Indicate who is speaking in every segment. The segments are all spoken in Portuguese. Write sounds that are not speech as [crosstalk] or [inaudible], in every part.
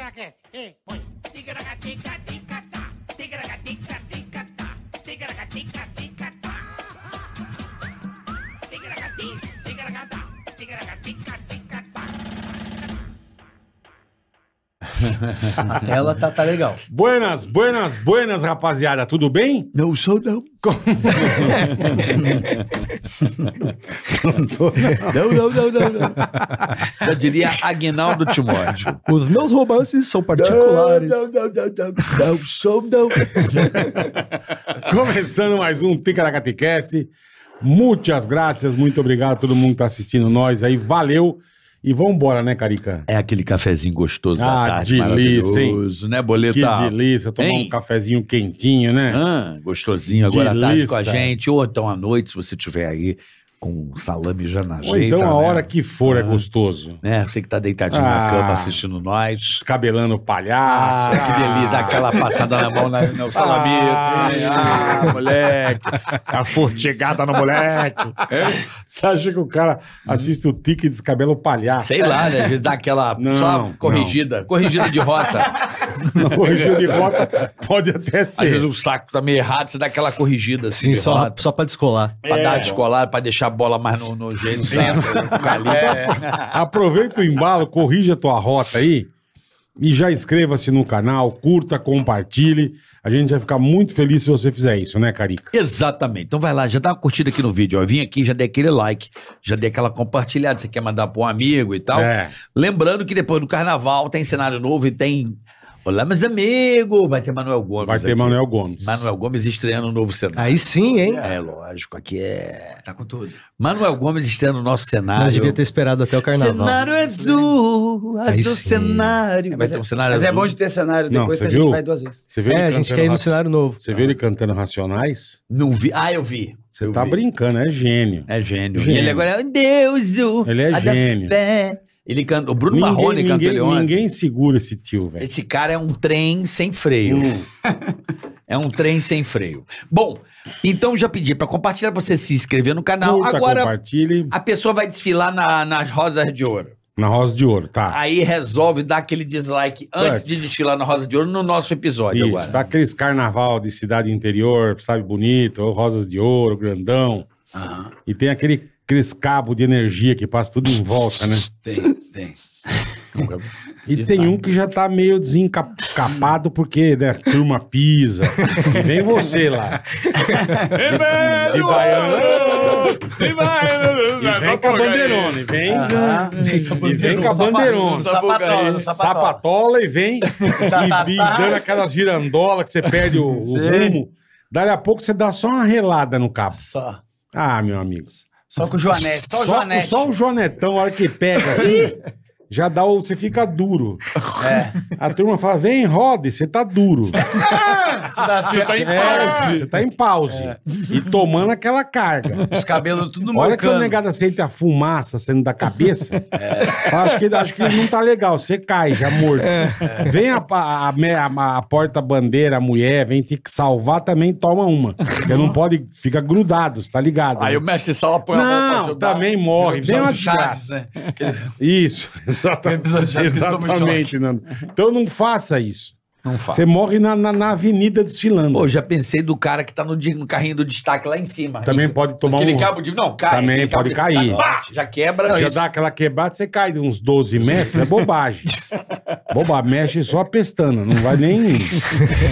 Speaker 1: Ticaracast. E põe.
Speaker 2: Ticaracatica-ticatá, ticaracatica-ticatá, ticaracatica-ticatá. Ticaracati, ticaracatá, ticaracatica-ticatá.
Speaker 3: A tela tá, tá legal.
Speaker 4: Buenas, buenas, buenas, rapaziada. Tudo bem?
Speaker 5: Não sou
Speaker 4: [laughs]
Speaker 5: não. não sou não.
Speaker 3: Não, não, não, não, não.
Speaker 6: Eu diria Aguinaldo Timóteo.
Speaker 3: Os meus romances são particulares.
Speaker 5: Não, não, não, não, não. Não sou não.
Speaker 4: Começando mais um Ticaracatecast. Muitas graças, muito obrigado a todo mundo que tá assistindo nós aí. Valeu. E vambora, né, Carica?
Speaker 6: É aquele cafezinho gostoso
Speaker 4: Ah,
Speaker 6: da tarde,
Speaker 4: delícia, hein?
Speaker 6: maravilhoso, né,
Speaker 4: Que
Speaker 6: Boleta?
Speaker 4: delícia, tomar
Speaker 6: Hein?
Speaker 4: um cafezinho quentinho, né?
Speaker 6: Ah, gostosinho agora à tarde com a
Speaker 4: Delícia.
Speaker 6: gente, ou então à noite, se você tiver aí com um salame já na
Speaker 4: Ou
Speaker 6: jeita,
Speaker 4: então a
Speaker 6: né?
Speaker 4: hora que for é
Speaker 6: Ah.
Speaker 4: gostoso.
Speaker 6: Né, Você que tá deitadinho
Speaker 4: Ah.
Speaker 6: na cama assistindo nós.
Speaker 4: Descabelando o
Speaker 6: Ah,
Speaker 4: palhaço.
Speaker 6: que delícia, dá aquela passada na mão na, no salamito.
Speaker 4: Ah.
Speaker 6: né? Ah, moleque. A furtigada no moleque.
Speaker 4: Você acha que o cara assiste o tique e descabela o palhaço?
Speaker 6: Sei lá, né? Às vezes dá aquela
Speaker 4: [laughs] Não,
Speaker 6: só
Speaker 4: não.
Speaker 6: corrigida, corrigida de rota.
Speaker 4: Corrigiu de rota, pode até
Speaker 6: Às vezes
Speaker 4: ser.
Speaker 6: o saco tá meio errado, você dá aquela corrigida assim.
Speaker 3: Sim,
Speaker 6: de
Speaker 3: só,
Speaker 6: rota.
Speaker 3: só pra descolar.
Speaker 6: Pra
Speaker 4: É.
Speaker 6: dar descolar, pra deixar a bola mais no, no jeito né? no centro, no
Speaker 4: [laughs]
Speaker 6: galinho.
Speaker 4: É. Aproveita o embalo, corrija a tua rota aí e já inscreva-se no canal, curta, compartilhe. A gente vai ficar muito feliz se você fizer isso, né, Carica?
Speaker 6: Exatamente. Então vai lá, já dá uma curtida aqui no vídeo. Ó. Vim aqui, já dei aquele like, já dei aquela compartilhada. Você quer mandar pra um amigo e tal.
Speaker 4: É.
Speaker 6: Lembrando que depois do carnaval tem cenário novo e tem. Olá, meus amigos! Vai ter Manuel Gomes.
Speaker 4: Vai ter
Speaker 6: aqui.
Speaker 4: Manuel Gomes.
Speaker 6: Manuel Gomes estreando o novo cenário.
Speaker 3: Aí sim, hein?
Speaker 5: Ah,
Speaker 6: É, lógico, aqui é.
Speaker 3: Tá com tudo.
Speaker 6: Manuel Gomes estreando o nosso cenário.
Speaker 3: Mas devia ter esperado até o carnaval.
Speaker 6: Cenário é azul,
Speaker 3: Aí
Speaker 6: azul
Speaker 3: sim.
Speaker 6: cenário. Vai
Speaker 7: Mas
Speaker 6: ter
Speaker 7: é-
Speaker 6: um cenário
Speaker 7: Mas é
Speaker 6: azul.
Speaker 7: bom de ter cenário
Speaker 4: Não,
Speaker 7: depois
Speaker 4: você
Speaker 7: que a
Speaker 4: viu?
Speaker 7: gente vai duas vezes.
Speaker 4: Você vê
Speaker 3: É,
Speaker 4: ele
Speaker 3: a gente
Speaker 4: cantando
Speaker 3: quer ir no
Speaker 4: raci-
Speaker 3: cenário novo.
Speaker 4: Você vê ele cantando Racionais?
Speaker 6: Não vi. Ah, eu vi.
Speaker 4: Você
Speaker 6: Eu
Speaker 4: tá
Speaker 6: vi.
Speaker 4: brincando, é gênio.
Speaker 6: É gênio.
Speaker 4: Gênio.
Speaker 6: E ele agora é Deus, o
Speaker 4: Ele é
Speaker 6: a da
Speaker 4: gênio.
Speaker 6: fé. Ele canta. O Bruno
Speaker 4: ninguém,
Speaker 6: Marrone canta
Speaker 4: ninguém,
Speaker 6: ele ontem.
Speaker 4: ninguém segura esse tio, velho.
Speaker 6: Esse cara é um trem sem freio.
Speaker 4: Uh.
Speaker 6: [laughs] É um trem sem freio. Bom, então já pedi pra compartilhar, pra você se inscrever no canal.
Speaker 4: Curta,
Speaker 6: Agora
Speaker 4: compartilhe
Speaker 6: a pessoa vai desfilar na- nas rosas de ouro.
Speaker 4: na Rosa de Ouro, tá?
Speaker 6: Aí resolve dar aquele dislike antes de desfilar na rosa de ouro no nosso episódio
Speaker 4: Isso,
Speaker 6: agora.
Speaker 4: tá aqueles carnaval de cidade interior, sabe, bonito, ou rosas de ouro, grandão. E tem aquele, aqueles cabos de energia que passa tudo em volta, né?
Speaker 7: Tem, tem.
Speaker 4: E tem um que já tá meio desencapado porque, né, turma pisa. E
Speaker 6: [laughs]
Speaker 4: vem você lá. de, de baiano. E vem com a bandeirone, vem. E vem com a bandeirona.
Speaker 7: Sapatona, sapatona.
Speaker 4: sapatola e vem e vem dando aquelas girandolas que você perde o, o rumo. Daí a pouco você dá só uma relada no cabo.
Speaker 7: Só.
Speaker 4: Ah, meu amigo.
Speaker 7: Só com o Joanete. Só o Joanete.
Speaker 4: só um o Joanetão, a hora que pega assim, já dá o. Você fica duro.
Speaker 7: É.
Speaker 4: A turma fala: vem, rode, você tá duro.
Speaker 7: Você tá em
Speaker 4: É, Você tá em pause. E tomando aquela carga.
Speaker 7: Os cabelos tudo
Speaker 4: Olha que o
Speaker 7: marcando. É.
Speaker 4: negado sente a fumaça saindo da cabeça. Acho, que, acho que não tá legal. Você cai, já morto.
Speaker 7: É.
Speaker 4: Vem a, pa- a me- a- a porta-bandeira, a mulher, vem ter que salvar, também toma uma. Porque não pode, fica grudado, você tá ligado?
Speaker 6: Aí
Speaker 4: né?
Speaker 6: o mestre sala põe a mão pra
Speaker 4: Não,
Speaker 6: ajudar.
Speaker 4: também morre. Vem uma
Speaker 7: Episódio Chaves,
Speaker 4: desgraça.
Speaker 7: né?
Speaker 4: [laughs] Isso, exatamente.
Speaker 7: Episódio de Chaves, toma um choque.
Speaker 4: Exatamente, Nando. Então não faça isso.
Speaker 6: Não fala.
Speaker 4: Você morre na, na, na avenida desfilando.
Speaker 6: Pô, já pensei do cara que tá no, di- no carrinho do destaque lá em cima.
Speaker 4: também pode tomar
Speaker 6: Aquele
Speaker 4: um...
Speaker 6: cabo de. Não, cai.
Speaker 4: Também
Speaker 6: aquele cabo
Speaker 4: pode
Speaker 6: de-
Speaker 4: cair.
Speaker 6: Pá, já quebra.
Speaker 4: Já
Speaker 6: isso.
Speaker 4: dá aquela quebrada, você cai de uns 12 metros,
Speaker 6: [laughs]
Speaker 4: é bobagem. bobagem, mexe só a pestana, não vai nem.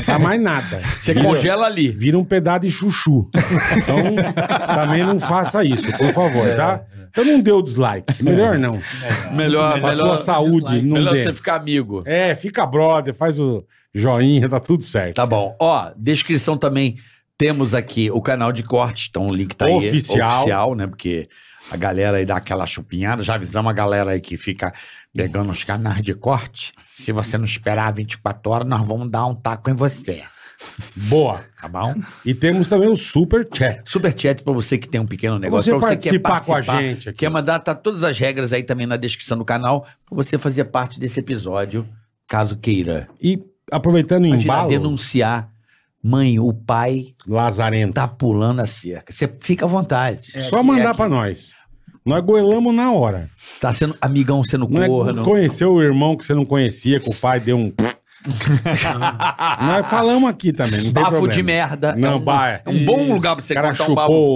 Speaker 4: Tá mais nada.
Speaker 6: Você
Speaker 4: Vira-
Speaker 6: congela ali.
Speaker 4: Vira um pedaço de chuchu. Então, também não faça isso, por
Speaker 6: É,
Speaker 4: favor, tá? Então não dê o dislike. Melhor não.
Speaker 6: Melhor,
Speaker 4: Pra sua saúde, não
Speaker 6: melhor
Speaker 4: dê.
Speaker 6: você ficar amigo.
Speaker 4: É, fica brother, faz o joinha, tá tudo certo.
Speaker 6: Tá bom. Ó, descrição também. Temos aqui o canal de corte, então o link tá aí.
Speaker 4: Oficial.
Speaker 6: Oficial, né? Porque a galera aí dá aquela chupinhada. Já avisamos a galera aí que fica pegando os canais de corte. Se você não esperar 24 horas, nós vamos dar um taco em você.
Speaker 4: Boa.
Speaker 6: Tá bom?
Speaker 4: E temos também o Super Chat.
Speaker 6: Superchat pra você que tem um pequeno Um negócio.
Speaker 4: Você
Speaker 6: pra você que quer
Speaker 4: participar com a gente aqui.
Speaker 6: Quer mandar, tá todas as regras aí também na descrição do canal, pra você fazer parte desse episódio, caso queira.
Speaker 4: E aproveitando o
Speaker 6: Imagina
Speaker 4: embalo,
Speaker 6: denunciar. Mãe, o pai
Speaker 4: Lazarento. É,
Speaker 6: tá pulando a cerca. Você fica à vontade.
Speaker 4: Só mandar pra nós. Nós goelamos na hora.
Speaker 6: Tá sendo amigão sendo
Speaker 4: Não é
Speaker 6: corno.
Speaker 4: conheceu o irmão que você não conhecia, que o pai deu
Speaker 6: [laughs]
Speaker 4: um. Nós falamos aqui também. Não tem
Speaker 6: Bafo
Speaker 4: problema.
Speaker 6: de merda.
Speaker 4: Não,
Speaker 6: é um,
Speaker 4: bah,
Speaker 6: é um bom lugar pra você
Speaker 4: O cara
Speaker 6: contar
Speaker 4: chupou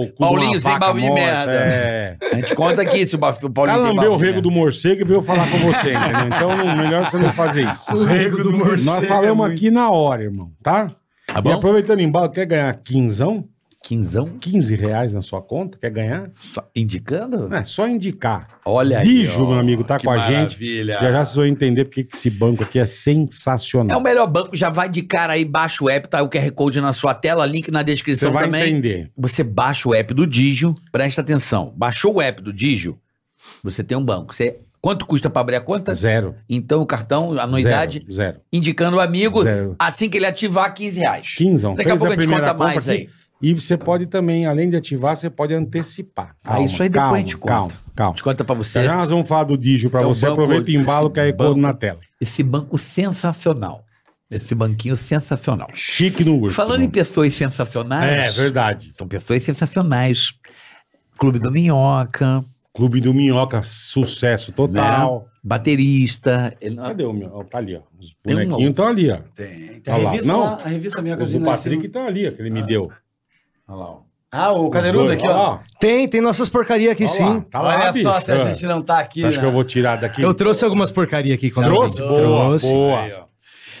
Speaker 6: um
Speaker 4: o
Speaker 6: bafo.
Speaker 4: cu de
Speaker 6: Paulinho
Speaker 4: uma
Speaker 6: sem
Speaker 4: vaca
Speaker 6: bafo de
Speaker 4: morta,
Speaker 6: merda.
Speaker 4: É.
Speaker 6: A gente conta aqui se o, bafo, o
Speaker 4: O cara
Speaker 6: Paulinho tem
Speaker 4: lambeu o
Speaker 6: bafo de
Speaker 4: rego do morcego e veio falar com você,
Speaker 6: [laughs]
Speaker 4: entendeu? Então, não- melhor você não fazer isso.
Speaker 8: O rego do morcego.
Speaker 6: é
Speaker 8: é
Speaker 4: Nós falamos aqui na hora, irmão, tá?
Speaker 9: Tá
Speaker 4: E
Speaker 9: bom?
Speaker 4: aproveitando em bala, quer ganhar quinzão?
Speaker 9: Quinzão?
Speaker 4: 15 reais na sua conta? Quer ganhar?
Speaker 9: Só indicando?
Speaker 4: Não, é só indicar.
Speaker 9: Olha aí.
Speaker 4: Dijo,
Speaker 9: ó,
Speaker 4: meu amigo, tá
Speaker 9: que
Speaker 4: com a gente.
Speaker 9: maravilha.
Speaker 4: Já já vocês vão entender porque que esse banco aqui é
Speaker 6: É o
Speaker 4: sensacional.
Speaker 6: melhor banco, já vai de cara aí, baixa o app, tá o QR Code na sua tela, link na
Speaker 4: Você
Speaker 6: descrição
Speaker 4: vai
Speaker 6: também.
Speaker 4: entender.
Speaker 6: Você baixa o app do Digio, presta atenção. Baixou o app do Digio, você tem um banco. Você, quanto custa pra abrir a conta?
Speaker 4: Zero.
Speaker 6: Então o cartão, anuidade,
Speaker 4: Zero. zero.
Speaker 6: indicando o amigo,
Speaker 4: Zero.
Speaker 6: assim que ele ativar, 15 reais.
Speaker 4: Quinzão.
Speaker 6: Daqui a
Speaker 4: Fez
Speaker 6: pouco a, gente
Speaker 4: primeira
Speaker 6: conta
Speaker 4: compra
Speaker 6: mais
Speaker 4: aqui.
Speaker 6: aí.
Speaker 4: E você pode também, além de ativar, você pode antecipar.
Speaker 6: Ah, isso aí depois a gente conta.
Speaker 4: Calma,
Speaker 6: A
Speaker 4: calma.
Speaker 6: gente conta pra
Speaker 4: Já
Speaker 6: você.
Speaker 4: já nós vamos falar do Digio pra
Speaker 6: Então,
Speaker 4: você.
Speaker 6: banco-
Speaker 4: Aproveita e embala o QR Code
Speaker 6: banco-
Speaker 4: é na tela.
Speaker 6: Esse banco sensacional. Esse banquinho sensacional.
Speaker 4: Chique no urso.
Speaker 6: Falando em
Speaker 4: irmão.
Speaker 6: pessoas sensacionais.
Speaker 4: É, verdade.
Speaker 6: São pessoas sensacionais. Clube do Minhoca,
Speaker 4: Clube do Minhoca, sucesso
Speaker 6: Né?
Speaker 4: total.
Speaker 6: baterista. Ele-
Speaker 4: Cadê o meu? Tá ali, ó. Os
Speaker 6: Tem um
Speaker 4: bonequinhos estão ali, ó.
Speaker 8: Tem. Tem a
Speaker 4: Olha lá,
Speaker 8: revista
Speaker 4: não?
Speaker 8: lá, a revista minha
Speaker 4: O do
Speaker 8: casinha lá em cima.
Speaker 4: Patrick tá ali, ó, que ele me deu. Olha lá, ó.
Speaker 8: Ah, o cadeirudo aqui, ó.
Speaker 3: Tem, tem nossas porcarias aqui
Speaker 4: Olha
Speaker 3: sim.
Speaker 4: lá, tá lá,
Speaker 8: Olha
Speaker 4: bicho.
Speaker 8: só se
Speaker 4: Ah,
Speaker 8: a gente não tá aqui.
Speaker 4: você acha
Speaker 8: né?
Speaker 4: que eu vou tirar daqui?
Speaker 3: Eu trouxe algumas porcarias aqui quando
Speaker 4: Trouxe?
Speaker 3: eu vim.
Speaker 4: Boa,
Speaker 3: Trouxe.
Speaker 4: boa.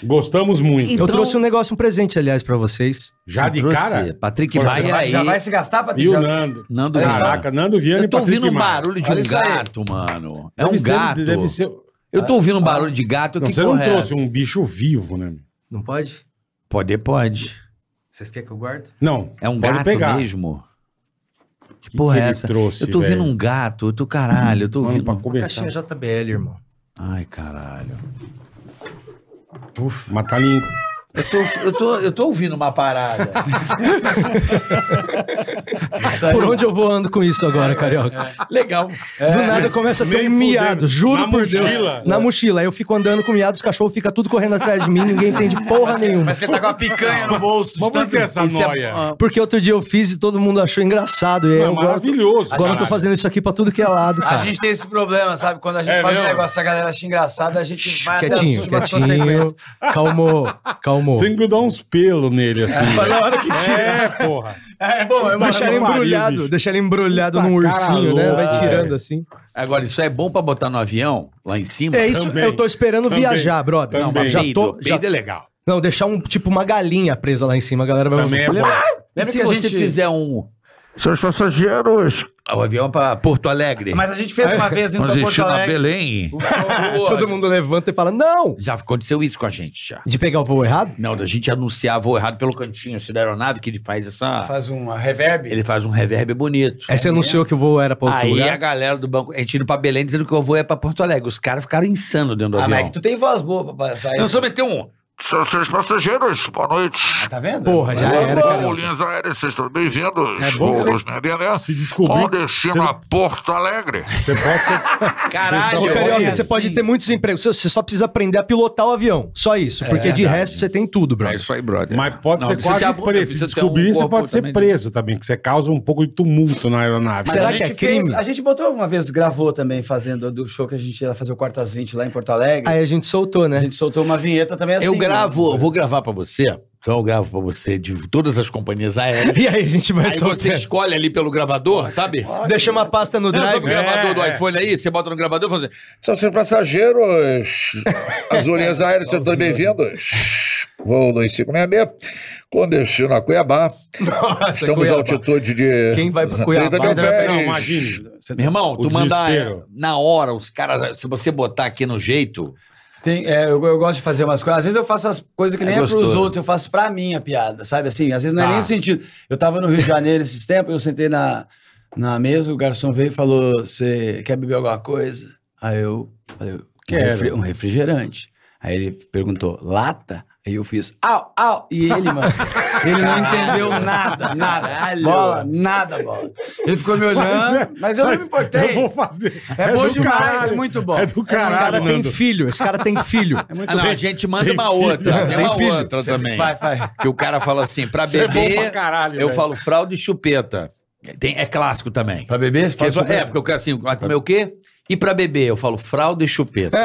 Speaker 4: Gostamos muito.
Speaker 3: Eu trouxe um negócio, um presente, aliás, pra vocês.
Speaker 4: Já
Speaker 6: Você
Speaker 4: de
Speaker 6: trouxe
Speaker 4: cara?
Speaker 6: Patrick
Speaker 4: Pô,
Speaker 8: Já
Speaker 6: Maia
Speaker 8: vai,
Speaker 6: aí.
Speaker 8: já vai se gastar,
Speaker 4: E
Speaker 8: Patrick?
Speaker 4: o
Speaker 8: Já-
Speaker 4: Nando.
Speaker 6: Nando
Speaker 4: Caraca, Nando Viana e
Speaker 6: Eu tô
Speaker 4: Patrick
Speaker 6: ouvindo um
Speaker 4: Maia.
Speaker 6: barulho de
Speaker 8: Olha
Speaker 6: um
Speaker 8: isso aí.
Speaker 6: gato, mano. É
Speaker 4: Deve
Speaker 6: um
Speaker 4: ser-
Speaker 6: gato.
Speaker 4: Deve ser... Não,
Speaker 6: Eu tô ouvindo um barulho de gato. que
Speaker 4: você não
Speaker 6: porra é
Speaker 4: trouxe
Speaker 6: essa?
Speaker 4: um bicho vivo, né?
Speaker 3: Não pode?
Speaker 6: Pode, pode.
Speaker 3: Vocês querem que eu guarde?
Speaker 4: Não.
Speaker 6: É um
Speaker 4: pode
Speaker 6: gato
Speaker 4: pegar.
Speaker 6: mesmo.
Speaker 4: Que
Speaker 6: porra
Speaker 4: que
Speaker 6: é
Speaker 4: ele
Speaker 6: essa?
Speaker 4: Trouxe,
Speaker 6: eu tô
Speaker 4: velho?
Speaker 6: ouvindo um gato. Eu tô caralho. Eu tô
Speaker 4: Mano,
Speaker 6: ouvindo.
Speaker 4: pra
Speaker 3: Uma
Speaker 4: começar.
Speaker 3: caixinha JBL, irmão.
Speaker 6: Ai, caralho.
Speaker 4: Ufa, mas tá ali.
Speaker 6: Eu tô, eu tô, eu tô ouvindo uma
Speaker 4: [laughs]
Speaker 6: parada.
Speaker 8: Isso aí.
Speaker 3: Por onde eu vou ando com isso agora, carioca?
Speaker 6: Legal.
Speaker 3: Do nada começa a ter
Speaker 4: Nem
Speaker 3: um miado,
Speaker 4: fudendo.
Speaker 3: juro
Speaker 4: Na
Speaker 3: por
Speaker 4: mochila?
Speaker 3: Deus. Na mochila. Aí eu fico andando com miado, os cachorros ficam tudo correndo atrás de mim, ninguém entende porra nenhuma.
Speaker 8: [laughs] Parece que ele tá com a picanha no bolso. de
Speaker 4: Vamos
Speaker 8: tanto-
Speaker 4: ter essa
Speaker 6: Isso é-
Speaker 4: noia.
Speaker 6: ah,
Speaker 3: Porque outro dia eu fiz e todo mundo achou engraçado. E aí
Speaker 4: É
Speaker 3: eu gosto-
Speaker 4: maravilhoso.
Speaker 3: Agora eu tô
Speaker 4: caralho.
Speaker 3: fazendo isso aqui pra tudo que é lado,
Speaker 8: A
Speaker 3: cara.
Speaker 8: gente tem esse problema, sabe? Quando a gente
Speaker 4: É
Speaker 8: faz um
Speaker 4: mesmo?
Speaker 8: negócio e a galera acha engraçado, a gente
Speaker 3: Shh,
Speaker 8: vai
Speaker 3: quietinho,
Speaker 8: até as últimas consequências.
Speaker 3: quietinho. Calmou, calmou.
Speaker 4: Você tem que dar uns pelos nele,
Speaker 8: [laughs]
Speaker 4: assim. na hora que tira. É, porra.
Speaker 8: É bom, é
Speaker 3: Deixar ele
Speaker 4: no nariz,
Speaker 3: embrulhado,
Speaker 4: bicho.
Speaker 3: deixar ele embrulhado
Speaker 4: Puta
Speaker 3: num
Speaker 4: cara
Speaker 3: ursinho, né?
Speaker 4: louca,
Speaker 3: Vai tirando
Speaker 4: velho.
Speaker 3: assim.
Speaker 6: Agora, isso é bom pra botar no avião, lá em cima?
Speaker 3: É isso,
Speaker 4: Também.
Speaker 3: eu tô esperando
Speaker 4: Também.
Speaker 3: viajar, brother.
Speaker 4: Não,
Speaker 3: Não,
Speaker 4: mas
Speaker 3: já
Speaker 6: peido,
Speaker 3: tô. já-
Speaker 6: peido é legal.
Speaker 3: Não, deixar um tipo uma galinha presa lá em cima, a galera vai
Speaker 4: Também é bom.
Speaker 6: Lembra
Speaker 8: se
Speaker 6: que você
Speaker 8: você
Speaker 6: fizer um... Seus passageiros. O avião é pra Porto Alegre.
Speaker 8: Mas a gente fez uma vez indo pra Porto Alegre.
Speaker 6: Belém.
Speaker 3: Todo mundo levanta e fala: não!
Speaker 6: Já aconteceu isso com a gente, já.
Speaker 3: De pegar o voo errado?
Speaker 6: Não, da gente anunciar voo errado pelo cantinho, assim, da aeronave, que ele faz essa...
Speaker 8: Faz um reverb.
Speaker 6: Ele faz um reverb bonito.
Speaker 3: Aí você anunciou que o voo era pra outro
Speaker 6: Aí é a
Speaker 3: lugar.
Speaker 6: galera do banco... A gente indo pra Belém dizendo que o voo é pra Porto Alegre. Os caras ficaram insanos dentro do
Speaker 8: Ah,
Speaker 6: avião.
Speaker 8: mas é que tu tem voz boa pra passar
Speaker 6: Eu
Speaker 8: isso.
Speaker 6: só meter um... Seus passageiros, boa noite.
Speaker 8: Ah, tá vendo?
Speaker 3: Porra, já era,
Speaker 10: Bom,
Speaker 3: cara.
Speaker 10: linhas aéreas, vocês estão bem-vindos.
Speaker 4: É bom que
Speaker 10: Os
Speaker 4: você-
Speaker 8: "Ah!"
Speaker 10: meninos,
Speaker 4: Se
Speaker 10: Com
Speaker 4: descobrir.
Speaker 10: destino a Porto Alegre.
Speaker 4: Você pode ser.
Speaker 6: Caralho,
Speaker 3: Ô,
Speaker 4: Olha
Speaker 3: Carioca, você
Speaker 8: assim.
Speaker 3: pode ter muitos empregos. Você- Você só precisa aprender a pilotar o avião. Só isso. Porque de resto você tem tudo,
Speaker 6: É
Speaker 3: brother.
Speaker 6: isso aí, brother.
Speaker 4: Mas pode
Speaker 6: Não,
Speaker 4: ser
Speaker 6: precisa
Speaker 4: quase
Speaker 6: ter a bunda,
Speaker 4: preso. Se
Speaker 6: precisa ter
Speaker 4: descobrir,
Speaker 6: um
Speaker 4: você
Speaker 6: corpo
Speaker 4: pode ser
Speaker 6: também.
Speaker 4: preso também, que você causa um pouco de tumulto na aeronave.
Speaker 8: Mas
Speaker 3: Será
Speaker 8: a
Speaker 3: que é
Speaker 8: gente fez-
Speaker 3: crime?
Speaker 8: a gente botou uma vez, gravou também, fazendo do show que a gente ia fazer o Quartas 20 lá em Porto Alegre.
Speaker 3: Aí a gente soltou,
Speaker 8: A
Speaker 3: né?
Speaker 8: gente soltou uma vinheta também assim.
Speaker 6: eu gravo,
Speaker 8: né?
Speaker 6: eu vou gravar pra você. Então eu gravo pra você de todas as companhias
Speaker 3: [laughs]
Speaker 6: aéreas.
Speaker 3: E aí a gente vai
Speaker 6: Aí você né?
Speaker 3: soltando.
Speaker 6: escolhe ali pelo gravador, sabe?
Speaker 3: Deixa uma pasta no
Speaker 6: Não, sabe o
Speaker 3: drive.
Speaker 6: gravador do
Speaker 4: É, é.
Speaker 6: iPhone aí? Você bota no gravador e fala assim,
Speaker 10: São seus passageiros. As [laughs] linhas aéreas, sejam todos bem-vindos. Voo 256, com destino a Cuiabá. Estamos à
Speaker 3: Cuiabá.
Speaker 10: altitude de.
Speaker 3: Quem vai pra Cuiabá?
Speaker 10: 30 mil pés.
Speaker 4: Não, imagine.
Speaker 6: meu irmão,
Speaker 4: O
Speaker 6: tu manda é,
Speaker 4: desespero.
Speaker 6: na hora, os caras, se você botar aqui no jeito,
Speaker 8: Tem- é, eu, eu gosto de fazer umas coisas. Às vezes eu faço as coisas que nem é, pros
Speaker 6: gostoso.
Speaker 8: outros, eu faço pra mim a piada, sabe? Assim, às vezes não é
Speaker 4: Tá.
Speaker 8: nem o sentido. Eu tava no Rio de Janeiro esses tempos, eu sentei na, na mesa, o garçom veio e falou: Você quer beber alguma coisa? Aí eu falei: um,
Speaker 4: Quero.
Speaker 8: refri- um refrigerante. Aí ele perguntou: Lata? Aí eu fiz, au, au, e ele, mano, ele não entendeu nada, nada, bola, nada, bola. Ele ficou me olhando, mas, eu não me importei.
Speaker 4: Eu vou fazer.
Speaker 8: É bom
Speaker 4: do
Speaker 8: demais, é muito bom.
Speaker 4: É do
Speaker 3: Esse
Speaker 4: caralho,
Speaker 3: cara tem
Speaker 4: Nando.
Speaker 3: filho, esse cara tem
Speaker 8: [laughs]
Speaker 3: filho.
Speaker 4: É
Speaker 6: ah, não, a gente manda
Speaker 4: tem um
Speaker 6: uma
Speaker 4: filho.
Speaker 6: outra, tem
Speaker 3: Tem
Speaker 6: uma
Speaker 3: filho.
Speaker 6: outra
Speaker 8: Você tem-
Speaker 6: também.
Speaker 8: vai, vai.
Speaker 6: Que o cara fala assim, pra
Speaker 4: Você é bom
Speaker 6: beber,
Speaker 4: pra caralho,
Speaker 6: eu
Speaker 4: velho.
Speaker 6: falo fralda e chupeta. Tem, é clássico também.
Speaker 8: Pra beber?
Speaker 6: Porque
Speaker 8: Você fala
Speaker 6: ele fala,
Speaker 8: sobre-
Speaker 6: é, porque eu quero assim, vai comer o quê? E pra beber? Eu falo fralda e
Speaker 4: É.
Speaker 6: chupeta.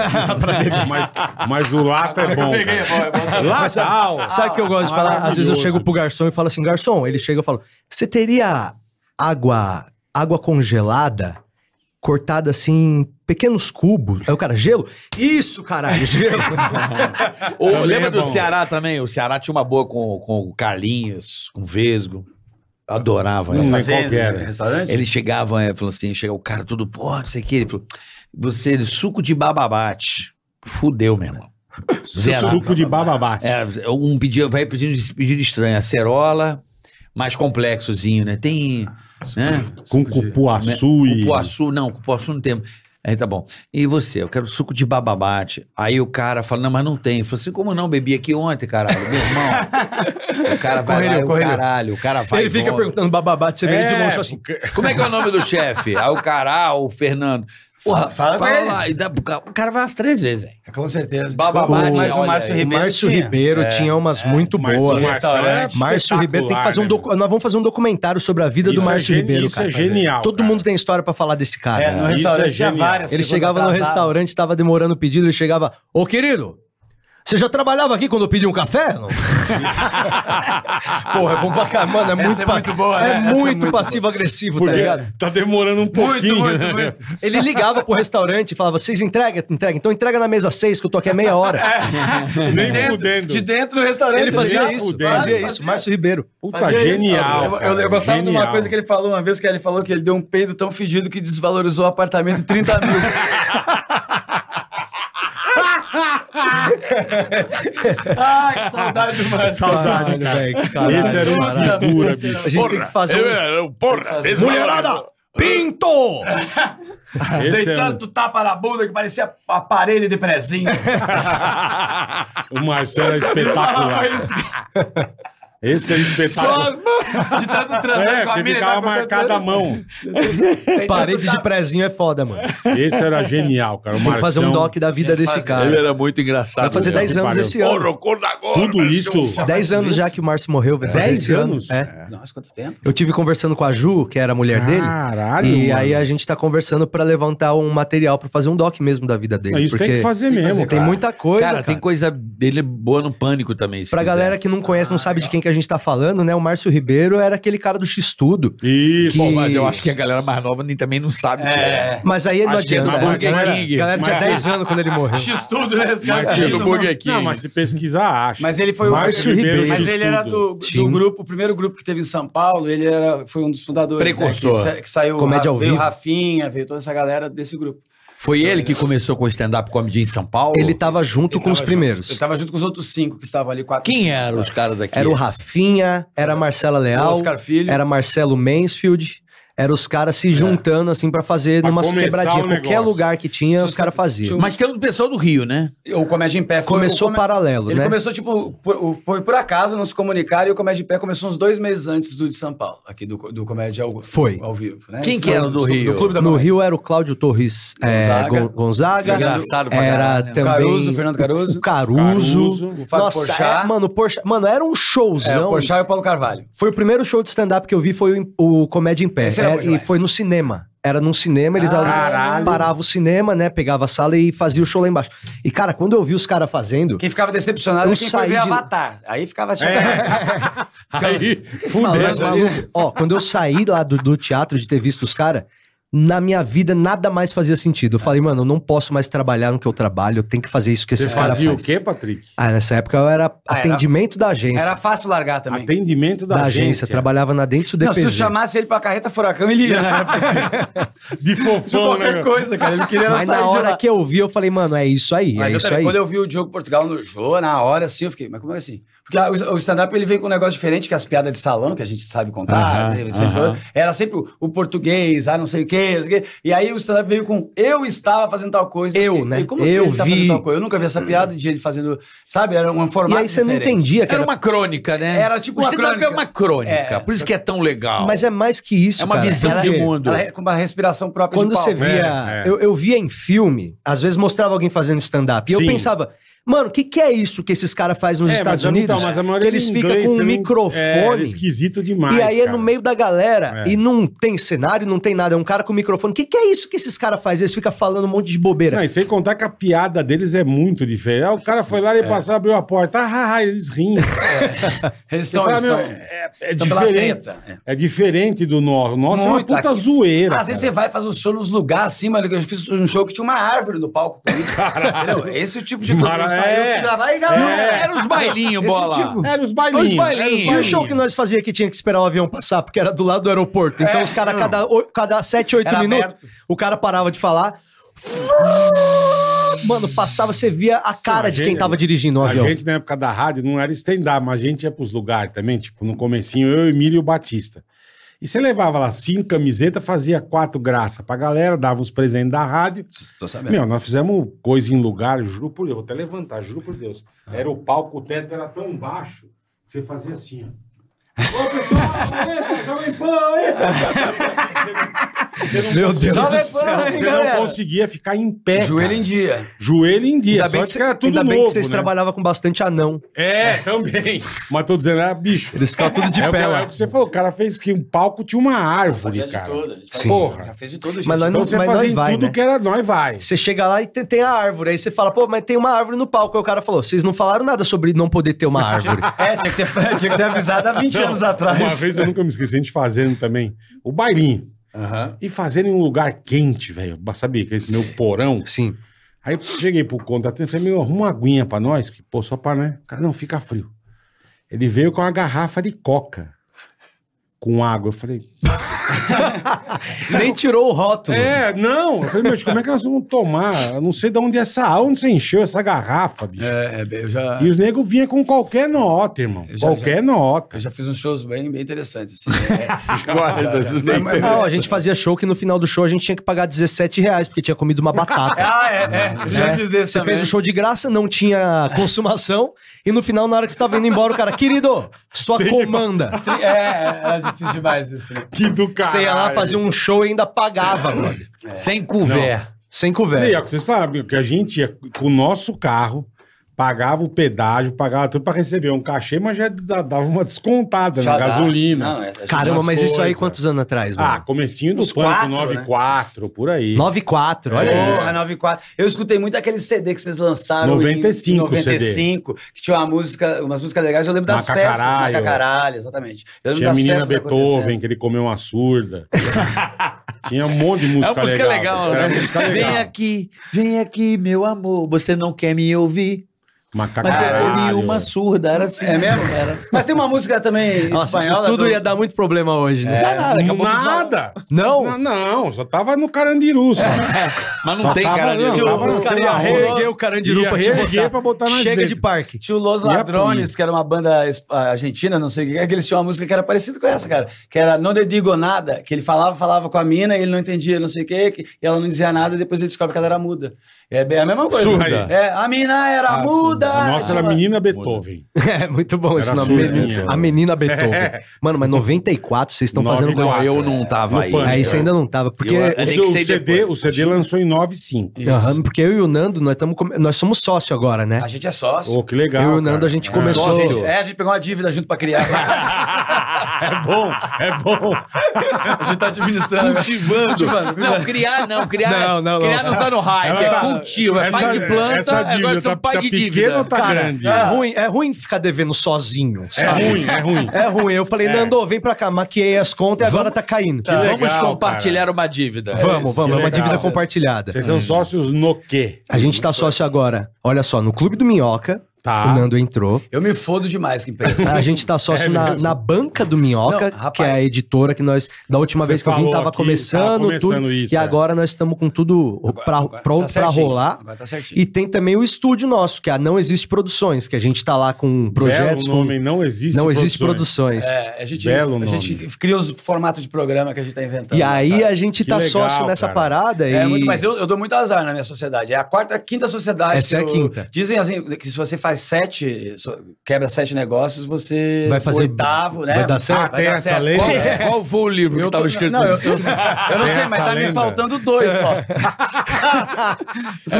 Speaker 4: mas, mas o lata é bom. cara. Lata, au.
Speaker 3: Sabe o que eu gosto de falar? Às vezes eu chego pro garçom e falo assim, garçom, ele chega e fala, você teria água, água congelada, cortada assim, em pequenos cubos? Aí o cara, gelo? Isso, caralho, gelo.
Speaker 6: Ou,
Speaker 4: Também
Speaker 6: lembra
Speaker 4: é
Speaker 6: do
Speaker 4: bom.
Speaker 6: Ceará também? O Ceará tinha uma boa com, com o Carlinhos, com o Vesgo. Adorava.
Speaker 4: Não
Speaker 6: né?
Speaker 4: lembro Hum, qual que era.
Speaker 8: Restaurante?
Speaker 6: Ele chegava, é, falou assim, chega o cara tudo, pô, não sei o que. Ele falou, você, ele, suco de bababate. Fudeu, meu irmão. Zero.
Speaker 4: Suco de bababate.
Speaker 6: É, um pedido, vai pedindo pedido estranho, acerola, mais complexozinho, né? Tem, né?
Speaker 4: com cupuaçu e...
Speaker 6: Cupuaçu, não, cupuaçu não tem. Aí tá bom. E você, eu quero suco de bababate. Aí o cara fala, não, mas não tem. Eu falo assim, como não? Bebi aqui ontem, caralho. Meu irmão. o cara vai lá,
Speaker 8: Correria,
Speaker 6: eu,
Speaker 8: correria.
Speaker 6: caralho. O cara vai
Speaker 3: ele
Speaker 6: e
Speaker 3: fica
Speaker 6: volta.
Speaker 3: perguntando bababate, você vê ele de longe só assim.
Speaker 6: Como é que é o nome do chefe? Aí o cara, ah, o Fernando. Porra, fala,
Speaker 8: Fala- fala com ele.
Speaker 6: lá. E dá- o cara- o cara vai umas três vezes, velho.
Speaker 8: Com certeza.
Speaker 6: Bababate,
Speaker 8: mas o
Speaker 6: olha
Speaker 8: Márcio
Speaker 6: aí.
Speaker 3: O
Speaker 8: Ribeiro.
Speaker 3: Márcio
Speaker 8: tinha.
Speaker 3: Ribeiro tinha umas muito
Speaker 4: Márcio-
Speaker 3: boas.
Speaker 4: Márcio é
Speaker 3: Restaurante. Márcio Ribeiro tem que fazer um
Speaker 4: espetacular,
Speaker 3: docu- Nós vamos fazer um documentário sobre a vida
Speaker 4: Isso
Speaker 3: do
Speaker 4: é
Speaker 3: Márcio
Speaker 4: gen-
Speaker 3: Ribeiro,
Speaker 4: isso
Speaker 3: cara.
Speaker 4: é genial,
Speaker 3: Todo
Speaker 4: cara.
Speaker 3: mundo tem história pra falar desse cara. né?
Speaker 8: É, no
Speaker 4: Isso
Speaker 8: restaurante
Speaker 4: é
Speaker 8: tinha
Speaker 4: genial.
Speaker 8: várias.
Speaker 3: Ele
Speaker 8: que
Speaker 3: chegava no
Speaker 8: contratava.
Speaker 3: restaurante, tava demorando o pedido, ele chegava, ô querido, você já trabalhava aqui quando eu pedi um café? Não? Porra, é bom pra caramba, mano, é muito,
Speaker 8: é
Speaker 3: pa-
Speaker 8: muito boa, né?
Speaker 3: é
Speaker 8: Essa é
Speaker 3: muito
Speaker 8: muito
Speaker 3: passivo-agressivo, tá
Speaker 4: Porque
Speaker 3: ligado?
Speaker 4: tá demorando um pouquinho.
Speaker 8: Muito, muito,
Speaker 4: né?
Speaker 8: muito.
Speaker 3: Ele ligava pro restaurante e falava, vocês entregam? Entrega, então entrega na mesa 6 que eu tô aqui há meia hora.
Speaker 4: Nem
Speaker 8: dentro-
Speaker 4: fudendo.
Speaker 8: De dentro do restaurante.
Speaker 3: Ele fazia
Speaker 4: ligado?
Speaker 3: isso,
Speaker 4: Fudendo.
Speaker 3: fazia isso, Márcio Ribeiro.
Speaker 4: Puta,
Speaker 8: Fazia isso,
Speaker 4: genial.
Speaker 8: cara. Eu, eu-
Speaker 4: cara,
Speaker 8: eu gostava de uma
Speaker 4: genial.
Speaker 8: coisa que ele falou uma vez, que ele falou que ele deu um peido tão fedido que desvalorizou o apartamento em 30 mil.
Speaker 3: [laughs]
Speaker 8: ah, que saudade
Speaker 3: [laughs]
Speaker 8: do Márcio.
Speaker 4: Saudade,
Speaker 3: Caralho,
Speaker 4: cara.
Speaker 3: velho, que caralho,
Speaker 4: Esse
Speaker 8: um
Speaker 4: era uma
Speaker 3: caralho.
Speaker 4: figura, bicho.
Speaker 3: A gente tem que fazer um...
Speaker 10: Porra!
Speaker 8: Fazer-
Speaker 3: Mulherada, pinto!
Speaker 4: Esse
Speaker 8: Dei
Speaker 4: é
Speaker 8: tanto tapa na bunda que parecia aparelho de prezinho.
Speaker 4: [laughs] o Marcelo é
Speaker 8: Falava
Speaker 4: espetacular.
Speaker 8: isso.
Speaker 4: Esse é
Speaker 8: Só
Speaker 4: espetacular.
Speaker 8: de tanto transar
Speaker 4: É,
Speaker 8: com a
Speaker 4: que
Speaker 8: mina.
Speaker 4: ficava
Speaker 8: tava com
Speaker 4: marcada a
Speaker 8: tanto-
Speaker 4: mão.
Speaker 3: Parede de prezinho é foda, mano.
Speaker 4: Esse era genial, cara. O
Speaker 3: Tem que fazer um
Speaker 4: Marcão,
Speaker 3: doc da vida desse
Speaker 6: Ele
Speaker 3: cara.
Speaker 6: era muito engraçado.
Speaker 3: Vai fazer
Speaker 4: Puta
Speaker 3: 10
Speaker 4: que
Speaker 3: anos
Speaker 4: pariu.
Speaker 3: esse ano.
Speaker 4: Tudo
Speaker 6: um
Speaker 4: isso.
Speaker 3: 10 anos já que o Márcio morreu. velho. Vai fazer
Speaker 4: Dez
Speaker 3: esse ano.
Speaker 4: anos?
Speaker 3: É.
Speaker 8: Nossa, quanto tempo.
Speaker 3: Eu tive conversando com a Ju, que era a mulher
Speaker 4: Caralho,
Speaker 3: dele. E
Speaker 4: mano.
Speaker 3: aí a gente tá conversando pra levantar um material pra fazer um doc mesmo da vida dele.
Speaker 4: É, Isso tem
Speaker 3: porque
Speaker 4: que fazer mesmo.
Speaker 3: Tem muita coisa,
Speaker 6: Cara,
Speaker 3: é, cara.
Speaker 6: tem coisa dele boa no pânico também. se
Speaker 3: Pra
Speaker 6: quiser.
Speaker 3: galera que não conhece, não sabe de quem que a gente tá falando, né? O Márcio Ribeiro era aquele cara do X-Tudo.
Speaker 4: Isso.
Speaker 3: que-
Speaker 6: Bom, mas eu acho que a galera mais nova nem, também não sabe o que é.
Speaker 3: Mas aí não
Speaker 4: Acho que é
Speaker 3: adianta. né?
Speaker 4: na
Speaker 3: A galera,
Speaker 4: Burger King.
Speaker 3: a galera tinha
Speaker 4: Mas-
Speaker 3: 10 anos quando ele morreu.
Speaker 8: X-tudo, né? Esse cara
Speaker 4: Mas
Speaker 8: tinha
Speaker 4: se-
Speaker 8: no-
Speaker 4: Não, mas se pesquisar, acha.
Speaker 8: Mas ele foi o-
Speaker 4: Márcio Ribeiro.
Speaker 8: Mas ele era
Speaker 4: X-Tudo.
Speaker 8: do, do
Speaker 3: Sim.
Speaker 8: um grupo, o primeiro grupo que teve em São Paulo, ele era, foi um dos fundadores. né,
Speaker 6: Precursor.
Speaker 8: que, sa- que saiu
Speaker 3: Comédia ao
Speaker 8: veio
Speaker 3: vivo.
Speaker 8: Rafinha, veio toda essa galera desse grupo.
Speaker 6: Foi ele que começou com o stand-up comedy em São Paulo?
Speaker 3: Ele tava junto
Speaker 8: Ele
Speaker 3: com os
Speaker 8: tava
Speaker 3: primeiros.
Speaker 8: Ele tava junto com os outros cinco que estavam ali, quatro.
Speaker 6: Quem eram os caras daqui?
Speaker 3: Era o Rafinha, era a Marcela Leal,
Speaker 8: Oscar Filho.
Speaker 3: era Marcelo Mansfield. Era os caras
Speaker 8: É.
Speaker 3: se juntando, assim, pra fazer
Speaker 4: Pra
Speaker 3: numas
Speaker 4: começar
Speaker 3: quebradinhas.
Speaker 4: o
Speaker 3: Qualquer
Speaker 4: negócio.
Speaker 3: lugar que tinha, os caras faziam.
Speaker 6: Mas tem o pessoal do Rio, né?
Speaker 8: O Comédia em Pé foi-
Speaker 3: Começou
Speaker 8: o
Speaker 3: paralelo,
Speaker 8: um- Ele
Speaker 3: né?
Speaker 8: começou, tipo, por- o- foi por acaso, não se comunicaram, e o Comédia em Pé começou uns dois meses antes do de São Paulo, aqui do, do Comédia ao,
Speaker 3: Foi.
Speaker 8: ao vivo. né?
Speaker 6: Quem
Speaker 8: Isso
Speaker 6: que era
Speaker 8: foi-
Speaker 6: do
Speaker 8: isso-
Speaker 6: Rio?
Speaker 8: Do Clube da
Speaker 3: no
Speaker 8: Comédia.
Speaker 3: Rio era o Cláudio Torres é,
Speaker 8: Gonzaga.
Speaker 3: Gon- Gonzaga.
Speaker 8: Fernando-
Speaker 6: Engraçado pra
Speaker 3: era
Speaker 6: caralho, né?
Speaker 3: também
Speaker 8: Caruso, Fernando Caruso.
Speaker 3: o Caruso,
Speaker 4: Caruso,
Speaker 8: o Fábio Porchat.
Speaker 3: é, mano, o Porchat- mano, era um showzão.
Speaker 8: É, o Porchat e o Paulo Carvalho.
Speaker 3: Foi o primeiro show de stand-up que eu vi, foi o- o Comédia em Pé.
Speaker 8: Esse
Speaker 3: Era-
Speaker 8: era bom
Speaker 3: e
Speaker 8: demais.
Speaker 3: foi no cinema. Era num cinema, eles
Speaker 4: Caralho.
Speaker 3: paravam o cinema, né? Pegava a sala e fazia o show lá embaixo. E, cara, quando eu vi os caras fazendo.
Speaker 8: Quem ficava decepcionado
Speaker 3: Eu
Speaker 8: era quem foi
Speaker 3: saí
Speaker 8: ver
Speaker 3: de- É.
Speaker 8: Avatar. Aí ficava achando. [laughs]
Speaker 4: Aí,
Speaker 3: Esse maluco,
Speaker 4: É. fudeu.
Speaker 3: esse maluco- Ó, quando eu saí lá do, do teatro de ter visto os caras, na minha vida nada mais fazia sentido. Eu falei, mano, eu não posso mais trabalhar no que eu trabalho, eu tenho que fazer isso que
Speaker 4: Você
Speaker 3: esses caras
Speaker 4: fazia o
Speaker 3: fazem.
Speaker 4: quê, Patrick?
Speaker 3: Ah, nessa época eu era
Speaker 8: era-
Speaker 3: atendimento da agência.
Speaker 8: Era fácil largar também.
Speaker 4: Atendimento da,
Speaker 3: da agência, trabalhava na dentro do
Speaker 8: Não, se
Speaker 3: DPZ.
Speaker 8: tu chamasse ele pra carreta furacão, ele
Speaker 3: [laughs]
Speaker 8: ia.
Speaker 4: [laughs] De
Speaker 8: De
Speaker 4: fofão,
Speaker 8: qualquer
Speaker 4: né?
Speaker 8: coisa, cara. Ele queria
Speaker 3: Mas
Speaker 8: sair
Speaker 3: na
Speaker 8: de
Speaker 3: hora
Speaker 8: lá.
Speaker 3: que eu vi, eu falei, mano, é isso aí,
Speaker 8: Mas
Speaker 3: é
Speaker 8: eu
Speaker 3: isso
Speaker 8: também,
Speaker 3: aí.
Speaker 8: quando eu vi o Diogo Portugal no jogo, na hora, assim, eu fiquei, mas como é assim? Porque a- o o stand-up ele vem com um negócio diferente que as piadas de salão, que a gente sabe contar.
Speaker 4: Aham,
Speaker 8: né? Sempre-
Speaker 4: aham.
Speaker 8: Era sempre o, o português, ah, não sei o quê, não sei o quê. E aí o stand-up veio com eu estava fazendo tal coisa.
Speaker 3: Eu,
Speaker 8: fiquei,
Speaker 3: né?
Speaker 8: e Como
Speaker 3: Eu
Speaker 8: ele tá
Speaker 3: vi.
Speaker 8: fazendo tal coisa? Eu nunca vi essa piada de ele fazendo. Sabe? Era um
Speaker 3: E
Speaker 8: formato.
Speaker 3: aí você não
Speaker 8: diferente.
Speaker 3: entendia que
Speaker 6: Era
Speaker 3: era...
Speaker 6: uma crônica, né?
Speaker 8: Era tipo
Speaker 6: o
Speaker 8: uma
Speaker 6: stand-up é
Speaker 8: crônica.
Speaker 6: uma crônica.
Speaker 8: É,
Speaker 6: por isso
Speaker 8: só-
Speaker 6: que é tão legal.
Speaker 3: Mas é mais que isso,
Speaker 6: É uma
Speaker 3: cara.
Speaker 6: visão
Speaker 3: Porque
Speaker 6: de mundo.
Speaker 8: Ela é com uma respiração própria
Speaker 3: Quando
Speaker 8: de
Speaker 3: você
Speaker 8: palco.
Speaker 3: via...
Speaker 4: É, é.
Speaker 3: Eu, eu via em filme, às vezes mostrava alguém fazendo stand-up. E eu
Speaker 4: Sim.
Speaker 3: pensava, Mano, o que, que é isso que esses caras fazem nos
Speaker 4: É,
Speaker 3: Estados
Speaker 4: mas,
Speaker 3: Unidos?
Speaker 4: então, mas a maioria
Speaker 3: que eles
Speaker 4: é
Speaker 3: ficam
Speaker 4: inglês,
Speaker 3: com
Speaker 4: você
Speaker 3: um
Speaker 4: não-
Speaker 3: microfone.
Speaker 4: É, esquisito demais.
Speaker 3: e aí é
Speaker 4: cara.
Speaker 3: no meio da galera
Speaker 4: É.
Speaker 3: e não tem cenário, não tem nada. É um cara com microfone. O que, que é isso que esses caras fazem? Eles ficam falando um monte de bobeira.
Speaker 4: Não, e sem contar que a piada deles é muito diferente. Aí o cara foi lá, ele
Speaker 3: É.
Speaker 4: passou, abriu a porta. Ah, ah, ah, eles rindo.
Speaker 8: Eles
Speaker 4: Você
Speaker 8: estão.
Speaker 4: fala,
Speaker 8: É, eles
Speaker 4: meu,
Speaker 8: estão-
Speaker 4: é, é
Speaker 8: estão pela
Speaker 4: diferente.
Speaker 8: treta, é.
Speaker 4: É diferente do nosso. O Nosso
Speaker 8: Muito,
Speaker 4: é uma puta
Speaker 8: aqui-
Speaker 4: zoeira.
Speaker 8: Às vezes
Speaker 4: cara.
Speaker 8: você vai fazer um show nos lugares assim, mano. que Eu fiz um show que tinha uma árvore no palco comigo. Entendeu? Esse é o tipo de coisa. Eu
Speaker 4: Mara-
Speaker 8: saí, eu
Speaker 4: é.
Speaker 8: se gravar e galera.
Speaker 4: É.
Speaker 8: Era
Speaker 4: [laughs]
Speaker 8: os bailinhos, bola. Tipo,
Speaker 4: Era os bailinhos.
Speaker 8: Os bailinhos.
Speaker 4: era os
Speaker 3: E o show que nós fazia que tinha que esperar o avião passar, porque era do lado do aeroporto. Então
Speaker 8: É,
Speaker 3: os caras, cada, o- cada 7, 8
Speaker 8: Era
Speaker 3: minutos,
Speaker 8: aberto.
Speaker 3: o cara parava de falar. Mano, passava, você via a cara
Speaker 4: a
Speaker 3: de quem
Speaker 4: gente-
Speaker 3: tava dirigindo o
Speaker 4: né? A
Speaker 3: avião.
Speaker 4: gente, na época da rádio, não era stand-up, mas a gente ia pros lugares também, tipo, no comecinho, eu, Emílio e o Batista. E você levava lá cinco camisetas, fazia quatro graça pra galera, dava uns presentes da rádio.
Speaker 8: Tô sabendo.
Speaker 4: Meu, nós fizemos coisa em lugar, juro por Deus, vou até levantar, juro por Deus.
Speaker 3: Ah.
Speaker 4: Era o palco, o teto era tão baixo, que você fazia assim, ó.
Speaker 3: [laughs]
Speaker 4: Ô, pessoal, tá eita, Jovem Pan, eita. Você não-
Speaker 3: Meu Deus
Speaker 8: Jovem
Speaker 3: do
Speaker 8: Pan,
Speaker 3: céu.
Speaker 8: hein,
Speaker 4: Você
Speaker 8: galera?
Speaker 4: não conseguia ficar em pé.
Speaker 8: Joelho
Speaker 4: cara.
Speaker 8: em dia.
Speaker 4: Joelho em dia.
Speaker 3: Ainda bem,
Speaker 4: só
Speaker 3: que,
Speaker 4: que era
Speaker 3: cê-
Speaker 4: tudo
Speaker 3: ainda bem que
Speaker 4: novo,
Speaker 3: vocês
Speaker 4: né?
Speaker 3: trabalhavam com bastante anão.
Speaker 4: É, também. Mas tô dizendo, era bicho.
Speaker 3: Eles ficavam tudo de
Speaker 4: é, o
Speaker 3: pé
Speaker 4: que-
Speaker 3: lá.
Speaker 4: é o que você falou, o cara fez que um palco tinha uma árvore, cara.
Speaker 8: Sim.
Speaker 4: Porra.
Speaker 8: Já fez de tudo, gente.
Speaker 3: Mas nós
Speaker 4: Então
Speaker 3: não,
Speaker 4: você
Speaker 3: mas
Speaker 4: fazia
Speaker 3: nós
Speaker 4: em
Speaker 3: vai,
Speaker 4: tudo
Speaker 3: né?
Speaker 4: que era nós vai.
Speaker 3: Você chega lá e tem, tem a árvore. Aí você fala, pô, mas tem uma árvore no palco. Aí o cara falou, vocês não falaram nada sobre não poder ter uma árvore.
Speaker 8: [laughs] É, tinha que, ter, tinha que ter avisado há 20 anos atrás.
Speaker 4: Uma vez eu nunca me esqueci, a gente fazendo também o bailinho. E fazendo em um lugar quente, velho. Sabia que é esse meu porão.
Speaker 3: Sim.
Speaker 4: Aí eu cheguei pro contratante e falei, meu, arruma uma aguinha pra nós, que, pô, só pra, né? O cara, não, fica frio. Ele veio com uma garrafa de coca. Com água. Eu falei,
Speaker 3: Nem tirou o rótulo.
Speaker 4: é, não. Eu falei, meu, como é que nós vamos tomar? Eu não sei de onde é essa, onde você encheu essa garrafa, bicho.
Speaker 8: É, é, eu já,
Speaker 4: E os negros vinham com qualquer nota, irmão.
Speaker 8: Já,
Speaker 4: qualquer
Speaker 8: [laughs]
Speaker 4: nota.
Speaker 8: eu já fiz uns shows bem, bem interessantes.
Speaker 4: [laughs]
Speaker 8: Assim, é,
Speaker 3: Não, a gente fazia show que no final do show a gente tinha que pagar 17 reais, porque tinha comido
Speaker 4: [laughs]
Speaker 3: uma batata. né?
Speaker 8: ah, é, é. Eu já fiz esse
Speaker 3: Você
Speaker 8: também.
Speaker 3: fez o show de graça, não tinha consumação, e no final, na hora que você tava indo embora, o cara, querido, sua comanda.
Speaker 8: É, é, é, já fiz demais isso. né?
Speaker 4: Que do cara.
Speaker 3: Você ia lá fazer um show e ainda pagava, brother.
Speaker 6: É. Sem couvert.
Speaker 3: Sem
Speaker 4: E
Speaker 3: conversa.
Speaker 4: é o que vocês sabem, que a gente ia com o nosso carro, pagava o pedágio, pagava tudo pra receber um cachê, mas já da- dava uma descontada
Speaker 8: Já
Speaker 4: na
Speaker 8: dá.
Speaker 4: gasolina.
Speaker 8: Não, é, já
Speaker 3: Caramba,
Speaker 8: fiz
Speaker 3: mas
Speaker 8: umas
Speaker 3: isso aí
Speaker 8: coisas.
Speaker 3: quantos anos atrás,
Speaker 4: Ah,
Speaker 3: mano?
Speaker 4: comecinho do
Speaker 8: Uns
Speaker 4: Pânico,
Speaker 8: quatro,
Speaker 4: 94, por aí.
Speaker 3: 94, olha
Speaker 4: É.
Speaker 3: aí.
Speaker 8: Porra, 94. Eu escutei muito aquele CD que vocês lançaram
Speaker 4: 95
Speaker 8: em 95, que tinha uma música, umas músicas legais, eu lembro das
Speaker 4: Macacaralho.
Speaker 8: festas. Macacaralho, exatamente. Eu lembro
Speaker 4: Tinha a
Speaker 8: das
Speaker 4: menina
Speaker 8: festas
Speaker 4: Beethoven,
Speaker 8: acontecendo.
Speaker 4: que ele comeu uma surda. Tinha um monte de música legal. velho. Era música legal.
Speaker 6: Vem aqui, vem aqui, meu amor. Você não quer me ouvir. Mas eu comi
Speaker 4: Macacaralho.
Speaker 6: uma surda, era assim.
Speaker 8: É mesmo? Mas tem uma
Speaker 4: [laughs]
Speaker 8: música também
Speaker 3: Nossa, isso
Speaker 8: espanhola.
Speaker 3: tudo
Speaker 8: do- É.
Speaker 3: ia dar muito problema hoje, né?
Speaker 4: Nada.
Speaker 3: Não?
Speaker 4: Não, não, só tava no Carandiru, só.
Speaker 6: Mas
Speaker 4: Só
Speaker 6: não tem
Speaker 4: tava,
Speaker 6: cara
Speaker 4: não,
Speaker 6: disso.
Speaker 4: tava
Speaker 3: Os
Speaker 4: sei
Speaker 3: caras iam
Speaker 4: lá,
Speaker 3: reerguer
Speaker 4: rolou.
Speaker 3: o Carandiru
Speaker 4: Ia
Speaker 3: pra te
Speaker 4: reerguer
Speaker 3: botar.
Speaker 4: pra botar nós
Speaker 3: Chega
Speaker 4: dentro.
Speaker 3: de parque.
Speaker 8: Tinha o Los
Speaker 4: E a
Speaker 8: Ladrones,
Speaker 4: polícia?
Speaker 8: que era uma banda es- ah, argentina, não sei o que, é, que eles tinham uma música que era parecida com essa, cara. Que era Não Dedigo Nada, que ele falava, falava com a mina e ele não entendia, não sei o que, que- e ela não dizia nada, e depois ele descobre que ela era muda. É bem a mesma coisa.
Speaker 4: Surda. Ah,
Speaker 8: É, a mina era muda. tipo,
Speaker 4: A nossa era
Speaker 8: Ela-
Speaker 4: menina Beethoven.
Speaker 3: [laughs] É, muito bom esse
Speaker 4: Era
Speaker 3: nome.
Speaker 4: surda,
Speaker 3: Meni-
Speaker 4: né? É.
Speaker 3: A menina Beethoven. Mano, mas 94 vocês estão fazendo coisa.
Speaker 4: 94.
Speaker 6: Eu não tava
Speaker 4: No
Speaker 6: aí.
Speaker 4: pânico.
Speaker 3: Aí você ainda não tava. Porque,
Speaker 6: Eu-
Speaker 4: O,
Speaker 6: Tem
Speaker 4: seu-
Speaker 6: que
Speaker 4: o
Speaker 6: ser
Speaker 4: CD,
Speaker 6: depois.
Speaker 4: o CD lançou em 9,5.
Speaker 3: Aham, porque eu e o Nando, nós, tamo, come- nós somos sócio agora, né?
Speaker 8: A gente é sócio.
Speaker 4: Ô, que legal.
Speaker 3: eu e o
Speaker 4: cara.
Speaker 3: Nando, a gente
Speaker 8: É,
Speaker 3: começou.
Speaker 8: a gente- é, a gente pegou uma dívida junto pra criar.
Speaker 4: [laughs] É bom, é bom.
Speaker 8: a gente tá administrando.
Speaker 6: Cultivando. Não, criar não. Criar é
Speaker 3: Não, não, não.
Speaker 6: criar não tá no hype. É cultivo. É pai de planta, agora são pai de
Speaker 4: pequeno
Speaker 6: dívida.
Speaker 4: ou tá grande?
Speaker 3: É ruim, é ruim ficar devendo sozinho.
Speaker 4: É
Speaker 3: sabe?
Speaker 4: ruim, é ruim.
Speaker 3: É ruim. Eu falei, Nando, vem pra cá, maquiei as contas e agora tá caindo.
Speaker 4: legal,
Speaker 6: Vamos
Speaker 4: cara.
Speaker 6: compartilhar uma dívida.
Speaker 3: Vamos, vamos. é uma
Speaker 4: legal.
Speaker 3: dívida compartilhada.
Speaker 4: Vocês são sócios no quê?
Speaker 3: A gente tá sócio agora. Olha só, no Clube do Minhoca,
Speaker 4: Tá.
Speaker 3: o Nando entrou.
Speaker 8: Eu me fodo demais com empresa.
Speaker 3: A gente tá sócio
Speaker 4: [laughs] É
Speaker 3: na,
Speaker 4: mesmo?
Speaker 3: na banca do Minhoca,
Speaker 8: Não, rapaz.
Speaker 3: que é a editora que nós, da última
Speaker 4: Você
Speaker 3: vez que eu vim,
Speaker 4: falou
Speaker 3: tava
Speaker 4: aqui,
Speaker 3: começando,
Speaker 4: tava começando
Speaker 3: tudo.
Speaker 4: isso,
Speaker 3: e
Speaker 4: é.
Speaker 3: agora nós estamos com tudo pra,
Speaker 8: agora
Speaker 3: pronto
Speaker 8: tá
Speaker 3: pra
Speaker 8: certinho.
Speaker 3: rolar.
Speaker 8: Agora tá certinho.
Speaker 3: E tem também o estúdio nosso, que é a Não Existe Produções, que a gente tá lá com projetos.
Speaker 4: Belo
Speaker 3: com-
Speaker 4: nome, não existe
Speaker 3: não existe
Speaker 4: produções.
Speaker 3: produções.
Speaker 8: É, a gente,
Speaker 4: Belo
Speaker 8: a gente cria os formatos de programa que a gente tá inventando.
Speaker 3: E aí
Speaker 8: sabe?
Speaker 3: a gente
Speaker 4: Que
Speaker 3: tá
Speaker 4: legal,
Speaker 3: sócio nessa
Speaker 4: cara.
Speaker 3: parada
Speaker 8: É,
Speaker 3: e.
Speaker 8: muito, mas eu, eu dou muito azar na minha sociedade. É a quarta, a quinta sociedade.
Speaker 3: Essa
Speaker 8: que
Speaker 3: é a
Speaker 8: eu-
Speaker 3: quinta.
Speaker 8: Dizem assim, que se você faz sete, só- quebra sete negócios, você.
Speaker 3: Vai fazer-
Speaker 8: Oitavo, né?
Speaker 3: vai dar certo?
Speaker 4: Ah, tem essa lei?
Speaker 8: Qual-
Speaker 4: É.
Speaker 9: Qual foi o livro que
Speaker 6: tá
Speaker 8: Eu, tô,
Speaker 9: tava escrito?
Speaker 8: não, eu,
Speaker 9: nisso?
Speaker 8: eu- eu não sei, mas
Speaker 4: essa
Speaker 8: tá
Speaker 4: lenda.
Speaker 8: me faltando dois só.
Speaker 9: é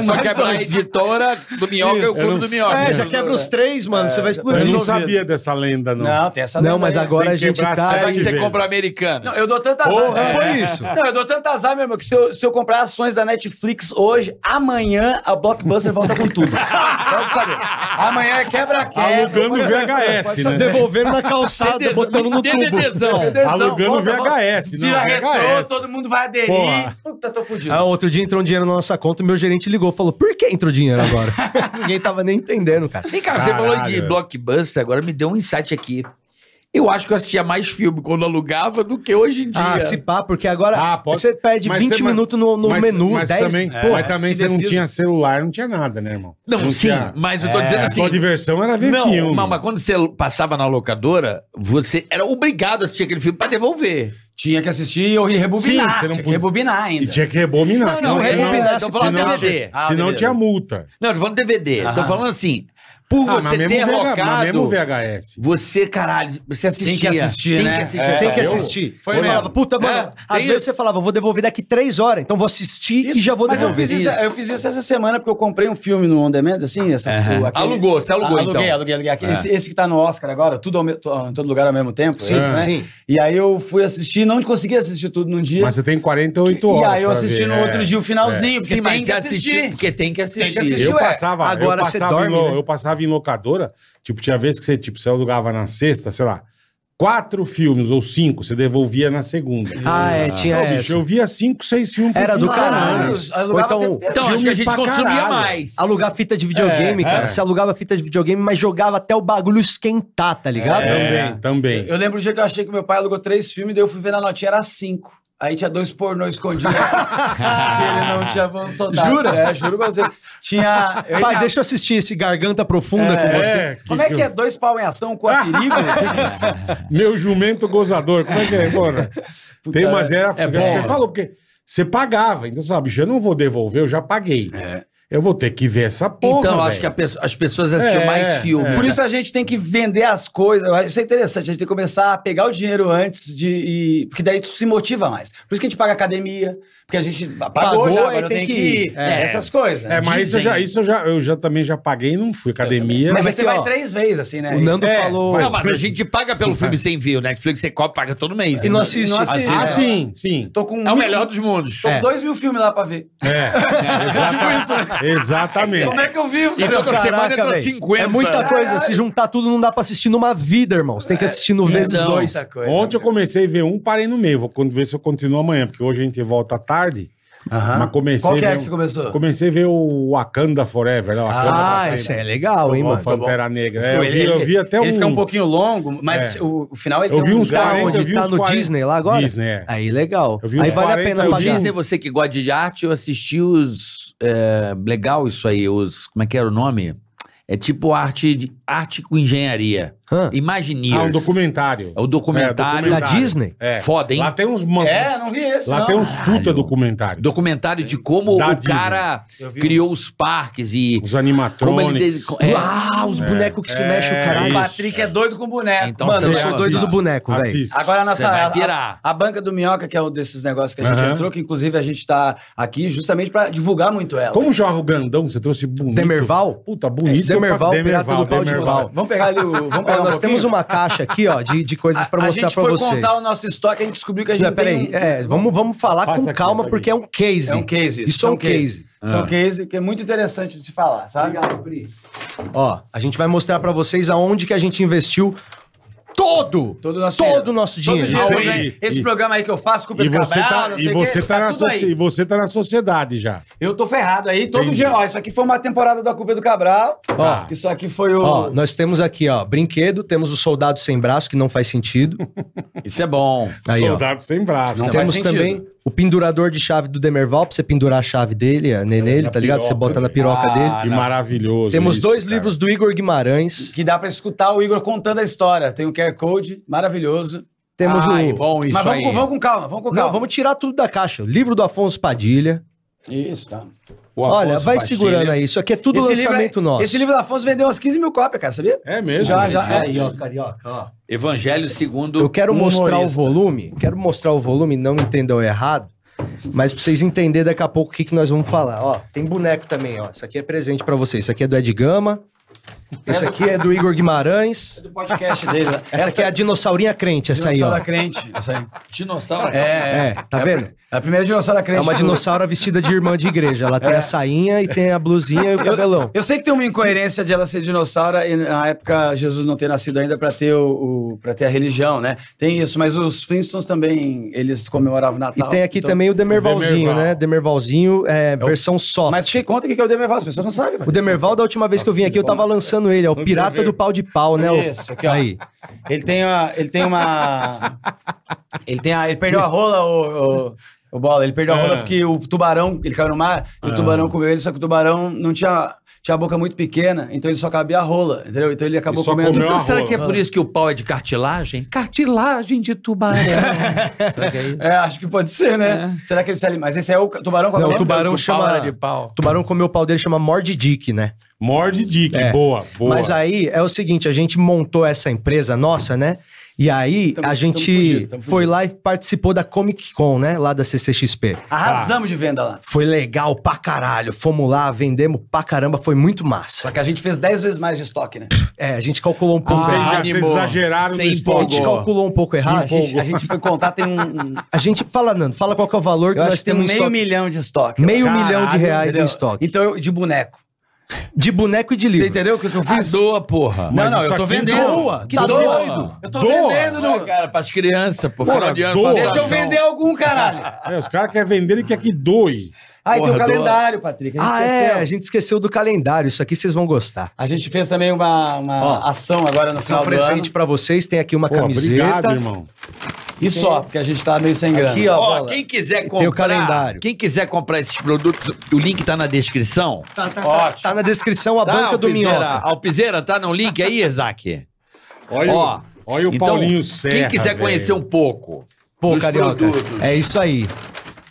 Speaker 9: só quebrar a editora do Minhoca e o
Speaker 4: Isso, eu
Speaker 9: clube
Speaker 4: não-
Speaker 9: do Minhoca.
Speaker 3: É, já quebra os três, mano. você vai
Speaker 4: Eu
Speaker 3: explodir.
Speaker 4: não sabia dessa lenda, não.
Speaker 8: Não, tem essa
Speaker 3: Não,
Speaker 8: lenda
Speaker 3: mas
Speaker 8: aí.
Speaker 3: agora a
Speaker 4: tem que
Speaker 3: gente
Speaker 4: quebrar
Speaker 3: tá.
Speaker 9: Vai que
Speaker 4: sete
Speaker 9: você
Speaker 4: vezes.
Speaker 9: compra americano.
Speaker 8: Não, eu dou tanto azar.
Speaker 3: Porra,
Speaker 8: É.
Speaker 3: foi isso.
Speaker 8: Não, eu dou tanto azar, meu irmão, que se eu, se eu comprar ações da Netflix hoje, amanhã a Blockbuster volta
Speaker 4: [laughs]
Speaker 8: com tudo. Pode saber. Amanhã é quebra-quebra.
Speaker 4: Tá Alugando VHS, né? [laughs]
Speaker 3: Devolvendo na calçada, tá botando no tubo.
Speaker 9: DDDzão.
Speaker 4: Alugando
Speaker 8: volta, volta.
Speaker 4: VHS, não.
Speaker 8: Vira retrô,
Speaker 4: VHS.
Speaker 8: todo mundo vai aderir.
Speaker 4: Porra.
Speaker 8: Puta, tô fudido.
Speaker 3: Ah, outro dia entrou um dinheiro na nossa conta, o meu gerente ligou, falou, por que entrou dinheiro agora? Ninguém tava nem entendendo, cara.
Speaker 6: Vem cá, você
Speaker 4: Caralho,
Speaker 6: falou de
Speaker 4: velho.
Speaker 6: blockbuster, agora me deu um insight aqui. Eu acho que eu assistia mais filme quando alugava do que hoje em dia.
Speaker 3: Ah, se pá, porque agora
Speaker 4: Ah, pode-
Speaker 3: você perde
Speaker 4: mas
Speaker 3: 20
Speaker 4: você-
Speaker 3: minutos no, no
Speaker 4: mas,
Speaker 3: menu,
Speaker 4: mas
Speaker 3: 10.
Speaker 4: Também,
Speaker 3: pô,
Speaker 4: mas também você não
Speaker 8: indeciso.
Speaker 4: tinha celular, não tinha nada, né, irmão?
Speaker 6: Não, sim,
Speaker 4: tinha-
Speaker 6: mas eu tô dizendo
Speaker 4: A
Speaker 6: assim.
Speaker 4: sua diversão era ver
Speaker 6: não,
Speaker 4: filme.
Speaker 6: Mas, mas quando você passava na locadora, você era obrigado a assistir aquele filme pra devolver.
Speaker 8: Tinha que assistir ou rebobinar.
Speaker 4: Sim, você não
Speaker 8: tinha que
Speaker 4: podia.
Speaker 8: rebobinar ainda.
Speaker 4: E tinha que
Speaker 6: Não,
Speaker 4: rebobinar. senão
Speaker 6: não,
Speaker 4: tinha-
Speaker 6: rebobinar, tô falando
Speaker 4: senão
Speaker 6: DVD.
Speaker 4: tinha-
Speaker 8: Ah,
Speaker 4: Senão
Speaker 8: beleza.
Speaker 4: tinha multa.
Speaker 6: Não, eu tô falando DVD.
Speaker 8: Aham.
Speaker 6: Tô falando assim, por
Speaker 4: Ah, mas
Speaker 6: você ter
Speaker 4: VH mas
Speaker 6: alocado,
Speaker 4: mesmo VHS.
Speaker 6: você, caralho, você assistia.
Speaker 8: que assistir,
Speaker 6: tem
Speaker 8: né?
Speaker 6: Que assistir.
Speaker 3: Você tem que
Speaker 4: É, eu-
Speaker 3: assistir.
Speaker 8: foi
Speaker 3: você
Speaker 8: mesmo.
Speaker 3: falava, puta, mano,
Speaker 6: É,
Speaker 3: às
Speaker 6: tem
Speaker 3: vezes
Speaker 6: isso.
Speaker 3: você falava, vou devolver daqui três horas, então vou assistir e já vou
Speaker 8: Mas eu
Speaker 3: devolver.
Speaker 8: fiz, isso, eu fiz isso essa semana, porque eu comprei um filme no On Demand, assim, essas o- aquele-
Speaker 6: Alugou, você alugou,
Speaker 8: aluguei,
Speaker 6: então.
Speaker 8: Aluguei, aluguei, aluguei. Esse, esse que tá no Oscar agora, tudo ao me- to- em todo lugar ao mesmo tempo.
Speaker 3: Sim,
Speaker 8: é isso, né?
Speaker 3: sim.
Speaker 8: E aí eu fui assistir, não consegui assistir tudo num dia.
Speaker 4: Mas você tem 48
Speaker 8: e
Speaker 4: horas.
Speaker 8: aí eu
Speaker 4: pra
Speaker 8: assisti
Speaker 4: ver,
Speaker 8: no
Speaker 4: é.
Speaker 8: outro dia o finalzinho, porque
Speaker 6: Sim, mas
Speaker 8: tem que
Speaker 6: você assistir.
Speaker 8: assistir.
Speaker 6: Porque tem que assistir.
Speaker 8: Tem que assistir,
Speaker 4: Eu
Speaker 6: é,
Speaker 8: ué.
Speaker 4: passava,
Speaker 3: Agora
Speaker 4: eu
Speaker 3: você
Speaker 4: passava, em,
Speaker 3: dorme,
Speaker 4: lo-
Speaker 3: né?
Speaker 4: eu passava em locadora, tipo, tinha vezes que você, tipo, você alugava na sexta, sei lá, quatro filmes ou cinco, você devolvia na segunda.
Speaker 3: Ah, é, tinha
Speaker 4: Ô, bicho,
Speaker 3: essa.
Speaker 4: eu via cinco, seis filmes por
Speaker 3: Era
Speaker 4: fim
Speaker 3: do
Speaker 4: de
Speaker 3: caralho.
Speaker 4: semana.
Speaker 3: isso.
Speaker 8: Alugava
Speaker 3: Ou então,
Speaker 8: o tempo inteiro.
Speaker 6: Então, acho
Speaker 4: Filme
Speaker 6: que a gente
Speaker 4: pra
Speaker 6: consumia
Speaker 4: caralho.
Speaker 6: mais.
Speaker 3: Alugar fita de videogame,
Speaker 4: É,
Speaker 3: cara.
Speaker 4: é.
Speaker 3: Você alugava fita de videogame, mas jogava até o bagulho esquentar, tá ligado?
Speaker 4: É, também.
Speaker 8: Eu lembro o dia que eu achei que meu pai alugou três filmes, daí eu fui ver na notinha, era cinco. Aí tinha dois pornô escondidos. que ele não tinha soltado. Jura? É, juro pra você. Tinha. eu-
Speaker 3: Pai, deixa eu assistir esse Garganta Profunda com você.
Speaker 4: É, que-
Speaker 8: Como é que é? Dois pau em ação com a perigo?
Speaker 4: Meu jumento gozador, como é que é,
Speaker 8: [laughs]
Speaker 4: mano? Tem umas era é
Speaker 8: bom.
Speaker 4: você falou, porque você pagava. Então você fala, bicho, eu não vou devolver, eu já paguei.
Speaker 8: É.
Speaker 4: Eu vou ter que ver essa porra.
Speaker 6: então, eu acho
Speaker 4: velho.
Speaker 6: que a pessoa- as pessoas assistiam
Speaker 4: É,
Speaker 6: mais filme. né?
Speaker 4: é.
Speaker 8: Por isso a gente tem que vender as coisas. Eu acho Isso é interessante. A gente tem que começar a pegar o dinheiro antes de. e- porque daí isso se motiva mais. Por isso que a gente paga academia. Porque a gente pagou,
Speaker 3: Pagou,
Speaker 8: já,
Speaker 3: aí
Speaker 8: agora tem
Speaker 3: tem
Speaker 8: que
Speaker 3: que
Speaker 8: ir. É, essas coisas. né?
Speaker 4: É, mas isso, eu já, isso eu, já, eu já também já paguei e não fui. Academia.
Speaker 8: Mas,
Speaker 3: Mas
Speaker 8: você
Speaker 3: aqui,
Speaker 8: vai
Speaker 3: ó,
Speaker 8: três vezes, assim, né?
Speaker 3: O Nando
Speaker 4: É,
Speaker 3: falou.
Speaker 4: vai.
Speaker 6: Não, mas a gente paga pelo filme sem ver. O Netflix você cobra, paga todo mês.
Speaker 3: E não assiste.
Speaker 8: Não assiste.
Speaker 4: Ah,
Speaker 8: é.
Speaker 4: sim,
Speaker 8: [laughs]
Speaker 4: sim.
Speaker 8: Tô com
Speaker 6: É o
Speaker 8: mil-
Speaker 6: melhor É. dos mundos.
Speaker 8: Tô com dois mil filmes lá pra ver. É
Speaker 4: Exata- Exatamente.
Speaker 8: tipo né? Como é que eu vivo?
Speaker 6: E
Speaker 8: [laughs]
Speaker 6: toda
Speaker 3: Caraca,
Speaker 6: semana entra
Speaker 3: velho.
Speaker 6: 50.
Speaker 3: É muita coisa. Se juntar tudo, não dá pra assistir numa vida, irmão. Você tem que assistir
Speaker 8: É,
Speaker 3: no vezes
Speaker 6: Não.
Speaker 3: dois.
Speaker 8: coisa. né?
Speaker 4: Ontem eu comecei a ver um, parei no meio. Vou con- ver se eu continuo amanhã, porque hoje a gente volta à tarde. Mas comecei.
Speaker 8: Qual que
Speaker 4: a
Speaker 8: é
Speaker 4: ver
Speaker 8: que você
Speaker 4: um-
Speaker 8: começou?
Speaker 4: Comecei a ver o Wakanda Forever, né? Wakanda pra
Speaker 3: Ah,
Speaker 4: sempre.
Speaker 3: esse é legal, hein,
Speaker 4: Bom,
Speaker 3: mano.
Speaker 4: Pantera Negra. É, eu, vi, eu vi até
Speaker 8: tá Ele
Speaker 4: um.
Speaker 8: fica um pouquinho longo, mas
Speaker 4: É.
Speaker 8: o, o final ele
Speaker 4: Eu
Speaker 8: tem
Speaker 4: vi
Speaker 8: um
Speaker 4: uns
Speaker 3: Tá
Speaker 4: 40, eu
Speaker 3: onde?
Speaker 4: vi
Speaker 3: Tá
Speaker 4: uns
Speaker 3: no
Speaker 4: 40.
Speaker 3: Aí, Disney lá agora?
Speaker 4: Disney, é.
Speaker 8: Ah,
Speaker 3: Aí, legal.
Speaker 4: Eu vi uns
Speaker 3: Aí vale a
Speaker 4: 40,
Speaker 3: pena
Speaker 4: eu
Speaker 3: pagar.
Speaker 6: Dizem você que gosta de arte, eu assisti os. é, legal isso aí, os. Como é que era o nome? É tipo arte, de- arte com engenharia.
Speaker 3: Hã?
Speaker 6: Imagineers.
Speaker 4: Ah, um documentário.
Speaker 6: É o documentário.
Speaker 4: É,
Speaker 3: Da
Speaker 4: documentário.
Speaker 3: Disney?
Speaker 4: É.
Speaker 6: Foda, hein?
Speaker 4: Lá tem uns. umas-
Speaker 8: É, não vi esse,
Speaker 4: lá
Speaker 8: não.
Speaker 4: tem uns puta documentário.
Speaker 6: Documentário de como
Speaker 4: Da
Speaker 6: o
Speaker 4: Disney.
Speaker 6: cara
Speaker 8: Eu vi
Speaker 6: criou
Speaker 8: uns-
Speaker 6: os parques e.
Speaker 4: Os
Speaker 6: Como ele.
Speaker 4: animatrônicos.
Speaker 6: des- é,
Speaker 3: Ah, os bonecos que se mexem, o
Speaker 8: O
Speaker 3: caralho.
Speaker 4: isso.
Speaker 8: Patrick é doido com boneco.
Speaker 6: Então
Speaker 3: Mano,
Speaker 6: você
Speaker 3: eu
Speaker 6: vai
Speaker 3: sou
Speaker 6: assistir.
Speaker 3: doido do boneco, velho.
Speaker 4: Assiste.
Speaker 8: Agora a nossa.
Speaker 6: Você vai
Speaker 8: a-
Speaker 6: pirar.
Speaker 8: A, banca do Minhoca, que é um desses negócios que a gente
Speaker 4: Aham.
Speaker 8: entrou, que inclusive a gente tá aqui justamente pra divulgar muito ela.
Speaker 4: Como jogava o grandão que você trouxe bonito?
Speaker 3: Demerval?
Speaker 4: Puta, bonito.
Speaker 3: É, Demerval,
Speaker 4: pra-
Speaker 3: Pirata do Pau de
Speaker 4: Demerval.
Speaker 3: Pau.
Speaker 8: Vamos pegar ali o. Vamos pegar
Speaker 3: Ó,
Speaker 8: um
Speaker 3: nós temos
Speaker 8: pouquinho?
Speaker 3: uma caixa aqui, ó, de, de coisas pra
Speaker 8: a, a
Speaker 3: mostrar
Speaker 8: gente
Speaker 3: pra
Speaker 8: foi
Speaker 3: vocês.
Speaker 8: contar o nosso estoque, a gente descobriu que a gente
Speaker 3: Não, peraí,
Speaker 8: tem... um
Speaker 3: é, vamos, vamos falar
Speaker 4: Passa
Speaker 3: com
Speaker 4: aqui,
Speaker 3: calma,
Speaker 4: peraí.
Speaker 3: porque é um case.
Speaker 8: É um case.
Speaker 3: Isso é um case.
Speaker 8: São case que é muito interessante de se falar, sabe?
Speaker 3: Ó, a gente vai mostrar pra vocês aonde que a gente investiu todo,
Speaker 8: Todo o nosso
Speaker 3: todo
Speaker 8: dinheiro.
Speaker 3: o nosso
Speaker 8: Todo
Speaker 3: dinheiro. é
Speaker 8: dia,
Speaker 4: Isso
Speaker 8: eu
Speaker 4: aí.
Speaker 8: ganho. Esse
Speaker 4: E-
Speaker 8: programa aí que eu faço com o
Speaker 4: E
Speaker 8: Pedro
Speaker 4: você,
Speaker 8: Cabral,
Speaker 4: tá,
Speaker 8: não sei
Speaker 4: e,
Speaker 8: o quê,
Speaker 4: você tá na
Speaker 8: tudo aí.
Speaker 4: socie- e você tá na sociedade já.
Speaker 8: Eu tô ferrado aí. Todo
Speaker 4: Entendi.
Speaker 8: dia, ó, isso aqui foi uma temporada da Culpa do Cabral.
Speaker 4: Tá.
Speaker 8: Isso aqui foi o...
Speaker 3: Ó, nós temos aqui, ó, brinquedo, temos o soldado sem braço, que não faz sentido.
Speaker 6: Isso é bom.
Speaker 3: Aí, ó.
Speaker 4: Soldado sem braço.
Speaker 8: Não
Speaker 3: temos
Speaker 8: faz sentido.
Speaker 3: também o pendurador de chave do Demerval, pra você pendurar a chave dele, a- nele,
Speaker 4: Na
Speaker 3: tá ligado? Você
Speaker 4: piroca,
Speaker 3: bota na
Speaker 4: né?
Speaker 8: Ah,
Speaker 3: piroca dele.
Speaker 4: Que maravilhoso.
Speaker 3: Temos
Speaker 4: isso,
Speaker 3: dois
Speaker 4: cara.
Speaker 3: livros do Igor Guimarães.
Speaker 8: Que dá pra escutar o Igor contando a história. Tem o QR Code, maravilhoso.
Speaker 3: Temos
Speaker 6: Ai,
Speaker 3: o.
Speaker 6: bom isso
Speaker 8: Mas vamos,
Speaker 6: aí.
Speaker 8: com- vamos com calma, vamos com calma.
Speaker 3: Não, vamos tirar tudo da caixa. O livro do Afonso Padilha.
Speaker 8: Isso, tá.
Speaker 4: O
Speaker 3: Olha,
Speaker 4: Afonso
Speaker 3: vai
Speaker 4: Pastini.
Speaker 3: segurando aí. Isso aqui é tudo lançamento
Speaker 8: livro,
Speaker 3: nosso.
Speaker 8: Esse livro da Afonso vendeu umas 15 mil cópias, cara, sabia?
Speaker 4: É mesmo?
Speaker 8: Já,
Speaker 4: né?
Speaker 8: já. É, aí, ó.
Speaker 3: carioca, ó.
Speaker 6: Evangelho segundo.
Speaker 3: Eu quero um mostrar
Speaker 8: Humorista.
Speaker 3: o volume. Quero mostrar o volume, não entendam errado. Mas pra vocês entenderem daqui a pouco o que, que nós vamos falar. Ó, tem boneco também, ó. Isso aqui é presente pra vocês. Isso aqui é do Ed Gama. Esse aqui é do Igor Guimarães.
Speaker 8: do podcast dele. né? lá.
Speaker 3: Essa aqui é a dinossaurinha crente, essa aí,
Speaker 8: dinossauro
Speaker 3: ó.
Speaker 8: da crente. Essa aí.
Speaker 6: Dinossauro.
Speaker 8: É,
Speaker 3: É, tá vendo?
Speaker 8: É a primeira dinossauro da crente.
Speaker 3: É uma
Speaker 8: do-
Speaker 3: dinossaura vestida de irmã de igreja. Ela tem a sainha e tem a blusinha e o cabelão.
Speaker 8: Eu sei que tem uma incoerência de ela ser dinossauro e na época Jesus não ter nascido ainda pra ter o, para ter a religião, né? Tem isso, mas os Flintstones também eles comemoravam
Speaker 3: E
Speaker 8: o Natal.
Speaker 3: tem aqui
Speaker 8: então-
Speaker 3: também o Demervalzinho,
Speaker 4: Demerval.
Speaker 3: né? Demervalzinho, é, versão soft.
Speaker 8: Mas que conta o que que é o Demerval, as pessoas não sabem.
Speaker 3: O Demerval, da última vez que eu vim aqui, eu tava lançando ele. É o pirata do pau de pau, né? o-
Speaker 8: Isso, aqui, ó.
Speaker 3: Aí.
Speaker 8: Ele tem a, ele tem uma, ele tem a, ele perdeu a rola o, o, o bola, ele perdeu a
Speaker 3: É.
Speaker 8: rola porque o tubarão, ele caiu no mar e o tubarão comeu ele, só que o tubarão não tinha tinha a boca muito pequena, então ele só cabia a rola, entendeu? Então ele acabou
Speaker 4: só
Speaker 8: comendo.
Speaker 4: comeu
Speaker 8: Então,
Speaker 4: a
Speaker 6: Então será
Speaker 4: rola.
Speaker 6: que é por isso que o pau é de cartilagem? Cartilagem de tubarão. será que é isso?
Speaker 8: É, acho que pode ser, né? Será que ele se alimenta? Mas esse é o ca- tubarão com a
Speaker 3: Não, o
Speaker 8: rola?
Speaker 3: tubarão
Speaker 6: Pau
Speaker 8: É,
Speaker 3: chama.
Speaker 6: era de pau.
Speaker 3: O tubarão comeu o pau dele, chama Mord Dick, né?
Speaker 4: Morde Dick, boa, boa.
Speaker 3: É. Mas aí é o seguinte: a gente montou essa empresa nossa, né? E aí
Speaker 8: Tamo-
Speaker 3: a
Speaker 8: tamo
Speaker 3: gente
Speaker 8: fudido, tamo
Speaker 3: foi lá e participou da Comic Con, né? Lá da CCXP. Ah.
Speaker 8: Arrasamos de venda lá.
Speaker 3: Foi legal pra caralho. Fomos lá, vendemos pra caramba, foi muito
Speaker 8: Só
Speaker 3: massa.
Speaker 8: que a gente fez 10 vezes mais de estoque, né?
Speaker 3: É, a gente calculou um pouco
Speaker 8: Ah,
Speaker 4: Entendi,
Speaker 3: errado.
Speaker 4: vocês exageraram
Speaker 6: Sem
Speaker 3: A gente calculou um pouco
Speaker 8: a,
Speaker 3: errado.
Speaker 8: gente, a gente foi
Speaker 3: [laughs]
Speaker 8: contar, tem um. um-
Speaker 3: A gente, fala, Nando, fala qual que é o valor que
Speaker 8: eu acho
Speaker 3: nós
Speaker 8: que tem
Speaker 3: temos
Speaker 8: um
Speaker 3: em
Speaker 8: meio
Speaker 3: estoque.
Speaker 8: milhão de estoque.
Speaker 3: Meio
Speaker 4: Caralho,
Speaker 3: milhão de reais
Speaker 8: Entendeu?
Speaker 3: em é estoque.
Speaker 8: Então, eu, de boneco.
Speaker 3: De boneco e de
Speaker 8: Você
Speaker 3: livro.
Speaker 8: entendeu o que, que eu fiz?
Speaker 6: Doa, porra.
Speaker 8: Não,
Speaker 4: Mas
Speaker 8: não,
Speaker 4: isso
Speaker 8: eu tô
Speaker 4: aqui
Speaker 8: vendendo.
Speaker 4: doa,
Speaker 8: Que
Speaker 4: tá
Speaker 8: doa.
Speaker 4: doido?
Speaker 8: Eu tô
Speaker 4: Doa.
Speaker 8: vendendo no.
Speaker 6: cara, pras crianças, pô.
Speaker 4: Porra,
Speaker 6: Final de ano,
Speaker 4: doa.
Speaker 6: faz
Speaker 8: Deixa eu
Speaker 6: ação.
Speaker 8: vender algum, caralho.
Speaker 4: É, os caras querem vender e quer que doe.
Speaker 8: Aí tem o
Speaker 6: Porra, doa.
Speaker 8: calendário, Patrick. A gente
Speaker 3: Ah, é,
Speaker 8: esqueceu.
Speaker 3: a gente esqueceu do calendário. Isso aqui vocês vão gostar.
Speaker 8: A gente fez também uma, uma ação agora no
Speaker 3: Um
Speaker 8: final do ano.
Speaker 3: presente pra vocês, tem aqui uma
Speaker 4: Pô,
Speaker 3: camiseta.
Speaker 4: obrigado, irmão.
Speaker 8: E só, porque a gente tá meio sem grana.
Speaker 3: Aqui, ó,
Speaker 6: Ó,
Speaker 3: bola.
Speaker 6: quem quiser comprar,
Speaker 3: o calendário.
Speaker 6: quem quiser comprar esses produtos, o link tá na descrição.
Speaker 3: Tá, tá, tá, tá na descrição a
Speaker 6: Tá,
Speaker 3: banca do
Speaker 6: Alpizeira?
Speaker 3: Minhoca.
Speaker 6: Alpizeira, tá no link aí, Isaac?
Speaker 4: Olha,
Speaker 6: Ó,
Speaker 4: o, olha o
Speaker 6: então,
Speaker 4: Paulinho Serra,
Speaker 6: Quem quiser
Speaker 4: velho.
Speaker 6: conhecer um pouco.
Speaker 3: Pô,
Speaker 6: dos
Speaker 3: Carioca,
Speaker 6: produtos.
Speaker 3: é isso aí.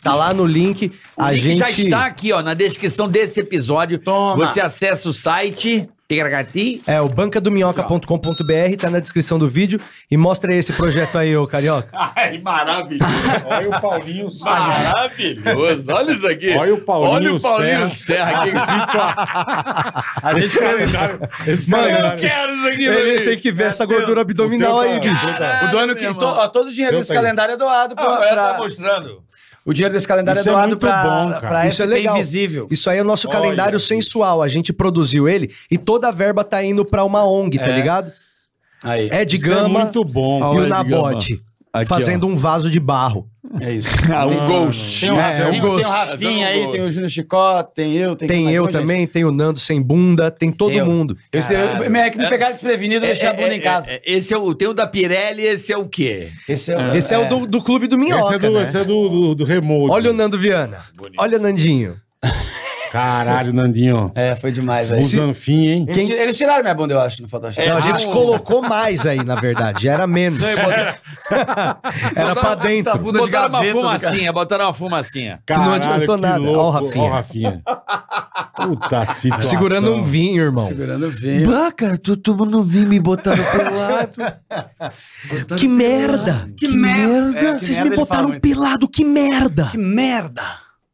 Speaker 3: Tá lá no link.
Speaker 6: O
Speaker 3: a
Speaker 6: link
Speaker 3: gente...
Speaker 6: já está aqui, ó, na descrição desse episódio.
Speaker 8: Toma.
Speaker 6: Você acessa o site, Tigracati.
Speaker 3: É, o bancadominhoca.com.br tá na descrição do vídeo. E mostra aí esse projeto aí,
Speaker 4: [laughs]
Speaker 3: ô Carioca.
Speaker 6: Ai, maravilhoso.
Speaker 4: Olha o
Speaker 8: [laughs]
Speaker 4: Paulinho Serra.
Speaker 6: maravilhoso. Olha isso aqui.
Speaker 4: Olha o Paulinho
Speaker 6: Olha o Paulinho Serra. aqui.
Speaker 4: A gente esse calendário,
Speaker 8: é
Speaker 4: esse é
Speaker 6: Eu
Speaker 4: calendário.
Speaker 6: quero isso aqui.
Speaker 3: Ele tem que ver
Speaker 4: É
Speaker 3: essa gordura abdominal aí, bicho.
Speaker 8: O dono que. to- ó, todo o dinheiro
Speaker 4: Eu
Speaker 8: desse
Speaker 4: tenho.
Speaker 8: calendário é doado pra.
Speaker 6: Ela
Speaker 8: pra-
Speaker 6: tá mostrando.
Speaker 8: O dinheiro desse calendário
Speaker 4: Isso
Speaker 8: é
Speaker 4: é
Speaker 8: doado
Speaker 4: muito
Speaker 8: pra,
Speaker 4: bom, cara.
Speaker 8: pra
Speaker 3: Isso é
Speaker 8: FP
Speaker 3: legal.
Speaker 8: Invisível.
Speaker 3: Isso aí é o nosso
Speaker 4: Olha
Speaker 3: calendário
Speaker 4: aqui.
Speaker 3: sensual. A gente produziu ele e toda a verba tá indo pra uma ONG, tá ligado?
Speaker 8: Aí.
Speaker 3: Ed
Speaker 4: É. Isso é
Speaker 3: Gama
Speaker 4: muito bom.
Speaker 3: e
Speaker 4: cara.
Speaker 3: o Nabote fazendo um vaso de barro.
Speaker 8: É isso.
Speaker 6: um ghost.
Speaker 8: Tem o,
Speaker 3: É,
Speaker 8: Rafinha,
Speaker 3: eu
Speaker 8: tem o
Speaker 4: um
Speaker 3: gosto.
Speaker 8: Rafinha aí, tem o Júnior Chicó, tem eu, tem
Speaker 3: Tem
Speaker 8: mais um
Speaker 3: eu
Speaker 8: monte de gente.
Speaker 3: também, tem o Nando sem bunda, tem todo
Speaker 8: Eu.
Speaker 3: mundo.
Speaker 8: Eu, eu, eu, é que me pegaram desprevenido e deixei a bunda em casa.
Speaker 6: É, é, esse é o, tem o da Pirelli, esse é o quê?
Speaker 8: Esse é,
Speaker 3: Esse é, o do, do clube do
Speaker 4: Esse
Speaker 3: Minhoca,
Speaker 4: é do,
Speaker 3: né?
Speaker 4: esse é do, do, do remote.
Speaker 3: Olha o Nando Viana. Olha o Nandinho.
Speaker 4: Caralho, Nandinho.
Speaker 8: É, foi demais aí.
Speaker 4: Usando fim, hein?
Speaker 8: Eles, tira- eles tiraram minha bunda, eu acho, no Photoshop.
Speaker 3: Não, a gente
Speaker 6: ah, o-
Speaker 3: [laughs] colocou mais aí, na verdade. Já era menos. [laughs] era pra dentro.
Speaker 8: bunda de
Speaker 6: botaram uma
Speaker 8: gaveta do cara.
Speaker 6: fumacinha, botaram uma fumacinha.
Speaker 3: não adiantou
Speaker 4: que
Speaker 3: nada. Ó o
Speaker 4: louco.
Speaker 3: Rafinha.
Speaker 4: Ó o Rafinha. Puta situação.
Speaker 3: Segurando um vinho, irmão.
Speaker 8: Segurando bem.
Speaker 6: Bah, cara, tu, tu não vi me botando pro lado.
Speaker 3: Que merda!
Speaker 8: Que merda! É, que
Speaker 3: Vocês
Speaker 8: merda
Speaker 3: me
Speaker 8: ele fala
Speaker 3: botaram
Speaker 8: muito.
Speaker 3: pelado, que merda!
Speaker 8: Que merda!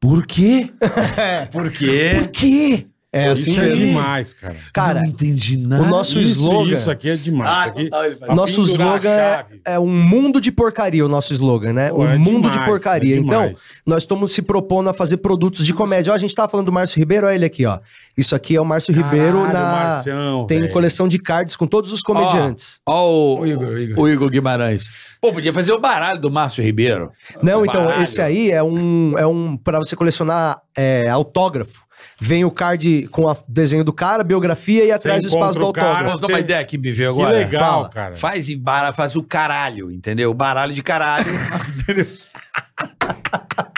Speaker 6: Por quê?
Speaker 3: [laughs]
Speaker 8: Por quê?
Speaker 3: Por quê? É
Speaker 4: Isso é demais, cara.
Speaker 3: Cara,
Speaker 6: não entendi nada.
Speaker 3: o nosso
Speaker 4: isso,
Speaker 3: slogan.
Speaker 4: Isso aqui é demais.
Speaker 8: Ah,
Speaker 4: isso aqui,
Speaker 8: total, ele faz.
Speaker 4: pra
Speaker 3: Nosso
Speaker 4: pendurar a
Speaker 3: slogan é,
Speaker 4: chave.
Speaker 3: é um mundo de porcaria, o nosso slogan, né?
Speaker 4: Pô,
Speaker 3: um
Speaker 4: é
Speaker 3: mundo de
Speaker 4: demais,
Speaker 3: porcaria.
Speaker 4: é
Speaker 3: então,
Speaker 4: demais.
Speaker 3: nós estamos se propondo a fazer produtos de comédia. Ó, a gente tava falando do Márcio Ribeiro, olha ele aqui, ó. Isso aqui é o Márcio
Speaker 4: Caralho,
Speaker 3: Ribeiro na.
Speaker 4: Marcião,
Speaker 3: Tem
Speaker 4: velho.
Speaker 3: coleção de cards com todos os comediantes.
Speaker 6: Ó o,
Speaker 8: O Igor, o Igor.
Speaker 6: o Igor Guimarães. Pô, podia fazer o baralho do Márcio Ribeiro.
Speaker 3: Não, então,
Speaker 6: baralho.
Speaker 3: esse aí é um. É um para você colecionar é, autógrafo. Vem o card com o desenho do cara, biografia e atrás do espaço
Speaker 4: encontra
Speaker 3: do
Speaker 4: o cara,
Speaker 3: autógrafo.
Speaker 6: Posso dar uma
Speaker 4: Você-
Speaker 6: ideia aqui, me veio
Speaker 4: Que
Speaker 6: agora?
Speaker 4: legal,
Speaker 3: Fala.
Speaker 4: cara.
Speaker 6: Faz, em bara- faz o caralho, entendeu? O baralho de caralho. entendeu?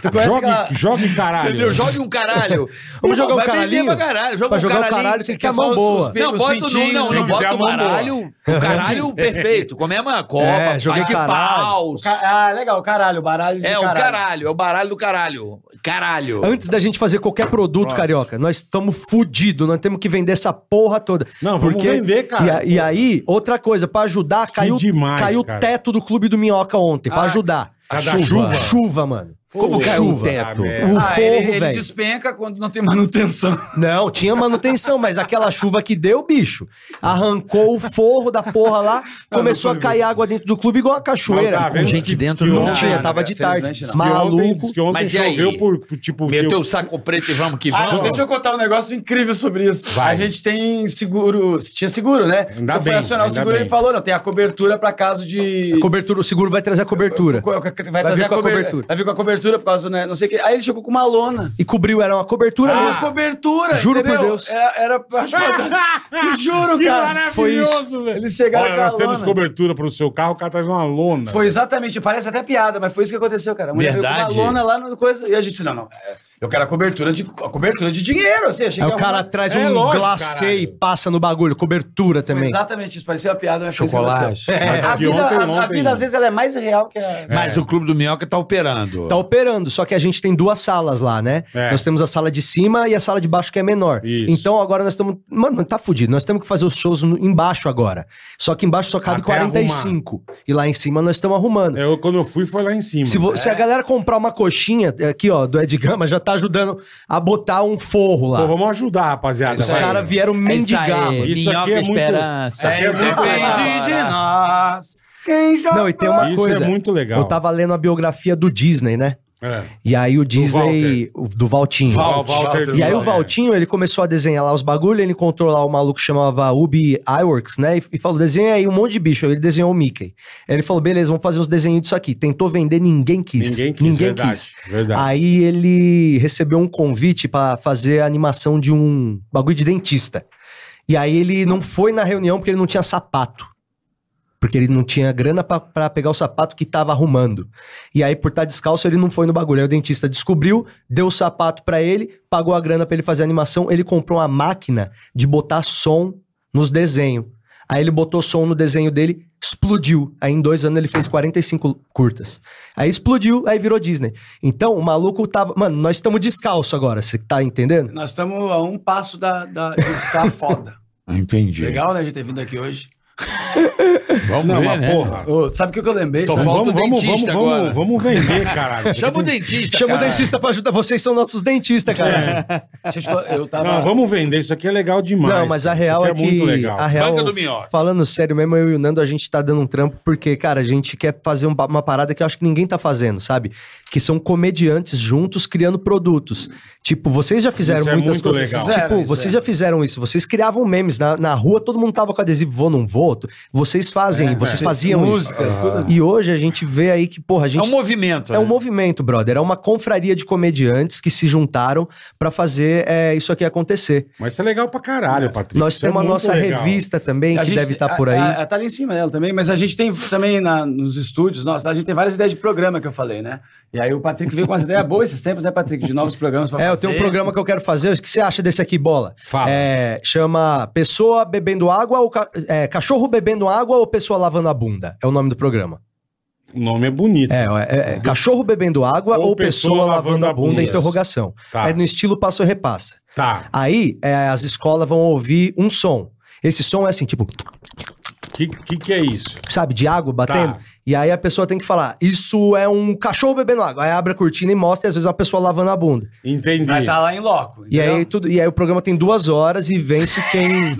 Speaker 8: Tu conhece
Speaker 4: Jogue,
Speaker 8: aquela-
Speaker 4: jogue, caralho.
Speaker 6: Entendeu? Joga um caralho.
Speaker 3: Vamos jogar um
Speaker 6: vai vender
Speaker 3: caralhinho?
Speaker 6: Pra caralho. Joga
Speaker 3: Pra
Speaker 6: um
Speaker 3: jogar um
Speaker 6: caralhinho,
Speaker 3: caralho, tem que ter
Speaker 6: é só
Speaker 3: mão
Speaker 6: os-
Speaker 3: boa.
Speaker 6: os pegos,
Speaker 8: Não,
Speaker 6: os
Speaker 8: bota o-
Speaker 6: pintinhos,
Speaker 8: não, não,
Speaker 6: tem que
Speaker 8: bota
Speaker 6: ter
Speaker 8: o
Speaker 6: a mão
Speaker 8: baralho.
Speaker 6: boa. O caralho perfeito. Como é uma copa,
Speaker 3: É,
Speaker 6: é,
Speaker 3: joguei
Speaker 6: joguei
Speaker 3: caralho.
Speaker 6: paus.
Speaker 8: Ca- Ah, legal, caralho, baralho de
Speaker 6: É, o
Speaker 8: caralho.
Speaker 6: caralho. É o baralho do caralho. Caralho.
Speaker 3: Antes da gente fazer qualquer produto, carioca, nós estamos fudidos, nós temos que vender essa porra toda.
Speaker 4: Não, vamos vender, cara.
Speaker 3: E, a- e aí, outra coisa, pra ajudar, caiu,
Speaker 4: demais,
Speaker 3: caiu
Speaker 4: cara.
Speaker 3: o teto do Clube do Minhoca ontem, pra ajudar.
Speaker 4: A da chuva? um
Speaker 3: Chuva, mano.
Speaker 4: Como
Speaker 3: caiu o teto? O
Speaker 8: Ah, ele,
Speaker 3: forro,
Speaker 8: ele
Speaker 3: velho.
Speaker 8: despenca quando não tem [laughs] manutenção.
Speaker 3: Não, tinha manutenção, mas aquela chuva que deu, bicho, arrancou o forro da porra
Speaker 4: [laughs]
Speaker 3: lá, começou a cair água dentro do clube igual uma cachoeira.
Speaker 4: Não, tá,
Speaker 3: Com
Speaker 4: vendo?
Speaker 3: gente
Speaker 4: Diz que-
Speaker 6: dentro,
Speaker 4: diz que
Speaker 3: não
Speaker 4: ontem-
Speaker 3: tinha,
Speaker 8: não,
Speaker 3: tava
Speaker 8: não,
Speaker 3: de tarde.
Speaker 8: felizmente não.
Speaker 4: Ontem,
Speaker 3: Maluco.
Speaker 4: diz que ontem
Speaker 6: Mas e aí?
Speaker 4: choveu por, por, tipo...
Speaker 6: Meteu
Speaker 4: deu-
Speaker 6: o saco preto e vamos que
Speaker 8: Ah, não,
Speaker 6: vamos.
Speaker 8: deixa eu contar um negócio incrível sobre isso.
Speaker 4: Vai.
Speaker 8: A gente tem seguro, tinha seguro, né?
Speaker 4: Ainda
Speaker 8: então foi
Speaker 4: bem,
Speaker 8: acionar o
Speaker 4: ainda
Speaker 8: seguro,
Speaker 4: bem.
Speaker 8: ele falou, não, tem a cobertura pra caso de...
Speaker 3: Cobertura, o seguro vai trazer a cobertura.
Speaker 8: Co- Vai, trazer
Speaker 3: vir
Speaker 8: a
Speaker 3: com a
Speaker 8: cobertura.
Speaker 3: cobertura.
Speaker 8: Vai vir com a cobertura por causa, né, não sei o que. Aí ele chegou com uma lona.
Speaker 3: E cobriu, era uma cobertura
Speaker 8: Ah,
Speaker 3: mesmo.
Speaker 8: cobertura,
Speaker 3: Juro por
Speaker 8: entendeu?
Speaker 3: Deus.
Speaker 8: Era, era pra ajudar.
Speaker 4: [laughs]
Speaker 8: Te juro,
Speaker 4: Que né,
Speaker 8: cara.
Speaker 3: foi
Speaker 4: maravilhoso,
Speaker 3: isso.
Speaker 4: velho.
Speaker 8: Eles chegaram
Speaker 4: Olha,
Speaker 8: com a
Speaker 4: nós temos
Speaker 8: lona.
Speaker 4: cobertura pro seu carro, o cara traz uma lona.
Speaker 8: Foi exatamente, parece até piada, mas foi isso que aconteceu, cara. A mulher veio
Speaker 6: Verdade.
Speaker 8: com uma lona lá no coisa. E a gente disse, não, não. é, Eu quero a cobertura de, a cobertura de dinheiro. Assim, achei
Speaker 3: Aí
Speaker 8: que
Speaker 3: o
Speaker 8: ia
Speaker 3: cara
Speaker 8: arrumar-
Speaker 3: traz
Speaker 4: É
Speaker 3: um
Speaker 4: lógico,
Speaker 3: glacê e
Speaker 4: caralho.
Speaker 3: passa no bagulho, cobertura
Speaker 8: Foi
Speaker 3: também.
Speaker 8: Exatamente, isso parecia uma piada, mas foi isso que
Speaker 6: Chocolate.
Speaker 8: aconteceu. É,
Speaker 4: Mas
Speaker 8: A
Speaker 4: que
Speaker 8: vida,
Speaker 4: ontem,
Speaker 8: a- a
Speaker 4: ontem-
Speaker 8: vida, às vezes, ela é mais real que a.
Speaker 6: Mas o Clube do Minhoca tá operando.
Speaker 3: Tá operando, só que a gente tem duas salas lá, né?
Speaker 4: É.
Speaker 3: Nós temos a sala de cima e a sala de baixo que é menor.
Speaker 4: Isso.
Speaker 3: Então agora nós estamos. Mano, tá fudido. Nós temos que fazer os shows no- embaixo agora. Só que embaixo só cabe
Speaker 4: Até
Speaker 3: 45. E lá em cima nós estamos arrumando.
Speaker 4: É, Eu, É. quando eu fui, foi lá em cima.
Speaker 3: Se, vo- se a galera comprar uma coxinha é, aqui, ó, do Ed Gama, já tá ajudando a botar um forro lá.
Speaker 4: Pô, vamos ajudar, rapaziada.
Speaker 3: Os
Speaker 4: vai.
Speaker 3: caras vieram mendigar, mano.
Speaker 4: Isso aqui é muito-
Speaker 6: esperança.
Speaker 4: É, muito
Speaker 8: Depende de nós. Quem já.
Speaker 3: Não, e tem uma
Speaker 4: Isso
Speaker 3: coisa.
Speaker 4: é muito legal.
Speaker 3: Eu tava lendo a biografia do Disney, né?
Speaker 4: É.
Speaker 3: E aí o Disney. o- Do Valtinho.
Speaker 4: Val- Walter
Speaker 3: E aí o
Speaker 4: Walter.
Speaker 3: Valtinho, ele começou a desenhar lá os bagulhos, ele encontrou lá um maluco que chamava Ubi Iwerks, né? E, e falou, desenha aí um monte de bicho. Ele desenhou o Mickey. Aí ele falou, beleza, vamos fazer uns desenhos disso aqui. Tentou vender, ninguém quis.
Speaker 4: Ninguém quis, verdade, verdade.
Speaker 3: Aí ele recebeu um convite pra fazer a animação de um bagulho de dentista. E aí ele não foi na reunião porque ele não tinha sapato. Porque ele não tinha grana pra- pra pegar o sapato que tava arrumando. E aí, por estar descalço, ele não foi no bagulho. Aí o dentista descobriu, deu o sapato pra ele, pagou a grana pra ele fazer a animação. Ele comprou uma máquina de botar som nos desenhos. Aí ele botou som no desenho dele, explodiu. Aí em dois anos ele fez 45 curtas. Aí explodiu, aí virou Disney. Então o maluco tava. Mano, nós estamos descalço agora, você tá entendendo?
Speaker 8: Nós estamos a um passo da, da, de ficar foda.
Speaker 9: Entendi.
Speaker 8: Legal, né, a gente ter vindo aqui hoje.
Speaker 6: Vamos
Speaker 4: Não,
Speaker 6: ver,
Speaker 4: mas
Speaker 6: né?
Speaker 4: porra.
Speaker 8: Ô, sabe o que que eu lembrei?
Speaker 6: Só
Speaker 8: sabe?
Speaker 6: falta
Speaker 4: Vamos,
Speaker 6: o
Speaker 4: vamos, vamos,
Speaker 6: dentista agora.
Speaker 4: vamos, vamos vender,
Speaker 8: [laughs]
Speaker 4: caralho.
Speaker 6: Chama o dentista,
Speaker 3: Chama
Speaker 6: cara.
Speaker 3: o dentista pra ajudar. Vocês são nossos dentistas, cara.
Speaker 8: Deixa eu te falar, eu tava.
Speaker 4: Não, vamos vender. Isso aqui é legal demais.
Speaker 3: Não, mas a
Speaker 4: cara.
Speaker 3: real
Speaker 4: Isso
Speaker 3: é
Speaker 4: aqui
Speaker 3: que.
Speaker 4: é muito legal.
Speaker 3: A real,
Speaker 6: Banca do Minhoca.
Speaker 3: Falando sério mesmo, eu e o Nando, a gente tá dando um trampo porque, cara, a gente quer fazer um ba- uma parada que eu acho que ninguém tá fazendo, sabe? Que são comediantes juntos criando produtos. Tipo, vocês já fizeram
Speaker 4: Isso é
Speaker 3: muitas
Speaker 4: muito
Speaker 3: coisas.
Speaker 4: legal.
Speaker 3: Tipo,
Speaker 8: Fizeram, isso
Speaker 3: vocês
Speaker 8: é.
Speaker 3: já fizeram isso. Vocês criavam memes na, na rua, todo mundo tava com adesivo vou, não vou. Vocês fazem, vocês faziam
Speaker 8: É, músicas,
Speaker 3: isso. E hoje a gente vê aí que, porra, a
Speaker 6: É
Speaker 3: gente
Speaker 6: um movimento.
Speaker 3: é um
Speaker 6: né?
Speaker 3: movimento, brother. É uma confraria de comediantes que se juntaram pra fazer é, isso aqui acontecer.
Speaker 4: Mas isso é legal pra caralho, Patrícia.
Speaker 3: Nós
Speaker 4: Isso é
Speaker 3: temos a
Speaker 4: muito
Speaker 3: nossa
Speaker 4: legal.
Speaker 3: revista também,
Speaker 8: A
Speaker 3: que
Speaker 8: gente-
Speaker 3: deve estar por aí.
Speaker 8: a- a- tá ali em cima dela também, mas a gente tem também na- nos estúdios, nossa, a gente tem várias ideias de programa que eu falei, né? E aí o Patrick veio com umas ideias boas esses tempos, né, Patrick? De novos programas pra
Speaker 3: É, eu
Speaker 8: fazer.
Speaker 3: tenho um programa que eu quero fazer. O que você acha desse aqui, Bola?
Speaker 4: Fala.
Speaker 3: É, chama Pessoa Bebendo Água ou Ca- é, Cachorro Bebendo Água ou Pessoa Lavando a Bunda? É o nome do programa.
Speaker 4: O nome é bonito.
Speaker 3: É, é, é, Cachorro Bebendo Água ou, Pessoa, Lavando a Bunda,
Speaker 4: Isso.
Speaker 3: interrogação.
Speaker 4: Tá.
Speaker 3: É no estilo passo repassa.
Speaker 4: Tá.
Speaker 3: Aí, é, as escolas vão ouvir um som. Esse som é assim, tipo,
Speaker 4: O que, que que é isso?
Speaker 3: sabe, de água batendo.
Speaker 4: Tá.
Speaker 3: E aí a pessoa tem que falar, isso é um cachorro bebendo água. Aí abre a cortina e mostra, e às vezes a pessoa lavando a bunda.
Speaker 4: Entendi.
Speaker 8: Vai tá, estar lá em loco.
Speaker 3: E aí,
Speaker 8: [laughs]
Speaker 3: tudo, e aí o programa tem duas horas e vence
Speaker 4: [laughs]
Speaker 3: quem...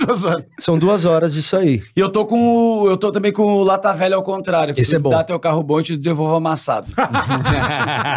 Speaker 3: São duas horas disso aí.
Speaker 8: E eu tô com o, eu tô também com o Lata Velha ao contrário. que
Speaker 3: Esse é bom.
Speaker 8: Dá teu carro bom e te
Speaker 3: [laughs]
Speaker 8: devolvo amassado.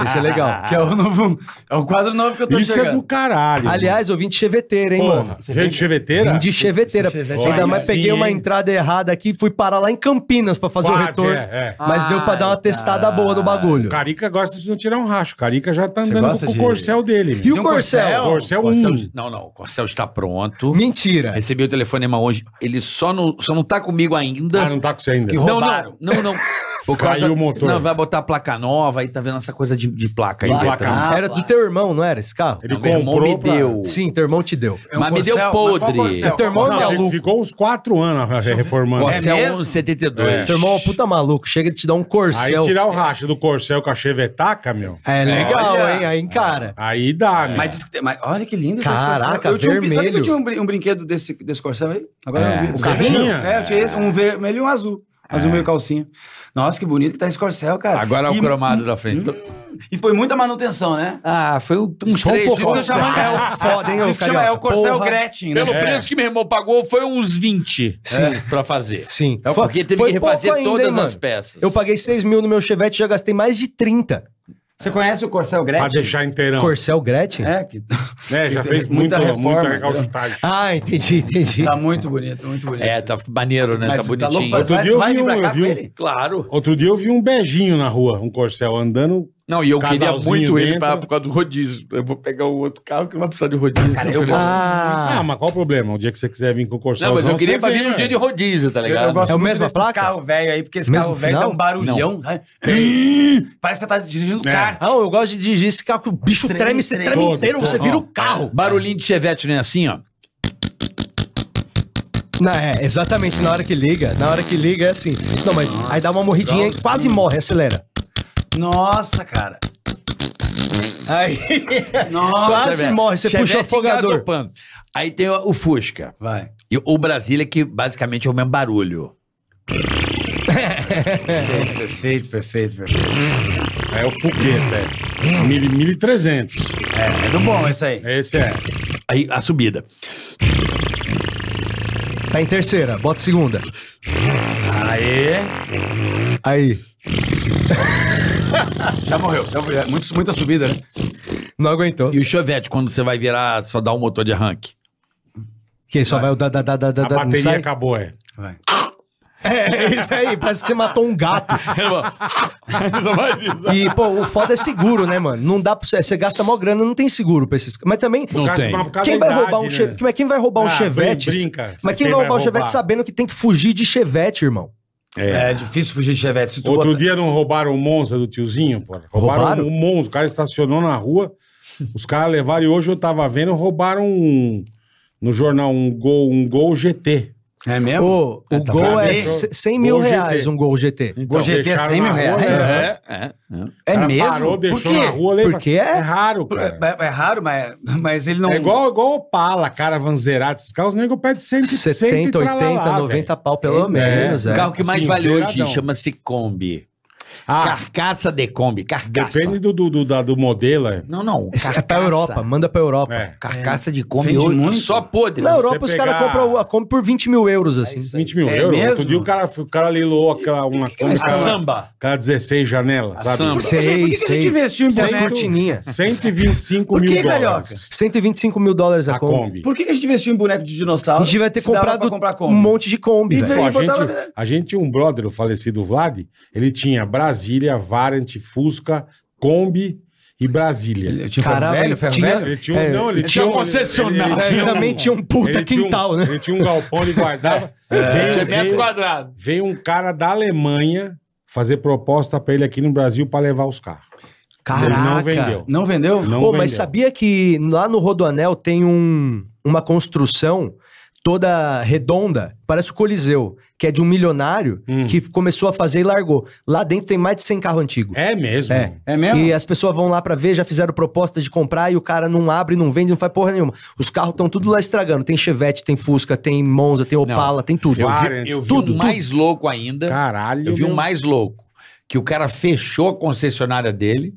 Speaker 3: Isso é legal.
Speaker 8: que é o novo, é o quadro novo que eu tô
Speaker 4: Isso é
Speaker 8: chegando.
Speaker 4: do caralho.
Speaker 3: Aliás, eu vim de cheveteira, hein,
Speaker 4: Porra,
Speaker 3: mano?
Speaker 4: Gente cheveteira?
Speaker 3: Vim de cheveteira.
Speaker 8: Esse chevette
Speaker 3: Ainda
Speaker 4: é
Speaker 3: mais
Speaker 4: massa. Sim,
Speaker 3: peguei uma
Speaker 4: hein?
Speaker 3: entrada errada aqui, fui parar lá em Campinas pra fazer
Speaker 4: Quase,
Speaker 3: o retorno.
Speaker 4: é, é.
Speaker 3: Mas deu pra dar uma
Speaker 8: Ai,
Speaker 3: testada
Speaker 8: cara.
Speaker 3: boa no bagulho.
Speaker 4: Carica agora vocês precisam tirar um racho. Carica já tá
Speaker 8: Você
Speaker 4: andando
Speaker 8: gosta
Speaker 4: com o
Speaker 8: de-
Speaker 4: corcel dele.
Speaker 3: E
Speaker 8: Tem
Speaker 3: o
Speaker 8: um
Speaker 3: Corcel?
Speaker 4: Corcel
Speaker 8: Corcel?
Speaker 6: O Corcel-
Speaker 4: 1.
Speaker 6: Não, não. O Corcel está pronto.
Speaker 3: Mentira.
Speaker 6: Recebi o telefonema hoje. Ele só não, só não tá comigo ainda.
Speaker 4: Ah, não tá com você ainda.
Speaker 8: Que roubaram.
Speaker 6: Não, não. não, não. Por
Speaker 4: Caiu o motor.
Speaker 6: Não, vai botar placa nova, aí tá vendo essa coisa de, de placa aí.
Speaker 4: Placa.
Speaker 6: Betão.
Speaker 8: Ah,
Speaker 6: Tá
Speaker 3: era do teu irmão, não era esse carro?
Speaker 4: Ele
Speaker 6: Não, meu irmão
Speaker 4: comprou
Speaker 6: me
Speaker 4: pra-
Speaker 6: deu.
Speaker 3: Sim, teu irmão te deu.
Speaker 8: É um
Speaker 6: Mas me deu
Speaker 8: Corcel, mas qual
Speaker 6: podre.
Speaker 8: Corcel?
Speaker 3: É teu irmão,
Speaker 4: Não,
Speaker 3: Zé
Speaker 4: ele
Speaker 3: Lu?
Speaker 4: ficou uns quatro anos re- reformando.
Speaker 6: Corcel
Speaker 8: É mesmo?
Speaker 6: 1172.
Speaker 4: É.
Speaker 3: Teu irmão é um puta maluco, chega de te dar um corcel.
Speaker 4: Aí tirar o racha do Corcel com a chevetaca, meu.
Speaker 8: É
Speaker 3: Legal, hein? Aí encara.
Speaker 4: Aí dá, meu.
Speaker 8: Mas, diz que tem- mas olha que lindo
Speaker 3: Caraca,
Speaker 8: Corcel. Eu tinha um, brin- Sabe que eu
Speaker 3: vermelho.
Speaker 8: tinha um, brin- um brinquedo desse, desse Corcel aí? Agora
Speaker 6: É,
Speaker 8: eu vi.
Speaker 4: você
Speaker 8: carrinho?
Speaker 4: tinha?
Speaker 8: É, eu tinha esse, um vermelho e um azul. Azul meio calcinha. Nossa, que bonito que tá esse Corcel, cara.
Speaker 6: Agora é o
Speaker 8: E-
Speaker 6: cromado da frente.
Speaker 8: E foi muita manutenção, né?
Speaker 6: Ah, foi um, uns
Speaker 4: Só um
Speaker 6: três.
Speaker 4: pouco.
Speaker 8: Diz que eu chamo é o
Speaker 3: foda, hein, ô,
Speaker 8: Diz que chama, é
Speaker 3: carioca?
Speaker 8: o Corcel
Speaker 3: Porra.
Speaker 8: Gretchen, né?
Speaker 6: Pelo
Speaker 3: É.
Speaker 6: preço que meu irmão pagou, foi uns 20 é, pra fazer.
Speaker 3: Sim.
Speaker 6: É,
Speaker 3: Foi-
Speaker 6: porque teve
Speaker 3: foi
Speaker 6: que refazer
Speaker 3: pouco ainda,
Speaker 6: todas
Speaker 3: hein, mano?
Speaker 6: as peças.
Speaker 3: Eu paguei 6 mil no meu Chevette e já gastei mais de 30.
Speaker 8: Você conhece o Corcel
Speaker 4: Pra
Speaker 8: Gretchen?
Speaker 4: deixar inteirão.
Speaker 3: Corcel Gretchen?
Speaker 8: É, que
Speaker 4: né? Já
Speaker 8: Tem
Speaker 4: fez muito,
Speaker 8: muita
Speaker 4: muita,
Speaker 8: reforma,
Speaker 4: recalchutagem.
Speaker 3: Ah, entendi, entendi.
Speaker 8: tá muito bonito, muito bonito.
Speaker 6: É, tá maneiro, né?
Speaker 8: Mas
Speaker 6: tá
Speaker 8: você tá louco,
Speaker 6: bonitinho.
Speaker 8: mas
Speaker 4: Outro
Speaker 8: vai,
Speaker 4: dia eu
Speaker 8: vai
Speaker 4: vi
Speaker 8: vir
Speaker 4: um,
Speaker 8: pra
Speaker 4: eu
Speaker 8: cá
Speaker 4: vi
Speaker 8: com
Speaker 4: um.
Speaker 8: ele?
Speaker 6: Tá Claro.
Speaker 4: Outro dia eu vi um beijinho na rua, um Corcel andando.
Speaker 6: Não, e eu queria
Speaker 4: Casalzinho
Speaker 6: muito ele
Speaker 4: dentro.
Speaker 6: pra, por causa do rodízio. Eu vou pegar o outro carro que não vai precisar de rodízio.
Speaker 8: Cara,
Speaker 6: se
Speaker 8: eu
Speaker 6: for
Speaker 8: gosto-
Speaker 4: Ah,
Speaker 3: Ah,
Speaker 4: mas qual o problema? O dia que você quiser vir com o Corcel.
Speaker 6: Não, mas eu queria pra vir no dia de
Speaker 3: né?"
Speaker 4: rua.
Speaker 6: rodízio, tá
Speaker 8: Eu,
Speaker 6: ligado?
Speaker 8: eu gosto
Speaker 3: É o
Speaker 8: muito
Speaker 3: mesma
Speaker 8: desses
Speaker 3: placa?
Speaker 8: carro velho aí, porque esse
Speaker 3: Mesmo
Speaker 8: carro velho dá
Speaker 3: final?
Speaker 8: um barulhão. sabe? Ih, Parece que você tá dirigindo
Speaker 4: É.
Speaker 8: kart.
Speaker 3: não, Ah, eu gosto de dirigir esse carro que o bicho
Speaker 8: Treme,
Speaker 3: treme, você
Speaker 8: treme.
Speaker 3: treme
Speaker 4: Todo,
Speaker 3: inteiro,
Speaker 4: todo.
Speaker 3: você vira o carro.
Speaker 6: Barulhinho de chevette, né? Assim, ó.
Speaker 3: Não, é, exatamente, na hora que liga, na hora que liga é assim. Não, mas aí dá uma morridinha e quase morre, acelera.
Speaker 8: Nossa, cara.
Speaker 3: Aí,
Speaker 8: Nossa.
Speaker 3: Quase
Speaker 6: Chevette.
Speaker 3: Ah, morre, você puxa o afogador.
Speaker 6: engasopando. Aí tem o o Fusca.
Speaker 8: Vai.
Speaker 6: E o Brasília, que basicamente é o mesmo
Speaker 3: [laughs]
Speaker 6: barulho.
Speaker 8: Perfeito, perfeito, perfeito.
Speaker 4: É o Puqueta, é. Mil- 1300.
Speaker 8: É, é do bom esse aí.
Speaker 4: Esse é.
Speaker 6: Aí a subida.
Speaker 3: tá em terceira, bota segunda.
Speaker 8: Aê.
Speaker 3: Aí,
Speaker 8: Já morreu. Já morreu. É Muito- muita subida, né?
Speaker 3: não aguentou.
Speaker 6: E o chevette, quando você vai virar, só dá um motor de arranque.
Speaker 3: Que só vai o da, da, da, da, da,
Speaker 4: A
Speaker 3: da não
Speaker 4: bateria
Speaker 3: sai?
Speaker 4: acabou, é.
Speaker 8: Vai.
Speaker 3: É isso aí, parece que você matou
Speaker 4: [laughs]
Speaker 3: um gato. E, pô, o foda é seguro, né, mano? Não dá pra você. Você gasta mó grana, não tem seguro pra esses. Mas também.
Speaker 6: Não
Speaker 4: Por causa-
Speaker 6: tem.
Speaker 4: mas por causa
Speaker 3: Quem
Speaker 4: da
Speaker 3: vai,
Speaker 4: idade,
Speaker 3: roubar
Speaker 4: né?
Speaker 3: um che... Mas quem vai roubar um
Speaker 4: Ah,
Speaker 3: Chevette?
Speaker 4: brin- brinca.
Speaker 3: Mas quem,
Speaker 4: Quem
Speaker 3: vai
Speaker 4: vai
Speaker 3: roubar
Speaker 4: roubar?
Speaker 3: um Chevette sabendo que tem que fugir de Chevette, irmão?
Speaker 8: É, difícil fugir de Chevette. Se tu
Speaker 4: Outro
Speaker 8: botar-
Speaker 4: dia não roubaram o Monza do tiozinho, pô. Roubaram,
Speaker 3: Roubaram?
Speaker 4: o Monza. O cara estacionou na rua. Os caras levaram e hoje eu tava vendo, roubaram um- no jornal um gol, um gol GT.
Speaker 8: É mesmo?
Speaker 3: Pô, o
Speaker 6: tá
Speaker 3: gol é
Speaker 8: vendo?
Speaker 3: c- 100 mil
Speaker 4: Gol GT.
Speaker 3: reais um gol GT.
Speaker 8: o GT é
Speaker 4: deixaram
Speaker 8: 100 mil
Speaker 4: na
Speaker 8: reais.
Speaker 4: rua, né?
Speaker 6: É, é.
Speaker 8: É,
Speaker 4: cara
Speaker 8: mesmo?
Speaker 4: Parou, deixou
Speaker 8: Por quê?
Speaker 4: na rua, levou.
Speaker 3: Porque é-
Speaker 4: é raro, cara.
Speaker 8: É, é- é raro, mas, mas ele não.
Speaker 4: É igual, igual Opala, caravan zerado. Esses carros nego pede 100,
Speaker 3: 70, 80, 90 pau pelo menos.
Speaker 6: O
Speaker 3: É.
Speaker 6: carro que mais
Speaker 4: Sim,
Speaker 6: vale
Speaker 4: zeradão.
Speaker 6: hoje chama-se Kombi.
Speaker 4: Ah,
Speaker 6: Carcaça de Kombi, carcaça.
Speaker 4: depende do, do, do, da- do modelo. É.
Speaker 6: Não, não.
Speaker 3: Esse é pra
Speaker 6: carcaça.
Speaker 3: Europa, manda pra Europa.
Speaker 4: É.
Speaker 6: Carcaça de Kombi
Speaker 8: Vende
Speaker 6: hoje,
Speaker 8: muito.
Speaker 6: só podre.
Speaker 3: Na Europa, os
Speaker 4: você
Speaker 3: caras
Speaker 4: pegar-
Speaker 3: compram a Kombi por 20 mil euros, assim.
Speaker 4: 20 mil
Speaker 8: É
Speaker 4: euros.
Speaker 8: mesmo?
Speaker 4: Outro dia o cara, o cara leiloou aquela, uma
Speaker 6: a
Speaker 4: Kombi, aquela,
Speaker 6: samba.
Speaker 4: aquela 16 janelas,
Speaker 6: A
Speaker 4: sabe?
Speaker 6: samba.
Speaker 8: Por que, por que que a gente né?
Speaker 3: sei.
Speaker 8: investiu em
Speaker 3: Seis
Speaker 8: boneco?
Speaker 3: cortininhas.
Speaker 4: 125
Speaker 8: Por que,
Speaker 4: mil
Speaker 8: carioca?
Speaker 4: dólares.
Speaker 3: 125 mil dólares a
Speaker 4: A
Speaker 3: Kombi.
Speaker 4: Kombi.
Speaker 8: Por que que a gente investiu em boneco de
Speaker 3: A
Speaker 8: dinossauro?
Speaker 3: gente vai ter
Speaker 8: se dava pra
Speaker 3: comprado
Speaker 8: comprar Kombi?
Speaker 3: um monte de Kombi,
Speaker 8: E
Speaker 3: velho.
Speaker 4: Pô, a,
Speaker 8: botava-
Speaker 4: gente, a gente tinha um brother, o falecido Vlad, ele tinha Brasília, Variant, Fusca, Kombi e Brasília.
Speaker 8: Eu tinha
Speaker 3: Caramba,
Speaker 8: ferro Tipo, velho,
Speaker 3: ele
Speaker 8: ferro
Speaker 3: tinha-
Speaker 8: velho.
Speaker 4: Ele tinha um.
Speaker 3: É,
Speaker 4: não, ele
Speaker 6: ele
Speaker 4: tinha
Speaker 6: tinha
Speaker 4: um.
Speaker 6: concessionário.
Speaker 4: um-
Speaker 3: Também tinha um puta
Speaker 4: ele tinha um-
Speaker 3: quintal, né?
Speaker 4: Ele tinha um galpão, ele guardava. Veio, veio,
Speaker 6: quadrado.
Speaker 4: veio um cara da Alemanha fazer proposta pra ele aqui no Brasil pra levar os carros.
Speaker 3: Caraca.
Speaker 4: Ele não vendeu.
Speaker 8: Não vendeu?
Speaker 4: Não
Speaker 3: Pô,
Speaker 4: vendeu.
Speaker 3: mas sabia que lá no Rodoanel tem um, uma construção toda redonda, parece o Coliseu, que é de um milionário
Speaker 4: Hum.
Speaker 3: que começou a fazer e largou. Lá dentro tem mais de 100 carros antigos.
Speaker 4: É mesmo.
Speaker 3: É.
Speaker 8: É mesmo?
Speaker 3: E as pessoas vão lá pra ver, já fizeram proposta de comprar e o cara não abre, não vende, não faz porra nenhuma. Os carros estão tudo lá estragando. Tem Chevette, tem Fusca, tem Monza, tem Opala, tem tudo.
Speaker 4: Eu vi-
Speaker 6: Eu vi
Speaker 3: Tudo,
Speaker 6: um
Speaker 3: tudo.
Speaker 6: mais louco ainda.
Speaker 4: Caralho.
Speaker 6: Eu vi um
Speaker 4: meu.
Speaker 6: mais louco. Que o cara fechou a concessionária dele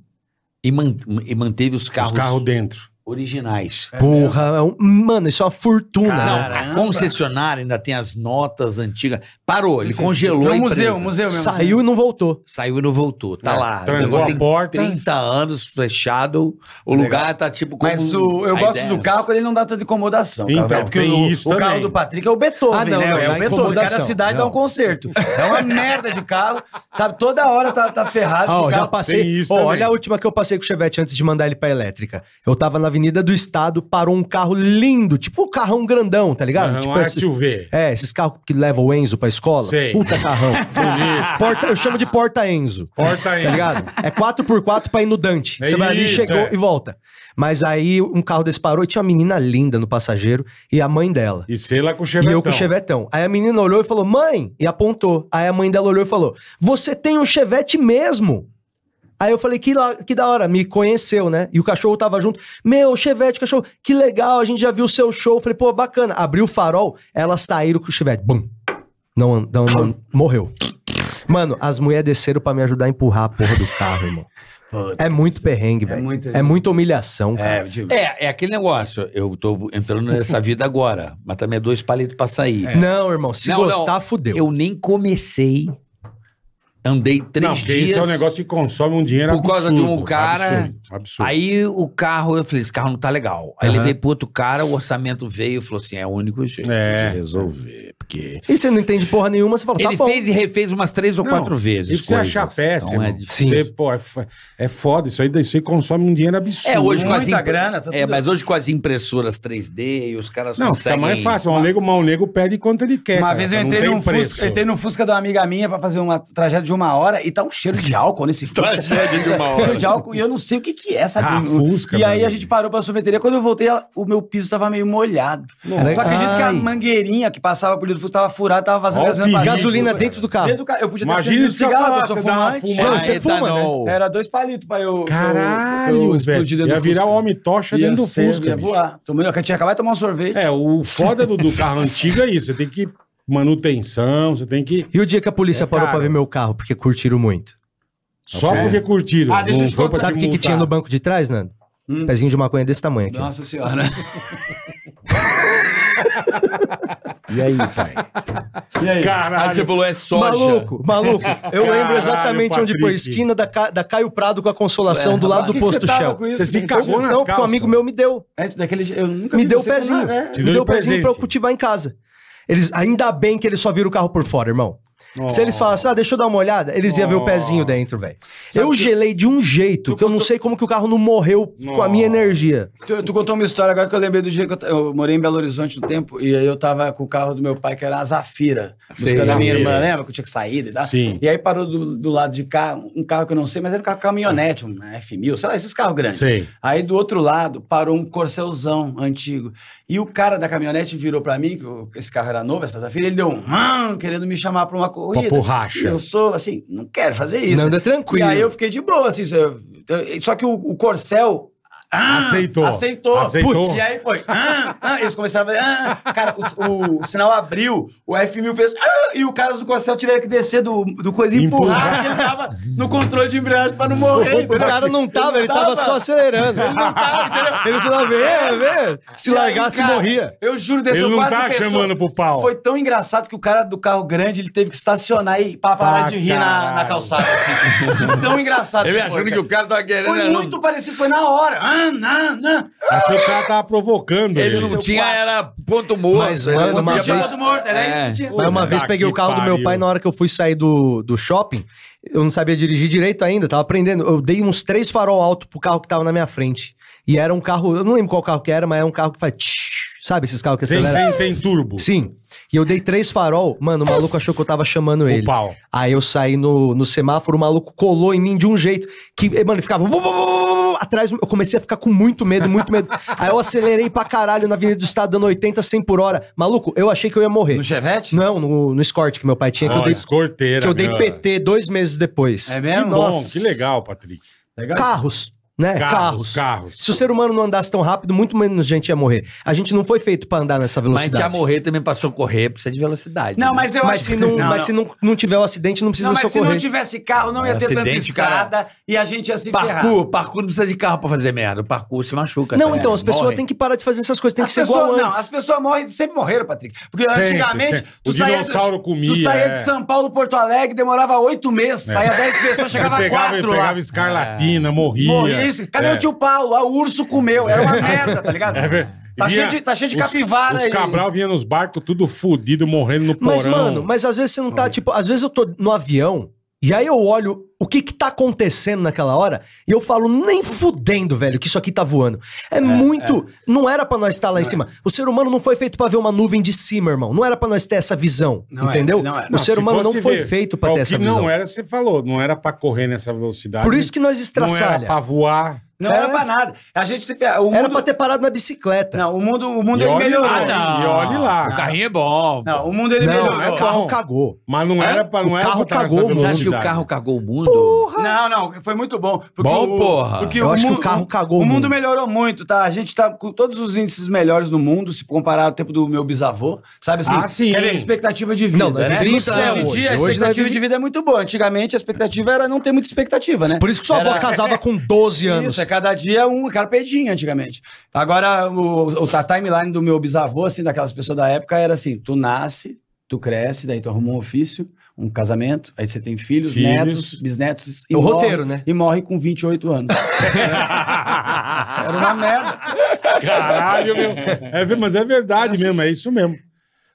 Speaker 6: e, man- e manteve os
Speaker 4: Os
Speaker 6: carros,
Speaker 4: carros dentro.
Speaker 6: originais.
Speaker 3: Porra, é um- mano, isso é uma fortuna.
Speaker 6: Não, a concessionária ainda tem as notas antigas. Parou, ele congelou
Speaker 8: Foi
Speaker 6: a
Speaker 8: um
Speaker 6: empresa.
Speaker 8: museu, um museu mesmo.
Speaker 3: Saiu e não voltou.
Speaker 6: Saiu e não voltou. Tá
Speaker 4: É,
Speaker 6: lá. O
Speaker 4: trancou
Speaker 6: negócio
Speaker 4: a
Speaker 6: tem
Speaker 4: porta.
Speaker 6: 30 anos fechado. O
Speaker 8: Legal.
Speaker 6: lugar tá tipo como...
Speaker 8: Mas o- eu
Speaker 6: a
Speaker 8: gosto
Speaker 6: ideia. é
Speaker 8: do carro quando ele não dá tanta incomodação. cara,
Speaker 4: Então,
Speaker 8: velho, é porque
Speaker 4: tem
Speaker 8: o,
Speaker 4: isso
Speaker 8: o carro
Speaker 4: também.
Speaker 8: do Patrick é o Beethoven,
Speaker 3: Ah, não, não,
Speaker 8: né?
Speaker 3: dá
Speaker 8: é o Beethoven. Cada
Speaker 3: incomodação,
Speaker 8: cidade
Speaker 3: não.
Speaker 8: dá um concerto. É [laughs] uma merda de carro. Sabe, toda hora tá, tá ferrado.
Speaker 3: Ah,
Speaker 8: esse
Speaker 3: ó, já
Speaker 8: carro.
Speaker 3: passei.
Speaker 4: Assim, Tem isso
Speaker 3: Ó,
Speaker 4: também.
Speaker 3: olha a última que eu passei com o Chevette antes de mandar ele pra elétrica. Eu tava na Avenida do Estado, parou um carro lindo, tipo um carrão grandão, tá ligado?
Speaker 4: Aham,
Speaker 3: tipo
Speaker 4: um
Speaker 3: esses-
Speaker 4: SUV.
Speaker 3: É, esses carros que levam o Enzo pra escola.
Speaker 4: Sei.
Speaker 3: Puta carrão. Porta- eu chamo de porta Enzo.
Speaker 4: Porta Enzo.
Speaker 3: Tá ligado? É 4x4 pra ir no Dante.
Speaker 4: É
Speaker 3: Você vai ali,
Speaker 4: isso,
Speaker 3: chegou
Speaker 4: é.
Speaker 3: e volta. Mas aí um carro desse parou e tinha uma menina linda no passageiro e a mãe dela.
Speaker 4: E sei lá com o
Speaker 3: E
Speaker 4: Chevetão.
Speaker 3: eu com o chevetão. Aí a menina olhou e falou, mãe, e apontou. Aí a mãe dela olhou e falou, você tem um chevette mesmo? Aí eu falei, que, la- que da hora, me conheceu, né? E o cachorro tava junto. Meu, chevette, cachorro, que legal, a gente já viu o seu show. Eu Falei, pô, bacana. Abriu o farol, elas saíram com o chevette. Bum. Não, an- não, não- morreu. Mano, as mulheres desceram pra me ajudar a empurrar a porra do carro, irmão. É muito perrengue, velho. É,
Speaker 8: muito-
Speaker 3: muita humilhação, cara.
Speaker 8: É, de-
Speaker 6: É, é aquele negócio. Eu tô entrando
Speaker 4: [laughs]
Speaker 6: nessa vida agora, mas também é dois palitos pra sair.
Speaker 4: É.
Speaker 3: Não, irmão, se
Speaker 6: É, Não, não.
Speaker 3: gostar, fudeu.
Speaker 6: Eu nem comecei. Andei três
Speaker 4: Não, porque
Speaker 6: dias.
Speaker 4: isso é um negócio que consome um dinheiro
Speaker 6: Por causa
Speaker 4: absurdo,
Speaker 6: de um cara-
Speaker 4: Absurdo, absurdo.
Speaker 6: Aí o carro, eu falei, esse carro não tá legal. Aí
Speaker 3: Aham.
Speaker 6: levei pro outro cara, o orçamento veio, falou assim, é o único jeito
Speaker 4: É.
Speaker 6: de resolver. Porque
Speaker 3: E você não entende porra nenhuma, você fala, tá
Speaker 6: ele
Speaker 3: bom.
Speaker 6: fez e refez umas três ou
Speaker 4: Não,
Speaker 6: quatro
Speaker 4: E
Speaker 6: vezes.
Speaker 4: pra você
Speaker 6: coisas.
Speaker 4: achar péssimo.
Speaker 6: Então é difícil.
Speaker 3: difícil.
Speaker 4: Você, pô, é, f- é foda. Isso aí, isso aí consome um dinheiro absurdo.
Speaker 6: É, hoje com as
Speaker 8: Muita
Speaker 6: impre-
Speaker 8: grana, tá
Speaker 6: É,
Speaker 8: tudo-
Speaker 6: mas hoje com as impressoras 3D e os caras
Speaker 4: Não, fica
Speaker 6: conseguem... Ah,
Speaker 4: mais fácil. Um nego, um nego pede quanto ele quer.
Speaker 8: Uma
Speaker 4: cara,
Speaker 8: vez eu
Speaker 4: não
Speaker 8: entrei
Speaker 4: tem
Speaker 8: num,
Speaker 4: preço.
Speaker 8: Fusca, eu entrei num Fusca de uma amiga minha pra fazer uma tragédia de uma hora e tá um cheiro de álcool nesse Fusca.
Speaker 6: Tragédia de
Speaker 8: [laughs]
Speaker 6: uma hora.
Speaker 8: Cheiro de álcool e eu não sei o que que é, sabe?
Speaker 4: Ah, Fusca,
Speaker 8: e aí
Speaker 4: mano.
Speaker 8: a gente parou pra sorveteria. Quando eu voltei, ela- o meu piso tava meio molhado.
Speaker 3: Era-
Speaker 8: Tu acredita que a
Speaker 3: Ai.
Speaker 8: mangueirinha que passava por dentro do Fusca tava furada, tava
Speaker 4: Ó
Speaker 8: vazando
Speaker 4: o
Speaker 8: pra
Speaker 4: perigo,
Speaker 8: dentro.
Speaker 3: Gasolina dentro do carro.
Speaker 8: Dentro do carro. Eu podia ter
Speaker 4: Imagina
Speaker 8: acendido
Speaker 4: isso que eu ia
Speaker 8: cigarro,
Speaker 4: falar,
Speaker 8: eu sou
Speaker 4: você dá uma
Speaker 8: fumante.
Speaker 4: fumada.
Speaker 3: Não, você fuma, né?
Speaker 8: Era dois palitos pra eu.
Speaker 4: Caralho, velho. Ia virar homem tocha dentro do Fusca,
Speaker 8: Ia
Speaker 4: bicho.
Speaker 8: voar. Tomei, eu tinha acabado de tomar um sorvete.
Speaker 4: É, o foda do, do carro antigo é isso. Você tem que manutenção, você tem que...
Speaker 3: E o dia que a polícia
Speaker 4: É
Speaker 3: parou
Speaker 4: caro.
Speaker 3: pra ver meu carro, porque curtiram muito.
Speaker 4: Só
Speaker 9: É.
Speaker 4: porque curtiram.
Speaker 8: Ah, deixa eu
Speaker 4: não
Speaker 8: te
Speaker 4: foi pra
Speaker 3: Sabe o que, que
Speaker 4: multar.
Speaker 3: tinha no banco de trás, Nando?
Speaker 8: Hum.
Speaker 3: Pezinho de maconha desse tamanho aqui.
Speaker 8: Nossa senhora.
Speaker 9: E aí, pai?
Speaker 8: E aí?
Speaker 6: Aí você falou, é soja.
Speaker 3: Maluco, maluco. Eu lembro
Speaker 4: Caralho,
Speaker 3: exatamente onde foi a
Speaker 4: Patrick.
Speaker 3: esquina da, Ca- da Caio Prado com a Consolação do lado
Speaker 8: Por
Speaker 3: do
Speaker 8: que
Speaker 3: posto
Speaker 8: que você tava
Speaker 3: Shell.
Speaker 8: com isso?
Speaker 4: Você se cagou nas
Speaker 3: Não, porque um
Speaker 4: calças.
Speaker 3: amigo meu me deu.
Speaker 8: É, daquele, eu nunca
Speaker 3: Me
Speaker 8: vi
Speaker 3: deu o
Speaker 8: você com
Speaker 3: pezinho.
Speaker 8: nada, é.
Speaker 4: Te
Speaker 3: Me
Speaker 4: deu
Speaker 3: deu
Speaker 4: de
Speaker 3: o pezinho pra eu
Speaker 4: presente.
Speaker 3: cultivar em casa. Eles, ainda bem que eles só viram o carro por fora, irmão. Se eles falassem, ah, deixa eu dar uma olhada, eles iam ver o pezinho dentro, velho. Eu gelei de um jeito que eu não sei como que o carro não morreu com a minha energia.
Speaker 8: Tu, tu contou uma história agora que eu lembrei do dia que eu, ta- eu morei em Belo Horizonte um tempo e aí eu tava com o carro do meu pai, que era a Zafira. Música da minha
Speaker 4: Zafira.
Speaker 8: irmã, lembra? Que eu tinha que sair e tal.
Speaker 4: Sim.
Speaker 8: E aí parou do, do lado de cá um carro que eu não sei, mas era um carro caminhonete, um F1000, sei lá, esses carros grandes.
Speaker 4: Sei.
Speaker 8: Aí do outro lado parou um corcelzão antigo. E o cara da caminhonete virou pra mim, que o- esse carro era novo, essa Zafira, ele deu um ram, querendo me chamar pra uma corrida.
Speaker 4: porracha.
Speaker 8: E eu sou, assim, não quero fazer isso.
Speaker 3: Nando é tranquilo.
Speaker 8: E aí eu fiquei de boa, assim, só, só que o, o corcel... ah,
Speaker 4: Aceitou.
Speaker 8: Aceitou.
Speaker 4: Aceitou.
Speaker 8: Putz, e aí foi. Ah, ah, eles começaram a fazer. Ah, cara, o, o sinal abriu, o F1000 fez. Ah, e o caras do Corcel tiveram que descer do, do coisa e empurrar,
Speaker 4: Empurrar.
Speaker 8: porque ele tava no controle de embreagem pra não morrer.
Speaker 3: O
Speaker 8: entendeu?
Speaker 3: cara não tava, ele tava só acelerando. Ele não tava, entendeu? Ele não tava, vê, vê. Se
Speaker 8: E aí,
Speaker 3: largasse,
Speaker 8: cara,
Speaker 3: morria.
Speaker 8: Eu juro, desceu
Speaker 4: Ele não
Speaker 8: quatro
Speaker 4: tá
Speaker 8: pessoas.
Speaker 4: chamando pro pau.
Speaker 8: Foi tão engraçado que o cara do carro grande, ele teve que estacionar e pra parar
Speaker 4: Ah,
Speaker 8: de rir na, na
Speaker 4: caralho.
Speaker 8: calçada. assim. Foi tão engraçado.
Speaker 6: Ele
Speaker 8: que foi,
Speaker 6: achando que
Speaker 8: cara.
Speaker 6: o cara um tava querendo...
Speaker 8: Foi muito parecido, foi na hora. Ah, não, não.
Speaker 4: Achou que o cara tava provocando
Speaker 6: Ele
Speaker 4: ele.
Speaker 6: não
Speaker 8: Seu
Speaker 6: tinha,
Speaker 8: quarto.
Speaker 6: era ponto morto.
Speaker 3: Mas,
Speaker 6: era
Speaker 3: mano,
Speaker 6: ponto
Speaker 3: uma
Speaker 6: de
Speaker 3: vez-
Speaker 6: abate.
Speaker 8: Todo morto, era
Speaker 6: É.
Speaker 8: isso que tinha.
Speaker 3: Mas uma
Speaker 4: Puta
Speaker 3: vez peguei
Speaker 4: que
Speaker 3: o carro do meu
Speaker 4: pariu.
Speaker 3: pai na hora que eu fui sair do, do shopping. Eu não sabia dirigir direito ainda, tava aprendendo. Eu dei uns três farol alto pro carro que tava na minha frente. E era um carro, eu não lembro qual carro que era, mas é um carro que faz. tsh, sabe esses carros que
Speaker 4: Tem,
Speaker 3: acelera?
Speaker 4: tem, tem turbo.
Speaker 3: Sim. E eu dei três farol, mano, o maluco achou que eu tava chamando ele.
Speaker 4: pau.
Speaker 3: Aí eu saí no, no semáforo, o maluco colou em mim de um jeito que, eh, mano, ele ficava "Vu, vu, vu, vu, vu", atrás, eu comecei a ficar com muito medo, muito
Speaker 8: [laughs]
Speaker 3: medo. Aí eu acelerei pra caralho na Avenida do Estado, dando 80, 100 por hora. Maluco, eu achei que eu ia morrer.
Speaker 8: No Ah, Chevette?
Speaker 3: Não, no, no Escort que meu pai tinha, que eu
Speaker 4: Ó,
Speaker 3: dei,
Speaker 4: escorteira.
Speaker 3: que eu dei
Speaker 4: meu.
Speaker 3: PT dois meses depois.
Speaker 8: É mesmo?
Speaker 3: Que
Speaker 4: Bom,
Speaker 3: Nossa.
Speaker 4: que legal, Patrick.
Speaker 3: Carros, né?
Speaker 4: Carros,
Speaker 3: Carros.
Speaker 4: carros.
Speaker 3: Se o ser humano não andasse tão rápido, muito menos gente ia morrer. A gente não foi feito pra andar nessa
Speaker 6: Mas
Speaker 3: velocidade.
Speaker 6: já morrer também passou a correr, precisa de velocidade.
Speaker 8: Não,
Speaker 6: né?
Speaker 8: mas é eu
Speaker 3: Mas
Speaker 8: acho
Speaker 3: se não,
Speaker 8: Não,
Speaker 3: mas
Speaker 8: não.
Speaker 3: se não, não tiver o acidente, não precisa
Speaker 8: Não, mas se
Speaker 3: socorrer.
Speaker 8: não tivesse carro, não ia ter tanta
Speaker 6: Acidente,
Speaker 8: estrada e a gente ia se ferrar.
Speaker 6: Parkour, parkour não precisa de carro pra fazer merda. O parkour se machuca. né?
Speaker 3: Não,
Speaker 6: sabe?
Speaker 3: então, as pessoas
Speaker 6: Morrem.
Speaker 3: têm que parar de fazer essas coisas, tem
Speaker 8: as
Speaker 3: que ser igual
Speaker 8: pessoas, não,
Speaker 3: antes.
Speaker 8: as pessoas morrem, sempre morreram, Patrick. Porque
Speaker 4: Sempre,
Speaker 8: antigamente,
Speaker 4: sempre.
Speaker 8: tu
Speaker 4: O
Speaker 8: saía,
Speaker 4: dinossauro
Speaker 8: tu
Speaker 4: comia,
Speaker 8: saía de
Speaker 4: é.
Speaker 8: São Paulo, Porto Alegre, demorava oito meses, saía dez pessoas,
Speaker 4: Você
Speaker 8: chegava
Speaker 4: pegava,
Speaker 8: quatro lá.
Speaker 4: pegava escarlatina,
Speaker 6: É.
Speaker 4: morria.
Speaker 8: Morria isso. Cadê
Speaker 4: É.
Speaker 8: o tio Paulo? Ah, o urso comeu, era uma merda, tá
Speaker 4: [laughs]
Speaker 8: ligado?
Speaker 4: É ver-
Speaker 8: tá,
Speaker 4: vinha-
Speaker 8: cheio de, tá cheio de
Speaker 4: os-
Speaker 8: capivara
Speaker 4: Os
Speaker 8: aí.
Speaker 4: Cabral vinha nos barcos tudo fudido, morrendo no porão.
Speaker 3: Mas, mano, mas às vezes você não tá, tipo, às vezes eu tô no avião E aí eu olho o que que tá acontecendo naquela hora e eu falo, nem fudendo, velho, que isso aqui tá voando. É, muito. Não era pra nós estar lá em cima. O ser humano não foi feito pra ver uma nuvem de cima, irmão. Não era pra nós ter essa visão.
Speaker 8: Não era,
Speaker 3: entendeu?
Speaker 8: não era.
Speaker 3: O
Speaker 8: Não,
Speaker 3: ser
Speaker 4: se
Speaker 3: humano não
Speaker 4: fosse
Speaker 3: foi
Speaker 4: ver, é
Speaker 3: feito pra
Speaker 4: o
Speaker 3: ter essa
Speaker 4: que
Speaker 3: visão.
Speaker 4: Não era, você falou, não era pra correr nessa velocidade.
Speaker 3: Por isso que nós
Speaker 4: não era
Speaker 3: estraçalha.
Speaker 4: pra voar.
Speaker 8: Não
Speaker 3: É.
Speaker 8: era pra nada. A gente se ferra. O mundo,
Speaker 3: Era pra ter parado na bicicleta.
Speaker 8: Não, o mundo, o mundo
Speaker 4: E
Speaker 8: ele
Speaker 4: olhe
Speaker 8: melhorou.
Speaker 6: Ah,
Speaker 4: lá, E olhe lá.
Speaker 6: O carrinho é bom.
Speaker 8: Não, o mundo ele
Speaker 3: Não, é
Speaker 8: melhorou.
Speaker 3: o carro cagou.
Speaker 4: Mas não era pra, não
Speaker 3: É? O
Speaker 4: era
Speaker 3: carro
Speaker 4: pra estar
Speaker 3: cagou,
Speaker 4: nessa
Speaker 3: mano.
Speaker 6: Você acha que o
Speaker 4: velocidade. [laughs]
Speaker 6: carro cagou o mundo?
Speaker 8: Não, não, foi muito bom. Porque
Speaker 6: Bom,
Speaker 8: o,
Speaker 6: porra.
Speaker 8: Porque
Speaker 3: Eu
Speaker 8: o
Speaker 3: acho que
Speaker 8: mundo-
Speaker 3: o carro cagou
Speaker 8: O
Speaker 3: o
Speaker 8: mundo
Speaker 3: mundo.
Speaker 8: melhorou muito, tá? A gente tá com todos os índices melhores no mundo, se comparar ao tempo do meu bisavô, sabe assim?
Speaker 4: Ah, sim.
Speaker 8: quer dizer, expectativa de vida,
Speaker 3: Não, nós
Speaker 8: né?
Speaker 3: vivemos no céu
Speaker 8: hoje em
Speaker 3: hoje.
Speaker 8: dia, a
Speaker 3: Hoje nós
Speaker 8: expectativa
Speaker 3: vivemos-
Speaker 8: de vida é muito boa. Antigamente, a expectativa era não ter muita expectativa, né?
Speaker 3: Por isso que sua avó
Speaker 8: Era-
Speaker 3: casava com 12 anos.
Speaker 8: Isso, é cada dia um carpedinho antigamente. Agora, o, o- a timeline do meu bisavô, assim, daquelas pessoas da época, era assim: tu nasce, tu cresce, daí tu arruma um ofício, um casamento, aí você tem filhos,
Speaker 4: Filhos.
Speaker 8: netos, bisnetos. E
Speaker 3: É o
Speaker 8: morre-
Speaker 3: roteiro, né?
Speaker 8: E morre com 28 anos. era uma merda.
Speaker 4: Caralho, meu. É, ver- mas é verdade mesmo, é isso mesmo.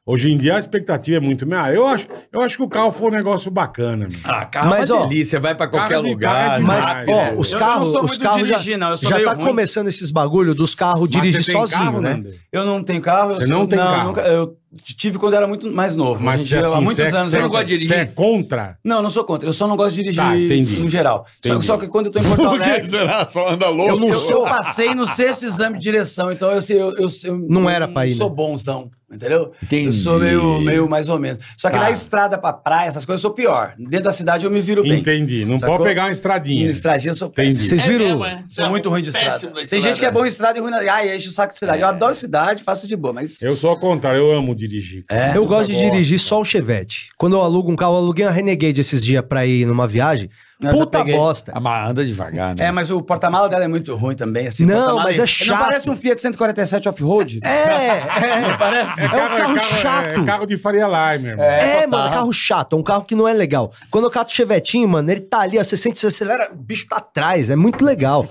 Speaker 4: Hoje em dia a expectativa é muito maior. Eu acho, eu acho que o carro foi um negócio bacana, meu.
Speaker 6: Ah, carro
Speaker 3: Mas,
Speaker 6: é uma
Speaker 3: ó,
Speaker 6: delícia, vai pra qualquer
Speaker 4: carro de- carro
Speaker 6: lugar.
Speaker 4: de-
Speaker 3: Mas,
Speaker 4: Ah,
Speaker 3: ó,
Speaker 4: é.
Speaker 3: os
Speaker 8: Eu
Speaker 3: carros,
Speaker 8: não sou
Speaker 3: os
Speaker 8: muito
Speaker 3: carros
Speaker 8: dirigir, não,
Speaker 3: já,
Speaker 8: eu sou
Speaker 3: já
Speaker 8: meio
Speaker 3: tá
Speaker 8: ruim.
Speaker 3: começando esses bagulho dos carros
Speaker 4: Mas
Speaker 3: dirigir
Speaker 4: você tem
Speaker 3: sozinho,
Speaker 4: carro,
Speaker 3: né?
Speaker 4: Nando?
Speaker 8: Eu não tenho carro. eu
Speaker 4: Você
Speaker 8: sou-
Speaker 4: não tem carro?
Speaker 8: nunca- eu tive quando era muito mais novo.
Speaker 4: Mas
Speaker 8: Hoje
Speaker 4: se
Speaker 8: em dia,
Speaker 4: assim,
Speaker 8: há muitos
Speaker 4: se é-
Speaker 8: anos.
Speaker 4: se
Speaker 6: Você
Speaker 8: eu
Speaker 6: não
Speaker 4: é-
Speaker 6: gosta de
Speaker 4: se é
Speaker 6: dirigir?
Speaker 4: contra?
Speaker 8: Não, não sou contra. Eu só não gosto de dirigir
Speaker 4: Tá, entendi.
Speaker 8: no geral. Só,
Speaker 4: Entendi.
Speaker 8: só que quando eu tô em Porto Alegre.
Speaker 10: será? Só anda louco.
Speaker 3: Eu não
Speaker 8: Eu,
Speaker 3: sou.
Speaker 8: eu passei no sexto exame de direção, então eu, sei- eu, eu, eu
Speaker 3: Não era pra ir,
Speaker 8: sou
Speaker 3: né?
Speaker 8: bonzão, entendeu?
Speaker 6: Entendi.
Speaker 8: Eu sou meio, meio mais ou menos. Só que na estrada pra praia, essas coisas, eu sou pior. Dentro da cidade eu me viro bem.
Speaker 4: Entendi. Não
Speaker 8: Sacou?
Speaker 4: pode pegar uma estradinha.
Speaker 8: Na estradinha eu sou
Speaker 4: Entendi.
Speaker 8: péssimo.
Speaker 3: Vocês viram?
Speaker 8: Sou muito ruim de estrada. Tem gente que é bom em estrada e ruim na... Ai, enche o saco de cidade. Eu adoro cidade, faço de boa, mas...
Speaker 4: Eu sou ao contrário, eu amo dirigir.
Speaker 8: É.
Speaker 3: eu gosto de dirigir só o Chevette. Quando eu alugo um carro, eu aluguei uma Renegade esses dias pra ir numa viagem.
Speaker 8: Eu já
Speaker 3: Puta
Speaker 8: peguei.
Speaker 3: bosta.
Speaker 6: Ah, mas anda devagar, né?
Speaker 8: É, mas o porta-mala dela é muito ruim também, assim. o
Speaker 3: Não,
Speaker 8: porta-mala
Speaker 3: mas é
Speaker 8: Não
Speaker 3: chato.
Speaker 8: parece um Fiat 147 off-road?
Speaker 3: É, é.
Speaker 8: parece.
Speaker 3: É um carro chato.
Speaker 4: É, carro de Faria Lime, irmão.
Speaker 3: É, mano, carro chato, é um carro que não é legal. Quando eu cato o chevetinho, mano, ele tá ali, ó, você sente, você acelera, o bicho tá atrás, é
Speaker 4: [laughs]
Speaker 3: muito legal.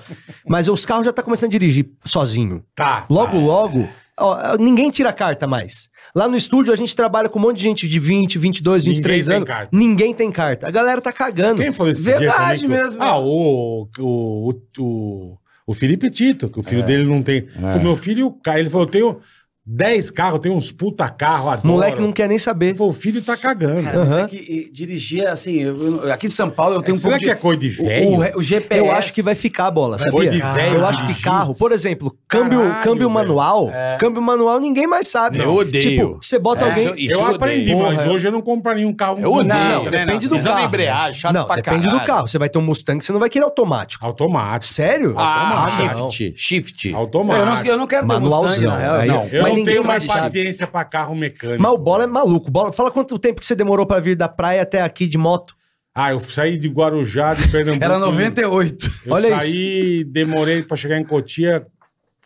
Speaker 3: Mas os carros já tá começando a dirigir sozinho.
Speaker 4: Tá.
Speaker 3: Logo, logo, ó, ninguém tira carta mais. Lá no estúdio a gente trabalha com um monte de gente de 20, 22,
Speaker 4: Ninguém
Speaker 3: 23
Speaker 4: tem
Speaker 3: anos.
Speaker 4: carta.
Speaker 3: Ninguém tem carta. A galera tá cagando.
Speaker 4: Quem falou esse
Speaker 8: Verdade
Speaker 4: dia comigo?
Speaker 8: mesmo.
Speaker 4: Ah, o, o, o, o, o Felipe Tito, que o
Speaker 8: É.
Speaker 4: filho dele não tem. Falei, meu filho, ca- ele falou, eu tenho 10 carros, eu tenho uns puta carro, adoro.
Speaker 3: Moleque não quer nem saber.
Speaker 4: Ele falou, o filho tá cagando.
Speaker 8: Cara, mas
Speaker 3: Aham.
Speaker 8: é que e, dirigir, assim, eu- eu- aqui em São Paulo eu tenho um
Speaker 4: Será
Speaker 8: pouco
Speaker 4: que
Speaker 8: de...
Speaker 4: é coisa de
Speaker 8: O,
Speaker 4: velho?
Speaker 8: o- o GPS.
Speaker 3: Eu acho que vai ficar a bola,
Speaker 4: Vai
Speaker 3: sabia?
Speaker 4: de velho
Speaker 3: eu acho que
Speaker 4: dirigir.
Speaker 3: carro, por exemplo, câmbio,
Speaker 4: Caralho,
Speaker 3: câmbio
Speaker 4: velho.
Speaker 3: manual,
Speaker 8: É.
Speaker 3: câmbio manual ninguém mais sabe.
Speaker 6: Eu odeio.
Speaker 3: Tipo, você bota alguém,
Speaker 4: eu aprendi, mas hoje eu não compraria um carro
Speaker 6: Eu odeio.
Speaker 8: Não,
Speaker 3: Não, depende do
Speaker 6: Visão
Speaker 3: carro.
Speaker 6: da embreagem, chato
Speaker 3: não,
Speaker 6: pra
Speaker 3: depende do
Speaker 6: caralho.
Speaker 3: carro. Você vai ter um Mustang, você não vai querer automático.
Speaker 4: automático.
Speaker 3: Sério?
Speaker 6: Ah,
Speaker 3: Ah, não.
Speaker 6: shift. Shift.
Speaker 4: Automático.
Speaker 8: Eu não, eu não quero ter um Mustang,
Speaker 3: Manualzão.
Speaker 8: na real.
Speaker 3: Aí-
Speaker 8: Não.
Speaker 4: Eu não é
Speaker 3: mas ninguém
Speaker 4: tenho mais
Speaker 3: sabe.
Speaker 4: paciência pra carro mecânico.
Speaker 3: Mas o Bola é maluco. Bola, fala quanto tempo que você demorou pra vir da praia até aqui de moto.
Speaker 4: Ah, eu saí de Guarujá, de Pernambuco.
Speaker 8: Era 98.
Speaker 4: Eu
Speaker 3: Olha
Speaker 4: saí, demorei pra chegar em Cotia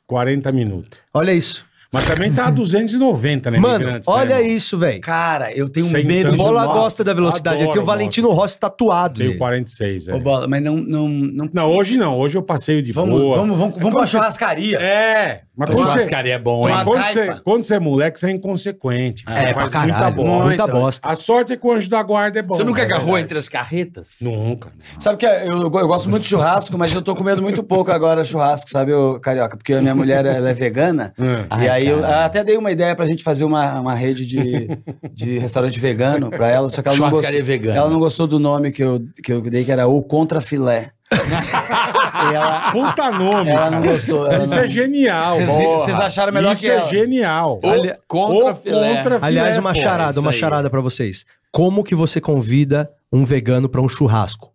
Speaker 4: 40 minutos.
Speaker 3: Olha isso.
Speaker 4: Mas também tá 290, né,
Speaker 3: Mano,
Speaker 4: Imigrantes, né,
Speaker 3: olha
Speaker 4: irmão?
Speaker 3: isso, velho.
Speaker 8: Cara, eu tenho
Speaker 4: Sem
Speaker 8: medo
Speaker 4: tanto.
Speaker 8: de
Speaker 3: Bola
Speaker 8: moto.
Speaker 3: gosta da velocidade.
Speaker 4: Adoro
Speaker 3: Tem o Valentino Rossi tatuado.
Speaker 4: Tenho
Speaker 3: nele.
Speaker 4: 46, é.
Speaker 8: Ô, Bola, mas não... não, não...
Speaker 4: Não, hoje não. Hoje eu passeio de
Speaker 8: Vamos,
Speaker 4: boa.
Speaker 8: vamos, vamos, vamos pra churrascaria.
Speaker 4: É. Mas quando você,
Speaker 6: é bom,
Speaker 4: mas
Speaker 8: Uma
Speaker 4: quando
Speaker 8: caipa.
Speaker 4: você, quando você é moleque, você é inconsequente.
Speaker 3: É,
Speaker 4: você
Speaker 3: pra
Speaker 4: faz
Speaker 3: caralho.
Speaker 4: muita bola.
Speaker 3: Muita
Speaker 8: Então,
Speaker 3: bosta.
Speaker 4: A sorte é que o anjo da guarda é bom.
Speaker 6: Você nunca
Speaker 4: né?
Speaker 6: agarrou entre as carretas?
Speaker 4: Nunca. né?
Speaker 8: Sabe que eu, eu gosto muito de churrasco, mas eu tô comendo muito pouco agora churrasco, sabe, ô, Carioca? Porque a minha mulher ela é vegana.
Speaker 4: Hum.
Speaker 8: E aí eu até dei uma ideia pra gente fazer uma, uma rede de, de restaurante vegano pra ela, só que ela não gostou.
Speaker 6: Churrascaria vegana.
Speaker 8: Ela não gostou do nome que eu, que eu dei, que era o
Speaker 4: [laughs]
Speaker 8: Contra Filé. e ela,
Speaker 4: Puta
Speaker 6: É,
Speaker 4: nome.
Speaker 8: ela não
Speaker 4: cara.
Speaker 8: gostou. ela
Speaker 4: Isso
Speaker 8: não-
Speaker 4: é genial.
Speaker 8: Vocês-
Speaker 4: Porra.
Speaker 8: vocês acharam melhor
Speaker 4: Isso
Speaker 8: que ela.
Speaker 4: é genial.
Speaker 6: Ali- contra filé.
Speaker 4: contra
Speaker 3: Aliás,
Speaker 8: né?
Speaker 4: filé,
Speaker 3: uma
Speaker 4: pô.
Speaker 3: charada, uma
Speaker 6: isso aí.
Speaker 3: charada pra vocês. Como que você convida um vegano pra um churrasco?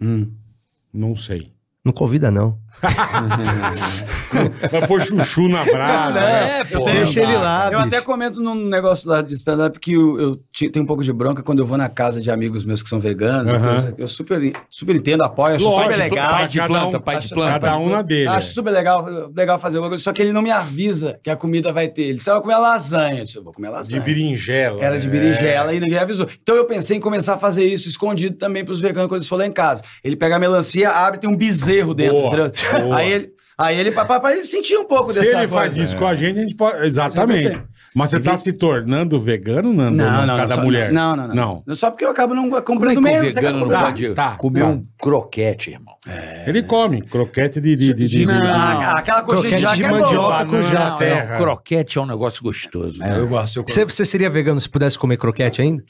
Speaker 8: Hum.
Speaker 4: Não sei.
Speaker 3: Não convida, não.
Speaker 4: Vai pôr chuchu na brasa. né?
Speaker 6: pô.
Speaker 3: Deixa ele lá,
Speaker 8: Eu
Speaker 3: bicho.
Speaker 8: até comento num negócio lá de stand-up que eu, eu ti- tenho um pouco de bronca quando eu vou na casa de amigos meus que são veganos.
Speaker 4: Aham.
Speaker 8: Eu, eu super, super entendo, apoio, acho
Speaker 4: Lógico,
Speaker 8: super legal.
Speaker 6: é Pai de
Speaker 4: Cada
Speaker 6: planta,
Speaker 4: um-
Speaker 6: pai de planta.
Speaker 4: Cada um na dele.
Speaker 8: Acho super legal, legal fazer o bagulho, só que ele não me avisa que a comida vai ter. Ele disse, "Ah, eu vou comer lasanha. Eu disse, eu vou comer
Speaker 4: De
Speaker 8: lasanha.
Speaker 4: berinjela. é.
Speaker 8: Era de berinjela e ninguém avisou. Então eu pensei em começar a fazer isso escondido também pros veganos quando eles forem lá em casa. Ele pega a melancia, abre, tem um bezerro dentro,
Speaker 4: Boa,
Speaker 8: entendeu?
Speaker 4: boa.
Speaker 8: Aí ele. Aí ele, para ele sentir um pouco
Speaker 4: Se
Speaker 8: dessa
Speaker 4: ele faz
Speaker 8: coisa. É.
Speaker 4: isso com a gente, a gente pode. Exatamente. Mas você tá se tornando vegano, Nando?
Speaker 8: Não, não,
Speaker 4: Cada
Speaker 8: não, só-
Speaker 4: mulher.
Speaker 8: Não, não, não.
Speaker 4: Não.
Speaker 8: Só porque eu acabo não
Speaker 6: Como é que
Speaker 8: comprando
Speaker 6: o
Speaker 8: menos. você
Speaker 6: vegano
Speaker 8: acaba
Speaker 6: não
Speaker 8: comprando.
Speaker 6: pode
Speaker 4: tá,
Speaker 6: comer
Speaker 4: tá.
Speaker 6: um croquete, irmão?
Speaker 4: Ele come croquete de. de, de, de, Ah,
Speaker 8: Não,
Speaker 4: de-
Speaker 8: Ah, aquela coxinha de
Speaker 3: Croquete
Speaker 8: jaca
Speaker 3: de
Speaker 8: é boa.
Speaker 3: mandioca com
Speaker 8: Não,
Speaker 3: jaca.
Speaker 8: não,
Speaker 4: terra.
Speaker 6: Croquete é um negócio gostoso.
Speaker 8: É,
Speaker 6: né?
Speaker 8: eu gosto. Eu
Speaker 3: Você,
Speaker 8: gosto.
Speaker 3: você seria vegano se pudesse comer croquete ainda?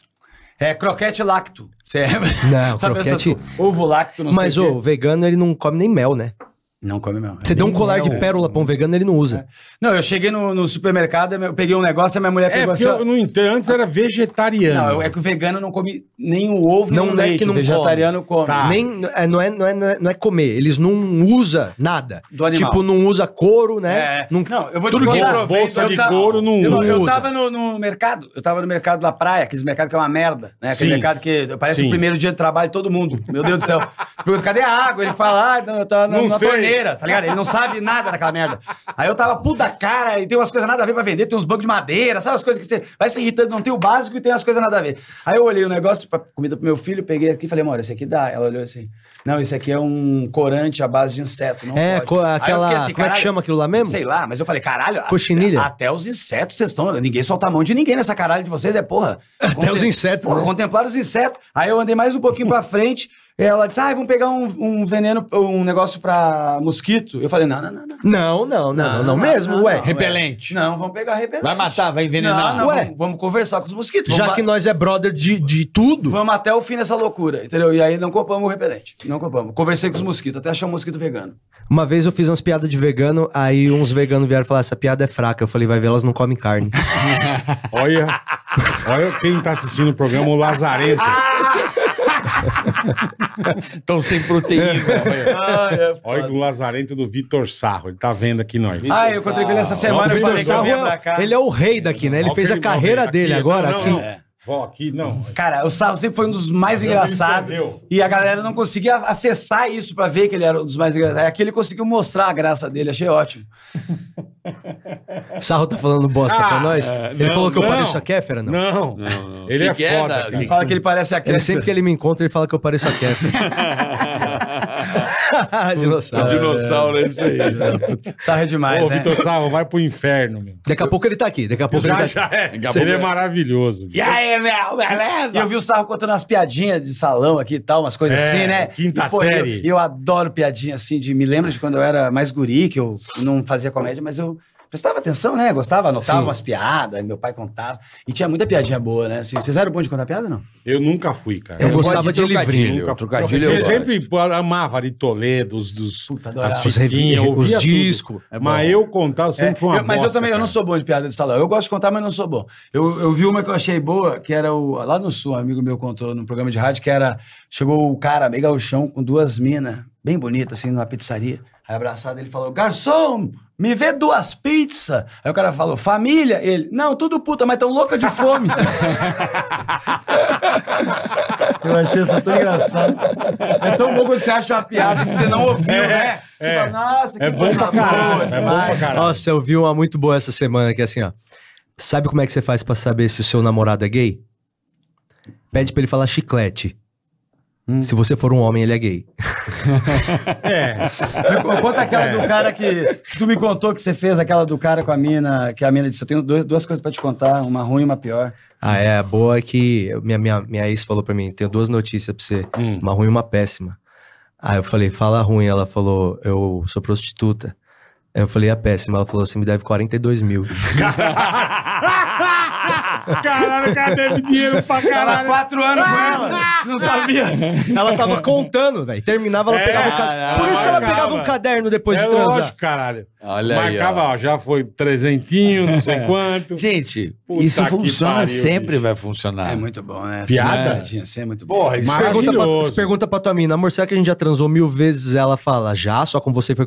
Speaker 8: É croquete lacto. Você é-
Speaker 3: Não,
Speaker 8: [laughs] sabe essas
Speaker 3: croquete-
Speaker 8: coisas? Ovo lacto, não
Speaker 3: Mas
Speaker 8: sei
Speaker 3: o
Speaker 8: quê.
Speaker 3: vegano, ele não come nem mel, né?
Speaker 8: Não come mesmo. é
Speaker 3: Você deu um colar de pérola pra um vegano, ele não usa.
Speaker 8: Não, eu cheguei no, no supermercado, eu peguei um negócio e minha mulher
Speaker 4: É,
Speaker 8: pegou
Speaker 4: porque
Speaker 8: assim. ó.
Speaker 4: eu não entendo. Antes era vegetariano.
Speaker 8: Não, é que o vegano não come nem o ovo,
Speaker 3: Não
Speaker 8: nem o
Speaker 3: é que
Speaker 8: leite.
Speaker 3: não
Speaker 8: o vegetariano come. Tá.
Speaker 3: Nem, é, não, é, não, é, não é- não é comer, eles não usam nada.
Speaker 8: Do animal.
Speaker 3: Tipo, não usa couro, né?
Speaker 8: É.
Speaker 3: Não,
Speaker 8: Não, eu vou
Speaker 4: Tudo que
Speaker 8: contar.
Speaker 4: é bolsa
Speaker 8: Eu
Speaker 4: de
Speaker 8: tava-
Speaker 4: couro não
Speaker 8: Eu, eu
Speaker 3: usa.
Speaker 8: tava no, no mercado, eu tava no mercado da praia, aqueles mercados que é uma merda, né? Aquele
Speaker 4: Sim.
Speaker 8: mercado que parece o
Speaker 4: Sim.
Speaker 8: primeiro dia de trabalho de todo mundo. Meu Deus do
Speaker 4: [laughs]
Speaker 8: céu. Pergunta, cadê a água? Ele fala, ah, não, tá na,
Speaker 4: Não
Speaker 8: na
Speaker 4: sei.
Speaker 8: torneira, tá ligado? Ele não sabe nada daquela merda. Aí eu tava puta da cara, e tem umas coisas nada a ver pra vender, tem uns bancos de madeira, sabe as coisas que você vai se irritando, não tem o básico e tem as coisas nada a ver. Aí eu olhei o negócio, pra, comida pro meu filho, peguei aqui e falei, amor, esse aqui dá. Ela olhou assim, não, esse aqui é um corante à base de inseto, não
Speaker 3: É,
Speaker 8: pode.
Speaker 3: co-
Speaker 8: Aí eu
Speaker 3: aquela-
Speaker 8: fiquei
Speaker 3: como é
Speaker 8: assim,
Speaker 3: que
Speaker 8: "Caralho,
Speaker 3: chama aquilo lá mesmo?"
Speaker 8: Sei lá, mas eu falei, caralho.
Speaker 3: Cochinilha?
Speaker 8: Até, até os insetos vocês estão. Ninguém solta a mão de ninguém nessa caralho de vocês,
Speaker 3: [laughs]
Speaker 8: é porra. Até
Speaker 3: os insetos,
Speaker 8: Porra,
Speaker 3: né?
Speaker 8: contemplar os insetos. Aí eu andei mais um pouquinho pra frente. Ela disse, ah, vamos pegar um, um veneno, um negócio pra mosquito. Eu falei, não, não, não, não.
Speaker 3: não, não, não, não, não mesmo,
Speaker 8: não,
Speaker 3: ué.
Speaker 8: não, é.
Speaker 6: Repelente.
Speaker 8: Não, vamos pegar repelente.
Speaker 6: Vai matar, vai envenenar.
Speaker 8: Não, não,
Speaker 3: Ué.
Speaker 8: vamos, vamos conversar com os mosquitos.
Speaker 3: Já
Speaker 8: vamos
Speaker 3: que
Speaker 8: ba-
Speaker 3: nós é brother de, de tudo,
Speaker 8: Vamos até o fim dessa loucura, entendeu? E aí não compramos o repelente. Não compramos. Conversei com os mosquitos, até achar um mosquito vegano.
Speaker 3: uma vez eu fiz umas piadas de vegano, aí uns veganos vieram falar, essa piada é fraca. Eu falei, vai ver, elas não
Speaker 4: [laughs]
Speaker 3: comem carne.
Speaker 4: Olha, olha quem tá assistindo o programa, o Lazareto.
Speaker 8: Ah,
Speaker 6: Estão sem proteína.
Speaker 8: é
Speaker 4: Olha o Lazarento do Vitor Sarro. Ele tá vendo aqui nós.
Speaker 8: Ah, eu encontrei com ele essa
Speaker 4: é
Speaker 8: semana,
Speaker 3: o
Speaker 8: eu
Speaker 3: Vitor
Speaker 8: falei que eu
Speaker 3: Sarro,
Speaker 8: vinha pra
Speaker 3: é-
Speaker 8: cá.
Speaker 3: ele é o rei daqui, né? Ele
Speaker 4: Olha
Speaker 3: fez a
Speaker 4: aquele momento.
Speaker 3: carreira
Speaker 4: Aqui,
Speaker 3: dele
Speaker 4: não,
Speaker 3: agora
Speaker 4: não,
Speaker 3: aqui. É.
Speaker 4: não. Vó, aqui não.
Speaker 8: Cara, o Sarro sempre foi um dos mais
Speaker 4: Eu
Speaker 8: engraçados.
Speaker 4: não entendeu.
Speaker 8: E a galera não conseguia acessar isso pra ver que ele era um dos mais engraçados. Aí Aqui ele conseguiu mostrar a graça dele, achei ótimo.
Speaker 3: Sarro tá falando bosta pra
Speaker 4: Ah,
Speaker 3: nós?
Speaker 4: é,
Speaker 3: ele
Speaker 4: não,
Speaker 3: falou que eu
Speaker 4: não.
Speaker 3: pareço a Kéfera, não?
Speaker 4: Não. Ele
Speaker 6: Que
Speaker 4: é
Speaker 6: que é,
Speaker 4: foda,
Speaker 6: Dado?
Speaker 4: cara.
Speaker 8: Ele fala que ele parece a
Speaker 3: Ele
Speaker 8: Kéfera.
Speaker 3: sempre que ele me encontra, ele fala que eu pareço a
Speaker 4: [laughs]
Speaker 3: Kéfera. [laughs] Dinossauro.
Speaker 6: Dinossauro, é isso aí.
Speaker 8: Sarro é demais,
Speaker 4: Ô,
Speaker 8: né?
Speaker 4: Vitor Sarro, vai pro inferno, meu.
Speaker 3: Daqui a pouco ele tá aqui, daqui a pouco ele tá aqui.
Speaker 4: Ele é maravilhoso.
Speaker 8: E aí, meu, beleza? E eu vi o Sarro contando umas piadinhas de salão aqui e tal, umas coisas
Speaker 4: É,
Speaker 8: assim, né?
Speaker 4: quinta
Speaker 8: E, pô,
Speaker 4: série.
Speaker 8: Eu, eu adoro piadinha assim, de me lembra de quando eu era mais guri, que eu não fazia comédia, mas eu prestava atenção, né? Gostava, anotava umas piadas, meu pai contava. E tinha muita piadinha boa, né? Assim, vocês eram bons de contar piada, não?
Speaker 4: Eu nunca fui, cara.
Speaker 3: Eu,
Speaker 4: Eu
Speaker 3: gostava de, livrinho.
Speaker 6: trocadilho.
Speaker 4: nunca fui.
Speaker 6: Trocadilho eu
Speaker 3: é
Speaker 4: Eu
Speaker 6: gosto.
Speaker 4: sempre pô, amava Aritoledo, os, dos,
Speaker 8: Puta, adorava.
Speaker 4: as
Speaker 3: Os revi-
Speaker 4: fitinhas, eu
Speaker 3: os
Speaker 4: ouvia tudo.
Speaker 3: disco.
Speaker 4: É mas eu contar, eu sempre
Speaker 8: É,
Speaker 4: fui uma
Speaker 8: eu- mas eu
Speaker 4: bosta,
Speaker 8: também eu não
Speaker 4: cara.
Speaker 8: sou bom de piada de salão. Eu gosto de contar, mas não sou bom. Eu, eu vi uma que eu achei boa, que era o. Lá no sul, um amigo meu contou num programa de rádio, que era. Chegou o cara, meio gauchão, com duas minas, bem bonitas, assim, numa pizzaria. Aí abraçado ele falou: Garçom, me vê duas pizzas. Aí o cara falou: Família? Ele: Não, tudo puta, mas tão louca de fome. eu achei essa [laughs] tão engraçada. É tão bom quando você acha uma piada que você não ouviu, né? Você
Speaker 4: é.
Speaker 8: fala: Nossa, que
Speaker 4: É bom pra
Speaker 8: coisa boa
Speaker 4: caralho. É bom pra
Speaker 8: demais."
Speaker 4: caralho.
Speaker 3: Nossa, eu vi uma muito boa essa semana que é assim, ó. Sabe como é que você faz pra saber se o seu namorado é gay? Pede pra ele falar chiclete.
Speaker 4: Hum.
Speaker 3: Se você for um homem, ele é gay.
Speaker 8: [laughs]
Speaker 4: É.
Speaker 8: Me co- Conta aquela
Speaker 4: É.
Speaker 8: do cara que. Tu me contou que você fez aquela do cara com a mina, que a mina disse: Eu tenho dois- duas coisas pra te contar, uma ruim e uma pior.
Speaker 3: Ah, é. A boa é que minha, minha, minha ex falou pra mim: tenho duas notícias pra você,
Speaker 4: Hum.
Speaker 3: uma ruim e uma péssima. Aí eu falei: fala a ruim. Ela falou: eu sou prostituta. Aí eu falei: a péssima. Ela falou: você me deve 42 mil.
Speaker 4: Caralho, o cara deve dinheiro pra
Speaker 8: Tava
Speaker 4: caralho.
Speaker 8: quatro anos com ela, [laughs] não sabia.
Speaker 3: Ela tava contando, velho. Terminava, ela
Speaker 4: É,
Speaker 3: pegava um caderno. Por isso que ela
Speaker 4: marcava.
Speaker 3: pegava um caderno depois
Speaker 4: É
Speaker 3: de transar.
Speaker 4: lógico, caralho.
Speaker 6: Olha
Speaker 4: Marcava,
Speaker 6: aí, ó.
Speaker 4: ó, já foi trezentinho, não
Speaker 8: [laughs]
Speaker 4: sei
Speaker 6: [laughs]
Speaker 4: quanto.
Speaker 6: Gente,
Speaker 4: Puta
Speaker 6: isso
Speaker 4: que
Speaker 6: funciona
Speaker 4: pariu,
Speaker 6: sempre,
Speaker 4: bicho.
Speaker 6: vai funcionar.
Speaker 8: É muito bom, né?
Speaker 4: Piada?
Speaker 8: Essas piadinhas, assim, é muito bom.
Speaker 4: Porra, isso
Speaker 3: Pergunta pra,
Speaker 4: maravilhoso.
Speaker 3: se pergunta pra tua mina, amor, será que a gente já transou mil vezes? Ela fala, já, só com você foi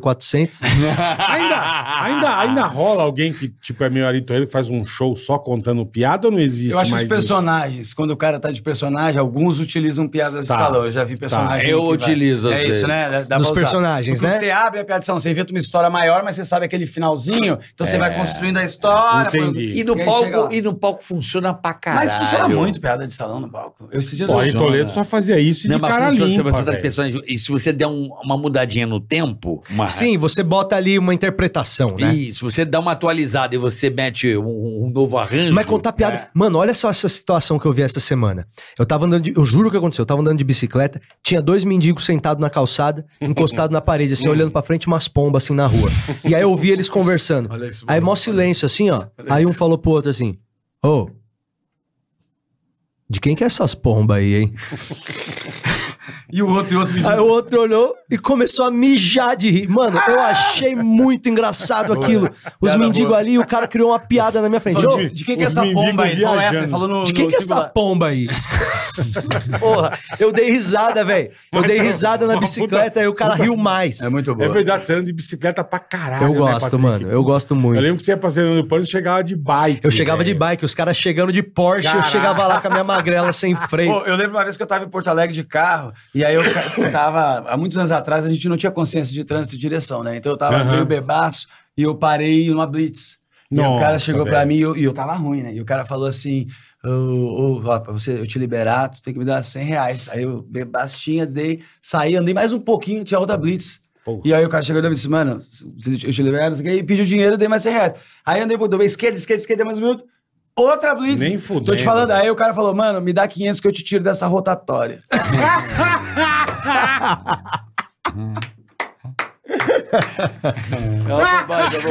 Speaker 4: [laughs]
Speaker 3: 400.
Speaker 4: Ainda, ainda, ainda rola alguém que, tipo, é meio aritoeiro, que faz um show só contando piada ou não existe
Speaker 8: Eu acho que os
Speaker 4: mais isso.
Speaker 8: personagens, quando o cara tá de personagem, alguns utilizam piadas
Speaker 4: Tá.
Speaker 8: de salão. Eu já vi personagem.
Speaker 6: Eu
Speaker 8: que vai-
Speaker 6: utilizo, às
Speaker 8: É isso,
Speaker 6: vezes.
Speaker 8: né? Dá- dá
Speaker 3: Dos
Speaker 8: pra usar.
Speaker 3: personagens,
Speaker 8: Porque
Speaker 3: né?
Speaker 8: Você abre a piada de salão, você inventa uma história maior, mas você sabe aquele finalzinho, então você vai construindo a história.
Speaker 4: Entendi.
Speaker 6: E no,
Speaker 8: aí chega lá.
Speaker 6: palco, e no palco funciona pra caralho.
Speaker 8: Mas funciona muito piada de salão no palco. Eu esses dias
Speaker 4: Pô,
Speaker 8: eu-
Speaker 4: aí Toledo só fazia isso e
Speaker 6: né? Não,
Speaker 4: de cara
Speaker 6: mas funciona,
Speaker 4: limpa,
Speaker 6: você tá
Speaker 4: velho.
Speaker 6: pensando, e se você der um- uma mudadinha no tempo, uma-
Speaker 3: Sim, você bota ali uma interpretação, né?
Speaker 6: e se você dá uma atualizada e você mete um, um novo arranjo. É.
Speaker 3: Mas contar piada.
Speaker 8: É.
Speaker 3: Mano, olha só essa situação que eu vi essa semana. Eu tava andando de, Eu juro que aconteceu. Eu tava andando de bicicleta, tinha dois mendigos sentados na calçada, encostados na parede,
Speaker 8: [laughs] Hum.
Speaker 3: assim, olhando pra frente, umas pombas assim na rua. E aí eu ouvi eles conversando. aí mó silêncio, assim, ó. Aí um falou pro outro assim: Ô. de quem que é essas pombas aí, hein?
Speaker 8: [laughs] E o outro e o outro
Speaker 3: Aí o outro olhou e começou a mijar de rir. Mano, eu achei muito engraçado aquilo. Os mendigos ali, o cara criou uma piada na minha frente.
Speaker 8: Falou,
Speaker 3: Ô,
Speaker 8: de, de quem que é
Speaker 4: Os
Speaker 8: essa pomba aí?
Speaker 4: mendigos
Speaker 8: Falou essa,
Speaker 4: viajando.
Speaker 8: ele falou no.
Speaker 3: De quem
Speaker 8: no
Speaker 3: que é essa
Speaker 8: singular.
Speaker 3: pomba aí? [laughs] Porra, eu dei risada, velho. Eu dei risada na
Speaker 4: uma
Speaker 3: bicicleta e o cara riu mais.
Speaker 8: É muito
Speaker 4: É
Speaker 8: boa.
Speaker 4: verdade, você anda de bicicleta pra caralho.
Speaker 3: eu
Speaker 4: né,
Speaker 3: gosto,
Speaker 4: Patrick?
Speaker 3: mano. Eu gosto
Speaker 4: Eu
Speaker 3: muito. Eu,
Speaker 4: lembro que você ia passeando no pano e chegava de bike.
Speaker 3: chegava de
Speaker 4: velho.
Speaker 3: bike, os caras chegando de Porsche, eu chegava lá com a minha magrela sem freio.
Speaker 8: Pô, eu lembro uma vez que eu tava em Porto Alegre de carro, e aí eu ca- eu tava. Há muitos anos atrás a gente não tinha consciência de trânsito e direção, né? Então eu tava
Speaker 4: Aham.
Speaker 8: meio bebaço e eu parei numa blitz. E aí o cara
Speaker 4: Nossa,
Speaker 8: chegou
Speaker 4: velho.
Speaker 8: pra mim e eu, e eu tava ruim, né? E o cara falou assim: Ô, ô, ó, pra você eu te liberar, tu tem que me dar 100 reais. Aí eu bebastinha, dei, saí, andei mais um pouquinho, tinha outra blitz.
Speaker 4: Porra.
Speaker 8: E aí o cara chegou e disse, mano, se eu te liberar, não sei o quê, e pediu dinheiro, eu dei mais 100 reais. Aí andei, pô, dei esquerda, esquerda, esquerda, mais um minuto. Outra blitz.
Speaker 4: Nem
Speaker 8: Tô te
Speaker 4: fudendo,
Speaker 8: falando, aí o cara falou, mano, me dá 500 que eu te tiro dessa [laughs] rotatória.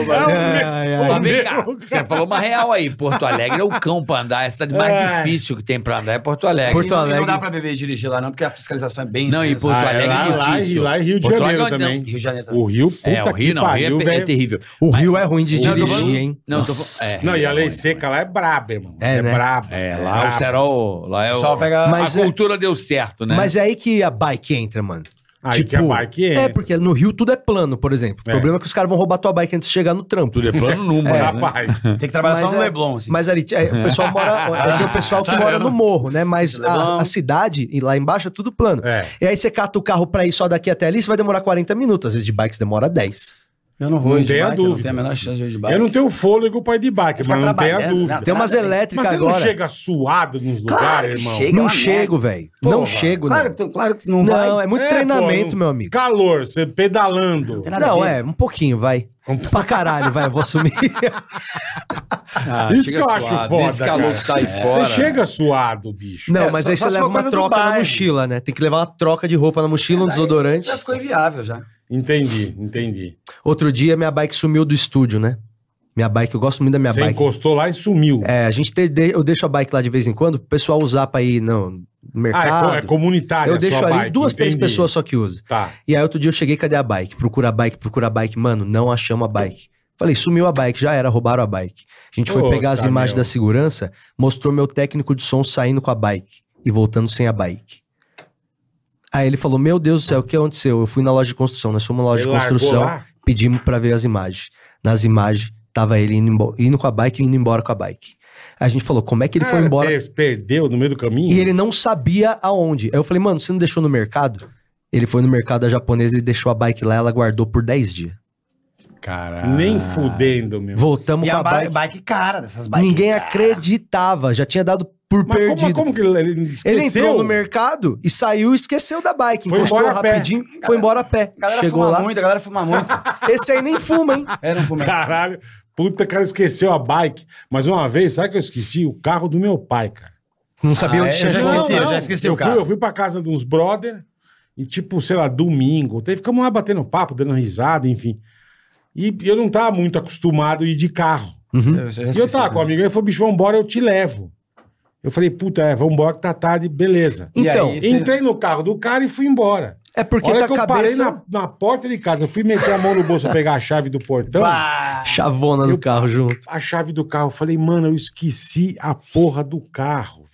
Speaker 8: é
Speaker 3: Ai, ai.
Speaker 6: Mas vem cá, você falou uma real aí. Porto Alegre é o cão pra andar. Essa cidade mais difícil que tem pra andar é Porto Alegre.
Speaker 3: Porto
Speaker 8: E não- e
Speaker 3: Alegre.
Speaker 8: Não dá pra beber e dirigir lá, não, porque a fiscalização é bem
Speaker 6: Não, e
Speaker 8: intensa.
Speaker 6: Porto
Speaker 4: Ah, é
Speaker 6: Alegre
Speaker 4: lá-
Speaker 6: é
Speaker 4: lá e-
Speaker 6: difícil.
Speaker 4: lá e Rio de
Speaker 6: Porto
Speaker 4: Janeiro
Speaker 6: Alegre,
Speaker 4: também.
Speaker 6: não.
Speaker 8: Rio de Janeiro também.
Speaker 4: O Rio, puta
Speaker 6: É, o Rio
Speaker 4: que
Speaker 6: não, o Rio
Speaker 4: pariu,
Speaker 6: é, pe- é
Speaker 4: velho.
Speaker 6: terrível.
Speaker 3: O
Speaker 6: Mas-
Speaker 3: Rio é ruim de
Speaker 6: Não, eu tô
Speaker 3: dirigir,
Speaker 6: falando-
Speaker 3: hein?
Speaker 6: Não, eu tô
Speaker 3: Nossa.
Speaker 6: falando- é,
Speaker 4: Não, e a
Speaker 6: é
Speaker 4: lei
Speaker 6: ruim.
Speaker 4: seca Ah, lá é braba, irmão.
Speaker 3: É,
Speaker 4: É,
Speaker 3: né?
Speaker 4: braba.
Speaker 6: É, lá o
Speaker 4: braba.
Speaker 6: Serol. Lá é o...
Speaker 8: Só pega...
Speaker 3: Mas
Speaker 6: a
Speaker 3: é-
Speaker 6: cultura deu certo, né?
Speaker 3: Mas é aí que a bike entra, mano.
Speaker 4: Aí que
Speaker 6: tipo,
Speaker 4: a bike
Speaker 3: é.
Speaker 4: entra.
Speaker 3: porque no Rio tudo é plano, por exemplo. O
Speaker 4: É.
Speaker 3: problema é que os caras vão roubar tua bike antes de chegar no trampo.
Speaker 6: Tudo é plano número.
Speaker 4: Rapaz.
Speaker 8: Tem que trabalhar
Speaker 3: Mas
Speaker 8: só no
Speaker 3: é-
Speaker 8: Leblon, assim.
Speaker 3: Mas ali, é, o pessoal
Speaker 4: [laughs]
Speaker 3: mora. É que o pessoal que
Speaker 8: Tá
Speaker 3: mora
Speaker 8: vendo?
Speaker 3: no morro, né? Mas
Speaker 8: Leblon.
Speaker 3: a, a cidade, e lá embaixo, é tudo plano.
Speaker 4: É.
Speaker 3: E aí você cata o carro pra ir só daqui até ali, você vai demorar 40 minutos. Às vezes de bike você demora 10.
Speaker 8: Eu não vou
Speaker 4: Não
Speaker 8: ir de
Speaker 4: tenha
Speaker 8: bike, eu não
Speaker 4: dúvida.
Speaker 8: tenho a menor chance de ir de bike.
Speaker 4: Eu não tenho fôlego pra ir de bike,
Speaker 8: Ficar
Speaker 4: mas não tenho a
Speaker 8: trabalhando,
Speaker 4: dúvida.
Speaker 8: não.
Speaker 3: Tem umas
Speaker 8: Nada.
Speaker 4: Mas
Speaker 3: elétricas
Speaker 4: você
Speaker 3: agora.
Speaker 4: não chega suado nos
Speaker 8: Claro
Speaker 4: lugares,
Speaker 8: que
Speaker 4: irmão?
Speaker 8: chega.
Speaker 3: Não
Speaker 8: Uma
Speaker 3: chego, velho.
Speaker 8: Porra,
Speaker 3: Não chego.
Speaker 8: Claro,
Speaker 3: Claro,
Speaker 8: que- claro que né? não, vai.
Speaker 3: não, é muito
Speaker 4: É,
Speaker 3: treinamento,
Speaker 4: pô,
Speaker 3: meu amigo.
Speaker 4: Calor, você pedalando.
Speaker 8: Tem nada
Speaker 3: Não,
Speaker 8: a ver.
Speaker 3: é, um pouquinho, vai. Pra caralho, vai, eu vou
Speaker 8: [laughs]
Speaker 3: assumir.
Speaker 4: Isso que eu acho foda,
Speaker 6: Esse calor
Speaker 4: cara.
Speaker 6: que sai fora.
Speaker 4: Você chega suado, bicho.
Speaker 3: Não,
Speaker 8: É,
Speaker 3: mas
Speaker 8: só-
Speaker 3: aí
Speaker 8: só
Speaker 3: você
Speaker 8: se
Speaker 3: leva
Speaker 8: for
Speaker 3: uma
Speaker 8: coisa do
Speaker 3: troca na
Speaker 8: baile.
Speaker 3: mochila, né? Tem que levar uma troca de roupa na mochila, um desodorante.
Speaker 8: Já ficou inviável, já.
Speaker 4: Entendi, entendi.
Speaker 3: Outro dia, minha bike sumiu do estúdio, né? Minha bike, eu gosto muito da minha
Speaker 4: você
Speaker 3: bike.
Speaker 4: encostou lá e sumiu.
Speaker 3: É, a gente te- de- eu deixo a bike lá de vez em quando, pro pessoal usar pra ir no
Speaker 4: ah, é,
Speaker 3: mercado.
Speaker 4: co- é comunitário.
Speaker 3: eu deixo ali duas, três pessoas
Speaker 4: só.
Speaker 3: só que usam.
Speaker 4: Tá.
Speaker 3: E aí outro dia eu cheguei, cadê a bike? Procura a bike, procura a bike. Mano, não achamos a bike. Falei, sumiu a bike, já era, roubaram a bike. A gente foi
Speaker 4: Puta,
Speaker 3: pegar as imagens
Speaker 4: meu.
Speaker 3: da segurança, mostrou meu técnico de som saindo com a bike e voltando sem a bike. Aí ele falou, meu Deus do céu, o que aconteceu? Eu fui na loja de construção, nós fomos na loja
Speaker 4: Ele
Speaker 3: de
Speaker 4: largou
Speaker 3: construção
Speaker 4: lá?
Speaker 3: pedimos pra ver as imagens. Nas imagens, tava ele indo, embo- indo com a bike e indo embora com a bike. A gente falou, como é que ele foi
Speaker 4: Cara,
Speaker 3: embora?
Speaker 4: Ah, per- Perdeu no meio do caminho?
Speaker 3: E ele não sabia aonde. Aí eu falei, mano, você não deixou no mercado? Ele foi no mercado da japonesa, ele deixou a bike lá, ela guardou por 10 dias.
Speaker 6: Caralho.
Speaker 4: Ah. Nem fudendo, meu.
Speaker 3: Voltamos
Speaker 8: E
Speaker 3: com
Speaker 8: a
Speaker 3: a
Speaker 8: ba- bike,
Speaker 3: bike.
Speaker 8: cara dessas bikes.
Speaker 3: Ninguém
Speaker 8: cara.
Speaker 3: acreditava, já tinha dado por
Speaker 4: Mas como,
Speaker 3: perdido.
Speaker 4: como que ele, ele esqueceu?
Speaker 3: Ele entrou no mercado e saiu, esqueceu da bike,
Speaker 4: Foi
Speaker 3: encostou
Speaker 4: embora a pé.
Speaker 3: rapidinho, foi embora a pé.
Speaker 8: A galera
Speaker 3: Chegou
Speaker 8: fuma
Speaker 3: lá.
Speaker 8: muito, a galera
Speaker 4: [laughs]
Speaker 8: fuma muito.
Speaker 3: Esse aí nem fuma, hein?
Speaker 8: Era um fumante.
Speaker 4: Caralho. Puta, cara, esqueceu a bike. Mas uma vez, sabe que eu esqueci? O carro do meu pai, cara.
Speaker 3: [laughs] Não sabia
Speaker 8: Ah,
Speaker 3: onde
Speaker 8: é?
Speaker 3: chegou.
Speaker 8: Eu já
Speaker 3: Não,
Speaker 8: esqueci,
Speaker 3: não.
Speaker 8: eu já esqueci
Speaker 4: eu
Speaker 8: o carro.
Speaker 4: Fui, eu fui pra casa de uns brother e, tipo, sei lá, domingo. Daí ficamos lá batendo papo, dando risada, enfim. E eu não tava muito acostumado a ir de carro.
Speaker 3: Uhum.
Speaker 8: já
Speaker 4: E eu
Speaker 8: esqueci, né?
Speaker 4: tava com um
Speaker 8: cara.
Speaker 4: amigo, ele falou, bicho, vambora, eu te levo. Eu falei, puta, é, vambora que tá tarde, beleza.
Speaker 8: E
Speaker 3: Então,
Speaker 8: aí, você-
Speaker 4: Entrei no carro do cara e fui embora.
Speaker 3: é porque
Speaker 4: Porque hora
Speaker 3: tá
Speaker 4: que eu parei
Speaker 3: cabeça...
Speaker 4: na, na porta de casa, eu fui meter a mão no bolso [laughs] pra pegar a chave do portão,
Speaker 8: Pá!
Speaker 3: Chavona no
Speaker 4: Eu-
Speaker 3: carro junto.
Speaker 4: a chave do carro. Eu falei, mano, eu esqueci a porra do carro.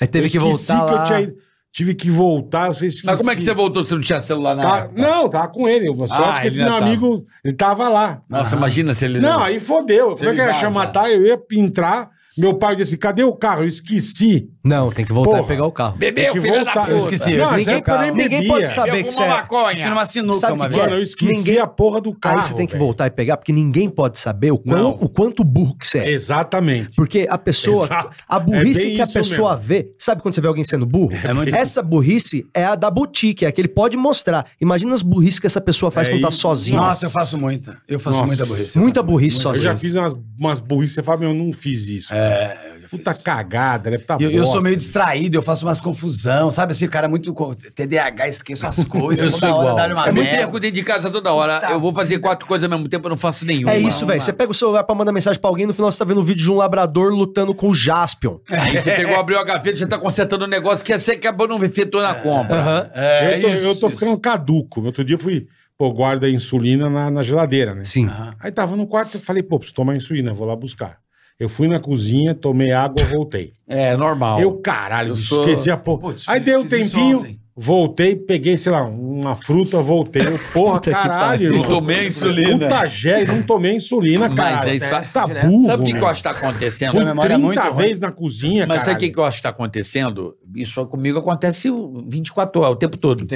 Speaker 3: Aí teve
Speaker 4: Eu
Speaker 3: que
Speaker 4: esqueci
Speaker 3: voltar
Speaker 4: eu
Speaker 3: lá.
Speaker 4: tinha ido. Tive que voltar, eu sei esqueci.
Speaker 6: Mas como é que você voltou se não tinha celular na
Speaker 4: Tá-
Speaker 6: época?
Speaker 4: não, tava com ele. Eu só
Speaker 6: Ah,
Speaker 4: que esse
Speaker 6: ele
Speaker 4: meu
Speaker 6: ainda
Speaker 4: amigo, ele tava lá.
Speaker 6: Nossa, imagina se ele...
Speaker 4: Não, aí fodeu.
Speaker 6: Se
Speaker 4: Como é
Speaker 6: ele
Speaker 4: que eu ia
Speaker 6: vaza.
Speaker 4: chamar, tá? Eu ia entrar, Meu pai disse: cadê o carro? Eu esqueci.
Speaker 3: Não, tem que voltar
Speaker 4: Porra.
Speaker 3: e pegar o carro.
Speaker 4: Tem
Speaker 2: Bebeu,
Speaker 4: que
Speaker 2: filho da
Speaker 4: voltar.
Speaker 2: puta.
Speaker 8: Eu esqueci. eu
Speaker 4: Não,
Speaker 8: esqueci
Speaker 4: esse
Speaker 3: é
Speaker 8: o carro.
Speaker 4: cara nem
Speaker 3: Ninguém
Speaker 4: bebia.
Speaker 3: pode saber
Speaker 2: Bebeu
Speaker 3: que
Speaker 2: uma
Speaker 3: você é...
Speaker 2: maconha.
Speaker 8: Esqueci numa sinuca
Speaker 3: Sabe
Speaker 6: Tá
Speaker 8: uma
Speaker 3: que
Speaker 8: vez.
Speaker 4: Mano, eu esqueci
Speaker 3: Ninguém-
Speaker 4: a porra do carro.
Speaker 3: Aí você tem que
Speaker 4: velho.
Speaker 3: voltar e pegar, porque ninguém pode saber o, quão-
Speaker 4: Não.
Speaker 3: o quanto burro que você é.
Speaker 4: Exatamente.
Speaker 3: Porque a pessoa,
Speaker 4: Exato.
Speaker 3: a
Speaker 4: É
Speaker 3: burrice
Speaker 4: bem
Speaker 3: que a
Speaker 4: isso É
Speaker 3: pessoa vê, sabe quando você vê alguém sendo burro?
Speaker 8: muito-
Speaker 3: essa burrice é a da boutique, é a que ele pode mostrar. Imagina as burrices que essa pessoa faz
Speaker 4: É
Speaker 3: quando tá
Speaker 4: isso.
Speaker 3: sozinha.
Speaker 8: Nossa, eu faço muita. Eu faço
Speaker 4: Nossa.
Speaker 8: muita burrice.
Speaker 3: muita burrice
Speaker 4: Eu
Speaker 3: sozinha.
Speaker 4: já fiz umas, umas burrices. Você fala, meu, eu não fiz isso.
Speaker 8: É, eu já
Speaker 4: Puta
Speaker 8: fiz.
Speaker 4: cagada, deve tá
Speaker 8: E Eu, eu sou
Speaker 4: bosta.
Speaker 8: meio distraído, eu faço umas confusão, sabe? Assim, o cara é muito co- TDAH,
Speaker 4: [laughs]
Speaker 8: esqueço as coisas.
Speaker 6: Eu
Speaker 8: toda
Speaker 6: sou
Speaker 8: hora
Speaker 6: igual.
Speaker 4: É
Speaker 8: dá-lhe uma
Speaker 6: Eu me
Speaker 8: merda.
Speaker 6: perco dentro de casa toda hora.
Speaker 8: Puta
Speaker 6: eu vou fazer quatro coisas ao mesmo tempo, eu não faço nenhuma.
Speaker 3: É isso,
Speaker 8: Uma-
Speaker 3: velho. Você pega o celular pra mandar mensagem pra alguém, no final você tá vendo um vídeo de um labrador lutando com o Jaspion.
Speaker 6: Aí você pegou, abriu a gaveta, já tá consertando um negócio que você acabou não efetuando a compra.
Speaker 8: É,
Speaker 4: eu tô,
Speaker 8: isso,
Speaker 4: eu tô
Speaker 8: isso.
Speaker 4: ficando caduco. Outro dia eu fui, pô, guarda a insulina na, na geladeira, né?
Speaker 3: Sim.
Speaker 4: Aí tava no quarto, eu falei, pô, preciso tomar insulina, vou lá buscar. Eu fui na cozinha, tomei água, voltei.
Speaker 6: É, normal.
Speaker 4: Eu, caralho,
Speaker 6: Eu
Speaker 4: bicho,
Speaker 6: sou-
Speaker 4: esqueci a porra.
Speaker 8: Putz,
Speaker 4: Aí dei um
Speaker 8: fiz isso
Speaker 4: tempinho,
Speaker 8: ontem.
Speaker 4: voltei, peguei, sei lá, uma fruta, voltei.
Speaker 8: [laughs]
Speaker 4: Eu, porra,
Speaker 3: Puta que
Speaker 4: caralho,
Speaker 3: pariu.
Speaker 4: irmão.
Speaker 6: Não tomei insulina.
Speaker 4: Puta gé, não tomei insulina,
Speaker 6: Mas
Speaker 4: cara.
Speaker 6: é isso aí.
Speaker 4: Tá burro,
Speaker 6: Sabe o que, que
Speaker 4: meu.
Speaker 6: eu acho que tá acontecendo?
Speaker 4: Fui
Speaker 8: Minha memória é
Speaker 4: 30
Speaker 8: muito
Speaker 4: vezes na cozinha,
Speaker 6: Mas sabe o
Speaker 4: caralho.
Speaker 6: que, que eu acho que está acontecendo? Isso é comigo acontece o 24 horas, o tempo todo.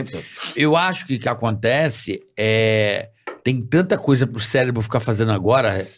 Speaker 6: Eu acho que o que acontece é. Tem tanta coisa pro cérebro ficar fazendo agora que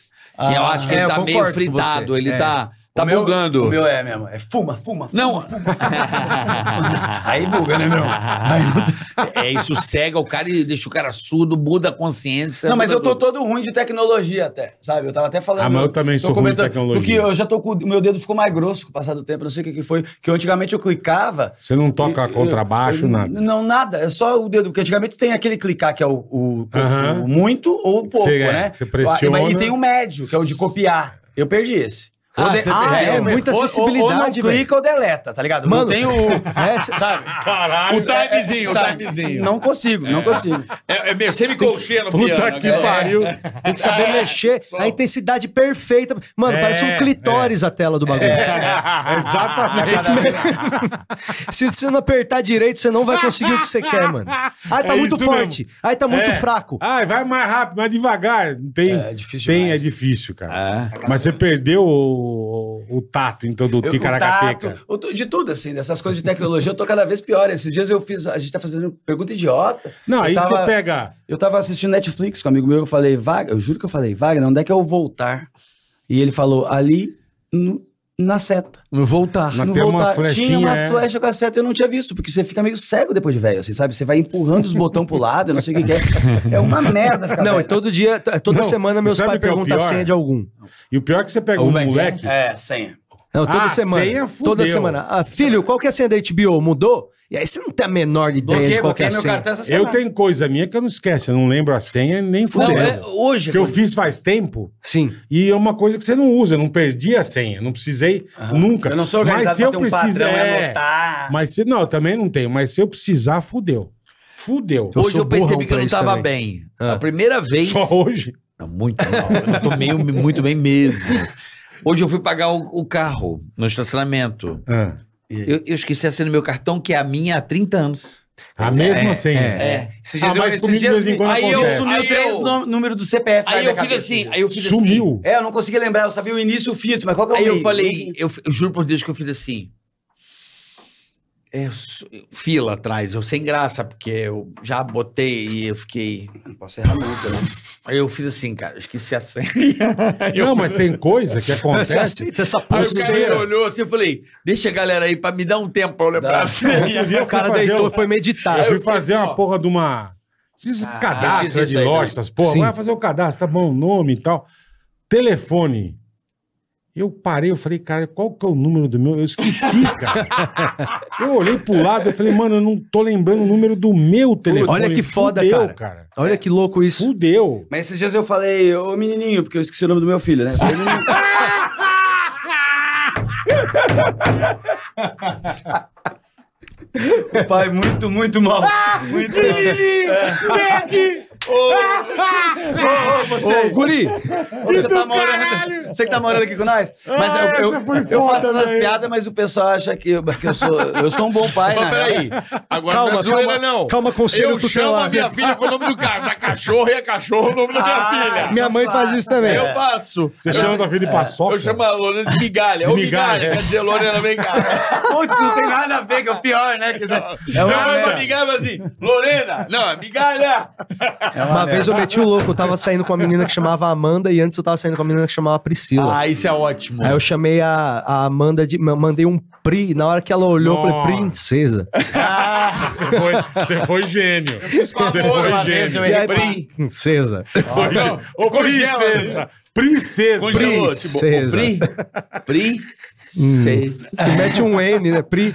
Speaker 6: eu
Speaker 8: Ah,
Speaker 6: acho que
Speaker 3: é,
Speaker 6: ele
Speaker 3: eu
Speaker 6: tá
Speaker 3: concordo
Speaker 6: meio
Speaker 3: com
Speaker 6: fritado,
Speaker 3: você.
Speaker 6: ele
Speaker 3: É.
Speaker 6: tá,
Speaker 8: O
Speaker 6: tá
Speaker 8: meu-
Speaker 6: bugando.
Speaker 8: O meu é mesmo. É fuma, fuma, fuma.
Speaker 6: Não.
Speaker 8: [laughs] Aí buga,
Speaker 4: [laughs]
Speaker 8: né, meu? Aí não tem-
Speaker 6: [laughs] é isso, cega o cara e deixa o cara surdo, muda a consciência.
Speaker 8: Não, mas eu
Speaker 6: muda
Speaker 8: tô
Speaker 6: tudo.
Speaker 8: todo ruim de tecnologia até, sabe? Eu tava até falando.
Speaker 4: Ah, mas eu também
Speaker 8: tô
Speaker 4: sou ruim de
Speaker 8: comentando,
Speaker 4: tecnologia.
Speaker 8: Porque eu já tô com. O meu dedo ficou mais grosso com o passar do tempo, não sei o que, que foi. Que eu, antigamente eu clicava.
Speaker 4: Você não toca
Speaker 8: eu-
Speaker 4: contrabaixo,
Speaker 8: eu-
Speaker 4: nada.
Speaker 8: Não, nada. É só o dedo. Porque antigamente tem aquele clicar que é o, o-
Speaker 4: Aham.
Speaker 8: o muito ou o pouco,
Speaker 4: Você- é,
Speaker 8: né?
Speaker 4: você pressiona.
Speaker 8: Mas- E tem o médio, que é o de copiar. Eu perdi esse.
Speaker 6: Ah,
Speaker 8: Ou de-
Speaker 6: você
Speaker 3: Ah,
Speaker 6: perdeu.
Speaker 3: é, muita
Speaker 8: ou- ou- Ou, não
Speaker 3: acessibilidade, velho.
Speaker 8: clica ou deleta, tá ligado?
Speaker 3: Mano,
Speaker 8: não [laughs] tem o.
Speaker 3: É, cê-
Speaker 6: O
Speaker 4: é-
Speaker 6: timezinho, o
Speaker 8: Tá,
Speaker 6: timezinho.
Speaker 8: Não consigo, não consigo.
Speaker 6: É, é meio semicolcheia no
Speaker 4: Puta
Speaker 6: piano.
Speaker 4: que
Speaker 6: né? [laughs]
Speaker 4: pariu. É,
Speaker 3: Tem que saber mexer a intensidade perfeita. Mano,
Speaker 4: É,
Speaker 3: parece um clitóris a tela do bagulho.
Speaker 4: Exatamente.
Speaker 3: Se você não apertar direito, você não vai conseguir o que você quer, mano. Aí tá
Speaker 4: É
Speaker 3: muito
Speaker 4: isso
Speaker 3: forte.
Speaker 4: mesmo.
Speaker 3: Aí tá muito
Speaker 4: É.
Speaker 3: fraco.
Speaker 4: Ai, vai mais rápido, mais devagar. Não Tem,
Speaker 8: É, é difícil
Speaker 4: Tem,
Speaker 8: demais.
Speaker 4: é difícil, cara.
Speaker 6: É.
Speaker 4: Mas você perdeu o, o tato, então, do
Speaker 8: Eu,
Speaker 4: Ticaracateca.
Speaker 8: contato, eu tô- de tudo, assim, dessas coisas de tecnologia, eu tô cada vez pior. Esses dias eu fiz. A gente tá fazendo pergunta idiota.
Speaker 4: Não,
Speaker 8: Eu
Speaker 4: aí
Speaker 8: tava-
Speaker 4: você pega.
Speaker 8: Eu tava assistindo Netflix com um amigo meu, eu falei, Wagner, eu juro que eu falei, Wagner, onde é que eu vou voltar? E ele falou, ali no- na seta.
Speaker 6: Voltar.
Speaker 4: Mas
Speaker 8: no
Speaker 4: tem uma
Speaker 8: voltar.
Speaker 4: flechinha,
Speaker 8: tinha uma
Speaker 4: é.
Speaker 8: flecha com a seta, eu não tinha visto, porque você fica meio cego depois de velho, assim, sabe? Você vai empurrando os botões pro lado, eu não sei o que, que é. É uma merda ficar
Speaker 3: Não, e
Speaker 8: velho.
Speaker 3: todo dia, t- toda
Speaker 4: Não,
Speaker 3: semana meus
Speaker 4: sabe
Speaker 3: pais
Speaker 4: o que é o
Speaker 3: perguntam a
Speaker 4: pior?
Speaker 3: senha de algum.
Speaker 4: E o pior é que você pega um
Speaker 8: Como é que é?
Speaker 4: moleque.
Speaker 8: É, senha.
Speaker 3: Não, toda
Speaker 4: Ah,
Speaker 3: semana.
Speaker 4: senha,
Speaker 3: toda
Speaker 4: fudeu.
Speaker 3: semana. Ah, filho, qual que é a senha da HBO? Mudou? E aí você não tem a menor ideia de qual que é a senha.
Speaker 8: essa
Speaker 4: Eu tenho coisa minha que eu não esqueço, eu não lembro a senha nem
Speaker 6: Não,
Speaker 4: fudeu.
Speaker 6: é, hoje.
Speaker 4: Que eu fiz faz tempo
Speaker 3: Sim.
Speaker 4: e é uma coisa que você não usa, eu não perdi a senha, não precisei nunca.
Speaker 8: Eu não sou organizado
Speaker 4: mas se
Speaker 8: pra
Speaker 4: eu
Speaker 8: ter um
Speaker 4: precisar,
Speaker 8: padrão, é
Speaker 4: é,
Speaker 8: anotar.
Speaker 4: mas se não, eu também não tenho, mas se eu precisar, fudeu. Fudeu.
Speaker 3: Eu
Speaker 6: Hoje
Speaker 3: sou
Speaker 6: eu percebi
Speaker 3: burrão
Speaker 6: que eu
Speaker 3: pra
Speaker 6: não
Speaker 3: isso
Speaker 6: tava
Speaker 3: também.
Speaker 6: bem. A primeira vez.
Speaker 4: Só hoje.
Speaker 6: Não, Muito mal. Eu não tô meio, muito bem mesmo. Hoje eu fui pagar o, o carro no estacionamento.
Speaker 4: Ah,
Speaker 6: Eu, eu esqueci a senha do meu cartão, que é a minha há 30 anos.
Speaker 4: a
Speaker 8: É,
Speaker 4: mesma senha.
Speaker 6: É.
Speaker 8: Esses
Speaker 4: Ah,
Speaker 8: dias, eu,
Speaker 4: mas
Speaker 8: esses
Speaker 4: comigo de
Speaker 8: dias
Speaker 4: vez em quando
Speaker 8: aí eu
Speaker 4: acontece.
Speaker 8: sumiu
Speaker 6: Aí
Speaker 8: três
Speaker 6: eu-
Speaker 8: num- número do CPF. na
Speaker 6: Aí
Speaker 8: minha
Speaker 6: eu fiz
Speaker 8: cabeça,
Speaker 6: assim,
Speaker 8: gente.
Speaker 6: aí eu fiz assim.
Speaker 4: Sumiu.
Speaker 8: É, eu não consegui lembrar, eu sabia o início e o fim. Eu disse, mas qual que é o
Speaker 6: Aí eu
Speaker 8: meio?
Speaker 6: falei, eu, f- eu juro por Deus que eu fiz assim. É, eu sou- eu- fila atrás, eu sem graça, porque eu já botei e eu fiquei.
Speaker 8: Não posso errar
Speaker 4: [laughs]
Speaker 8: nunca, né?
Speaker 6: Aí eu fiz assim, cara, eu esqueci a senha.
Speaker 8: É,
Speaker 4: Não, mas tem coisa
Speaker 8: [laughs]
Speaker 4: que
Speaker 3: Você
Speaker 4: acontece.
Speaker 3: aceita essa
Speaker 6: Aí o cara ele
Speaker 3: pulseira.
Speaker 6: olhou assim, eu falei, deixa a galera aí pra me dar um tempo pra eu lembrar.
Speaker 8: Dá.
Speaker 6: a senha.
Speaker 3: O cara
Speaker 4: fazer um
Speaker 3: deitou,
Speaker 4: o-
Speaker 3: foi meditar.
Speaker 4: Eu fui
Speaker 6: eu fiquei
Speaker 4: fazer
Speaker 6: assim,
Speaker 4: uma
Speaker 6: ó.
Speaker 4: porra de uma. Esses
Speaker 6: eu fiz
Speaker 4: cadastros
Speaker 6: isso
Speaker 4: de
Speaker 6: aí
Speaker 4: loja,
Speaker 6: também.
Speaker 4: essas porra.
Speaker 3: Sim.
Speaker 4: Vai fazer o cadastro, tá bom, o nome e tal. Telefone. Eu parei, eu falei, cara, qual que é o número do meu? Eu esqueci, cara. eu olhei pro lado, eu falei, mano, eu não tô lembrando o número do meu telefone.
Speaker 3: Olha que foda,
Speaker 4: Fudeu,
Speaker 3: cara. Olha que louco isso.
Speaker 4: Fudeu.
Speaker 8: Mas esses dias eu falei, ô menininho, porque eu esqueci o nome do meu filho, né? Eu falei, [laughs] "Menininho." é O pai, muito, muito mal. Muito mal. você. Ô, guri!
Speaker 4: é
Speaker 8: Você tá, morando, você que tá morando aqui com nós? Mas
Speaker 4: Ah,
Speaker 8: eu,
Speaker 4: essa
Speaker 8: eu,
Speaker 4: foi
Speaker 8: eu
Speaker 4: foda,
Speaker 8: faço essas
Speaker 4: velho.
Speaker 8: piadas, mas o pessoal acha que eu, que eu sou, eu sou um bom pai,
Speaker 11: Mas
Speaker 8: né?
Speaker 11: peraí. Agora
Speaker 3: Calma,
Speaker 11: não é zoeira,
Speaker 3: calma,
Speaker 11: não.
Speaker 3: calma, conselho
Speaker 11: Eu chamo a
Speaker 3: tutelar.
Speaker 11: minha filha com o nome do cara. Da cachorra e a cachorra o nome da
Speaker 10: Ah,
Speaker 11: minha filha.
Speaker 3: Minha mãe faz isso também.
Speaker 11: Eu faço.
Speaker 4: Você chama tua filha de paçoca?
Speaker 11: Eu chamo a Lorena de migalha. Ô, migalha.
Speaker 4: Migalha, é.
Speaker 11: Quer dizer, Lorena, vem cá.
Speaker 8: Putz, não tem nada a ver, que é o pior, né? Quer dizer, é
Speaker 11: Eu
Speaker 8: uma
Speaker 11: mando
Speaker 8: merda.
Speaker 11: a migalha e falo assim, Lorena. Não, é migalha.
Speaker 4: É
Speaker 3: Uma vez eu meti o louco, eu tava saindo com uma menina que chamava Amanda e antes eu tava saindo com uma menina que chamava Priscila.
Speaker 11: Ah, isso é ótimo.
Speaker 3: Aí eu chamei a, a Amanda de. ma- Mandei um Pri. Na hora que ela olhou, eu falei,
Speaker 4: Nossa.
Speaker 3: princesa.
Speaker 4: Você foi, você foi gênio. Você
Speaker 8: amor
Speaker 4: foi
Speaker 8: uma vez,
Speaker 4: gênio.
Speaker 8: eu
Speaker 3: E aí,
Speaker 8: Pri.
Speaker 3: princesa.
Speaker 4: Foi gênio. Ô,
Speaker 11: congela,
Speaker 4: princesa. Princesa.
Speaker 11: Congela.
Speaker 3: Princesa.
Speaker 8: Pri. Pri.
Speaker 3: Se mete um N, né? Pri.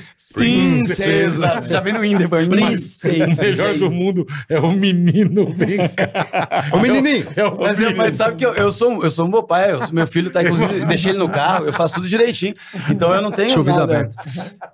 Speaker 8: Princesa. Você Já vem no Inter, Princesa.
Speaker 4: O melhor do mundo é o menino. Vem cá.
Speaker 3: Ô, menininho.
Speaker 4: É o
Speaker 8: Mas, eu-
Speaker 4: menino.
Speaker 8: mas sabe que eu, eu sou, um- eu sou um bom pai. eu- meu filho tá, inclusive, deixei ele no carro, eu faço tudo direitinho. Então eu não tenho.
Speaker 3: Chuveiro
Speaker 8: nada.
Speaker 3: aberto.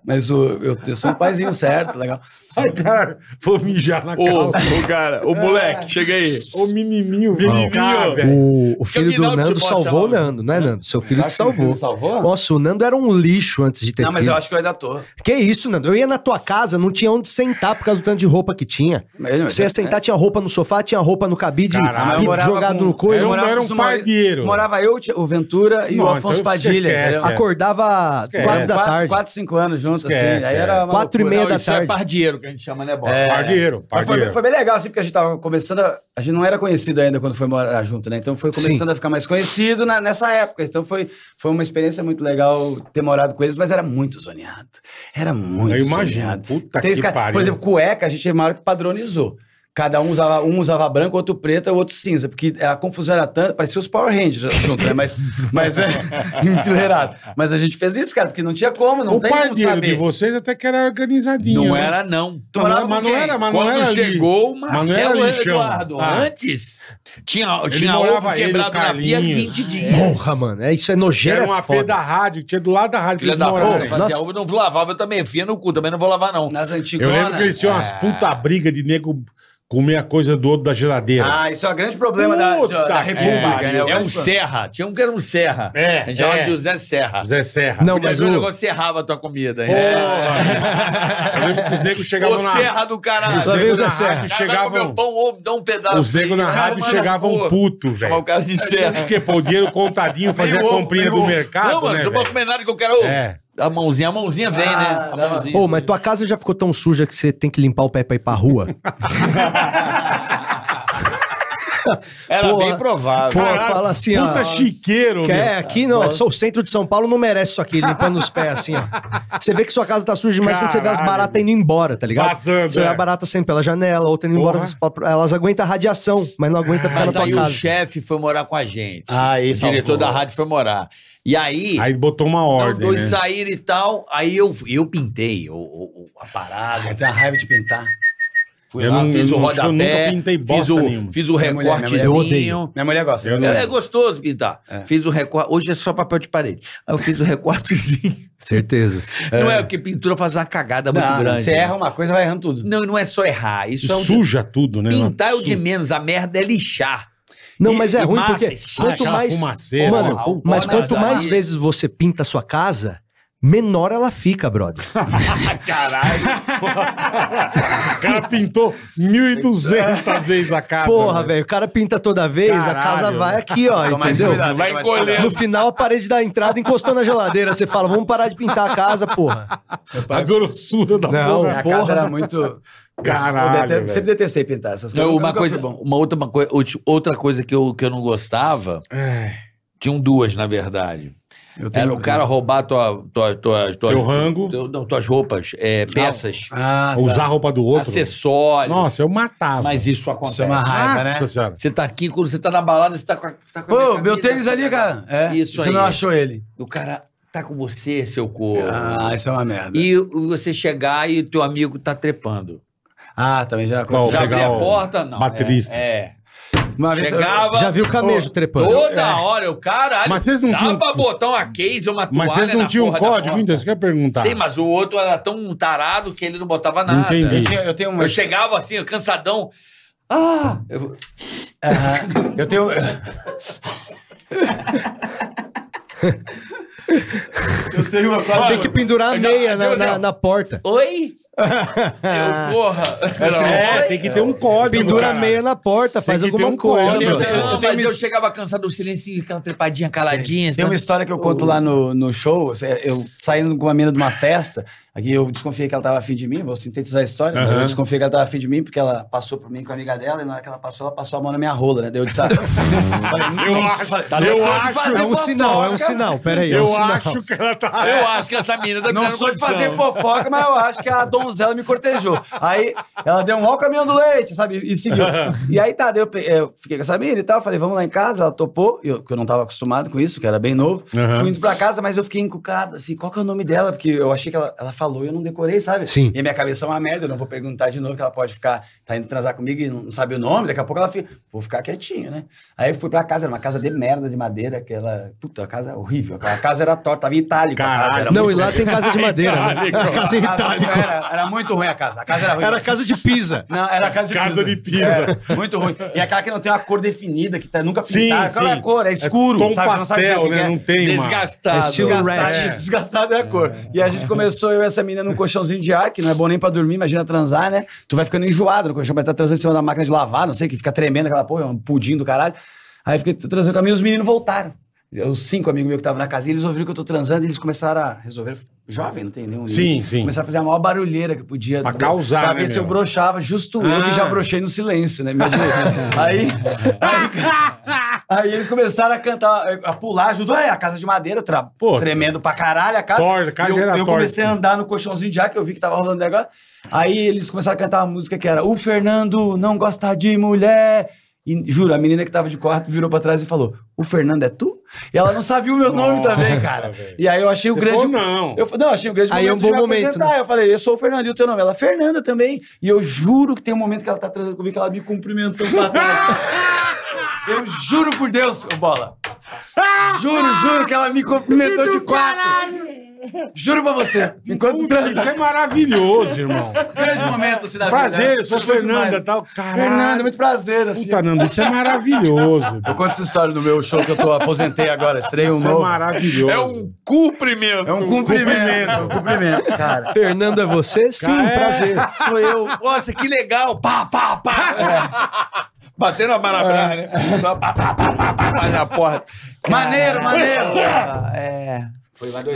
Speaker 8: Mas o- eu, eu sou um paizinho certo, legal.
Speaker 4: Ai, cara, vou mijar na
Speaker 11: Ô,
Speaker 4: calça.
Speaker 11: ô, cara, ô, moleque, chega aí.
Speaker 4: O menininho, vem cá, velho.
Speaker 3: O, o
Speaker 11: o
Speaker 3: filho do
Speaker 11: Guinaldo te
Speaker 3: Nando
Speaker 11: pode
Speaker 3: salvou o
Speaker 11: chamar.
Speaker 3: Nando, né, Nando? Seu filho que salvou.
Speaker 8: salvou?
Speaker 3: Nossa, o Nando era um lixo antes de ter
Speaker 8: Não, mas
Speaker 3: filho.
Speaker 8: eu acho que eu ainda tô.
Speaker 3: Que isso, Nando? Eu ia na tua casa, não tinha onde sentar por causa do tanto de roupa que tinha.
Speaker 8: Mas-
Speaker 3: Você ia sentar, tinha roupa no sofá, tinha roupa no cabide,
Speaker 4: Caralho,
Speaker 3: e
Speaker 8: eu morava
Speaker 3: jogado
Speaker 8: com-
Speaker 3: no
Speaker 4: eu
Speaker 3: coio.
Speaker 4: morava- era um
Speaker 8: com os maiores-
Speaker 4: pargueiro.
Speaker 8: Morava eu, o Ventura e
Speaker 4: Não,
Speaker 8: o Afonso
Speaker 4: então esquece, é,
Speaker 8: Padilha.
Speaker 4: esquece,
Speaker 8: entendeu?
Speaker 3: Acordava
Speaker 4: Esquece.
Speaker 3: quatro da
Speaker 8: Quatro,
Speaker 3: tarde.
Speaker 8: quatro, cinco anos juntos,
Speaker 4: Esquece, é.
Speaker 8: assim. Aí era uma
Speaker 3: Quatro e
Speaker 8: loucura.
Speaker 3: meia
Speaker 11: Não,
Speaker 3: da
Speaker 11: isso é
Speaker 3: tarde.
Speaker 11: pardieiro que a gente chama, né, bola?
Speaker 4: Pargueiro,
Speaker 8: Mas foi,
Speaker 4: pargueiro.
Speaker 8: foi bem legal, assim, porque a gente tava começando. A, a gente não era conhecido ainda quando foi morar junto, né? Então foi começando a ficar mais conhecido na- nessa época. Então foi, foi uma experiência muito legal ter morado com eles, mas era muito zoneado. Era muito
Speaker 4: Eu imagino,
Speaker 8: zoneado.
Speaker 4: puta
Speaker 8: Tem
Speaker 4: que
Speaker 8: esse cara-
Speaker 4: pariu.
Speaker 8: Por exemplo, cueca, a gente é maior que padronizou. Cada um usava, um usava branco, outro preto, outro cinza. Porque a confusão era tanta, parecia os Power Rangers [laughs] junto, né? Mas, mas é [laughs] enfileirado. Mas a gente fez isso, cara, porque não tinha como, não
Speaker 4: o
Speaker 8: tem como
Speaker 4: pargueiro de
Speaker 8: saber.
Speaker 4: vocês até que era organizadinho.
Speaker 6: Não
Speaker 4: né?
Speaker 6: era, não.
Speaker 8: Tu morava
Speaker 4: Mas
Speaker 8: com
Speaker 4: não
Speaker 8: quem?
Speaker 4: era, mas não
Speaker 11: Quando
Speaker 4: era ali.
Speaker 11: chegou o
Speaker 4: Mas não era
Speaker 11: Marcelo
Speaker 4: lixão.
Speaker 11: Eduardo.
Speaker 4: Ah.
Speaker 6: Antes, tinha, tinha
Speaker 4: morava
Speaker 6: ovo
Speaker 4: ele,
Speaker 6: quebrado
Speaker 4: o
Speaker 6: na pia
Speaker 4: Carlinhos.
Speaker 6: 20 dias.
Speaker 3: Porra, mano, é, isso é
Speaker 4: Era
Speaker 3: nojeira.
Speaker 4: um
Speaker 3: é
Speaker 4: AP
Speaker 3: foda.
Speaker 4: da rádio, que tinha do lado da rádio. que
Speaker 11: Filha
Speaker 4: eles
Speaker 11: da
Speaker 4: moravam.
Speaker 11: porra, fazia ovo, não vou lavar, eu também, fia no cu, também não vou lavar, não.
Speaker 8: Nas antigonas.
Speaker 4: Eu lembro que eles tinham umas puta briga de nego comer a coisa do outro da geladeira.
Speaker 8: Ah, isso é o grande problema da,
Speaker 4: Puta
Speaker 8: da, da
Speaker 4: que pariu.
Speaker 8: República, né? O
Speaker 11: É
Speaker 8: grande
Speaker 11: um
Speaker 8: problema.
Speaker 11: Serra. Tinha um que era um Serra.
Speaker 4: É,
Speaker 11: A gente chamava
Speaker 4: é.
Speaker 11: de José
Speaker 6: Ah.
Speaker 11: Serra.
Speaker 4: Zé Serra.
Speaker 3: Não,
Speaker 11: Podia
Speaker 3: mas
Speaker 11: ver
Speaker 3: o-
Speaker 11: o negócio serrava a tua comida. hein? [laughs]
Speaker 6: é-
Speaker 4: Porra! Eu lembro que os negros
Speaker 11: Ô,
Speaker 4: chegavam na. é
Speaker 11: Serra do caralho.
Speaker 4: Os
Speaker 3: Lá vem o
Speaker 4: negros
Speaker 3: Zé
Speaker 4: na
Speaker 3: Serra.
Speaker 4: rádio
Speaker 11: Chegava meu
Speaker 4: chegavam.
Speaker 11: pão, ou dá um pedaço.
Speaker 6: Tá
Speaker 4: Os negros na
Speaker 11: Vai
Speaker 4: rádio
Speaker 11: tomar no
Speaker 4: chegavam
Speaker 11: cu.
Speaker 4: puto,
Speaker 11: Chamar o
Speaker 6: um
Speaker 4: velho.
Speaker 11: cara de Serra.
Speaker 4: Porque pô, o dinheiro contadinho, fazia
Speaker 11: Meio
Speaker 4: a
Speaker 11: ovo,
Speaker 4: comprinha
Speaker 11: meio
Speaker 4: do
Speaker 11: ovo.
Speaker 4: mercado.
Speaker 11: Não, mano,
Speaker 4: né,
Speaker 11: eu não vou
Speaker 4: velho?
Speaker 11: comer nada que eu quero.
Speaker 4: É. Ah,
Speaker 11: A mãozinha, a mãozinha vem, né? A mãozinha.
Speaker 3: Ô, mas tua casa já ficou tão suja que você tem que limpar o pé pra ir pra rua?
Speaker 11: Era
Speaker 3: Porra.
Speaker 11: bem provável.
Speaker 3: Pô,
Speaker 4: Caralho,
Speaker 3: fala assim, ó.
Speaker 4: Puta chiqueiro,
Speaker 3: Que é,
Speaker 4: meu.
Speaker 3: aqui não, só o centro de São Paulo não merece isso aqui, limpando os pés assim, ó. Você vê que sua casa tá suja demais quando você vê as
Speaker 4: Caralho.
Speaker 3: baratas indo embora, tá ligado?
Speaker 4: Vazando,
Speaker 3: você vê
Speaker 4: é.
Speaker 3: a barata saindo pela janela, outra indo
Speaker 4: Porra.
Speaker 3: embora, elas- elas aguentam a radiação, mas não aguentam ficar
Speaker 6: Mas
Speaker 3: na
Speaker 6: aí
Speaker 3: tua
Speaker 6: o
Speaker 3: casa.
Speaker 6: chefe foi morar com a gente.
Speaker 8: Ah,
Speaker 6: o
Speaker 8: esse
Speaker 6: diretor
Speaker 8: salvou.
Speaker 6: da rádio foi morar. E aí,
Speaker 4: Aí botou uma
Speaker 6: não,
Speaker 4: ordem.
Speaker 6: dois
Speaker 4: né?
Speaker 6: saíram e tal. Aí eu, eu pintei o, o- o- a parada.
Speaker 8: Ah, eu tenho a raiva de pintar.
Speaker 6: Fui
Speaker 4: Eu
Speaker 6: lá,
Speaker 4: não-
Speaker 6: fiz
Speaker 4: eu
Speaker 6: o
Speaker 4: não- acho que eu nunca
Speaker 6: rodapé,
Speaker 4: pintei
Speaker 6: fiz
Speaker 4: bosta
Speaker 6: o,
Speaker 4: nenhuma.
Speaker 6: fiz o
Speaker 8: Minha mulher, minha mulher,
Speaker 6: recortezinho.
Speaker 8: eu Minha mulher gosta.
Speaker 4: Eu não-
Speaker 6: É, é gostoso pintar. Fiz o recorte. Hoje é só papel de parede. Aí eu fiz o
Speaker 3: [laughs]
Speaker 6: recortezinho.
Speaker 3: Certeza.
Speaker 6: Não é o que pintura faz uma cagada
Speaker 8: Não,
Speaker 6: muito grande.
Speaker 8: Você
Speaker 6: né?
Speaker 8: erra um- uma coisa, vai errando tudo.
Speaker 6: Não, e não é só errar.
Speaker 4: E
Speaker 6: Isso é um
Speaker 4: suja tudo, né? mano?
Speaker 6: Pintar é o de menos. A merda é lixar.
Speaker 3: Não,
Speaker 6: E-
Speaker 3: mas é
Speaker 6: e
Speaker 3: ruim
Speaker 6: massa,
Speaker 3: porque
Speaker 6: e
Speaker 3: quanto
Speaker 4: aquela
Speaker 3: mais.
Speaker 4: fumaceira,
Speaker 3: mano,
Speaker 4: né?
Speaker 3: mas
Speaker 6: Pô,
Speaker 3: quanto
Speaker 6: mas
Speaker 3: mais
Speaker 6: aí-
Speaker 3: vezes você pinta a sua casa, menor ela fica, brother.
Speaker 4: O cara pintou 1.200 vezes a casa.
Speaker 3: É. Porra,
Speaker 4: né?
Speaker 3: velho, o cara pinta toda vez, a casa
Speaker 4: Caralho.
Speaker 3: vai aqui, ó,
Speaker 8: Toma mais
Speaker 3: entendeu?
Speaker 8: cuidado,
Speaker 11: Vai
Speaker 8: toma mais
Speaker 11: encolher.
Speaker 8: cuidado.
Speaker 3: No final, a parede da entrada encostou na geladeira. Você fala, vamos parar de pintar a casa, porra.
Speaker 4: A grossura da
Speaker 3: Não.
Speaker 4: porra.
Speaker 8: Minha
Speaker 3: Porra.
Speaker 8: casa era muito.
Speaker 4: Caralho,
Speaker 8: Eu detesto-
Speaker 4: velho.
Speaker 8: sempre detestei pintar essas coisas.
Speaker 6: Eu, uma,
Speaker 8: Nunca
Speaker 6: coisa,
Speaker 8: fui-
Speaker 6: uma outra uma coi- ulti- outra coisa que eu, que eu não gostava,
Speaker 4: É,
Speaker 6: tinham duas, na verdade.
Speaker 8: Eu tenho-
Speaker 6: Era o cara roubar tua, tua, tua, tuas-
Speaker 4: Teu rango.
Speaker 6: teu- não, tuas roupas, é, peças,
Speaker 8: Ah, tá.
Speaker 4: Usar a roupa do outro. né?
Speaker 6: acessórios.
Speaker 4: Nossa, eu matava.
Speaker 6: Mas isso
Speaker 8: Isso
Speaker 6: acontece.
Speaker 8: é uma raiva,
Speaker 4: Nossa
Speaker 8: né?
Speaker 4: senhora.
Speaker 6: Você tá aqui, quando você tá na balada, você tá com a. Tá com a minha
Speaker 8: Pô,
Speaker 6: camisa,
Speaker 8: meu tênis
Speaker 6: tá-
Speaker 8: ali, cara. É,
Speaker 6: Isso
Speaker 8: você
Speaker 6: aí.
Speaker 8: não achou ele.
Speaker 6: O cara tá com você, seu corpo.
Speaker 8: Ah, isso é uma merda.
Speaker 6: E você chegar e o teu amigo tá trepando.
Speaker 8: Ah, também já
Speaker 4: Não, Vou
Speaker 6: Já
Speaker 4: pegar
Speaker 6: abri a
Speaker 4: o
Speaker 6: porta, não.
Speaker 4: baterista.
Speaker 6: É. é.
Speaker 8: Uma vez
Speaker 6: Chegava.
Speaker 3: Já viu o camejo trepando?
Speaker 6: Toda hora, o caralho.
Speaker 4: Mas vocês não
Speaker 6: dá
Speaker 4: tinham-
Speaker 6: pra botar uma case ou uma toalha
Speaker 4: Mas vocês não
Speaker 6: na
Speaker 4: tinham um
Speaker 6: porra da
Speaker 4: código,
Speaker 6: porta.
Speaker 4: então? Isso que eu ia perguntar.
Speaker 6: Sim, mas o outro era tão tarado que ele não botava nada.
Speaker 4: Entendi.
Speaker 8: Eu, tinha- eu tenho uma.
Speaker 6: Eu chegava assim, cansadão. Ah! Eu,
Speaker 8: Aham. Eu tenho.
Speaker 3: Eu tenho uma quadra. Tem que pendurar a
Speaker 11: Eu já-
Speaker 3: meia na,
Speaker 11: eu já-
Speaker 4: assim,
Speaker 3: na- na porta.
Speaker 6: assim, Oi?
Speaker 3: Ah.
Speaker 6: Eu, porra.
Speaker 4: É, tem que ter um código.
Speaker 3: Pendura a
Speaker 4: cara.
Speaker 3: meia na porta, faz
Speaker 4: que ter
Speaker 3: alguma
Speaker 4: um
Speaker 3: coisa.
Speaker 4: código.
Speaker 6: Eu,
Speaker 4: Eu tenho-
Speaker 6: não, mas eu chegava cansado do silêncio, aquela trepadinha caladinha.
Speaker 8: Tem uma
Speaker 6: sabe?
Speaker 8: história que eu conto lá no, no show. é, Eu saindo com uma mina de uma festa, aqui eu desconfiei que ela tava afim de mim, vou sintetizar a história. mas Eu desconfiei que ela tava afim de mim, porque ela passou por mim com a amiga dela, e na hora que ela passou, ela passou a mão na minha rola, né? Deu de saco.
Speaker 4: Tá
Speaker 11: Eu acho, eu acho,
Speaker 3: É um sinal, é um sinal. Pera aí, é um
Speaker 11: eu
Speaker 3: sinal.
Speaker 11: acho que ela tá.
Speaker 4: É,
Speaker 6: Eu
Speaker 8: um
Speaker 6: acho que essa mina tá
Speaker 8: Não
Speaker 6: ficando
Speaker 8: sou de
Speaker 6: condição.
Speaker 8: fazer fofoca, mas eu acho que a donzela me cortejou. Aí ela deu um mau caminhão do leite, sabe? E seguiu. E aí tá, daí eu, pe- eu fiquei com essa mina e tal, falei, vamos lá em casa, ela topou, eu, que eu não tava acostumado com isso, que era bem novo.
Speaker 4: Aham.
Speaker 8: Fui indo pra casa, mas eu fiquei encucado, assim, qual que é o nome dela? Porque eu achei que ela, ela falou e eu não decorei, sabe?
Speaker 3: Sim.
Speaker 8: E a minha cabeça é uma merda, eu não vou perguntar de novo, que ela pode ficar, tá indo transar comigo e não sabe o nome, daqui a pouco ela fica, vou ficar quietinho, né? Aí eu fui pra casa, era uma casa de merda, de madeira, aquela, puta, a casa horrível, a casa era torta, tava em itálica, a casa,
Speaker 4: Caralho.
Speaker 8: era
Speaker 3: Não,
Speaker 8: muito
Speaker 3: e lá tem casa de madeira. né?
Speaker 11: Itálico.
Speaker 3: Casa em
Speaker 8: a casa
Speaker 3: Itálico.
Speaker 8: Era, era muito ruim a casa. A casa era ruim.
Speaker 3: Era casa de pisa.
Speaker 8: Não, era casa de
Speaker 4: Casa de pisa.
Speaker 8: É, muito ruim. E aquela que não tem uma cor definida, que tá nunca
Speaker 4: Sim,
Speaker 8: pintada. Qual é a
Speaker 4: sim.
Speaker 8: cor? É escuro,
Speaker 4: tom
Speaker 8: sabe? Você não sabe dizer o
Speaker 4: pastel,
Speaker 8: que
Speaker 4: né?
Speaker 8: que é.
Speaker 4: Não tem, mano.
Speaker 6: Desgastado.
Speaker 3: É estilo
Speaker 8: Desgastado,
Speaker 3: red.
Speaker 8: desgastado é a cor. E a gente começou, eu e essa menina, num colchãozinho de ar, que não é bom nem pra dormir, imagina transar, né? Tu vai ficando enjoado no colchão, vai estar transando em cima da máquina de lavar, não sei, que fica tremendo aquela porra, é um pudim do caralho. Aí eu fiquei transando com a minha e os meninos voltaram. Os cinco amigos meus que estavam na casa, e eles ouviram que eu tô transando e eles começaram a resolver. Jovem, não tem nenhum
Speaker 4: Sim,
Speaker 8: limite.
Speaker 4: sim.
Speaker 8: Começaram a fazer a maior barulheira que podia.
Speaker 4: Pra causar,
Speaker 8: Pra
Speaker 4: né,
Speaker 8: ver se eu
Speaker 4: meu?
Speaker 8: broxava. Justo eu que já
Speaker 4: Ah.
Speaker 8: brochei no silêncio, né? Imagina.
Speaker 4: [laughs]
Speaker 8: aí, Aí eles começaram a cantar, a pular junto. Ué, a casa de madeira, tra-
Speaker 4: Pô,
Speaker 8: tremendo pra caralho a casa.
Speaker 4: torta, a casa
Speaker 8: eu,
Speaker 4: era
Speaker 8: eu
Speaker 4: torta.
Speaker 8: comecei a andar no colchãozinho de ar, que eu vi que tava rolando negócio. Aí eles começaram a cantar uma música que era O Fernando não gosta de mulher. E, juro, a menina que tava de quarto virou pra trás e falou: O Fernando é tu? E ela não sabia o meu nome também, cara.
Speaker 4: velho.
Speaker 8: E aí eu achei o
Speaker 4: Você
Speaker 8: grande.
Speaker 4: falou, não.
Speaker 8: Eu, fa- não, achei o grande
Speaker 3: Aí é um
Speaker 8: de
Speaker 3: bom
Speaker 8: me
Speaker 3: momento,
Speaker 8: apresentar. Eu falei, eu sou o Fernando, e o teu nome? Ela, Fernanda também. E eu juro que tem um momento que ela tá transando comigo que ela me cumprimentou
Speaker 3: [laughs]
Speaker 8: pra trás. eu juro por Deus, ô bola. Juro, juro que ela me cumprimentou de quatro. Juro pra você. Enquanto
Speaker 4: Puta, Isso
Speaker 8: transando.
Speaker 4: é maravilhoso, irmão.
Speaker 8: Grande momento, assim, da vida.
Speaker 4: Prazer, eu sou
Speaker 8: Foi
Speaker 4: Fernanda e
Speaker 8: demais.
Speaker 4: tal. Caralho.
Speaker 8: Fernanda, muito prazer, assim.
Speaker 4: Puta, Nando, isso é maravilhoso.
Speaker 8: Eu conto essa história no meu show que eu tô aposentei agora, estreio um
Speaker 4: Isso é
Speaker 8: novo.
Speaker 4: maravilhoso.
Speaker 11: É um cumprimento.
Speaker 8: É um cumprimento, é um cumprimento, [laughs] cara.
Speaker 3: Fernando é você? Sim,
Speaker 4: É.
Speaker 3: prazer.
Speaker 6: Sou eu. Nossa, que legal. Pá, pá, pá.
Speaker 8: É.
Speaker 11: Batendo a marabra, né? Só pá, pá, pá, pá, pá, pá, na porta.
Speaker 8: Maneiro, maneiro.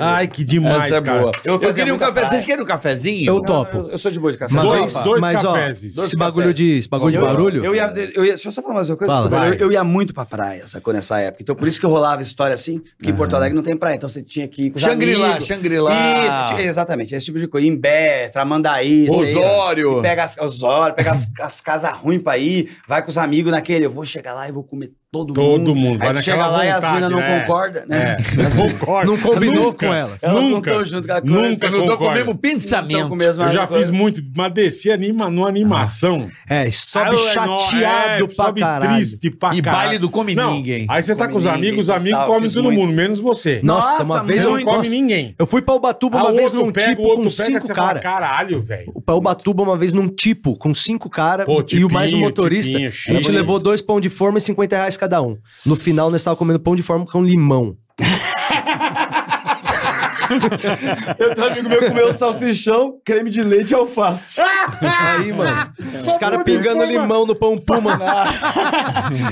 Speaker 4: Ai, que demais,
Speaker 11: Essa é
Speaker 4: cara.
Speaker 11: boa.
Speaker 6: Eu, queria um
Speaker 8: muita
Speaker 6: café. Vocês querem um cafezinho?
Speaker 3: Eu topo.
Speaker 8: Eu sou de boa de café.
Speaker 3: Mas
Speaker 4: Dois-
Speaker 3: mas-
Speaker 4: dois
Speaker 3: mas, ó,
Speaker 4: cafés.
Speaker 3: esse bagulho de, esse bagulho de barulho?
Speaker 8: Eu ia, eu ia- deixa eu só falar mais uma coisa.
Speaker 3: Fala.
Speaker 8: desculpa, eu,
Speaker 4: Vai.
Speaker 8: eu ia muito pra praia, sacou, nessa época. Então, por isso que eu rolava história assim, porque em Porto Alegre não tem praia. Então, você tinha que ir com os
Speaker 6: Shangri-La,
Speaker 8: amigos.
Speaker 6: Shangri-La.
Speaker 8: Isso, tinha- exatamente. Esse tipo de coisa. Imbé, Tramandaí. sei lá.
Speaker 11: Osório.
Speaker 8: E Pega as, Osório, pega as, [laughs] as casas ruins pra ir, vai com os amigos naquele. Eu vou chegar lá e vou comer todo mundo.
Speaker 4: Todo mundo, vai
Speaker 8: Aí tu chega lá
Speaker 4: naquela
Speaker 8: e as
Speaker 4: vontade,
Speaker 8: minas não
Speaker 4: né?
Speaker 8: concordam, [laughs] né?
Speaker 4: Concordo.
Speaker 3: Não combinou
Speaker 4: Nunca,
Speaker 3: com ela.
Speaker 8: Elas não
Speaker 4: Nunca.
Speaker 8: tão junto com a coisa.
Speaker 4: Nunca
Speaker 6: Eu tô com o
Speaker 4: concordo.
Speaker 6: mesmo pensamento.
Speaker 8: com o mesmo
Speaker 4: Eu já fiz muito, mas desci anima, numa animação.
Speaker 3: É, sobe
Speaker 4: Ah, é, não,
Speaker 3: chateado
Speaker 4: é,
Speaker 3: pra
Speaker 4: sobe
Speaker 3: caralho.
Speaker 4: triste pra
Speaker 6: E
Speaker 4: caralho.
Speaker 6: baile do come
Speaker 4: Não,
Speaker 6: ninguém.
Speaker 4: Aí você tá
Speaker 8: Come
Speaker 4: com os
Speaker 8: ninguém,
Speaker 4: amigos, os amigos
Speaker 8: total,
Speaker 4: comem
Speaker 8: fiz
Speaker 4: todo
Speaker 8: muito.
Speaker 4: mundo, menos você.
Speaker 3: Nossa,
Speaker 8: Nossa,
Speaker 3: uma vez
Speaker 4: você
Speaker 3: eu...
Speaker 4: não come
Speaker 3: nossa,
Speaker 4: ninguém.
Speaker 3: Eu fui pra Ubatuba
Speaker 4: Ah,
Speaker 3: um uma
Speaker 4: o
Speaker 3: vez num
Speaker 4: outro pega, o
Speaker 3: tipo
Speaker 4: outro
Speaker 3: com
Speaker 4: pega,
Speaker 3: cinco
Speaker 4: você fala,
Speaker 3: caras.
Speaker 4: caralho, velho.
Speaker 3: Pra Ubatuba uma vez num tipo, com cinco caras
Speaker 4: Pô,
Speaker 3: e o mais um
Speaker 4: tipinho,
Speaker 3: motorista.
Speaker 4: tipinho,
Speaker 3: a
Speaker 4: chique.
Speaker 3: gente levou dois pão de forma e 50 reais cada um. No final, nós estávamos comendo pão de forma com limão.
Speaker 8: Eu tenho um amigo meu comeu salsichão, creme de leite e alface. [laughs]
Speaker 3: Aí, mano,
Speaker 8: Ah,
Speaker 3: os caras pingando limão no pão puma.
Speaker 8: [laughs]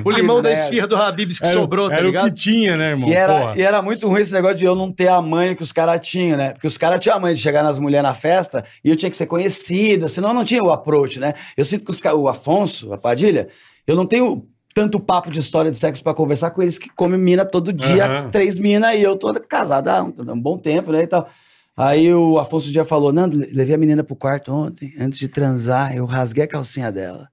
Speaker 3: o limão da esfirra do Habibs que
Speaker 4: Era,
Speaker 3: sobrou, tá
Speaker 4: era o que
Speaker 3: ligado?
Speaker 4: tinha, né, irmão?
Speaker 8: E era,
Speaker 4: Porra.
Speaker 8: e era muito ruim esse negócio de eu não ter a mãe que os caras tinham, né? Porque os caras tinham a mãe de chegar nas mulheres na festa e eu tinha que ser conhecida, senão eu não tinha o approach, né? Eu sinto que os caras, o Afonso, a Padilha, eu não tenho tanto papo de história de sexo pra conversar com eles que comem mina todo dia,
Speaker 4: Aham.
Speaker 8: três mina e eu tô casada há um, há um bom tempo, né? E tal. Aí o Afonso um dia falou: Nando, le- levei a menina pro quarto ontem, antes de transar, eu rasguei a calcinha dela.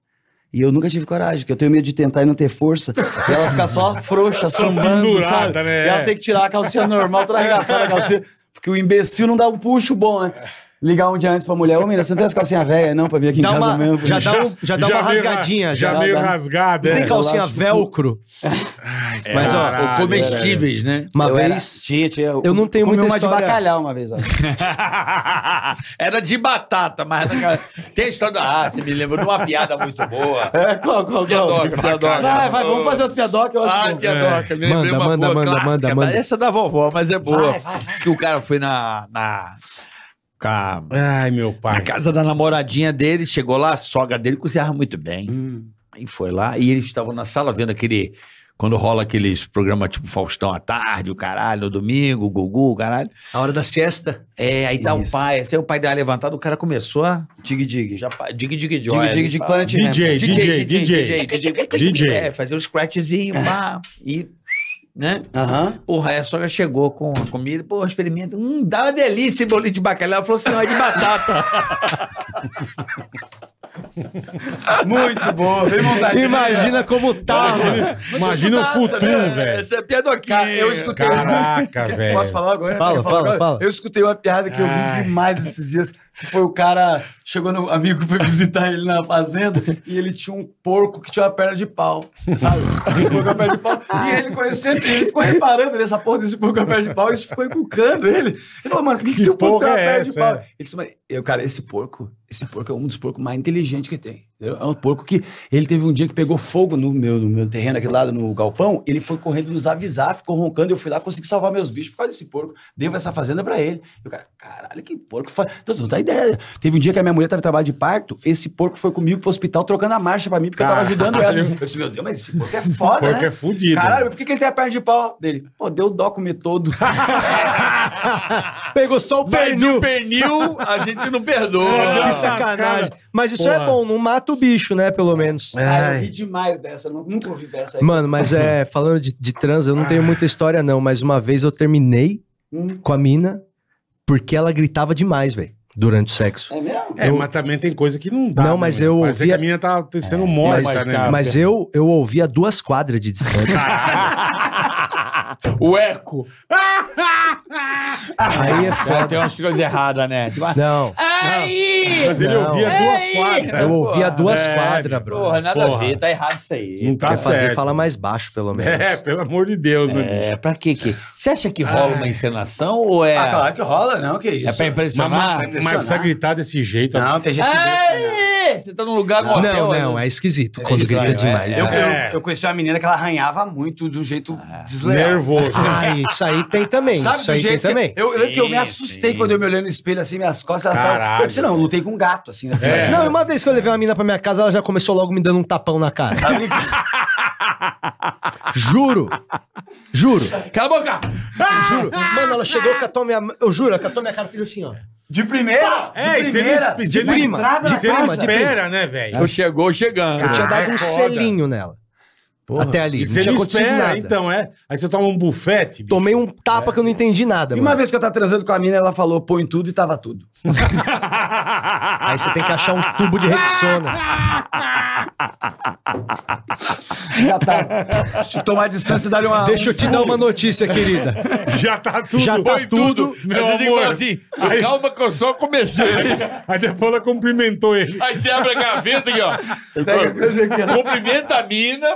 Speaker 8: E eu nunca tive coragem, porque eu tenho medo de tentar e não ter força. E ela
Speaker 3: [laughs]
Speaker 8: ficar só frouxa,
Speaker 4: Só
Speaker 8: sambando,
Speaker 4: pendurada,
Speaker 8: sabe?
Speaker 4: né?
Speaker 8: E ela tem que tirar a calcinha normal, toda
Speaker 3: [laughs]
Speaker 8: arregaçada a
Speaker 3: É.
Speaker 8: calcinha. Porque o imbecil não dá um puxo bom, né? Ligar um dia antes pra mulher, ô menina, você não tem as calcinhas velhas não pra vir aqui em
Speaker 3: Dá
Speaker 8: casa
Speaker 3: uma-
Speaker 8: mesmo?
Speaker 3: já dá um- já
Speaker 4: né?
Speaker 3: dá uma
Speaker 4: meio ra-
Speaker 3: rasgadinha, já
Speaker 4: Já meio
Speaker 8: dá-
Speaker 4: rasgada,
Speaker 3: Tem
Speaker 4: é.
Speaker 3: calcinha velcro.
Speaker 4: né?
Speaker 8: Mas, ó,
Speaker 6: Ou comestíveis, né?
Speaker 3: Uma
Speaker 8: eu era-
Speaker 3: vez.
Speaker 8: tinha, tinha-
Speaker 3: eu não tenho
Speaker 8: comi
Speaker 3: muita
Speaker 8: uma
Speaker 3: história-
Speaker 8: de bacalhau
Speaker 3: [laughs]
Speaker 8: uma vez, ó.
Speaker 6: [laughs] Era de batata, mas era- tem a história da ah, você me lembrou de uma piada muito boa.
Speaker 8: É, qual, qual, qual?
Speaker 6: Piadoca,
Speaker 3: tipo
Speaker 6: piadoca.
Speaker 8: Vai, vai, vamos fazer os piadocas, eu acho. é.
Speaker 6: Ah,
Speaker 8: bom.
Speaker 6: piadoca, me lembrei
Speaker 3: Manda,
Speaker 6: uma
Speaker 3: manda,
Speaker 6: boa
Speaker 3: manda,
Speaker 6: clássica,
Speaker 3: manda,
Speaker 6: mas
Speaker 3: manda.
Speaker 6: Essa é da vovó, mas é boa. Diz que o cara foi na, na, com a-
Speaker 4: Ai, meu
Speaker 6: na
Speaker 4: pai.
Speaker 6: casa da namoradinha dele, chegou lá, a sogra dele cozinhava muito bem.
Speaker 8: Hum.
Speaker 6: E foi lá, e eles estavam na sala vendo aquele. Quando rola aqueles programas tipo Faustão à tarde, o caralho, no domingo, o Gugu, o caralho.
Speaker 3: A hora
Speaker 4: [laughs]
Speaker 3: da siesta.
Speaker 6: É, aí tá o
Speaker 3: Isso.
Speaker 6: pai, assim, o pai dela levantado, o cara começou a. Dig, dig. Já, pa- dig, dig, joia.
Speaker 8: Dig, dig,
Speaker 6: Ele
Speaker 8: dig,
Speaker 6: fala,
Speaker 8: Planet
Speaker 3: né,
Speaker 8: Ramp.
Speaker 4: DJ, DJ, DJ. DJ.
Speaker 6: É, fazer um scratchzinho, pá, e. Né?
Speaker 8: Aham.
Speaker 6: Porra, aí a sogra chegou com a comida, pô, experimenta. Hum, dá uma delícia esse bolinho de bacalhau. Ela falou assim: não, é de batata.
Speaker 8: Muito bom, bem montadinho.
Speaker 3: Imagina como tava.
Speaker 4: Ah, Imagina o futuro, velho.
Speaker 6: Essa é piadoquinha.
Speaker 8: Cara, eu escutei.
Speaker 4: Caraca, velho.
Speaker 8: Posso falar agora?
Speaker 3: Fala,
Speaker 8: Quer falar
Speaker 3: fala,
Speaker 8: agora?
Speaker 3: fala.
Speaker 8: Eu escutei uma piada que eu
Speaker 4: Ai.
Speaker 8: vi demais esses dias. Que foi o cara. Chegou no amigo, foi visitar ele na fazenda e ele tinha um porco que tinha uma perna de pau. Sabe? Um porco com a perna de pau. E ele conhecendo, ele ficou reparando nessa porra desse porco com a perna de pau. Isso ficou encucando ele. Ele falou, mano, por que, que
Speaker 4: Que
Speaker 8: seu porco tem uma
Speaker 4: porra é
Speaker 8: perna de
Speaker 4: essa,
Speaker 8: pau?
Speaker 4: é?
Speaker 8: Ele disse, mano, eu, cara, esse porco, esse porco é um dos porcos mais inteligentes que tem. entendeu? É um porco que ele teve um dia que pegou fogo no meu, no meu terreno aqui do lado, no galpão. Ele foi correndo nos avisar, ficou roncando. Eu fui lá, consegui salvar meus bichos por causa desse porco. Devo essa fazenda pra ele. E o cara, caralho, que porco foi. Tu não dá ideia. Teve um dia que a minha mulher tava em trabalho de parto. Esse porco foi comigo pro hospital trocando a marcha pra mim, porque eu tava ajudando ela.
Speaker 4: Caralho.
Speaker 8: Eu disse, meu Deus, mas esse porco é foda,
Speaker 4: Porco
Speaker 8: né?
Speaker 4: é fudido.
Speaker 8: Caralho, mas por que, que ele tem a perna de pau dele? Pô, deu dó comer todo.
Speaker 3: Pegou só o
Speaker 4: um
Speaker 6: Mas
Speaker 3: pernil.
Speaker 6: o pernil a gente não
Speaker 3: Pô,
Speaker 6: perdoa.
Speaker 3: que sacanagem. Mas isso é
Speaker 4: Porra.
Speaker 3: bom, não mata o bicho, né? Pelo menos.
Speaker 8: Cara, eu ri demais dessa. nu- Nunca ouvi essa aí.
Speaker 3: Mano,
Speaker 8: [laughs]
Speaker 3: mas é, falando de, de trans, eu não tenho muita história, não. Mas uma vez eu terminei
Speaker 8: Hum.
Speaker 3: com a mina porque ela gritava demais, velho, durante o sexo.
Speaker 8: É mesmo?
Speaker 4: É, mas também tem coisa que não dá.
Speaker 3: Não,
Speaker 4: né,
Speaker 3: mas
Speaker 4: mano?
Speaker 3: eu
Speaker 4: Parece
Speaker 3: ouvia- É,
Speaker 4: que a minha tá sendo morta,
Speaker 3: mas
Speaker 4: né? meu?
Speaker 3: mas eu, eu ouvi a duas quadras de distância.
Speaker 6: o eco.
Speaker 3: Aí é
Speaker 6: Ela
Speaker 3: foda.
Speaker 6: tem umas coisas erradas, né? Tipo,
Speaker 3: Não,
Speaker 6: Aí!
Speaker 4: Mas ele
Speaker 3: Não.
Speaker 4: ouvia duas quadras.
Speaker 3: eu ouvi a duas quadras, bro.
Speaker 6: Porra, nada
Speaker 4: Porra.
Speaker 6: a ver, tá errado isso aí.
Speaker 4: Não tá
Speaker 3: Quer fazer,
Speaker 4: certo.
Speaker 3: fala mais baixo, pelo menos.
Speaker 4: É, pelo amor de Deus, né? bicho?
Speaker 6: É, pra quê que? Você acha que rola uma encenação ou é.
Speaker 8: Ah, claro que rola, não, que isso.
Speaker 6: É pra
Speaker 4: Mas,
Speaker 6: impressionar?
Speaker 4: mas, mas precisa gritar desse jeito. ó.
Speaker 8: Não, tem gente que grita.
Speaker 6: Aê! Você tá num lugar no
Speaker 3: Não,
Speaker 6: hotel,
Speaker 3: não,
Speaker 6: né?
Speaker 3: é esquisito quando
Speaker 6: estranho,
Speaker 3: grita
Speaker 6: é.
Speaker 3: demais.
Speaker 8: Eu,
Speaker 3: né?
Speaker 4: É.
Speaker 8: eu, eu conheci uma menina que ela arranhava muito do jeito desleal.
Speaker 4: Nervoso.
Speaker 3: Ah, isso aí tem também.
Speaker 8: Sabe
Speaker 3: isso
Speaker 8: do
Speaker 3: aí tem
Speaker 8: jeito que-
Speaker 3: também.
Speaker 8: Eu, eu lembro que eu me
Speaker 6: Sim,
Speaker 8: assustei
Speaker 6: sim.
Speaker 8: quando eu me olhei no espelho assim, minhas costas elas estavam.
Speaker 4: Caralho.
Speaker 8: Eu disse, não, eu lutei com um gato, assim. Né?
Speaker 4: É.
Speaker 3: Não, uma vez que eu levei uma mina pra minha casa, ela já começou logo me dando um tapão na cara.
Speaker 4: Tá
Speaker 3: [laughs] juro. Juro.
Speaker 6: Cala a boca!
Speaker 3: Juro. Mano, ela chegou, catou minha. Eu juro, ela catou minha cara e fez assim, ó.
Speaker 8: De primeira!
Speaker 4: [laughs] É, e
Speaker 8: de
Speaker 4: você
Speaker 8: primeira!
Speaker 4: não, você
Speaker 3: de
Speaker 4: não- e
Speaker 3: prima, de
Speaker 4: você não
Speaker 3: prima, de
Speaker 4: espera, né, velho?
Speaker 6: Eu chegou chegando.
Speaker 3: Eu tinha
Speaker 4: Ah,
Speaker 3: dado
Speaker 4: é
Speaker 3: um
Speaker 4: foda.
Speaker 3: selinho nela. Até ali.
Speaker 4: E
Speaker 3: Não
Speaker 4: você
Speaker 3: tinha
Speaker 4: não
Speaker 3: acontecido
Speaker 4: espera,
Speaker 3: nada.
Speaker 4: então, é. Aí você toma um bufete. bicho.
Speaker 3: Tomei um tapa que eu não entendi nada,
Speaker 8: E
Speaker 3: mano.
Speaker 8: uma vez que eu tava transando com a mina, ela falou, põe tudo e tava tudo.
Speaker 3: Aí você tem que achar um tubo de
Speaker 4: Ah,
Speaker 3: Rexona.
Speaker 8: Já tá. Deixa eu tomar a distância e dar uma.
Speaker 3: Deixa eu te dar uma notícia, querida.
Speaker 4: Já
Speaker 6: [laughs]
Speaker 4: tá tudo.
Speaker 3: Já tá
Speaker 4: Oi,
Speaker 3: tudo.
Speaker 4: Meu
Speaker 6: Mas eu digo
Speaker 4: amor.
Speaker 6: assim,
Speaker 4: [laughs] Aí-
Speaker 6: calma que eu só comecei.
Speaker 4: [laughs] Aí depois ela cumprimentou ele.
Speaker 6: Aí você abre a gaveta aqui, ó. Cumprimenta a mina.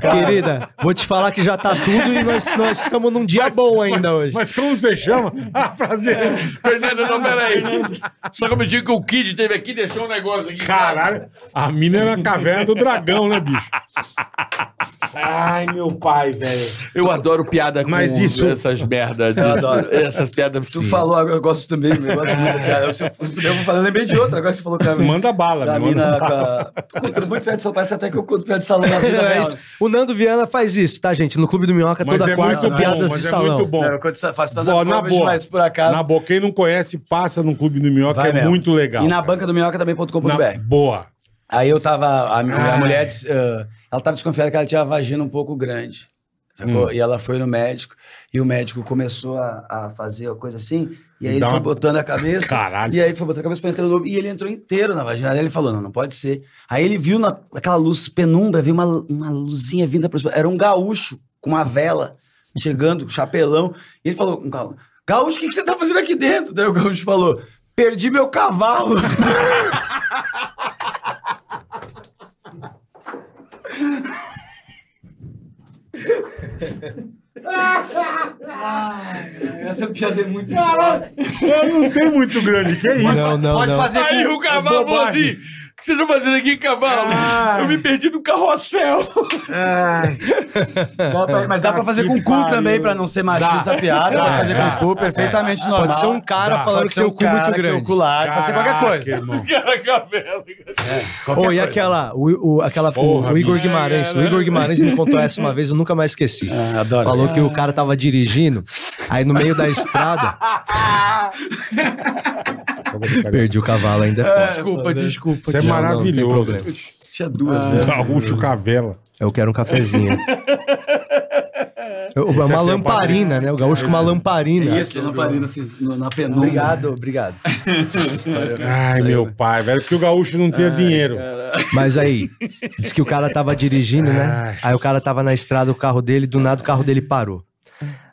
Speaker 3: Querida, vou te falar que já tá tudo e nós nós estamos num dia bom ainda hoje.
Speaker 4: Mas como você chama? Ah, prazer.
Speaker 6: [laughs] Fernanda, não, peraí. Só que eu me digo que o Kid teve aqui, deixou um negócio aqui.
Speaker 4: Caralho, a mina é na caverna do dragão, né, bicho? Ai, meu pai, velho.
Speaker 6: Eu adoro piada com
Speaker 4: Mas isso-
Speaker 6: essas merdas. disso. Essas piadas.
Speaker 8: Tu falou, agora eu gosto também, eu gosto muito, cara. Eu, se eu, fu- eu vou falar, lembrei de outra, agora você falou que a
Speaker 4: Manda bala,
Speaker 8: da
Speaker 4: manda
Speaker 8: mina com
Speaker 4: bala.
Speaker 8: a... Tô contando muito piada de salão, parece até que eu conto piada de salão na
Speaker 4: [laughs]
Speaker 8: vida
Speaker 3: É
Speaker 8: real.
Speaker 3: isso. O Nando Viana faz isso, tá, gente? No Clube do Minhoca,
Speaker 4: Mas
Speaker 3: toda
Speaker 4: é
Speaker 3: quarta,
Speaker 4: muito bom,
Speaker 3: piadas de
Speaker 4: mas é
Speaker 3: salão.
Speaker 4: muito bom.
Speaker 8: Não, eu conto essa- faço
Speaker 4: Ó,
Speaker 8: stand-up
Speaker 4: na
Speaker 8: comedy,
Speaker 4: boa.
Speaker 8: mas por acaso...
Speaker 4: Na boa, quem não conhece, passa no Clube do Minhoca,
Speaker 8: vai
Speaker 4: é
Speaker 8: mesmo.
Speaker 4: muito legal.
Speaker 8: E na
Speaker 4: cara.
Speaker 8: banca do minhoca também.com.br.
Speaker 4: Na- Boa.
Speaker 8: Aí eu tava. A, a mulher. disse, ah, ela tava desconfiada que ela tinha a vagina um pouco grande. Sacou?
Speaker 4: Hum.
Speaker 8: E ela foi no médico. E o médico começou a, a fazer uma coisa assim. E aí
Speaker 4: Dá
Speaker 8: ele foi
Speaker 4: uma-
Speaker 8: botando a cabeça.
Speaker 4: Caralho.
Speaker 8: E aí foi botando a cabeça, foi entrando. no olho, E ele entrou inteiro na vagina dela. Ele falou: não, não pode ser. Aí ele viu na, naquela luz penumbra, viu uma, uma luzinha vinda para Era um gaúcho com uma vela chegando, com chapelão. E ele falou: um gaú- Gaúcho, o que, que você tá fazendo aqui dentro? Daí o gaúcho falou: Perdi meu cavalo. Essa piada é muito idiota.
Speaker 4: Eu não tenho muito grande, que é isso?
Speaker 3: Não, não,
Speaker 6: Pode
Speaker 3: não.
Speaker 6: fazer
Speaker 4: Aí
Speaker 6: com-
Speaker 4: o
Speaker 6: bobagem.
Speaker 4: cavalo falou assim,
Speaker 6: O que vocês estão fazendo aqui, cavalo?
Speaker 4: Ah.
Speaker 6: Eu me perdi no carrossel.
Speaker 8: Dá pra- Mas dá pra fazer com
Speaker 4: que
Speaker 8: o cu
Speaker 4: pariu.
Speaker 8: também, pra não ser machista a piada. Dá pra
Speaker 4: Ah,
Speaker 8: [laughs] fazer com o cu
Speaker 4: é.
Speaker 8: perfeitamente normal.
Speaker 3: Pode ser um cara
Speaker 4: Dá,
Speaker 3: falando
Speaker 8: Pode
Speaker 3: que
Speaker 8: ser
Speaker 3: tem
Speaker 8: um
Speaker 3: o cu muito
Speaker 8: cara que tem
Speaker 3: grande.
Speaker 8: o cu largo, Pode ser qualquer coisa.
Speaker 4: irmão.
Speaker 6: Cara, cavalo.
Speaker 3: Ou e aquela, o, o- aquela, o-
Speaker 4: Porra,
Speaker 3: o Igor
Speaker 4: bicho.
Speaker 3: Guimarães. O Igor Guimarães me contou essa uma vez, eu nunca mais esqueci.
Speaker 8: Ah,
Speaker 3: Falou que o cara tava dirigindo, aí no meio da estrada. Perdi o cavalo ainda. é foda.
Speaker 8: Desculpa, desculpa.
Speaker 4: Isso é
Speaker 3: Não, não, não tem
Speaker 4: maravilhoso.
Speaker 3: problema.
Speaker 8: Tinha duas, né?
Speaker 4: Gaúcho Cavela.
Speaker 3: Eu quero um
Speaker 8: [laughs]
Speaker 3: cafezinho. Eu-
Speaker 4: Esse
Speaker 3: uma
Speaker 4: aqui é
Speaker 3: lamparina, né? O gaúcho com uma lamparina.
Speaker 8: É Isso, não parei assim, no- na penumbra. [laughs]
Speaker 3: Obrigado, obrigado.
Speaker 8: É,
Speaker 4: Ai, meu pai, velho, porque o gaúcho não tinha dinheiro.
Speaker 3: Mas aí, diz que o cara tava dirigindo, né? Aí o cara tava na estrada, o carro dele, do nada o carro dele parou.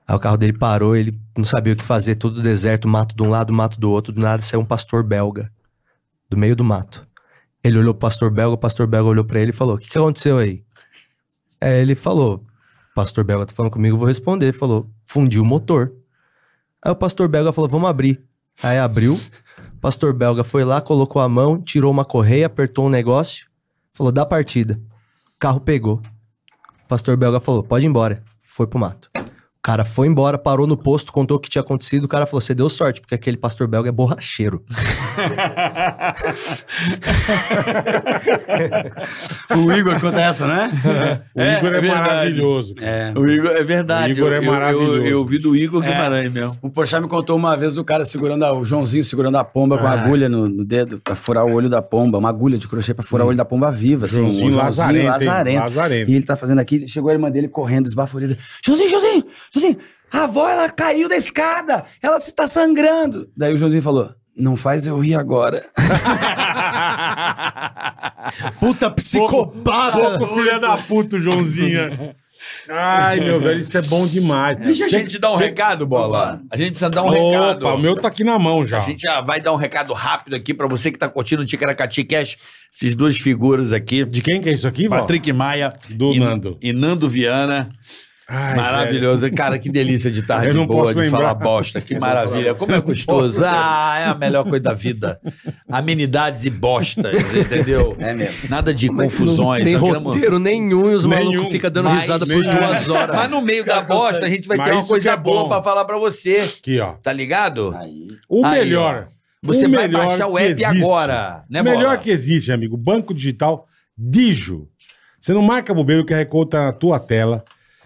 Speaker 3: Aí o carro dele parou, ele não sabia o que fazer, todo deserto, mato de um lado, mato do outro, do nada saiu um pastor belga, do meio do mato. Ele olhou pro pastor belga, o pastor belga olhou pra ele e falou, o que, que aconteceu aí? Aí ele falou, pastor belga tá falando comigo, eu vou responder. Ele falou, fundiu o motor. Aí o pastor belga falou, vamos abrir. Aí abriu, o pastor belga foi lá, colocou a mão, tirou uma correia, apertou um negócio, Falou, dá partida. O carro pegou. O pastor belga falou, pode ir embora. Foi pro mato. O cara foi embora, parou no posto, contou o que tinha acontecido. O cara falou, você deu sorte, porque aquele pastor belga é borracheiro.
Speaker 8: O Igor conta essa, né?
Speaker 4: O Igor é,
Speaker 6: é verdade.
Speaker 4: maravilhoso. [laughs]
Speaker 8: É.
Speaker 6: O Igor, é verdade.
Speaker 4: O Igor é
Speaker 6: Eu- eu-
Speaker 4: maravilhoso.
Speaker 6: Eu, eu vi do Igor Guimarães [laughs] mesmo.
Speaker 8: [laughs] O Porchat me contou uma vez do cara segurando a- o Joãozinho segurando a pomba com a agulha no, no dedo pra furar o olho da pomba, uma agulha de crochê pra furar o olho da pomba viva. Assim,
Speaker 4: Joãozinho
Speaker 8: um
Speaker 4: Lazarento, hein?
Speaker 8: Lazarento.
Speaker 4: Lazarento.
Speaker 8: E ele tá fazendo aqui, chegou a irmã dele correndo, esbaforida. Joãozinho, Joãozinho, Joãozinho, a avó ela caiu da escada, ela se tá sangrando. Daí o Joãozinho falou, não faz eu rir agora.
Speaker 3: Puta psicopata!
Speaker 4: Pouco filha da puta, o Joãozinho. Ai, meu velho, isso é bom demais.
Speaker 6: Deixa a gente dar um recado, Bola. A gente precisa dar um recado.
Speaker 4: Opa, o meu tá aqui na mão já.
Speaker 6: A gente já vai dar um recado rápido aqui pra você que tá curtindo o Ticaracati Cash. Esses duas figuras aqui.
Speaker 4: De quem que é isso aqui, Val?
Speaker 6: Patrick Maia
Speaker 4: Do
Speaker 6: e,
Speaker 4: Nando.
Speaker 6: e Nando Viana.
Speaker 4: Ai,
Speaker 6: Maravilhoso. Cara, que delícia de tarde
Speaker 4: Eu não
Speaker 6: boa,
Speaker 4: posso
Speaker 6: de
Speaker 4: lembrar.
Speaker 6: falar bosta. Que maravilha. Como é gostoso. Ah, é a melhor coisa da vida. Amenidades e bostas, entendeu? É mesmo. Nada de confusões.
Speaker 3: Tem
Speaker 6: Nós queremos-
Speaker 3: roteiro nenhum e os
Speaker 4: Nenhum.
Speaker 3: malucos ficam dando
Speaker 6: Mas- é.
Speaker 3: risada por duas
Speaker 6: [laughs]
Speaker 3: horas.
Speaker 6: Mas no meio da bosta, a gente vai
Speaker 4: Mas
Speaker 6: ter uma
Speaker 4: isso que
Speaker 6: coisa
Speaker 4: é bom.
Speaker 6: boa pra falar pra você.
Speaker 4: Aqui, ó.
Speaker 6: Tá ligado?
Speaker 4: O
Speaker 6: Aí,
Speaker 4: melhor.
Speaker 6: Você
Speaker 4: o
Speaker 6: vai
Speaker 4: melhor
Speaker 6: baixar o
Speaker 4: que
Speaker 6: app
Speaker 4: existe.
Speaker 6: agora. Né,
Speaker 4: o melhor
Speaker 6: Bola?
Speaker 4: que existe, amigo. Banco digital Dijo. Você não marca bobeira, o QR Code tá na tua tela.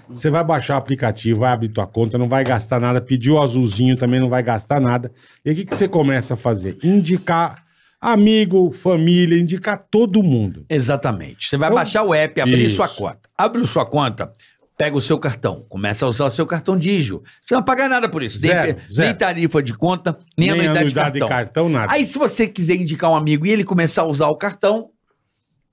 Speaker 4: Você vai baixar o aplicativo, vai abrir tua conta, não vai gastar nada. Pediu o azulzinho também, não vai gastar nada. E o que, que você começa a fazer? Indicar amigo, família, indicar todo mundo.
Speaker 6: Exatamente. Você vai
Speaker 4: Então,
Speaker 6: baixar o app, abrir
Speaker 4: isso.
Speaker 6: sua conta. Abre sua conta, pega o seu cartão, começa a usar o seu cartão Digio. Você não paga nada por isso. nem,
Speaker 4: Zero,
Speaker 6: pe-
Speaker 4: zero.
Speaker 6: nem tarifa de conta, nem, anuidade, de cartão.
Speaker 4: nada.
Speaker 6: Aí, se você quiser indicar um amigo e ele começar a usar o cartão,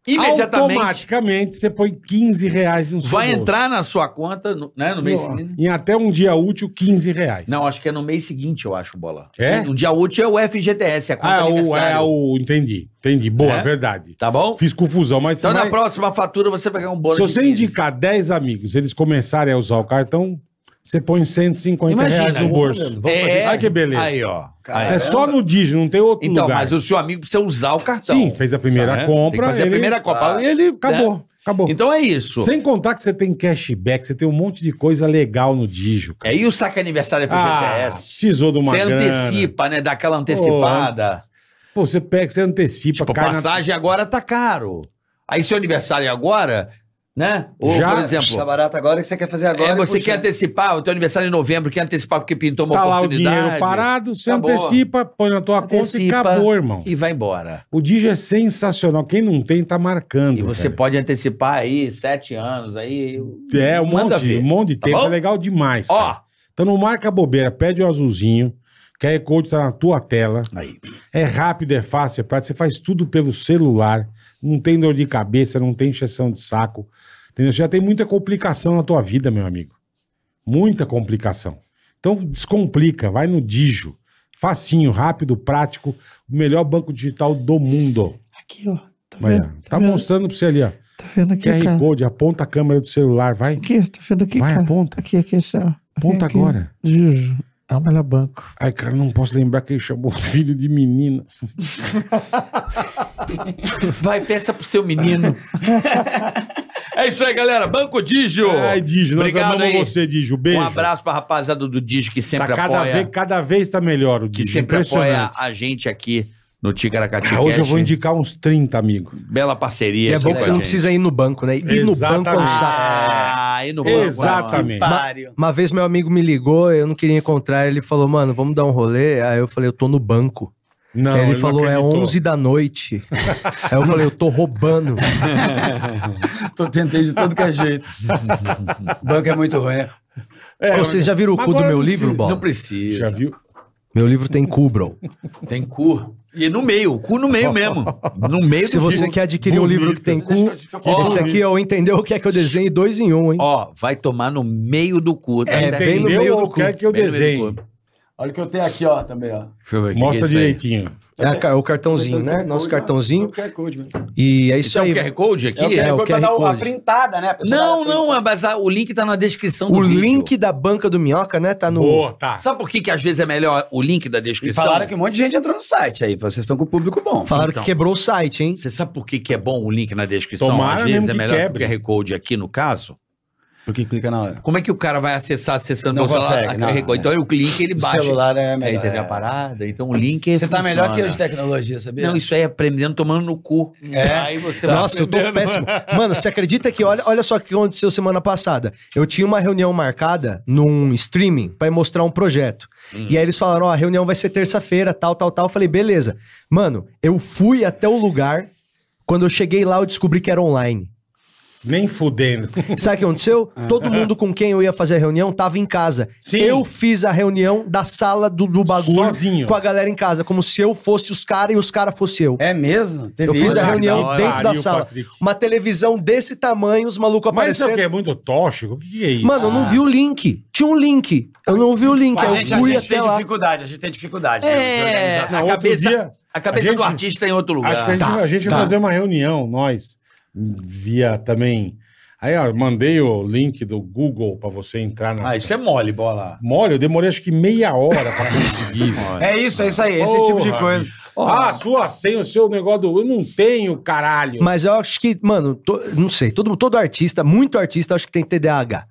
Speaker 6: imediatamente
Speaker 4: Automaticamente você põe 15 reais no seu
Speaker 6: vai
Speaker 4: bolso.
Speaker 6: entrar na sua conta, no, né, no mês seguinte.
Speaker 4: Em até um dia útil, 15 reais.
Speaker 6: Não, acho que é no mês seguinte, eu acho, Bola.
Speaker 4: É?
Speaker 6: O dia útil é o FGTS, é a conta
Speaker 4: Ah, é o,
Speaker 6: aniversário.
Speaker 4: é o. Entendi. Entendi. Boa,
Speaker 6: É?
Speaker 4: verdade.
Speaker 6: Tá bom?
Speaker 4: Fiz confusão, mas.
Speaker 6: Então,
Speaker 4: você
Speaker 6: na
Speaker 4: vai-
Speaker 6: próxima fatura, você vai ganhar um bônus
Speaker 4: Se você
Speaker 6: de 15.
Speaker 4: indicar 10 amigos, eles começarem a usar o cartão, você põe 150 reais
Speaker 6: Imagina,
Speaker 4: no bolso.
Speaker 3: vamos fazer.
Speaker 4: fazer. Olha que beleza.
Speaker 6: É. Aí, ó. Aí.
Speaker 4: É só no Digio, não tem outro
Speaker 6: Ah, Então,
Speaker 4: lugar.
Speaker 6: mas o seu amigo precisa usar o cartão.
Speaker 4: Sim, fez a primeira
Speaker 6: Sabe?
Speaker 4: compra,
Speaker 6: Tem que fazer
Speaker 4: ele- tá.
Speaker 6: a primeira compra. E ele
Speaker 4: Acabou,
Speaker 6: né?
Speaker 4: acabou.
Speaker 6: Então é isso.
Speaker 4: Sem contar que você tem cashback, você tem um monte de coisa legal no Digio, cara.
Speaker 6: É, e o saca aniversário
Speaker 4: Ah,
Speaker 6: FGTS?
Speaker 4: precisou de uma
Speaker 6: você
Speaker 4: grana.
Speaker 6: antecipa, né? Dá aquela antecipada.
Speaker 4: Pô, você pega, você antecipa,
Speaker 6: tipo, a
Speaker 4: cai na-
Speaker 6: passagem agora tá caro. Aí seu aniversário é agora, né? Ou,
Speaker 4: Já-
Speaker 6: por exemplo,
Speaker 8: Tá barato agora, o que você quer fazer agora?
Speaker 6: é, você
Speaker 8: puxa.
Speaker 6: quer antecipar o teu aniversário é em novembro, quer antecipar porque pintou uma
Speaker 4: Tá lá o
Speaker 6: oportunidade.
Speaker 4: dinheiro parado, você
Speaker 6: Acabou.
Speaker 4: antecipa, põe na tua
Speaker 6: Antecipa.
Speaker 4: conta e acabou, irmão.
Speaker 6: E vai embora.
Speaker 4: O Digio é sensacional. Quem não tem, tá marcando.
Speaker 6: E você
Speaker 4: velho.
Speaker 6: pode antecipar aí sete anos, aí.
Speaker 4: É, um
Speaker 6: Manda
Speaker 4: monte,
Speaker 6: ver.
Speaker 4: um monte de
Speaker 6: Tá
Speaker 4: tempo.
Speaker 6: bom?
Speaker 4: É legal demais. cara.
Speaker 6: Ó,
Speaker 4: Então não marca bobeira, pede o azulzinho. QR Code tá na tua tela.
Speaker 6: Aí.
Speaker 4: É rápido, é fácil, é prático. Você faz tudo pelo celular. Não tem dor de cabeça, não tem encheção de saco. Entendeu? Você já tem muita complicação na tua vida, meu amigo. Muita complicação. Então descomplica, vai no Digio. Facinho, rápido, prático. O melhor banco digital do mundo.
Speaker 8: Aqui, ó.
Speaker 4: Olha, tá mostrando pra você ali, ó.
Speaker 1: Tá vendo aqui,
Speaker 4: QR
Speaker 1: Tá cara?
Speaker 4: Code, aponta a câmera do celular, vai.
Speaker 1: Aqui, tá vendo aqui,
Speaker 4: Vai,
Speaker 1: cara?
Speaker 4: aponta.
Speaker 1: Aqui, aqui, assim, ó.
Speaker 4: Aponta
Speaker 1: Aqui, aqui.
Speaker 4: agora.
Speaker 1: Juju. É o melhor banco.
Speaker 4: Ai, cara, não posso lembrar que ele chamou o filho de menina.
Speaker 6: Vai, peça pro seu menino. [laughs] é isso aí, galera. Banco Digio.
Speaker 4: Ai, Dijo, nós
Speaker 6: Obrigado
Speaker 4: amamos
Speaker 6: aí.
Speaker 4: você, Dijo. Beijo.
Speaker 6: Um abraço pra rapaziada do Digio que
Speaker 4: Tá
Speaker 6: sempre
Speaker 4: cada
Speaker 6: apoia.
Speaker 4: vez, cada vez tá melhor o
Speaker 6: que
Speaker 4: Dijo.
Speaker 6: sempre apoia
Speaker 4: Impressionante.
Speaker 6: a gente aqui no Ticaracati
Speaker 4: Ah, hoje eu
Speaker 6: Cast.
Speaker 4: vou indicar uns 30, amigo.
Speaker 6: Bela
Speaker 3: E
Speaker 6: parceria.
Speaker 3: é
Speaker 6: aqui
Speaker 3: bom
Speaker 6: com
Speaker 3: que
Speaker 6: a
Speaker 3: você não
Speaker 6: gente.
Speaker 3: precisa ir no banco, né? Ir no banco é um
Speaker 4: Exatamente.
Speaker 3: saco.
Speaker 6: Ah, e no banco.
Speaker 4: Exatamente.
Speaker 8: Páreo.
Speaker 3: Uma vez meu amigo me ligou, eu não queria encontrar, ele falou, mano, vamos dar um rolê? Aí eu falei, eu tô no banco.
Speaker 4: Não,
Speaker 3: Aí ele,
Speaker 4: não
Speaker 3: falou, é
Speaker 4: acreditou.
Speaker 3: 11 da noite. Aí eu falei, eu tô roubando.
Speaker 8: Tô tentei de todo que é jeito. Banco é muito ruim, né?
Speaker 4: É,
Speaker 3: Ô, vocês já viram o cu do
Speaker 4: Agora
Speaker 3: meu
Speaker 4: não
Speaker 3: livro,
Speaker 6: Não
Speaker 3: Bola?
Speaker 6: precisa.
Speaker 4: Já viu?
Speaker 3: Meu livro tem cu, bro.
Speaker 6: Tem cu. E no meio, o cu no meio mesmo. [laughs] No meio
Speaker 3: Se você quer adquirir um livro que tem cu,
Speaker 6: Ó,
Speaker 3: esse aqui, ó, entendeu o que é que eu desenhei dois em um, hein?
Speaker 6: Ó, vai tomar no meio do cu. tá
Speaker 3: É,
Speaker 6: certo?
Speaker 3: bem no
Speaker 4: Entendeu
Speaker 3: meio do
Speaker 4: ou
Speaker 3: cu.
Speaker 4: quer que eu
Speaker 6: Bem no meio
Speaker 4: desenhe?
Speaker 6: do cu.
Speaker 8: Olha o que eu tenho aqui, ó, também, ó.
Speaker 6: Deixa eu ver. o que
Speaker 4: Mostra
Speaker 6: que é isso aí.
Speaker 4: direitinho.
Speaker 3: É a ca- o cartãozinho, né? Nosso cartãozinho.
Speaker 8: QR Code, mano.
Speaker 3: E é
Speaker 6: Isso,
Speaker 3: isso
Speaker 6: é
Speaker 3: aí.
Speaker 6: um QR Code aqui?
Speaker 8: É o QR
Speaker 3: É, o
Speaker 8: Code pra
Speaker 3: QR
Speaker 8: dar o- a
Speaker 3: Code.
Speaker 8: printada, né? A pessoa
Speaker 6: Não,
Speaker 8: vai lá
Speaker 6: não, mas a- o link tá na descrição do
Speaker 3: O
Speaker 6: vídeo.
Speaker 3: link da banca do Minhoca, né? Tá no.
Speaker 4: Boa, tá.
Speaker 6: Sabe por que, que às vezes é melhor o link da
Speaker 8: E
Speaker 6: descrição?
Speaker 8: falaram que um monte de gente entrou no site aí. Vocês estão com o público bom.
Speaker 3: Falaram
Speaker 6: Então.
Speaker 3: que quebrou o site, hein?
Speaker 6: Você sabe por que, que é bom o link na descrição?
Speaker 4: Tomara
Speaker 6: às vezes
Speaker 4: mesmo
Speaker 6: é
Speaker 4: que
Speaker 6: melhor
Speaker 4: quebre.
Speaker 6: que o QR Code aqui, no caso.
Speaker 8: Por que clica na hora?
Speaker 6: Como é que o cara vai acessar acessando
Speaker 8: Não
Speaker 6: o celular?
Speaker 8: consegue,
Speaker 6: Ah,
Speaker 8: não.
Speaker 6: QR Code. Então o clique ele
Speaker 8: O
Speaker 6: baixa.
Speaker 8: celular é
Speaker 6: Aí
Speaker 8: melhor.
Speaker 6: entendeu a parada? Então o link
Speaker 8: Você tá
Speaker 6: funciona.
Speaker 8: melhor que eu de tecnologia, sabia?
Speaker 6: Não, isso aí é aprendendo tomando no cu.
Speaker 8: É.
Speaker 6: Aí você
Speaker 3: Tá.
Speaker 4: tá
Speaker 3: Nossa, eu tô péssimo. Mano, você acredita que olha, olha só o que aconteceu semana passada. Eu tinha uma reunião marcada num streaming pra mostrar um projeto.
Speaker 4: Hum.
Speaker 3: E aí eles falaram, ó, a reunião vai ser terça-feira, tal, tal, tal. Eu falei, beleza. Mano, eu fui até o lugar. Quando eu cheguei lá, eu descobri que era online.
Speaker 6: [laughs]
Speaker 4: Nem fudendo.
Speaker 3: Sabe o
Speaker 4: [laughs]
Speaker 3: que aconteceu? Todo mundo com quem eu ia fazer a reunião tava em casa.
Speaker 4: Ah. Sim.
Speaker 3: Eu fiz a reunião da sala do, do bagulho
Speaker 4: Sozinho.
Speaker 3: com a galera em casa, como se eu fosse os caras e os caras fosse eu.
Speaker 8: É mesmo? Teve
Speaker 3: Eu fiz
Speaker 8: isso?
Speaker 3: a reunião
Speaker 4: Tá da hora.
Speaker 3: dentro da
Speaker 4: Pariu,
Speaker 3: sala.
Speaker 4: Patrick.
Speaker 3: Uma televisão desse tamanho, os malucos
Speaker 4: Mas isso é o
Speaker 3: aparecendo.
Speaker 4: que? É muito tóxico? O que que é isso?
Speaker 3: Mano, eu não vi o link. Tinha um link. Eu não vi o link.
Speaker 8: A
Speaker 3: Eu
Speaker 8: gente, a
Speaker 3: fui
Speaker 8: gente
Speaker 3: até
Speaker 8: tem
Speaker 3: lá.
Speaker 8: dificuldade, a gente tem dificuldade.
Speaker 6: É,
Speaker 8: mesmo de organização.
Speaker 4: Não,
Speaker 6: a
Speaker 4: outro
Speaker 6: cabeça,
Speaker 4: dia,
Speaker 6: a cabeça
Speaker 4: a gente-
Speaker 6: do artista é em outro lugar.
Speaker 4: Acho que a gente,
Speaker 6: Tá.
Speaker 4: a gente vai fazer uma reunião, nós, via também. Aí, ó, mandei o link do Google pra você entrar na.
Speaker 6: Ah, isso é mole, bola.
Speaker 4: Mole, eu demorei acho que meia hora pra
Speaker 6: [laughs]
Speaker 4: conseguir.
Speaker 8: É isso, é isso aí, esse
Speaker 4: Porra,
Speaker 8: tipo de coisa.
Speaker 4: bicho. Ah, sua senha, o seu negócio do. Eu não tenho, caralho.
Speaker 3: Mas eu acho que, mano, to- não sei. Todo, todo artista, muito artista, eu acho que tem TDAH.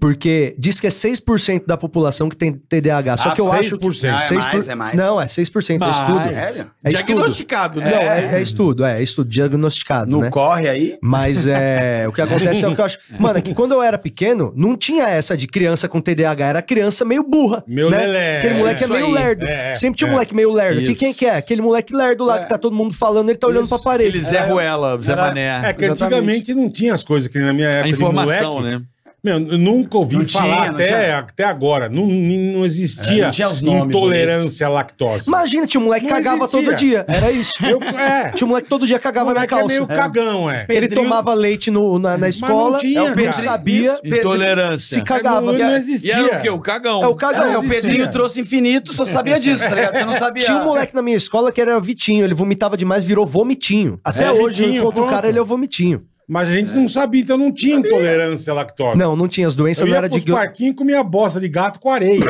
Speaker 3: Porque diz que é 6% da população que tem TDAH. Só
Speaker 4: Ah,
Speaker 3: que eu acho. que-
Speaker 4: 6%. Ah, é
Speaker 8: mais, é mais.
Speaker 3: Não, é 6%. é estudo.
Speaker 8: Sério?
Speaker 3: É estudo.
Speaker 6: Diagnosticado,
Speaker 8: né?
Speaker 3: Não, é, é estudo, é, é estudo diagnosticado,
Speaker 8: No
Speaker 3: né?
Speaker 8: corre aí.
Speaker 3: Mas é, o que acontece é o que
Speaker 4: [laughs]
Speaker 3: eu acho. Mano, é que quando eu era pequeno, não tinha essa de criança com TDAH, era criança meio burra.
Speaker 4: Meu
Speaker 3: né?
Speaker 4: lelé.
Speaker 3: Aquele moleque é
Speaker 4: Isso
Speaker 3: meio
Speaker 4: aí.
Speaker 3: lerdo.
Speaker 4: É, é,
Speaker 3: Sempre tinha um
Speaker 4: é.
Speaker 3: moleque meio lerdo. Que,
Speaker 6: Isso.
Speaker 3: quem que é? Aquele moleque lerdo lá que tá todo mundo falando, ele tá olhando pra parede.
Speaker 6: Ele Zé Ruela, Zé Mané.
Speaker 4: É que antigamente não tinha as coisas que nem na minha época.
Speaker 6: a informação, né?
Speaker 4: Meu, eu nunca ouvi
Speaker 8: Não
Speaker 4: falar
Speaker 8: tinha, não
Speaker 4: até,
Speaker 8: tinha.
Speaker 4: até agora. Não, n- não existia
Speaker 8: É, não tinha os nomes
Speaker 4: intolerância à lactose.
Speaker 3: Imagina, tinha um moleque que
Speaker 4: Não
Speaker 3: cagava
Speaker 4: existia.
Speaker 3: todo dia.
Speaker 4: [laughs]
Speaker 3: Era isso.
Speaker 4: Eu, é,
Speaker 3: Tinha um moleque que todo dia
Speaker 4: o
Speaker 3: cagava na
Speaker 4: moleque é
Speaker 3: calça.
Speaker 4: meio cagão, é.
Speaker 3: Ele tomava leite no- na, na escola,
Speaker 4: tinha,
Speaker 3: não,
Speaker 4: cara.
Speaker 3: sabia,
Speaker 6: Intolerância.
Speaker 3: se cagava.
Speaker 4: é Não, não
Speaker 6: E
Speaker 4: existia.
Speaker 6: era o quê? O cagão.
Speaker 3: É o cagão.
Speaker 8: É, o Pedrinho trouxe infinito, só sabia disso, tá ligado? Você não sabia.
Speaker 3: Tinha um moleque na minha escola que era Vitinho, ele vomitava demais, virou vomitinho. Até
Speaker 4: É,
Speaker 3: hoje
Speaker 4: Vitinho,
Speaker 3: eu encontro o
Speaker 4: pronto.
Speaker 3: cara, ele é o vomitinho.
Speaker 4: Mas a gente não sabia, então não tinha intolerância à lactose.
Speaker 3: Não, não tinha as doenças,
Speaker 4: eu
Speaker 3: não
Speaker 4: ia
Speaker 3: era
Speaker 4: pros
Speaker 3: de.
Speaker 4: parquinhos e comia bosta de gato com areia.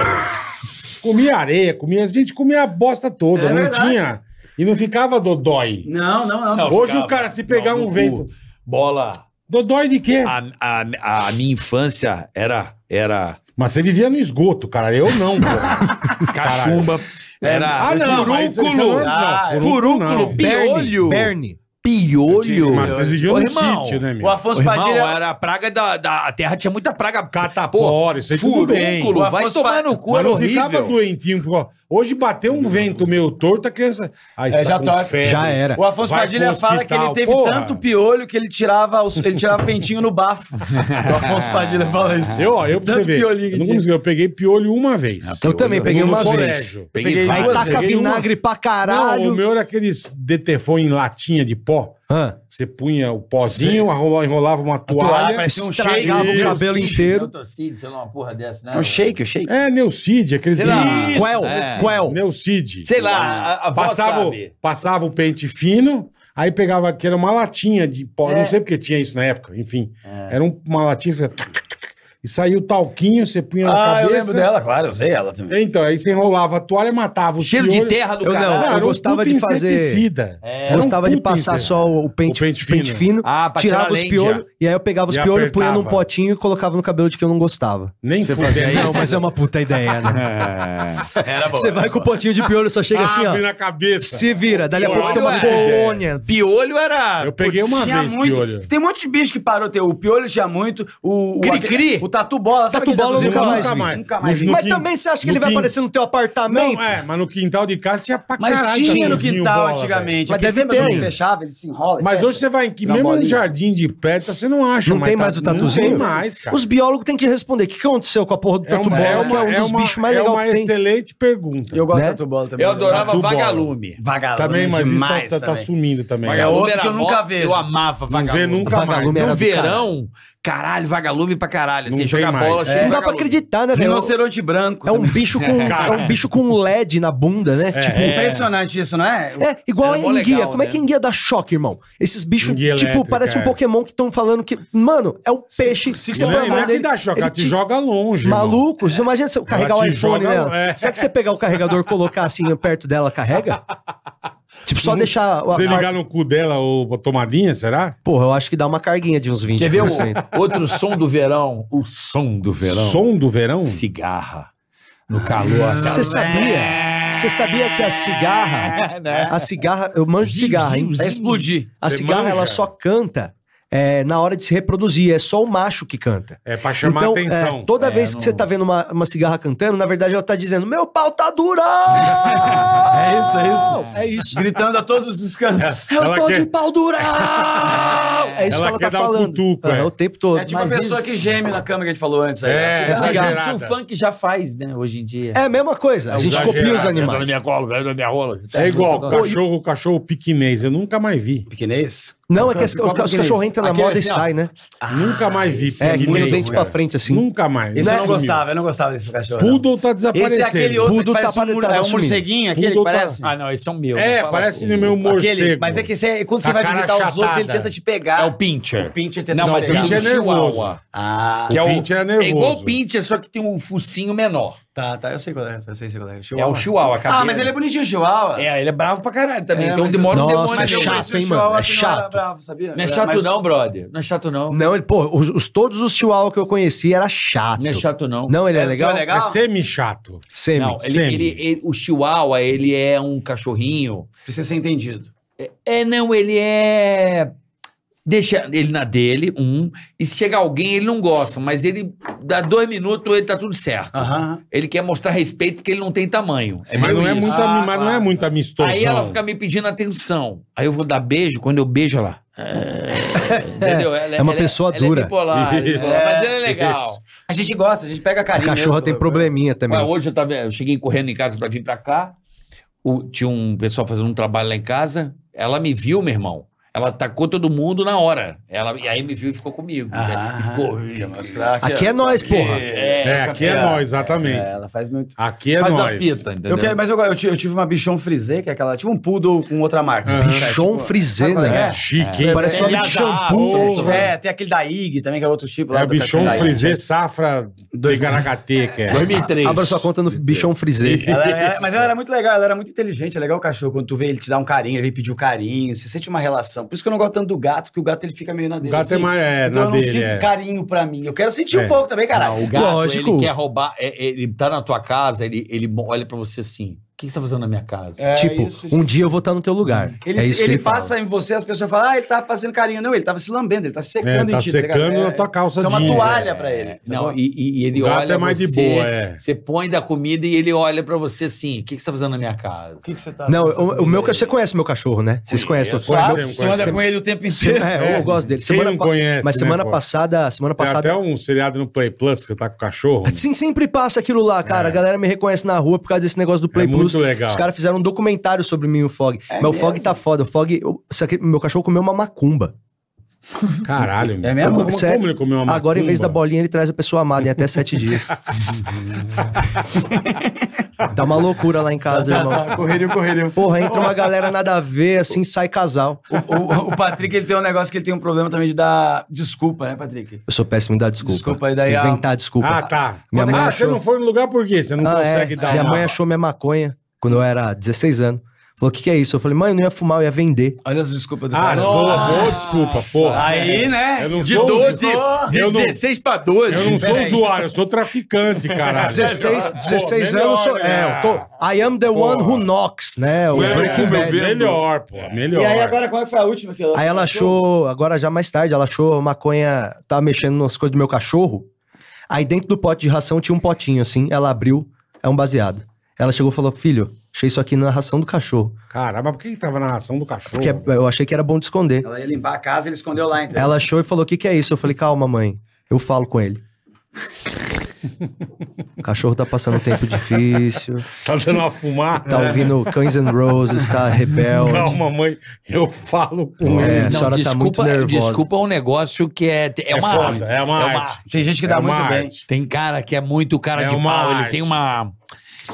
Speaker 4: comia areia, comia... A gente comia a bosta toda,
Speaker 8: É
Speaker 4: não tinha... E não ficava dodói.
Speaker 8: Não, não, não.
Speaker 4: Hoje o cara, se pegar um vento...
Speaker 6: Bola.
Speaker 4: Dodói de quê?
Speaker 8: Ah.
Speaker 6: A, a, a minha infância era. era
Speaker 4: Mas você vivia no esgoto, cara. Eu não,
Speaker 8: [laughs]
Speaker 4: pô.
Speaker 6: cachumba. Era.
Speaker 4: Ah, não, mas isso
Speaker 6: furúnculo.
Speaker 4: não- não,
Speaker 6: Ah,
Speaker 4: furúnculo não.
Speaker 6: furúnculo.
Speaker 3: Berne,
Speaker 6: Piolho.
Speaker 3: Berne.
Speaker 6: Piolho.
Speaker 4: Mas vocês viviam
Speaker 6: Ô,
Speaker 4: no
Speaker 6: irmão,
Speaker 4: sítio, né, meu?
Speaker 8: O Afonso
Speaker 6: Irmão,
Speaker 8: Padilha.
Speaker 6: era a praga da, da. A terra tinha muita praga.
Speaker 4: Catapora, isso aí tudo bem.
Speaker 6: Furúnculo. Vai
Speaker 8: Afonso
Speaker 6: tomar
Speaker 8: Pa-
Speaker 6: no cu,
Speaker 4: Mas
Speaker 6: era
Speaker 4: não ficava
Speaker 6: horrível.
Speaker 4: doentinho. ficou- Hoje bateu um vento meio torto, a criança. Ah, está
Speaker 8: É, já
Speaker 4: com
Speaker 8: torce.
Speaker 4: febre.
Speaker 3: Já era.
Speaker 8: O Afonso
Speaker 4: Vai
Speaker 8: Padilha
Speaker 4: pro
Speaker 8: fala que
Speaker 4: hospital,
Speaker 8: ele teve
Speaker 4: porra.
Speaker 8: tanto piolho que ele tirava, os- ele tirava pentinho no bafo. O Afonso Padilha fala isso.
Speaker 4: Eu, ó, eu pra você
Speaker 8: Tanto
Speaker 4: ver.
Speaker 8: piolinho que
Speaker 4: Eu, não
Speaker 8: tinha.
Speaker 4: consegui, eu peguei piolho uma vez.
Speaker 3: Eu também peguei
Speaker 4: No
Speaker 3: uma vez.
Speaker 4: colégio.
Speaker 6: Peguei
Speaker 3: Aí
Speaker 6: várias.
Speaker 3: taca
Speaker 4: vezes.
Speaker 3: vinagre pra
Speaker 4: Não, o
Speaker 3: caralho.
Speaker 4: meu era aqueles detefon em latinha de pó.
Speaker 3: Hã?
Speaker 4: Você punha o pozinho, arrola- enrolava uma
Speaker 8: toalha,
Speaker 4: toalha.
Speaker 8: parecia um
Speaker 3: Estragava
Speaker 4: shake.
Speaker 3: o cabelo inteiro.
Speaker 6: Neutocid, sei lá, uma porra dessa, né?
Speaker 8: É um shake, o shake.
Speaker 4: É, Neucid, aqueles.
Speaker 6: Sei lá.
Speaker 4: Isso,
Speaker 3: Quel,
Speaker 6: é.
Speaker 3: Quel.
Speaker 4: Neucid.
Speaker 8: Ah,
Speaker 6: Sei lá, a, a vó
Speaker 4: Passava, o-
Speaker 6: sabe.
Speaker 4: passava o pente fino, Aí pegava, que era uma latinha de pó.
Speaker 8: É.
Speaker 4: Não sei porque tinha isso na época, enfim. Era um- uma latinha, você... tuc, tuc, tuc, e saiu o talquinho, você punha na
Speaker 8: Ah,
Speaker 4: cabeça.
Speaker 8: eu lembro dela, claro, eu sei ela também.
Speaker 4: Então, aí você enrolava a toalha e matava o
Speaker 8: Cheiro de terra do
Speaker 4: eu,
Speaker 8: caralho.
Speaker 4: [laughs]
Speaker 3: Eu
Speaker 4: era um
Speaker 3: gostava
Speaker 4: puta
Speaker 3: de fazer-
Speaker 4: inseticida.
Speaker 3: É,
Speaker 4: Era um
Speaker 3: Gostava de
Speaker 4: puta
Speaker 3: passar
Speaker 4: inseticida.
Speaker 3: só o pente,
Speaker 4: O pente
Speaker 3: pente fino,
Speaker 4: fino.
Speaker 6: Ah, pra tirar
Speaker 3: tirava
Speaker 6: a
Speaker 3: os
Speaker 6: lente,
Speaker 3: piolhos, e aí eu pegava os
Speaker 4: E
Speaker 3: piolhos, punha num
Speaker 4: apertava.
Speaker 3: potinho e colocava no cabelo de que eu não gostava.
Speaker 4: Nem
Speaker 6: Você
Speaker 4: fudeu.
Speaker 6: fazia isso?
Speaker 3: Não, mas é uma puta ideia, né?
Speaker 6: Era bom.
Speaker 3: Você vai com o potinho de piolho, só chega assim,
Speaker 4: Abre
Speaker 3: ó.
Speaker 4: na cabeça.
Speaker 3: Se vira, dali a pouco tem uma
Speaker 6: Piolho é-
Speaker 3: colônia.
Speaker 6: Piolho era.
Speaker 4: Eu peguei uma
Speaker 8: Tinha
Speaker 4: vez,
Speaker 8: muito.
Speaker 4: piolho.
Speaker 8: Tem muitos bichos que parou. Tem, o Piolho tinha muito. O, o
Speaker 6: Cri-cri?
Speaker 8: aque- O Tatu Bola. sabe
Speaker 3: Tatu
Speaker 8: aquele
Speaker 3: Bola eu
Speaker 8: Tatuzinho
Speaker 3: nunca mais vi.
Speaker 8: Nunca mais vi.
Speaker 4: No
Speaker 3: Mas
Speaker 4: quin-
Speaker 3: também você acha que
Speaker 4: no
Speaker 3: ele vai
Speaker 4: quin-
Speaker 3: aparecer no teu apartamento?
Speaker 4: Não, é, mas no quintal de casa tinha pra
Speaker 8: Mas
Speaker 4: caralho.
Speaker 8: tinha no
Speaker 4: tatuzinho,
Speaker 8: quintal
Speaker 4: bola, velho.
Speaker 8: antigamente.
Speaker 3: Mas
Speaker 8: aquele
Speaker 3: deve
Speaker 8: sempre
Speaker 3: ter
Speaker 8: quando
Speaker 3: ainda.
Speaker 8: Fechava, ele se enrola.
Speaker 4: Mas
Speaker 8: fecha.
Speaker 4: hoje você vai em que
Speaker 8: Na
Speaker 4: mesmo no
Speaker 8: bolinha.
Speaker 4: jardim de prédio, você não acha.
Speaker 3: Não
Speaker 4: mais
Speaker 3: tem mais
Speaker 4: tatu-
Speaker 3: o tatuzinho?
Speaker 4: Não tem tá mais, cara.
Speaker 3: Os biólogos têm que responder. O que que aconteceu com a porra do tatu bola, que é um dos
Speaker 4: uma-
Speaker 3: bichos mais
Speaker 4: é
Speaker 3: legais
Speaker 4: uma
Speaker 3: que tem?
Speaker 4: excelente pergunta.
Speaker 8: Eu gosto
Speaker 3: né?
Speaker 8: da Tatu Bola também.
Speaker 6: Eu adorava
Speaker 4: Tatu bola.
Speaker 6: vagalume.
Speaker 8: Vagalume
Speaker 4: Também, mas isso tá,
Speaker 8: demais
Speaker 4: tá, tá
Speaker 8: também.
Speaker 4: sumindo também.
Speaker 8: É outro
Speaker 6: era
Speaker 8: que eu nunca
Speaker 6: mó-
Speaker 8: vejo.
Speaker 6: Eu amava
Speaker 4: Não
Speaker 6: vagalume.
Speaker 4: vê nunca
Speaker 3: Vagalume
Speaker 4: mais.
Speaker 3: era
Speaker 6: No
Speaker 3: do caralho.
Speaker 6: verão, caralho, vagalume pra caralho.
Speaker 4: Não
Speaker 6: Você
Speaker 4: tem
Speaker 6: joga
Speaker 4: mais.
Speaker 6: bola,
Speaker 4: É.
Speaker 6: chega
Speaker 3: Não dá pra
Speaker 6: vagalume.
Speaker 3: acreditar, né, velho?
Speaker 8: Rinoceronte branco.
Speaker 3: É um
Speaker 8: também.
Speaker 3: bicho com,
Speaker 4: [laughs]
Speaker 3: é um bicho com um LED na bunda, né? Tipo,
Speaker 8: É impressionante isso, não é?
Speaker 3: É, igual
Speaker 6: Era
Speaker 3: a
Speaker 6: mó
Speaker 3: enguia.
Speaker 6: legal,
Speaker 3: Como é
Speaker 6: né?
Speaker 3: que a enguia dá choque, irmão? Esses bichos,
Speaker 4: Enguia
Speaker 3: tipo,
Speaker 4: elétrica,
Speaker 3: parece um
Speaker 4: é.
Speaker 3: Pokémon que estão falando que. Mano, é um peixe. que
Speaker 4: Não,
Speaker 3: põe a
Speaker 4: é,
Speaker 3: mão
Speaker 4: não é que
Speaker 3: nele,
Speaker 4: dá choque,
Speaker 3: ele
Speaker 4: ela te joga longe. irmão. É
Speaker 3: Maluco, você imagina se eu carregar
Speaker 4: Ela
Speaker 3: o
Speaker 4: te
Speaker 3: iPhone né?
Speaker 4: joga-
Speaker 3: nela.
Speaker 4: é.
Speaker 3: Será que você pegar o carregador e colocar assim perto
Speaker 4: [laughs]
Speaker 3: dela, carrega? Tipo, só deixar. a-
Speaker 4: Você
Speaker 3: a-
Speaker 4: ligar no cu dela ou a tomadinha, será?
Speaker 3: Porra, eu acho que dá uma carguinha de uns 20%.
Speaker 6: Quer ver o, outro som do verão? O som do verão.
Speaker 4: Som do verão?
Speaker 6: Cigarra. No calor.
Speaker 3: Ah. Você sabia? Você sabia que a cigarra. A cigarra. Eu manjo de cigarra, hein? Tá É
Speaker 8: Vai explodir.
Speaker 3: A
Speaker 4: Você
Speaker 3: cigarra,
Speaker 4: manja?
Speaker 3: ela só canta é, na hora de se reproduzir. É só o macho que canta.
Speaker 4: É pra chamar
Speaker 3: então,
Speaker 4: atenção.
Speaker 3: é, toda vez que você tá vendo uma, uma cigarra cantando, na verdade ela tá dizendo: Meu pau tá durão! é
Speaker 8: isso, é isso.
Speaker 3: É isso.
Speaker 8: Gritando a todos os cantos.
Speaker 3: Eu
Speaker 4: É, Ela
Speaker 3: tô
Speaker 4: quer-
Speaker 3: de pau durão! É isso
Speaker 4: Ela
Speaker 3: que
Speaker 4: quer
Speaker 3: ela tá
Speaker 4: dar um
Speaker 3: falando.
Speaker 4: cutuco,
Speaker 3: Ah,
Speaker 4: é.
Speaker 3: o tempo todo.
Speaker 8: É tipo a
Speaker 3: Mas
Speaker 8: pessoa
Speaker 3: isso-
Speaker 8: que geme na cama que a gente falou antes. aí.
Speaker 4: É,
Speaker 8: Assim,
Speaker 4: essa
Speaker 8: ah,
Speaker 4: gerada.
Speaker 8: isso o funk já faz, né, hoje em dia.
Speaker 3: É a mesma coisa. A gente
Speaker 4: exagerado,
Speaker 3: copia os
Speaker 4: é
Speaker 3: animais.
Speaker 6: cola, na minha rola.
Speaker 4: É igual, cachorro, cachorro piquinês. Eu nunca mais vi.
Speaker 8: Pequenês?
Speaker 3: Não, é que as-
Speaker 8: Qual que é
Speaker 3: os
Speaker 8: esse?
Speaker 3: cachorros entram na
Speaker 8: Aquele
Speaker 3: moda e
Speaker 8: assim, ó.
Speaker 3: saem, né?
Speaker 4: nunca mais vi
Speaker 3: É, que põe o
Speaker 4: piquinês.
Speaker 3: dente pra frente assim.
Speaker 4: Nunca mais.
Speaker 8: Esse eu não
Speaker 4: Sumiu.
Speaker 8: gostava, eu não gostava desse cachorro. não.
Speaker 4: Poodle tá
Speaker 8: Esse
Speaker 4: desaparecendo.
Speaker 8: é aquele outro
Speaker 3: Poodle
Speaker 8: que parece
Speaker 3: tá
Speaker 8: um, mur-
Speaker 3: tá
Speaker 8: é um
Speaker 3: assumindo.
Speaker 8: morceguinho, aquele que
Speaker 4: Poodle tá-
Speaker 8: parece?
Speaker 6: Ah, não, esse é o meu.
Speaker 4: É,
Speaker 6: não fala
Speaker 4: parece
Speaker 6: assim.
Speaker 4: no meu morcego.
Speaker 8: Aquele, mas é que você- quando
Speaker 4: Com
Speaker 8: você
Speaker 4: a
Speaker 8: vai
Speaker 4: cara
Speaker 8: visitar os outros, ele
Speaker 4: achatada.
Speaker 8: tenta te pegar.
Speaker 6: É o pincher.
Speaker 8: O Pincher tenta
Speaker 6: Não,
Speaker 8: te
Speaker 6: mas o
Speaker 8: pegar.
Speaker 4: Pincher
Speaker 6: pincher é
Speaker 4: é nervoso.
Speaker 6: nervoso.
Speaker 8: Ah,
Speaker 4: Que é o pincher é
Speaker 6: É igual
Speaker 4: nervoso.
Speaker 6: o pincher, só que tem um focinho menor.
Speaker 8: tá, tá, eu sei qual é, eu sei, sei qual é.
Speaker 6: É o chihuahua.
Speaker 8: Ah, mas ele é bonitinho, o chihuahua.
Speaker 6: É, ele é bravo pra caralho também.
Speaker 8: É,
Speaker 6: então
Speaker 8: mas
Speaker 6: demora um
Speaker 3: eu-
Speaker 6: demônio.
Speaker 3: Nossa, é
Speaker 8: eu
Speaker 3: chato,
Speaker 8: conheci o
Speaker 3: hein, mano?
Speaker 8: chihuahua
Speaker 3: É
Speaker 8: que não era
Speaker 3: chato.
Speaker 8: bravo, sabia?
Speaker 6: Não é
Speaker 8: Era
Speaker 6: chato
Speaker 8: mais-
Speaker 6: não, brother. Não é chato não.
Speaker 3: Não, ele, pô, os, os- todos os chihuahua que eu conheci era chato.
Speaker 6: Não é chato não.
Speaker 3: Não, ele é,
Speaker 8: É,
Speaker 3: legal?
Speaker 8: tu é legal?
Speaker 4: É semi-chato.
Speaker 3: Semi.
Speaker 6: Não, ele,
Speaker 4: semi.
Speaker 6: ele- ele- o chihuahua, ele é um cachorrinho.
Speaker 8: Precisa ser entendido.
Speaker 6: É, não, ele é... Deixa ele na dele, um. E se chegar alguém, ele não gosta. Mas ele dá dois minutos, ele tá tudo certo.
Speaker 8: Aham.
Speaker 6: Ele quer mostrar respeito porque ele não tem tamanho. É
Speaker 4: mas
Speaker 6: meio
Speaker 4: não é,
Speaker 6: isso.
Speaker 4: muito,
Speaker 8: Ah,
Speaker 4: ami- mas não é
Speaker 8: claro.
Speaker 4: muito amistoso.
Speaker 6: Aí ela fica me pedindo atenção. Aí eu vou dar beijo, quando eu beijo ela. É, entendeu? Ela
Speaker 3: É uma
Speaker 6: ela
Speaker 3: pessoa
Speaker 6: ela
Speaker 3: dura.
Speaker 6: É bipolar,
Speaker 4: Isso.
Speaker 6: bipolar, mas ela é legal.
Speaker 8: A gente gosta, a gente pega
Speaker 3: A
Speaker 8: carinho.
Speaker 3: cachorra
Speaker 8: mesmo,
Speaker 3: tem
Speaker 8: né?
Speaker 3: probleminha também.
Speaker 6: Mas hoje eu, tava, eu cheguei correndo em casa pra vir pra cá. O- tinha um pessoal fazendo um trabalho lá em casa. Ela me viu, meu irmão. Ela atacou todo mundo na hora. Ela, e aí me viu e ficou comigo.
Speaker 8: Ah,
Speaker 6: e ficou.
Speaker 8: quer mostrar que-
Speaker 3: Aqui é nós, porra.
Speaker 4: É, aqui é nós, exatamente.
Speaker 8: É, ela faz muito.
Speaker 4: Aqui é
Speaker 6: Faz a
Speaker 4: nós.
Speaker 6: fita,
Speaker 8: Eu
Speaker 6: entendeu?
Speaker 8: quero, mas eu, eu ti- eu tive uma bichon frisé, que é aquela, tipo um poodle com outra marca.
Speaker 4: Aham.
Speaker 3: Bichon frisé,
Speaker 8: tipo, sabe qual
Speaker 3: né?
Speaker 4: É chique, hein?
Speaker 3: Parece
Speaker 6: É,
Speaker 3: nome de
Speaker 6: ele
Speaker 3: shampoo.
Speaker 6: adapta,
Speaker 8: É, tem aquele da IG também, que é outro tipo lá.
Speaker 4: É o
Speaker 8: do cachorro
Speaker 4: bichon
Speaker 8: da Ig.
Speaker 4: frisê safra de Garacate, que é.
Speaker 6: 2003.
Speaker 3: Abra sua conta no bichão frisé.
Speaker 8: Ela era- mas ela era muito legal, ela era muito inteligente. É legal o cachorro. Quando tu vê ele te dá um carinho, ele vem pedir um carinho, você sente uma relação. Por isso que eu não gosto tanto do gato, porque o gato ele fica meio na
Speaker 4: O
Speaker 8: dele.
Speaker 4: gato é
Speaker 8: assim.
Speaker 4: mais. É, na
Speaker 8: então eu não
Speaker 4: dele.
Speaker 8: sinto
Speaker 4: é.
Speaker 8: carinho pra mim. Eu quero sentir
Speaker 4: É.
Speaker 8: um pouco também, caralho.
Speaker 6: Não, o gato,
Speaker 3: Lógico.
Speaker 6: ele quer roubar, é- ele tá na tua casa, ele, ele olha pra você assim, o que que você tá fazendo na minha casa?
Speaker 8: É,
Speaker 3: tipo,
Speaker 8: isso, isso,
Speaker 3: um
Speaker 8: isso.
Speaker 3: dia eu vou estar no teu lugar.
Speaker 8: Ele,
Speaker 3: é isso que
Speaker 8: ele,
Speaker 3: ele fala.
Speaker 8: passa em você, as pessoas falam, ah, ele tava fazendo carinho. Não, ele tava se lambendo, ele tá
Speaker 4: É,
Speaker 8: secando
Speaker 4: tá
Speaker 8: em ti. tá ligado?
Speaker 4: secando
Speaker 8: É,
Speaker 4: na tua calça
Speaker 8: Tem uma
Speaker 4: jeans,
Speaker 3: né?
Speaker 8: toalha
Speaker 4: é.
Speaker 8: pra ele.
Speaker 6: Não,
Speaker 8: sacou?
Speaker 6: e, e- e ele
Speaker 4: O gato
Speaker 6: olha
Speaker 4: é mais
Speaker 6: você,
Speaker 4: de boa, é.
Speaker 6: você põe da comida e ele olha pra você assim, o que que você tá fazendo na minha casa?
Speaker 8: que, que você tá
Speaker 3: Não,
Speaker 8: pensando
Speaker 3: o, o meu
Speaker 8: dele?
Speaker 3: cachorro. Você conhece meu cachorro, né? Vocês conhecem meu
Speaker 8: Claro,
Speaker 3: cachorro?
Speaker 4: Conhecemos,
Speaker 8: tu anda
Speaker 4: conhecemos.
Speaker 8: com ele o tempo
Speaker 3: Você-
Speaker 8: inteiro.
Speaker 3: é, eu gosto dele.
Speaker 4: Quem
Speaker 3: Semana
Speaker 4: não
Speaker 3: pa-
Speaker 4: conhece,
Speaker 3: mas
Speaker 4: né,
Speaker 3: semana
Speaker 4: pô?
Speaker 3: passada, semana
Speaker 4: Tem
Speaker 3: passada.
Speaker 4: até um seriado no Play Plus que você tá com o cachorro.
Speaker 3: Sim, sempre passa aquilo lá, cara.
Speaker 4: É.
Speaker 3: A galera me reconhece na rua por causa desse negócio do Play
Speaker 4: É
Speaker 3: Plus.
Speaker 4: muito legal.
Speaker 3: Os caras fizeram um documentário sobre mim e o Fog.
Speaker 8: É
Speaker 3: mas o Fog
Speaker 8: mesmo?
Speaker 3: tá foda. O Fog, eu- isso aqui- meu cachorro comeu uma macumba.
Speaker 4: Caralho, meu.
Speaker 8: É mesmo?
Speaker 4: Como,
Speaker 3: Sério?
Speaker 4: como ele comeu uma
Speaker 3: Agora, em vez da
Speaker 4: macumba?
Speaker 8: [laughs]
Speaker 3: bolinha, ele traz a pessoa amada em até sete dias. Tá uma loucura lá em casa,
Speaker 8: Tá, tá,
Speaker 3: irmão.
Speaker 8: tá. [laughs] Correria, correria.
Speaker 3: Porra, entra uma galera nada a ver, assim sai casal.
Speaker 8: O, o- o Patrick, ele tem um negócio que ele tem um problema também de dar desculpa, né, Patrick?
Speaker 3: Eu sou péssimo em dar desculpa.
Speaker 8: Desculpa, e daí a-
Speaker 3: Inventar desculpa.
Speaker 4: Ah, tá.
Speaker 3: Minha mãe
Speaker 4: ah, você
Speaker 3: achou-
Speaker 4: não foi no lugar por quê? Você não
Speaker 3: Ah, é.
Speaker 4: consegue dar
Speaker 3: Minha
Speaker 4: uma-
Speaker 3: mãe achou minha maconha quando eu era 16 anos. Falou, o que, que é isso? Eu falei, mãe, eu não ia fumar, eu ia vender.
Speaker 8: Olha as desculpas do
Speaker 4: Ah,
Speaker 8: cara.
Speaker 4: não, ô, desculpa, porra.
Speaker 8: Aí, né?
Speaker 4: É. Eu não
Speaker 6: De
Speaker 4: sou
Speaker 6: 12,
Speaker 4: usuário.
Speaker 6: de
Speaker 4: eu não,
Speaker 6: 16 pra 12.
Speaker 4: eu não sou um
Speaker 8: peraí.
Speaker 4: usuário, eu sou traficante, caralho.
Speaker 3: 16,
Speaker 4: Pô,
Speaker 3: 16
Speaker 4: melhor,
Speaker 3: anos, sou,
Speaker 4: né?
Speaker 3: é, eu tô, I am the one who knocks, né? O
Speaker 4: É,
Speaker 3: Breaking Bad.
Speaker 4: melhor, pô, melhor.
Speaker 8: E aí, agora, qual é que foi a última que ela
Speaker 3: Aí ela achou, agora já mais tarde, ela achou maconha, tava mexendo nas coisas do meu cachorro. Aí dentro do pote de ração tinha um potinho assim, ela abriu, é um baseado. Ela chegou e falou: Filho, achei isso aqui na ração do cachorro.
Speaker 4: Caralho, mas por que que tava na ração do cachorro?
Speaker 3: Porque é eu achei que era bom de esconder.
Speaker 8: Ela ia limpar a casa e ele escondeu lá, então.
Speaker 3: Ela achou e falou: O que, que é isso? Eu falei: Calma, mãe, eu falo com ele. [laughs] O cachorro tá passando um tempo difícil,
Speaker 4: Tá dando uma fumada.
Speaker 3: tá ouvindo Guns N' Roses, tá rebelde.
Speaker 4: Calma, mãe. Eu falo com
Speaker 3: É,
Speaker 4: ele.
Speaker 3: a senhora tá muito nervosa.
Speaker 6: Desculpa é um negócio que é. É uma arte.
Speaker 4: foda, é uma arte. É
Speaker 6: Tem gente
Speaker 4: que dá muito bem.
Speaker 6: Tem cara que é muito cara
Speaker 4: É
Speaker 6: de
Speaker 4: uma
Speaker 6: pau. Ele
Speaker 4: arte.
Speaker 6: tem uma.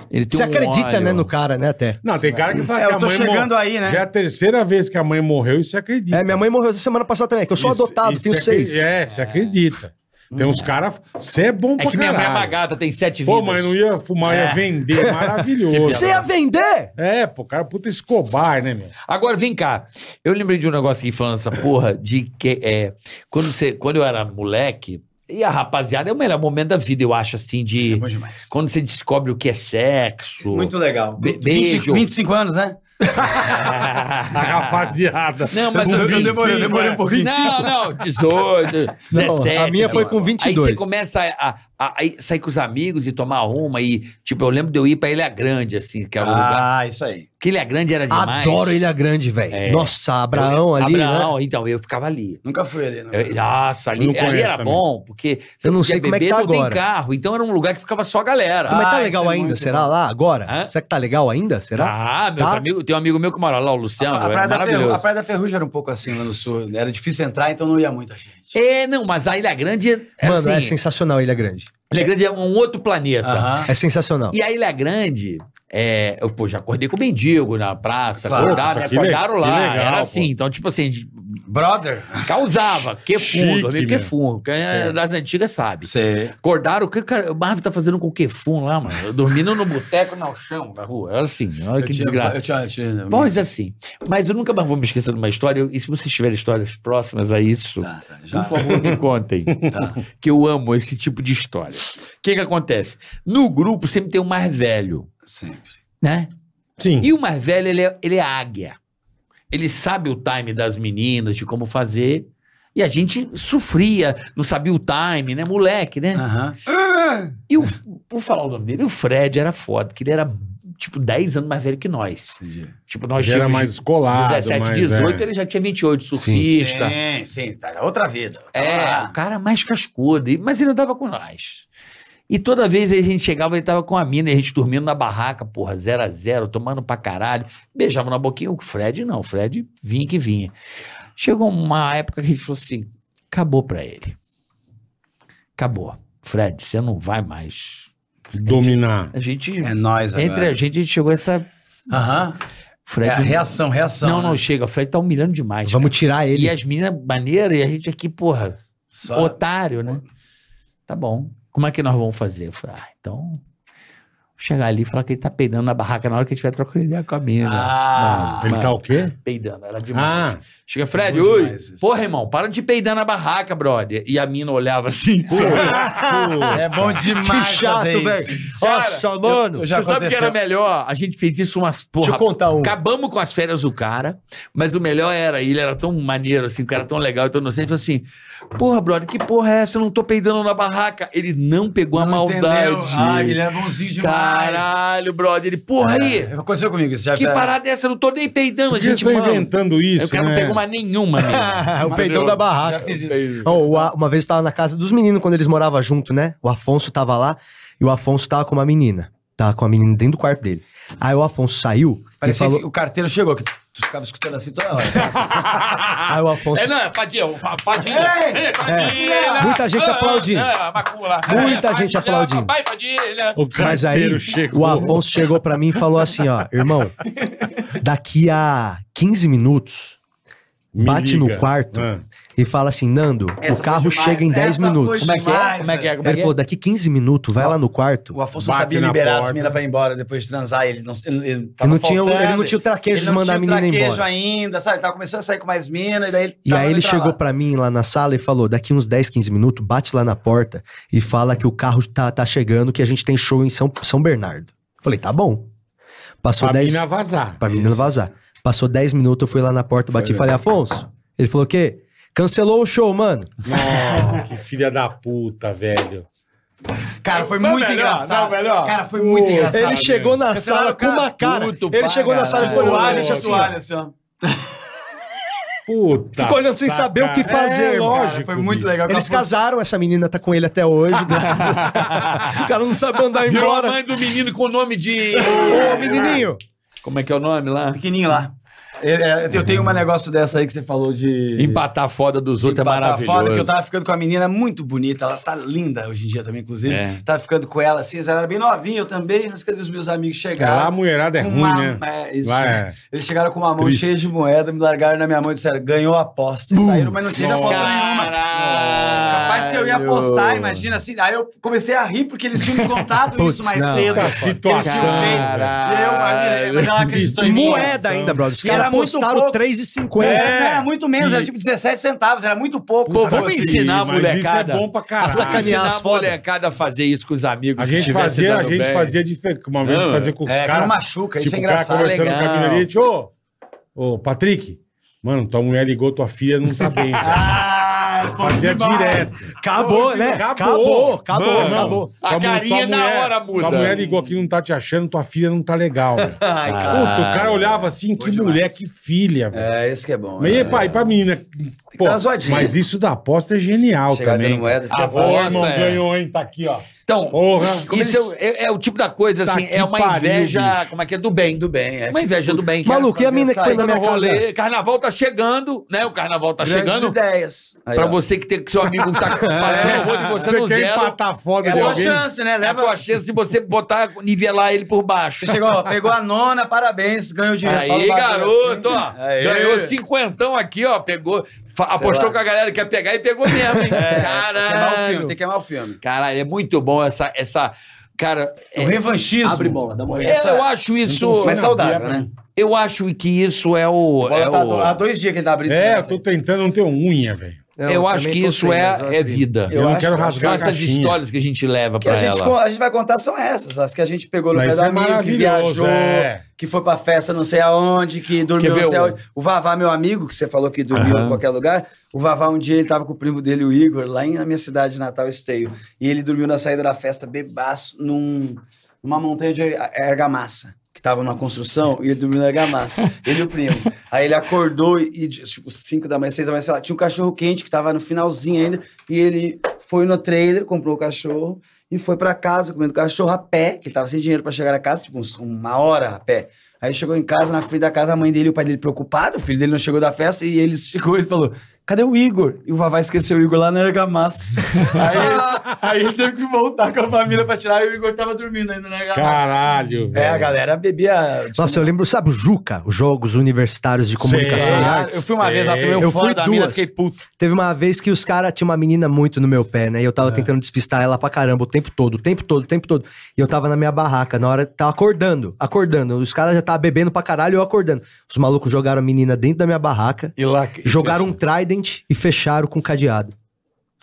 Speaker 6: Ele tem
Speaker 3: Você
Speaker 6: um
Speaker 3: acredita,
Speaker 6: óleo.
Speaker 3: né, no cara, né, até.
Speaker 4: Não, tem cara que fala
Speaker 8: É,
Speaker 4: que
Speaker 8: eu tô
Speaker 4: a mãe
Speaker 8: chegando
Speaker 4: mor-
Speaker 8: aí, né?
Speaker 4: Já é a terceira vez que a mãe morreu e você acredita.
Speaker 3: É, minha mãe morreu semana passada também, que eu sou
Speaker 4: Isso-
Speaker 3: adotado,
Speaker 4: isso
Speaker 3: tenho
Speaker 4: é
Speaker 3: seis.
Speaker 4: acre- É, você acredita. Tem uns caras... Você é bom pra
Speaker 6: É que minha mãe é
Speaker 4: caralho.
Speaker 6: bagata, tem sete
Speaker 4: Pô,
Speaker 6: vidas.
Speaker 4: mãe, não ia fumar, ia vender. Maravilhoso.
Speaker 3: Você ia vender?
Speaker 4: É, pô, cara, puta Escobar, né, meu?
Speaker 6: Agora, vem cá. Eu lembrei de um negócio que falando essa porra de que é. Quando, você, quando eu era moleque, e a rapaziada é o melhor momento da vida, eu acho, assim, de.
Speaker 8: Bom demais.
Speaker 6: Quando você descobre o que é sexo.
Speaker 8: Muito legal.
Speaker 6: Be-
Speaker 8: 20,
Speaker 6: beijo.
Speaker 8: 25 anos, né?
Speaker 4: A rapaziada.
Speaker 6: Ah. Não, mas
Speaker 4: eu
Speaker 6: assim,
Speaker 4: demorei,
Speaker 6: sim,
Speaker 4: demorei um
Speaker 6: né?
Speaker 4: pouquinho.
Speaker 6: Não, não, 18,
Speaker 3: [laughs] Não,
Speaker 6: 17.
Speaker 3: a minha foi
Speaker 6: assim.
Speaker 3: com 22.
Speaker 6: Aí você começa a, a- a- aí sair com os amigos e tomar uma e, tipo, eu lembro de eu ir pra Ilha Grande, assim, que era o lugar.
Speaker 8: Ah, isso aí.
Speaker 6: Porque Ilha Grande era demais.
Speaker 3: Adoro Ilha Grande, velho.
Speaker 6: É.
Speaker 3: Nossa, Abraão ali, né?
Speaker 6: Abraão, então, eu ficava ali.
Speaker 8: Nunca fui ali, né? não.
Speaker 6: Eu- nossa, ali,
Speaker 4: Eu não conheço
Speaker 6: ali era
Speaker 4: também.
Speaker 6: bom, porque
Speaker 3: Eu não
Speaker 6: podia
Speaker 3: sei como é que
Speaker 6: beber,
Speaker 3: tá
Speaker 6: não tem
Speaker 3: agora.
Speaker 6: carro, então era um lugar que ficava só a galera.
Speaker 3: Mas tá
Speaker 8: Ah,
Speaker 3: legal
Speaker 8: isso é
Speaker 3: ainda,
Speaker 8: muito
Speaker 3: será
Speaker 8: bom.
Speaker 3: lá agora?
Speaker 6: Hã?
Speaker 3: Será que tá legal ainda? Será?
Speaker 6: Ah, meus
Speaker 3: Tá.
Speaker 6: amigos, tem um amigo meu que mora lá, o Luciano,
Speaker 8: a,
Speaker 6: é
Speaker 8: praia da Ferru- a
Speaker 6: maravilhoso.
Speaker 8: Praia da Ferrugem era um pouco assim lá no sul. né? Era difícil entrar, então não ia muita gente.
Speaker 6: É, não, mas a Ilha Grande é,
Speaker 3: Mano, é
Speaker 6: assim,
Speaker 3: sensacional Ilha Grande.
Speaker 6: Ilha Grande é um outro planeta.
Speaker 8: Aham.
Speaker 3: É sensacional.
Speaker 6: E a Ilha Grande, é, eu pô, já acordei com o mendigo na praça,
Speaker 8: Claro.
Speaker 6: acordaram, me
Speaker 4: Puta, que
Speaker 6: acordaram
Speaker 4: le- que
Speaker 6: lá.
Speaker 4: legal,
Speaker 6: era
Speaker 4: pô.
Speaker 6: assim, então, tipo assim, de-
Speaker 8: Brother.
Speaker 6: causava, que
Speaker 4: Chique,
Speaker 6: fundo, dormia que
Speaker 4: meu.
Speaker 6: fundo. Quem é
Speaker 8: Certo.
Speaker 6: das antigas sabe.
Speaker 8: Você.
Speaker 6: Acordaram, o que cara, o Marvin tá fazendo com o Kefum lá, mano? Eu Dormindo no boteco, no chão, na rua. Era assim, olha
Speaker 8: Eu
Speaker 6: que
Speaker 8: tinha-
Speaker 6: desgraça.
Speaker 8: Eu tinha. eu tinha-
Speaker 6: Pois assim. Mas eu nunca mais vou me esquecer de uma história. eu- E se vocês tiverem histórias próximas a isso,
Speaker 8: Tá, tá, já.
Speaker 6: por favor, me contem.
Speaker 8: Tá.
Speaker 6: Que eu amo esse tipo de história. O que que acontece? No grupo sempre tem o mais velho,
Speaker 8: Sempre.
Speaker 6: né?
Speaker 4: Sim.
Speaker 6: E o mais velho, ele é, ele é águia. Ele sabe o time das meninas, de como fazer. E a gente sofria, não sabia o time, né? Moleque, né?
Speaker 8: Aham.
Speaker 6: E o, por falar o nome dele, o Fred era foda, que ele era, tipo, 10 anos mais velho que nós.
Speaker 8: Entendi.
Speaker 6: Tipo, nós
Speaker 4: Já era mais escolado.
Speaker 6: 17,
Speaker 4: mas,
Speaker 6: 18,
Speaker 4: é.
Speaker 6: ele já tinha 28, surfista.
Speaker 8: Sim, sim. Tá, outra vida.
Speaker 6: É, o cara mais cascudo. e- Mas ele andava com nós. E toda vez a gente chegava, ele tava com a mina, e a gente dormindo na barraca, porra, zero a zero, tomando pra caralho. Beijava na boquinha. O Fred não, o Fred vinha que vinha. Chegou uma época que a gente falou assim: acabou pra ele. Acabou. Fred, você não vai mais.
Speaker 4: Dominar.
Speaker 6: A gente.
Speaker 8: É nóis agora.
Speaker 6: entre a gente, a gente chegou a essa.
Speaker 8: Aham. É a
Speaker 6: Fred.
Speaker 8: reação, reação.
Speaker 6: não, não,
Speaker 8: né?
Speaker 6: chega. O Fred tá humilhando demais.
Speaker 3: Vamos tirar
Speaker 6: E
Speaker 3: ele.
Speaker 6: as meninas maneiras e a gente aqui, porra,
Speaker 8: Só...
Speaker 6: otário, né? Tá bom. Como é que nós vamos fazer? Eu falei, ah, então. vou Chegar ali e falar que ele tá peidando na barraca na hora que a gente vai trocando ideia com a mina.
Speaker 8: Ah,
Speaker 4: Ele tá o quê?
Speaker 6: Peidando, era demais.
Speaker 4: Ah,
Speaker 6: Chega, Fred,
Speaker 8: Bom
Speaker 6: oi.
Speaker 8: demais isso.
Speaker 6: Porra, é irmão, para de peidar na barraca, brother. E a mina olhava assim.
Speaker 8: É bom demais.
Speaker 3: Que chato,
Speaker 8: fazer isso.
Speaker 3: velho. Nossa, mano.
Speaker 8: eu já
Speaker 6: Você sabe o que
Speaker 8: aconteceu.
Speaker 6: era melhor? A gente fez isso umas
Speaker 3: Deixa eu
Speaker 6: porra.
Speaker 3: contar um.
Speaker 6: Acabamos com as férias do cara, mas o melhor era, ele era tão maneiro, assim, o cara tão legal e tão inocente, falou assim: Porra, brother, que porra é essa? Eu não tô peidando na barraca. Ele não pegou a
Speaker 8: Não entendeu.
Speaker 6: maldade.
Speaker 8: Ah, ele era bonzinho demais.
Speaker 6: Caralho, brother. Ele, porra aí,
Speaker 8: É, Aconteceu comigo isso já.
Speaker 6: que
Speaker 8: já-
Speaker 6: parada é essa? Eu não tô nem peidando,
Speaker 4: por
Speaker 6: a
Speaker 4: que
Speaker 6: gente
Speaker 4: estão
Speaker 6: mano.
Speaker 4: tá inventando
Speaker 6: Aí
Speaker 4: isso,
Speaker 6: o cara
Speaker 4: né?
Speaker 6: não pegou mais nenhuma,
Speaker 3: [laughs]
Speaker 6: amigo.
Speaker 3: o peidão da barraca.
Speaker 8: Já fiz isso.
Speaker 3: Ó, o A- uma vez eu tava na casa dos meninos quando eles moravam junto, né? O Afonso tava lá e o Afonso tava com uma menina. Tava com a menina dentro do quarto dele. Aí o Afonso saiu e
Speaker 8: Parecia
Speaker 3: falou.
Speaker 8: que o carteiro chegou. Que... Tu ficava escutando assim toda hora.
Speaker 3: Aí o Afonso.
Speaker 6: É, não, é Padilha, o Fa- Padilha.
Speaker 8: Ei!
Speaker 6: Ei, Padilha!
Speaker 3: Muita gente
Speaker 6: Ah,
Speaker 3: aplaudindo.
Speaker 6: ah, macula.
Speaker 3: Muita gente
Speaker 6: Padilha,
Speaker 3: aplaudindo.
Speaker 6: Vai, Padilha.
Speaker 3: Mas aí o Afonso chegou pra mim e falou assim, ó, irmão, daqui a 15 minutos, bate
Speaker 4: liga. Ah.
Speaker 3: no quarto e fala assim, Nando,
Speaker 8: Essa
Speaker 3: o carro
Speaker 8: foi demais,
Speaker 3: chega em
Speaker 8: essa
Speaker 3: 10
Speaker 8: foi
Speaker 3: minutos.
Speaker 8: Como é que é? Como é que é? Como é
Speaker 3: Ele
Speaker 8: que é?
Speaker 3: falou, daqui 15 minutos, vai lá no quarto.
Speaker 8: O Afonso não
Speaker 4: Bate
Speaker 8: sabia
Speaker 4: na
Speaker 8: liberar
Speaker 4: porta.
Speaker 8: as meninas pra ir embora depois de transar. Ele não, ele, ele tava
Speaker 3: Ele não tinha o-
Speaker 8: faltando,
Speaker 3: ele não tinha o traquejo
Speaker 8: ele
Speaker 3: de
Speaker 8: não
Speaker 3: mandar
Speaker 8: tinha
Speaker 3: a menina
Speaker 8: traquejo
Speaker 3: embora.
Speaker 8: ainda, sabe? Ele tava começando a sair com mais mina, e daí ele
Speaker 3: E
Speaker 8: tava
Speaker 3: aí ele
Speaker 8: indo pra
Speaker 3: chegou
Speaker 8: lá.
Speaker 3: pra mim lá na sala e falou, daqui uns 10, 15 minutos, bate lá na porta e fala que o carro tá, tá chegando, que a gente tem show em São, São Bernardo. Falei, tá bom. Passou
Speaker 4: Pra
Speaker 3: 10...
Speaker 4: mina
Speaker 8: é
Speaker 4: vazar.
Speaker 3: Pra menina vazar. Passou 10 minutos, eu fui lá na porta, bati e falei, Afonso. Ele falou o quê? Cancelou o show, mano.
Speaker 4: Nossa, que filha da puta, velho.
Speaker 8: Cara, foi muito
Speaker 4: melhor,
Speaker 8: engraçado.
Speaker 4: não, melhor.
Speaker 8: Cara, foi muito engraçado.
Speaker 3: ele chegou na
Speaker 8: Cancelaram
Speaker 3: sala
Speaker 8: o
Speaker 3: com uma cara.
Speaker 8: Puto
Speaker 3: ele
Speaker 8: pra
Speaker 3: chegou na sala e
Speaker 8: caralho.
Speaker 3: ficou olhando, a gente
Speaker 8: Toalha,
Speaker 3: assim. ó.
Speaker 8: toalha, assim, ó.
Speaker 4: Puta.
Speaker 3: Ficou olhando sem saber o que
Speaker 4: sacanagem.
Speaker 3: fazer,
Speaker 4: É,
Speaker 3: irmão.
Speaker 4: lógico.
Speaker 8: Cara, foi muito
Speaker 4: bicho.
Speaker 8: legal.
Speaker 3: Eles
Speaker 8: Acabou-
Speaker 3: casaram, essa menina tá com ele até hoje. graças
Speaker 8: [laughs]
Speaker 3: a Deus. o cara não sabe andar
Speaker 6: Virou a
Speaker 3: embora.
Speaker 6: mãe do menino com o nome de...
Speaker 3: Ô, menininho.
Speaker 6: Como é que é o nome lá?
Speaker 8: um Pequenininho lá. Eu, eu- eu tenho um negócio dessa aí que você falou de...
Speaker 6: Empatar a foda dos
Speaker 3: tá
Speaker 6: outros é
Speaker 8: Empatar
Speaker 6: maravilhoso.
Speaker 8: Foda, que eu tava ficando com a menina é muito bonita, ela tá linda hoje em dia também, inclusive.
Speaker 6: É.
Speaker 8: Tava ficando com ela assim, ela era bem novinha, eu também, mas cadê os meus amigos
Speaker 4: Lá a
Speaker 8: chegaram?
Speaker 4: mulherada é
Speaker 8: com
Speaker 4: ruim,
Speaker 8: uma-
Speaker 4: né?
Speaker 8: é, isso.
Speaker 4: Vai.
Speaker 8: Eles chegaram com uma mão
Speaker 4: Triste.
Speaker 8: cheia de moeda, me largaram na minha mão e disseram, ganhou a aposta. E saíram, mas não tinha aposta nenhuma. Capaz que eu ia apostar, imagina assim. Aí eu comecei a rir porque eles tinham me contado
Speaker 3: Putz,
Speaker 8: isso mais
Speaker 3: não.
Speaker 8: cedo.
Speaker 4: Puta
Speaker 8: Eles tinham
Speaker 4: situação,
Speaker 8: feito. E eu, mas mas ela acreditou em mim.
Speaker 3: Moeda ainda, brother. Os
Speaker 8: E era
Speaker 3: caras
Speaker 8: muito
Speaker 3: apostaram
Speaker 8: pouco.
Speaker 3: 3,50.
Speaker 8: É, não era muito menos, era tipo 17 centavos, era muito pouco.
Speaker 6: Pô,
Speaker 8: sabe?
Speaker 6: vamos
Speaker 8: Assim,
Speaker 6: ensinar a
Speaker 4: mas
Speaker 6: molecada.
Speaker 4: Isso é bom pra
Speaker 6: Ah,
Speaker 4: caralho.
Speaker 3: Sacanear
Speaker 6: Ensinar
Speaker 3: as
Speaker 6: a
Speaker 3: foda.
Speaker 6: molecada a fazer isso com os amigos.
Speaker 4: A
Speaker 6: que
Speaker 4: gente
Speaker 6: tivesse
Speaker 4: fazia, a
Speaker 6: dando
Speaker 4: gente
Speaker 6: bem.
Speaker 4: fazia diferente. Uma vez a gente
Speaker 6: Não,
Speaker 4: fazia com os
Speaker 8: É, que não
Speaker 4: caras.
Speaker 8: machuca,
Speaker 4: Tipo,
Speaker 8: isso é
Speaker 4: o cara
Speaker 8: engraçado.
Speaker 4: conversando com a
Speaker 6: legal.
Speaker 4: mina ali, tipo, ô, ô, Patrick, mano, tua mulher ligou, tua filha não tá bem. cara.
Speaker 8: Ah, pô,
Speaker 4: Fazia
Speaker 8: demais.
Speaker 4: direto.
Speaker 3: Acabou, né? Acabou, acabou,
Speaker 4: Mano,
Speaker 3: acabou.
Speaker 6: A
Speaker 4: tua mu-
Speaker 6: carinha
Speaker 4: tua
Speaker 6: na hora muda.
Speaker 4: Tua mulher ligou aqui, não tá te achando, tua filha não tá legal. velho.
Speaker 8: Ai, cara.
Speaker 4: Puta, o cara olhava assim, que
Speaker 8: demais.
Speaker 4: mulher, que filha, velho.
Speaker 8: É, esse que é bom.
Speaker 4: Mas
Speaker 8: esse
Speaker 4: e pra, e pra menina? Pô,
Speaker 8: dar uma zoadinha.
Speaker 4: mas isso da aposta é genial
Speaker 8: Chegar
Speaker 4: também.
Speaker 8: dando moeda. tipo,
Speaker 6: Ah,
Speaker 4: Ô,
Speaker 6: Aposta,
Speaker 4: irmão,
Speaker 6: é.
Speaker 4: ganhou, hein? Tá aqui, ó.
Speaker 6: Então,
Speaker 4: Porra.
Speaker 6: isso é o- é, é o tipo da coisa,
Speaker 4: Tá
Speaker 6: assim,
Speaker 4: que
Speaker 6: é uma
Speaker 4: pariu,
Speaker 6: inveja, como é que é, do bem.
Speaker 8: Do bem, é.
Speaker 6: Uma inveja do bem.
Speaker 3: Maluco, e a mina que foi
Speaker 8: Quero
Speaker 3: na
Speaker 6: Quero
Speaker 3: minha
Speaker 6: rolê,
Speaker 3: casa?
Speaker 6: Carnaval tá chegando, né? O carnaval tá
Speaker 8: Grandes
Speaker 6: chegando.
Speaker 8: ideias. Aí,
Speaker 6: Pra
Speaker 8: ó.
Speaker 6: você que tem que seu amigo
Speaker 8: [laughs]
Speaker 6: tá passando o rodo e você,
Speaker 4: Você
Speaker 6: no
Speaker 4: quer
Speaker 6: zero.
Speaker 4: empatar foda
Speaker 8: É a
Speaker 4: de
Speaker 8: tua
Speaker 4: alguém?
Speaker 8: chance, né?
Speaker 6: É a
Speaker 8: Leva.
Speaker 6: tua chance de você botar, nivelar ele por baixo.
Speaker 8: Você chegou, ó, pegou a nona, parabéns, ganhou dinheiro. Fala
Speaker 6: [laughs] Aí,
Speaker 8: um bagulho
Speaker 6: garoto,
Speaker 8: assim.
Speaker 6: ó.
Speaker 8: Aí.
Speaker 6: Ganhou cinquentão aqui, ó. Pegou. fa- apostou
Speaker 8: lá.
Speaker 6: com a galera que ia pegar e pegou mesmo, hein?
Speaker 8: [laughs]
Speaker 6: Caralho.
Speaker 8: É, Tem que queimar o filme, tem que queimar o filme.
Speaker 6: Caralho, é muito bom essa. essa cara,
Speaker 8: O
Speaker 6: é,
Speaker 8: revanchismo. Abre bola, dá
Speaker 6: é, eu acho isso.
Speaker 8: Mas saudável, né?
Speaker 6: Eu acho que isso é o.
Speaker 8: Bola
Speaker 6: é
Speaker 8: tá
Speaker 6: o-
Speaker 8: do- Há dois dias que ele tá abrindo esse
Speaker 4: É, eu
Speaker 8: negócio
Speaker 4: tô tentando não ter unha, velho.
Speaker 6: eu, acho que
Speaker 3: também tô
Speaker 6: isso
Speaker 3: sem, mas
Speaker 6: é, é
Speaker 3: acho que-
Speaker 6: vida.
Speaker 8: Eu
Speaker 4: Eu, não
Speaker 8: acho-
Speaker 4: quero
Speaker 8: eu acho
Speaker 6: São
Speaker 4: rasgar a
Speaker 6: essas
Speaker 4: caixinha.
Speaker 6: histórias que a gente leva
Speaker 8: que a
Speaker 6: pra
Speaker 8: gente,
Speaker 6: ela. [laughs]
Speaker 8: con- a gente vai contar são essas, as que a gente pegou no
Speaker 4: Mas
Speaker 8: pé
Speaker 4: isso
Speaker 8: da
Speaker 4: é
Speaker 8: amiga, que
Speaker 4: maravilhoso,
Speaker 8: viajou,
Speaker 4: é.
Speaker 8: que foi pra festa não sei aonde, que dormiu
Speaker 6: Quer
Speaker 8: não
Speaker 6: ver
Speaker 8: sei
Speaker 6: o-
Speaker 8: aonde. O Vavá, meu amigo, que você falou que dormiu em qualquer lugar, o Vavá um dia ele tava com o primo dele, o Igor, lá em- na minha cidade natal, Esteio. E ele dormiu na saída da festa, bebaço, num, numa montanha de a- argamassa. Que tava numa construção e ele dormiu na
Speaker 6: [laughs]
Speaker 8: argamassa. ele e o primo. Aí ele acordou e, e, tipo, 5 da manhã, 6 da manhã, sei lá, tinha um cachorro quente que tava no finalzinho ainda. E ele foi no trailer, comprou o cachorro, e foi pra casa comendo cachorro a pé, que ele tava sem dinheiro pra chegar na casa, tipo uns- uma hora a pé. Aí chegou em casa, na frente da casa, a mãe dele e o pai dele preocupado, o filho dele não chegou da festa, e ele [laughs] chegou e falou: Cadê o Igor? E o Vavá esqueceu o Igor lá na Argamassa. [laughs] aí, aí ele teve que voltar com a família pra tirar, e o Igor tava dormindo ainda né, na Argamassa.
Speaker 4: Caralho,
Speaker 8: É, a
Speaker 4: velho.
Speaker 8: galera bebia.
Speaker 3: Nossa, eu lembro, sabe o Juca? Os Jogos Universitários de
Speaker 6: É,
Speaker 3: Comunicação
Speaker 4: Sei.
Speaker 3: e
Speaker 8: Ah,
Speaker 3: Artes.
Speaker 8: eu fui uma vez lá, tomei um
Speaker 3: Eu
Speaker 8: fora
Speaker 3: fui
Speaker 8: da mina,
Speaker 3: duas.
Speaker 8: fiquei puto.
Speaker 3: Teve uma vez que os caras tinha uma menina muito no meu pé, né? E eu tava tentando despistar ela pra caramba o tempo todo, o tempo todo, o tempo todo. E eu tava na minha barraca, na hora tava acordando, acordando. Os caras já tava bebendo pra caralho, eu acordando. Os malucos jogaram a menina dentro da minha barraca,
Speaker 6: E lá, [laughs]
Speaker 3: jogaram um trident e fecharam com cadeado.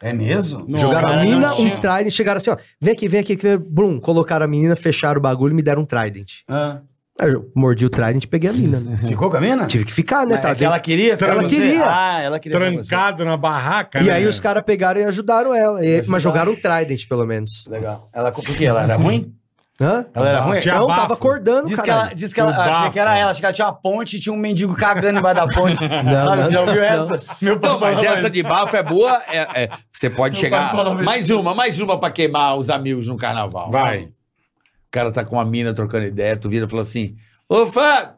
Speaker 8: É mesmo?
Speaker 4: Não,
Speaker 3: jogaram
Speaker 4: cara,
Speaker 3: a mina,
Speaker 4: não
Speaker 3: um trident, chegaram assim, ó. Vem aqui, vem aqui, vem aqui. Blum, colocaram a menina, fecharam o bagulho e me deram um trident.
Speaker 8: Ah.
Speaker 3: Aí eu mordi o trident e peguei a mina, né?
Speaker 8: [laughs] Ficou com a mina?
Speaker 3: Tive que ficar, né?
Speaker 8: Mas
Speaker 3: Tava
Speaker 8: é que ela queria? ficar
Speaker 3: Ela
Speaker 8: com você?
Speaker 3: queria.
Speaker 8: Ah, ela queria. ficar com você.
Speaker 4: trancado na barraca.
Speaker 3: E
Speaker 4: né,
Speaker 3: aí
Speaker 4: velho?
Speaker 3: os caras pegaram e ajudaram ela. E- mas jogaram o Trident, pelo menos.
Speaker 8: Legal. Ela, por que ela era ruim?
Speaker 3: Hã?
Speaker 8: Ela era ruim?
Speaker 4: Tinha
Speaker 3: Não,
Speaker 4: bafo.
Speaker 3: tava acordando,
Speaker 8: Diz que
Speaker 3: caralho.
Speaker 8: ela, diz que ela
Speaker 4: Um
Speaker 8: achei
Speaker 4: bafo.
Speaker 8: que era ela, achei que ela tinha uma ponte e tinha um mendigo cagando embaixo da [laughs] ponte. Sabe?
Speaker 3: não,
Speaker 8: Já ouviu
Speaker 3: não.
Speaker 8: essa? Meu
Speaker 6: Não, mas essa de bafo é boa. é- é, você pode chegar.
Speaker 8: pai falava
Speaker 6: Mais uma, mais uma pra queimar os amigos no carnaval.
Speaker 4: Vai.
Speaker 6: O cara tá com a mina trocando ideia, tu vira e fala assim: Ô Fábio,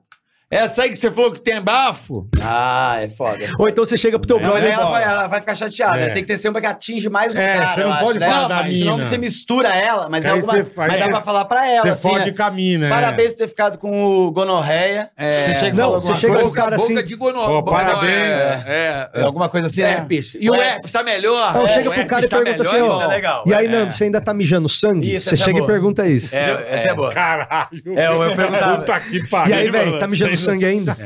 Speaker 6: Essa aí que você falou que tem bafo?
Speaker 8: Ah, é foda.
Speaker 3: Ou então você chega pro teu
Speaker 8: Ela,
Speaker 3: brother e
Speaker 8: vai,
Speaker 3: fala,
Speaker 8: ela vai ficar chateada. né?
Speaker 3: É.
Speaker 8: Tem que ter sempre que atinge mais um
Speaker 3: É,
Speaker 8: cara.
Speaker 3: você
Speaker 8: eu
Speaker 3: não
Speaker 8: acho,
Speaker 3: pode
Speaker 8: né?
Speaker 3: falar da
Speaker 8: Mas Senão
Speaker 3: mina.
Speaker 8: você mistura ela, mas, é
Speaker 4: Aí
Speaker 8: alguma,
Speaker 4: você faz-
Speaker 8: mas dá
Speaker 4: você-
Speaker 8: pra falar pra ela.
Speaker 4: você
Speaker 8: assim,
Speaker 4: pode
Speaker 8: né?
Speaker 4: caminho, né?
Speaker 8: Parabéns por ter ficado com o gonorreia. É,
Speaker 4: Você chega e
Speaker 8: não,
Speaker 4: fala
Speaker 8: você
Speaker 4: alguma
Speaker 8: chega
Speaker 4: coisa.
Speaker 8: pro cara assim.
Speaker 4: Boca de gono- Pô, boca- parabéns.
Speaker 6: É, é, é.
Speaker 8: Alguma coisa assim, né?
Speaker 6: Herpes. E o herpes tá melhor?
Speaker 3: Não,
Speaker 6: É,
Speaker 3: chega
Speaker 6: o
Speaker 3: pro
Speaker 6: herpes
Speaker 3: cara e
Speaker 6: tá
Speaker 3: pergunta
Speaker 6: melhor,
Speaker 3: assim, ó.
Speaker 6: isso é legal.
Speaker 3: e aí, Nando, você ainda tá mijando sangue?
Speaker 8: Isso,
Speaker 3: você
Speaker 8: essa é
Speaker 3: chega e
Speaker 8: boa.
Speaker 3: pergunta isso.
Speaker 8: É, essa é boa.
Speaker 4: Caralho.
Speaker 8: É, eu ia perguntar.
Speaker 4: Puta que pariu.
Speaker 3: E aí, velho, tá mijando sangue ainda?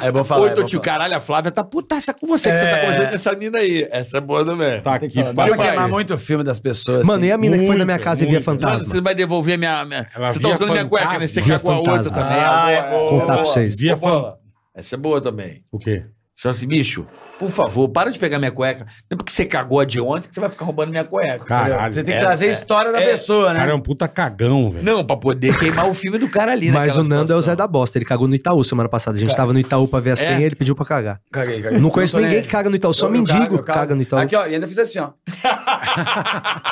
Speaker 8: É bom falar.
Speaker 6: Ô,
Speaker 8: é
Speaker 6: então,
Speaker 8: bom
Speaker 6: tio,
Speaker 8: falar.
Speaker 6: caralho, a Flávia tá putaça com você, que você tá gostando dessa mina aí. Essa é boa também.
Speaker 4: Tá aqui,
Speaker 8: Dá pra
Speaker 4: papai.
Speaker 8: queimar muito o filme das pessoas.
Speaker 3: Mano,
Speaker 8: assim.
Speaker 3: e a mina que foi na minha
Speaker 4: muito,
Speaker 3: casa e via
Speaker 4: muito.
Speaker 6: Nossa,
Speaker 3: fantasma?
Speaker 6: você vai devolver minha. minha...
Speaker 4: Ela
Speaker 6: Você tá
Speaker 4: via
Speaker 6: usando minha cueca, né? Você
Speaker 3: Via
Speaker 6: quer com a outra
Speaker 3: fantasma.
Speaker 6: também.
Speaker 8: Ah,
Speaker 6: é
Speaker 8: é
Speaker 6: boa.
Speaker 3: Vou contar pra vocês.
Speaker 4: Via
Speaker 6: Pô,
Speaker 4: fan-
Speaker 6: Essa é boa também.
Speaker 4: O quê?
Speaker 6: Só assim, bicho, por favor, para de pegar minha cueca. Não é porque você cagou a de ontem que você vai ficar roubando minha cueca.
Speaker 4: Caralho.
Speaker 8: Você tem que
Speaker 6: É,
Speaker 8: trazer a
Speaker 6: é.
Speaker 8: história da
Speaker 6: É.
Speaker 8: pessoa,
Speaker 4: O cara
Speaker 8: né?
Speaker 4: é um puta cagão, velho.
Speaker 6: Não, pra poder queimar o filme do cara ali, né?
Speaker 3: Mas o Nando é o Zé da Bosta, ele cagou no Itaú semana passada. A gente tava no Itaú pra ver a senha e ele pediu pra cagar.
Speaker 8: Caguei, caguei.
Speaker 3: Não conheço
Speaker 8: tô nem
Speaker 3: ninguém
Speaker 8: aí.
Speaker 3: que caga no Itaú, só
Speaker 8: né? Eu- eu cago,
Speaker 3: mendigo
Speaker 8: eu
Speaker 3: que
Speaker 8: cago.
Speaker 3: caga no Itaú.
Speaker 8: Aqui, ó, e ainda fiz assim, ó.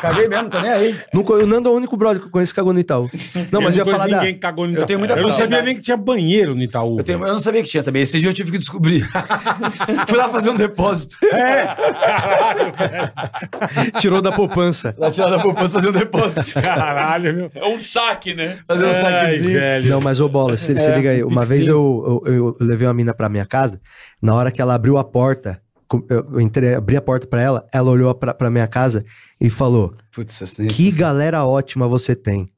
Speaker 8: Caguei mesmo, tô nem aí.
Speaker 3: Não co- o Nando é o único brother que eu conheço que cagou no Itaú. Não, mas eu ia
Speaker 4: conheço
Speaker 3: falar da...
Speaker 4: ninguém que cagou no
Speaker 8: Eu
Speaker 4: Itaú.
Speaker 8: tenho muita
Speaker 4: Eu não sabia
Speaker 8: facilidade.
Speaker 4: nem que tinha banheiro no Itaú.
Speaker 8: Eu, tenho- eu não sabia que tinha também. Esse dia eu tive que descobrir. [laughs] Fui lá fazer um depósito.
Speaker 3: [laughs] Tirou da poupança.
Speaker 8: Lá tirar da poupança fazer um depósito.
Speaker 4: velho. Caralho, meu.
Speaker 6: É um saque, né?
Speaker 8: Fazer um
Speaker 4: Ai,
Speaker 8: saquezinho. É,
Speaker 4: velho.
Speaker 3: Não, mas ô Bola, se, se liga aí. Uma vez eu, eu, eu levei uma mina pra minha casa, na hora que ela abriu a porta, com- eu entrei, abri a porta pra ela, ela olhou pra, pra minha casa e falou,
Speaker 8: Putz, assim.
Speaker 3: que galera ótima você tem.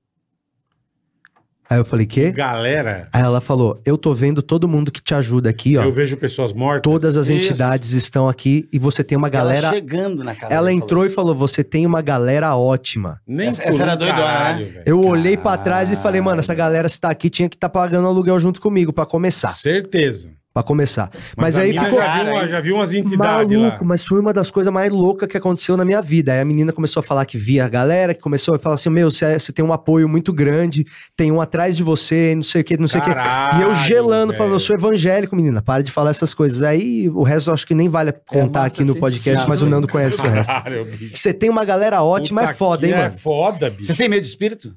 Speaker 3: Aí eu falei, quê?
Speaker 4: Galera,
Speaker 3: Aí ela falou, eu tô vendo todo mundo que te ajuda aqui, ó.
Speaker 4: eu vejo pessoas mortas.
Speaker 3: Todas as
Speaker 8: Isso.
Speaker 3: entidades estão aqui e você tem uma galera...
Speaker 8: Ela chegando na casa.
Speaker 3: Ela
Speaker 8: dele,
Speaker 3: entrou e
Speaker 8: isso.
Speaker 3: falou, você tem uma galera ótima.
Speaker 4: Nem
Speaker 8: Essa- essa
Speaker 4: por um
Speaker 8: era doidona,
Speaker 4: caralho,
Speaker 8: né?
Speaker 4: velho.
Speaker 3: Eu olhei pra trás e falei, mano, essa galera se tá aqui tinha que tá pagando aluguel junto comigo pra começar,
Speaker 4: Certeza.
Speaker 3: Pra começar. tá. Mas,
Speaker 4: a
Speaker 3: aí
Speaker 4: mina
Speaker 3: ficou
Speaker 4: Já viu, uma- já viu umas entidades lá.
Speaker 3: maluco, mas foi uma das coisas mais loucas que aconteceu na minha vida. Aí a menina começou a falar que via a galera, que começou a falar assim, meu, você você tem um apoio muito grande, tem um atrás de você, não sei o que, não sei o que.
Speaker 4: Caralho,
Speaker 3: E eu gelando,
Speaker 4: velho.
Speaker 3: falando, eu sou evangélico, menina, para de falar essas coisas. Aí o resto eu acho que nem vale contar
Speaker 6: massa,
Speaker 3: aqui no
Speaker 6: assim,
Speaker 3: podcast,
Speaker 6: já
Speaker 3: mas o
Speaker 6: sei.
Speaker 3: Nando conhece o resto.
Speaker 4: Caralho, bicho.
Speaker 3: Você tem uma galera ótima,
Speaker 4: Puta
Speaker 3: é foda,
Speaker 4: que
Speaker 3: hein,
Speaker 4: é
Speaker 3: mano?
Speaker 4: foda, bicho.
Speaker 8: Vocês têm medo de espírito?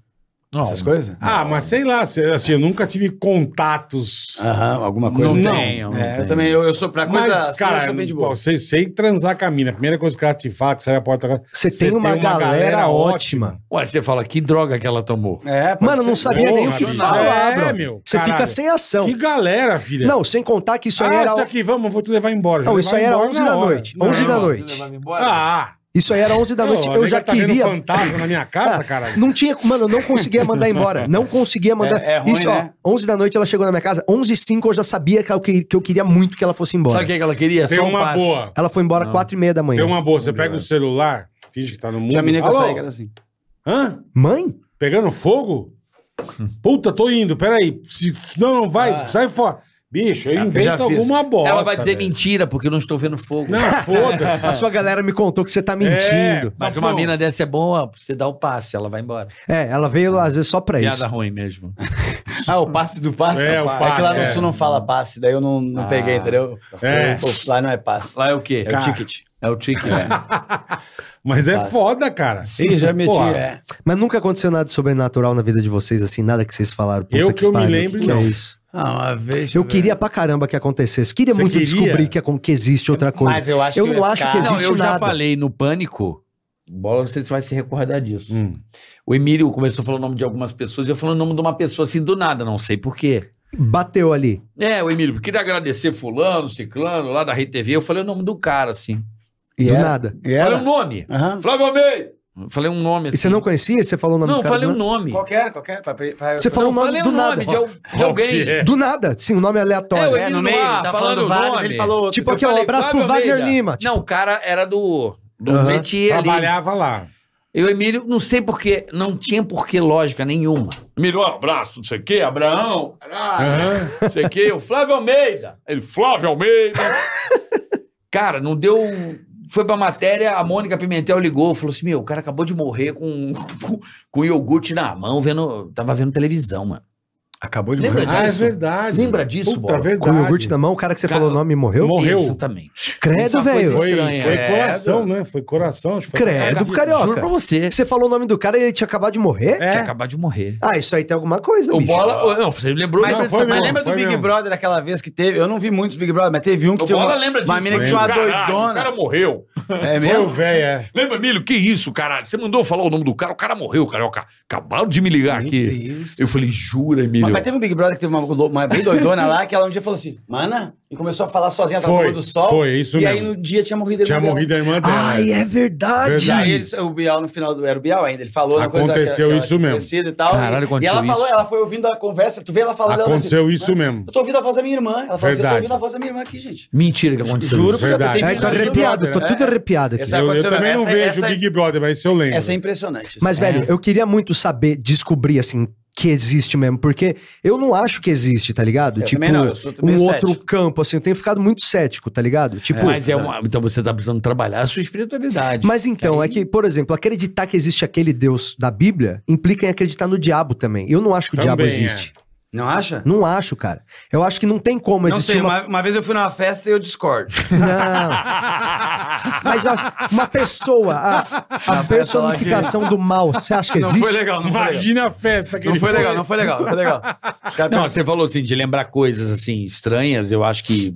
Speaker 4: Não.
Speaker 8: Essas coisas?
Speaker 4: Ah, mas sei lá, se- assim, eu nunca tive contatos.
Speaker 8: Aham, alguma Ah, coisa.
Speaker 4: Não
Speaker 8: É, eu também, eu, eu sou pra coisa
Speaker 4: mas,
Speaker 8: assim, eu
Speaker 4: cara,
Speaker 8: sou bem de boa.
Speaker 4: pô, sei, sei transar com a mina. A primeira coisa que ela te fala, que sai a porta. ela-
Speaker 3: Você tem, uma, galera, ótima.
Speaker 6: Ué, você fala, que droga que ela tomou.
Speaker 8: É, pode
Speaker 3: Mano,
Speaker 8: ser.
Speaker 3: não sabia nem o que
Speaker 4: Porra,
Speaker 3: falar,
Speaker 4: é,
Speaker 3: bro.
Speaker 4: meu,
Speaker 3: Você
Speaker 4: caralho.
Speaker 3: fica sem ação.
Speaker 4: Que galera, filha.
Speaker 3: então. Não, sem contar que isso aí
Speaker 4: ah,
Speaker 3: era.
Speaker 4: isso aqui, vamos, vou te levar embora. Já
Speaker 3: Não, isso
Speaker 4: levar
Speaker 3: aí era
Speaker 4: embora
Speaker 3: 11
Speaker 4: na
Speaker 3: da
Speaker 4: hora.
Speaker 3: noite. 11 da noite.
Speaker 4: Ah,
Speaker 3: Isso aí era 11 da noite.
Speaker 4: pô, a
Speaker 3: Eu
Speaker 4: nega
Speaker 3: já
Speaker 4: tá vendo
Speaker 3: queria. Ah,
Speaker 4: fantasma na minha
Speaker 3: [laughs]
Speaker 4: casa, caralho.
Speaker 3: Não tinha, mano, eu não conseguia
Speaker 4: [laughs]
Speaker 3: mandar embora. Não conseguia mandar.
Speaker 8: É- é ruim,
Speaker 3: Isso, ó,
Speaker 8: né?
Speaker 3: 11 da noite ela chegou na minha casa. 11 e 5 eu já sabia que eu, que- que eu queria muito que ela fosse embora.
Speaker 6: Sabe o que que ela queria?
Speaker 4: Tem
Speaker 6: Só um
Speaker 4: uma
Speaker 6: passe.
Speaker 4: boa.
Speaker 3: Ela foi embora 4 e meia da manhã.
Speaker 4: Tem uma boa. Você pega o celular, finge que tá no mundo.
Speaker 8: Já me negou
Speaker 4: Alô?
Speaker 8: sair, cara assim.
Speaker 4: Hã?
Speaker 3: Mãe?
Speaker 4: Pegando fogo? Puta, tô indo, peraí. Se- Não, não, vai, sai fora. Bicho, eu
Speaker 8: já
Speaker 4: invento
Speaker 8: fiz.
Speaker 4: alguma bosta.
Speaker 6: Ela vai dizer
Speaker 4: velho.
Speaker 6: mentira, porque eu não estou vendo fogo.
Speaker 4: Não,
Speaker 3: [laughs]
Speaker 4: foda-se.
Speaker 3: A sua galera me contou que você tá mentindo.
Speaker 6: Mas
Speaker 4: Tá
Speaker 6: uma
Speaker 4: bom.
Speaker 6: mina dessa é boa, você dá o passe, ela vai embora.
Speaker 3: É, ela veio lá às vezes só pra é isso.
Speaker 6: Piada ruim mesmo.
Speaker 8: Ah, o passe do passe?
Speaker 4: É, o
Speaker 8: é
Speaker 4: passe,
Speaker 8: que lá no
Speaker 4: é.
Speaker 8: sul não fala passe, daí eu não, não peguei, entendeu?
Speaker 4: É.
Speaker 8: Eu- eu- lá não é passe.
Speaker 6: Ah. Lá é o quê?
Speaker 8: É o ticket.
Speaker 6: É o ticket.
Speaker 4: Mas é
Speaker 8: Passa.
Speaker 4: foda, cara.
Speaker 8: Ih, já meti,
Speaker 4: Porra,
Speaker 8: é.
Speaker 3: Mas nunca aconteceu nada sobrenatural na vida de vocês, assim, nada que vocês falaram. Puta
Speaker 4: Eu que eu me
Speaker 3: pariu,
Speaker 4: lembro,
Speaker 3: que que é
Speaker 4: não.
Speaker 3: isso?
Speaker 8: Ah, uma vez.
Speaker 3: Eu queria pra caramba que acontecesse. Queria
Speaker 4: Você
Speaker 3: muito
Speaker 4: queria?
Speaker 3: descobrir que, acon- que existe outra coisa.
Speaker 8: Mas eu acho
Speaker 3: eu
Speaker 8: que
Speaker 3: não
Speaker 8: ia
Speaker 3: acho
Speaker 8: ficar-
Speaker 3: que
Speaker 8: Não,
Speaker 3: existe
Speaker 6: eu já
Speaker 3: nada.
Speaker 6: falei no Pânico. Bola, não sei se vai se recordar disso.
Speaker 4: Hum.
Speaker 6: O Emílio começou a falar o nome de algumas pessoas e eu falando o nome de uma pessoa assim do nada, não sei por quê.
Speaker 3: Bateu ali.
Speaker 6: É, o Emílio, queria agradecer fulano, ciclano, lá da RedeTV. Eu falei o nome do cara, assim.
Speaker 3: do
Speaker 8: era?
Speaker 3: nada.
Speaker 8: E
Speaker 6: Falei um
Speaker 8: era?
Speaker 6: nome.
Speaker 8: Aham.
Speaker 6: Flávio Almeida. Eu Falei um nome, assim.
Speaker 3: E você não conhecia? Você falou o nome
Speaker 6: Não,
Speaker 3: do cara?
Speaker 6: falei
Speaker 3: do
Speaker 6: um nome.
Speaker 8: Qualquer, qualquer. Pra, pra,
Speaker 3: Você falou o
Speaker 6: Não,
Speaker 3: nome
Speaker 6: falei
Speaker 3: do
Speaker 6: o nome
Speaker 3: nada.
Speaker 6: de, al- de alguém.
Speaker 4: que é?
Speaker 3: Do nada, sim, um nome
Speaker 6: É,
Speaker 3: aleatório.
Speaker 6: o
Speaker 8: É,
Speaker 6: Emílio
Speaker 8: no meio,
Speaker 6: ar,
Speaker 8: tá
Speaker 6: falando
Speaker 8: falando
Speaker 6: o
Speaker 8: vários,
Speaker 6: nome.
Speaker 8: ele falou-
Speaker 3: Tipo aqui, ó,
Speaker 6: falei,
Speaker 3: abraço
Speaker 6: Flávio
Speaker 3: pro Wagner
Speaker 6: Almeida.
Speaker 3: Lima. tipo,
Speaker 6: Não, o cara era do, do
Speaker 3: Aham.
Speaker 6: métier ali.
Speaker 4: Trabalhava lá.
Speaker 6: Eu, e o Emílio, não sei porquê, não tinha porquê lógica nenhuma. Emílio, ó, abraço, não sei o quê, Abraão, caralho,
Speaker 4: Aham.
Speaker 6: não sei o quê, o Flávio Almeida. Ele, Flávio Almeida. cara, não deu. um, Foi pra matéria, a Mônica Pimentel ligou, falou assim: meu, o cara acabou de morrer com, com, com iogurte na mão, vendo. Tava vendo televisão, mano.
Speaker 8: Acabou de
Speaker 6: Lembra
Speaker 8: morrer.
Speaker 6: disso?
Speaker 4: Ah, é verdade.
Speaker 6: Lembra disso,
Speaker 4: Puta,
Speaker 6: Bola?
Speaker 4: verdade.
Speaker 3: Com o iogurte na mão, o cara que você
Speaker 6: Cara,
Speaker 3: falou o nome morreu?
Speaker 4: Morreu. assim.
Speaker 6: Exatamente.
Speaker 3: Credo, velho.
Speaker 4: Foi, foi coração, né? Foi coração. Acho que foi
Speaker 8: É
Speaker 3: Credo,
Speaker 4: coração.
Speaker 3: carioca.
Speaker 4: Juro pra você.
Speaker 3: você. falou o nome do cara e ele tinha acabado de morrer?
Speaker 4: É.
Speaker 11: Tinha acabado de morrer.
Speaker 3: Ah, isso aí tem alguma coisa,
Speaker 11: O
Speaker 3: bicho.
Speaker 11: Bola... Não, você lembrou? né?
Speaker 8: Mas,
Speaker 11: Não,
Speaker 8: mas
Speaker 11: foi mesmo,
Speaker 8: lembra do
Speaker 11: foi
Speaker 8: Big
Speaker 11: mesmo.
Speaker 8: Brother aquela vez que teve? Eu não vi muitos Big Brother, mas teve um que
Speaker 11: O
Speaker 8: tinha
Speaker 11: Bola
Speaker 8: uma,
Speaker 11: lembra disso.
Speaker 8: uma mina que tinha uma
Speaker 11: Caralho, O
Speaker 8: doidona.
Speaker 11: cara morreu.
Speaker 8: É
Speaker 4: Foi o
Speaker 8: mesmo?
Speaker 4: velho, é.
Speaker 11: Lembra, Milho? Que isso, caralho? Você mandou eu falar o nome do cara, o cara morreu, carioca. Acabaram de me ligar
Speaker 8: Meu
Speaker 11: aqui.
Speaker 8: Deus.
Speaker 11: Eu falei, jura,
Speaker 8: Mas,
Speaker 11: Emílio?
Speaker 8: mas teve um Big Brother que teve uma, lou- uma bem doidona lá, que ela um dia falou assim, mana, e começou a falar sozinha, tava
Speaker 4: Foi,
Speaker 8: tomando sol.
Speaker 4: foi, isso
Speaker 8: E aí
Speaker 4: mesmo.
Speaker 8: no dia tinha morrido a irmã
Speaker 4: Tinha
Speaker 8: dela.
Speaker 4: morrido a irmã dela.
Speaker 3: Ai, é verdade.
Speaker 8: E aí eles- o Bial no final do era o Bial ainda, ele falou na coisa
Speaker 4: Aconteceu
Speaker 8: ela
Speaker 4: isso
Speaker 8: tinha
Speaker 4: mesmo.
Speaker 8: acontecido E, tal,
Speaker 11: Caralho,
Speaker 8: e, e
Speaker 11: aconteceu
Speaker 8: ela falou,
Speaker 11: isso.
Speaker 8: ela foi ouvindo a conversa, tu vê ela falando ela
Speaker 4: Aconteceu
Speaker 8: assim,
Speaker 4: isso
Speaker 8: "Mano,
Speaker 4: mesmo.
Speaker 8: Eu tô ouvindo a voz da minha irmã. Ela falou assim, eu tô
Speaker 4: Verdade.
Speaker 8: ouvindo a voz da minha irmã aqui, gente.
Speaker 11: Mentira que aconteceu.
Speaker 8: Juro
Speaker 11: isso.
Speaker 8: porque eu
Speaker 4: Verdade.
Speaker 8: tentei
Speaker 3: Ai,
Speaker 8: ver
Speaker 3: tô
Speaker 8: no Big
Speaker 3: arrepiado, tô
Speaker 8: Brother,
Speaker 3: tudo
Speaker 8: né?
Speaker 3: arrepiado aqui.
Speaker 8: Essa
Speaker 4: Eu, eu
Speaker 8: aconteceu
Speaker 4: também
Speaker 8: mesmo.
Speaker 4: não
Speaker 8: Essa-
Speaker 4: vejo
Speaker 8: essa-
Speaker 4: Big Brother, mas isso eu lembro.
Speaker 8: Essa é impressionante.
Speaker 3: Mas,
Speaker 8: assim.
Speaker 3: velho, eu queria muito saber, descobrir, assim, que existe mesmo. Porque eu não acho que existe, tá ligado?
Speaker 8: Eu
Speaker 3: tipo,
Speaker 8: também não, eu sou também
Speaker 3: um
Speaker 8: cético.
Speaker 3: outro campo, assim. Eu tenho ficado muito cético, tá ligado? Tipo,
Speaker 11: Mas é uma... Então você tá precisando trabalhar a sua espiritualidade.
Speaker 3: Mas então, é que, por exemplo, acreditar que existe aquele Deus da Bíblia implica em acreditar no diabo também. Eu não acho que o diabo
Speaker 4: Também, é.
Speaker 3: existe.
Speaker 8: Não acha?
Speaker 3: Não acho, cara. Eu acho que não tem como
Speaker 8: Não
Speaker 3: existir
Speaker 8: sei,
Speaker 3: uma...
Speaker 8: uma... uma vez eu fui numa festa e eu [laughs] discordo.
Speaker 3: [laughs] Não. Mas a- uma pessoa, a, a personificação do mal, você acha que
Speaker 8: Não foi
Speaker 3: existe?
Speaker 8: legal, não foi legal.
Speaker 4: Imagina a festa que
Speaker 8: Não
Speaker 4: ele
Speaker 8: foi legal, não foi legal, não foi [laughs] legal. Os caras
Speaker 6: Não, você falou assim, de lembrar coisas assim estranhas, eu acho que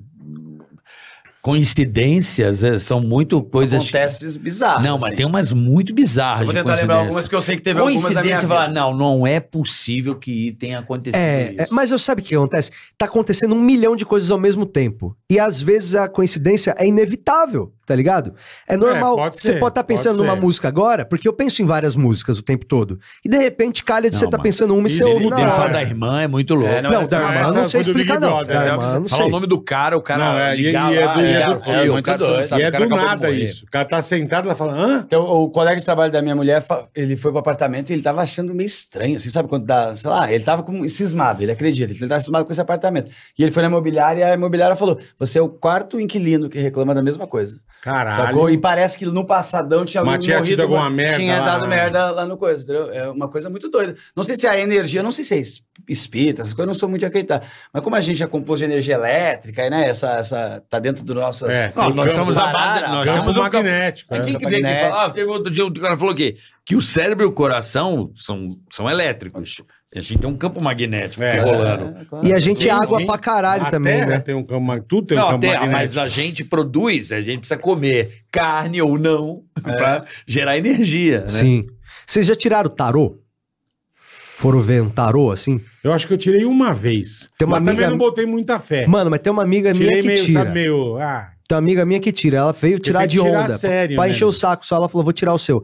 Speaker 6: coincidências é, são muito coisas...
Speaker 8: acontece bizarro.
Speaker 6: Não, mas
Speaker 8: assim.
Speaker 6: tem umas muito bizarras
Speaker 8: Eu vou
Speaker 6: de
Speaker 8: tentar lembrar
Speaker 6: coincidência.
Speaker 8: algumas, porque eu sei que teve algumas da minha
Speaker 6: Coincidência,
Speaker 8: vida.
Speaker 6: falar, não, não é possível que tenha acontecido
Speaker 3: É, é,
Speaker 6: isso.
Speaker 3: mas eu sabe o que acontece? Tá acontecendo um milhão de coisas ao mesmo tempo. E às vezes a coincidência é inevitável, tá ligado? É normal.
Speaker 4: pode
Speaker 3: você
Speaker 4: ser,
Speaker 3: pode estar
Speaker 4: pode
Speaker 3: pensando numa
Speaker 4: ser.
Speaker 3: música agora, porque eu penso em várias músicas o tempo todo. E de repente calha de
Speaker 6: Não,
Speaker 3: você estar
Speaker 6: mas
Speaker 3: pensando uma e você
Speaker 4: isso
Speaker 3: ouve
Speaker 4: não
Speaker 3: na
Speaker 4: tem
Speaker 3: hora.
Speaker 4: fada-
Speaker 6: Falar da irmã é muito louco.
Speaker 8: É, não,
Speaker 3: Não,
Speaker 8: essa- é
Speaker 3: da irmã
Speaker 4: essa
Speaker 3: eu não sei
Speaker 4: foi do Big
Speaker 3: explicar, não.
Speaker 4: Brother, né?
Speaker 3: Da
Speaker 4: essa
Speaker 3: irmã eu não
Speaker 6: Falar o
Speaker 3: sei.
Speaker 6: nome do cara, o cara
Speaker 4: Não, é, e, e
Speaker 6: ligar
Speaker 4: é
Speaker 6: lá,
Speaker 4: do, e é
Speaker 6: ligar,
Speaker 4: do,
Speaker 6: pô,
Speaker 4: e é
Speaker 6: o
Speaker 4: do-
Speaker 6: cara
Speaker 8: doido.
Speaker 6: sabe,
Speaker 4: e é
Speaker 6: o cara
Speaker 4: do
Speaker 6: acabou de
Speaker 4: nada
Speaker 6: morrer.
Speaker 4: isso. O cara tá sentado, ela fala, hã?
Speaker 8: Então, o colega de trabalho da minha mulher, fa- ele foi pro apartamento e ele tava achando meio estranho, assim, sabe? Quando dá, sei lá, ele tava com cismado, ele acredita, ele tava cismado com esse apartamento. E ele foi na imobiliária e a imobiliária falou: você é o quarto inquilino que reclama da mesma coisa.
Speaker 4: Caralho.
Speaker 8: Sacou? E parece que no passadão tinha
Speaker 4: Mas tinha tido alguma merda
Speaker 8: Tinha
Speaker 4: lá,
Speaker 8: dado
Speaker 4: né?
Speaker 8: merda lá no coisa, entendeu? É uma coisa muito doida. Não sei se a energia, não sei se é es- espírita, essas coisas, eu não sou muito de acreditar. Mas como a gente já compôs de energia elétrica, e, né? Essa, essa tá dentro do nosso.
Speaker 4: É,
Speaker 6: Não, nós
Speaker 4: Campo
Speaker 6: somos a base,
Speaker 8: Parara,
Speaker 6: nós
Speaker 4: Campo
Speaker 6: somos o campo-
Speaker 4: magnético.
Speaker 6: Mas
Speaker 4: é.
Speaker 6: quem que veio aqui
Speaker 8: magnético.
Speaker 6: falar? Ah, teve outro dia, o cara falou que, que o cérebro e o coração são, são elétricos. A gente tem um campo magnético
Speaker 4: É.
Speaker 6: rolando.
Speaker 3: E a gente
Speaker 4: Sim,
Speaker 3: é água
Speaker 4: sim.
Speaker 3: pra caralho
Speaker 4: A
Speaker 3: também,
Speaker 4: terra
Speaker 3: né?
Speaker 4: Tem um campo, mag- tudo tem um
Speaker 6: Não,
Speaker 4: campo
Speaker 6: terra, mas
Speaker 4: magnético.
Speaker 6: a gente produz, a gente precisa comer carne ou não pra gerar energia, né?
Speaker 3: Sim. Vocês já tiraram tarô? Foram ver um tarô, assim?
Speaker 4: Eu acho que eu tirei uma vez.
Speaker 3: Tem uma
Speaker 4: mas também
Speaker 3: amiga-
Speaker 4: não botei muita fé.
Speaker 3: Mano, mas tem uma amiga
Speaker 4: É.
Speaker 3: minha
Speaker 4: tirei
Speaker 3: É que
Speaker 4: meio,
Speaker 3: tira.
Speaker 4: sabe, meio... Ah,
Speaker 3: Tem uma amiga minha que tira. Ela veio tirar
Speaker 4: tem que
Speaker 3: de
Speaker 4: tirar
Speaker 3: onda.
Speaker 4: a sério,
Speaker 3: pra
Speaker 4: né?
Speaker 3: encher o saco só. Ela falou, vou tirar o seu.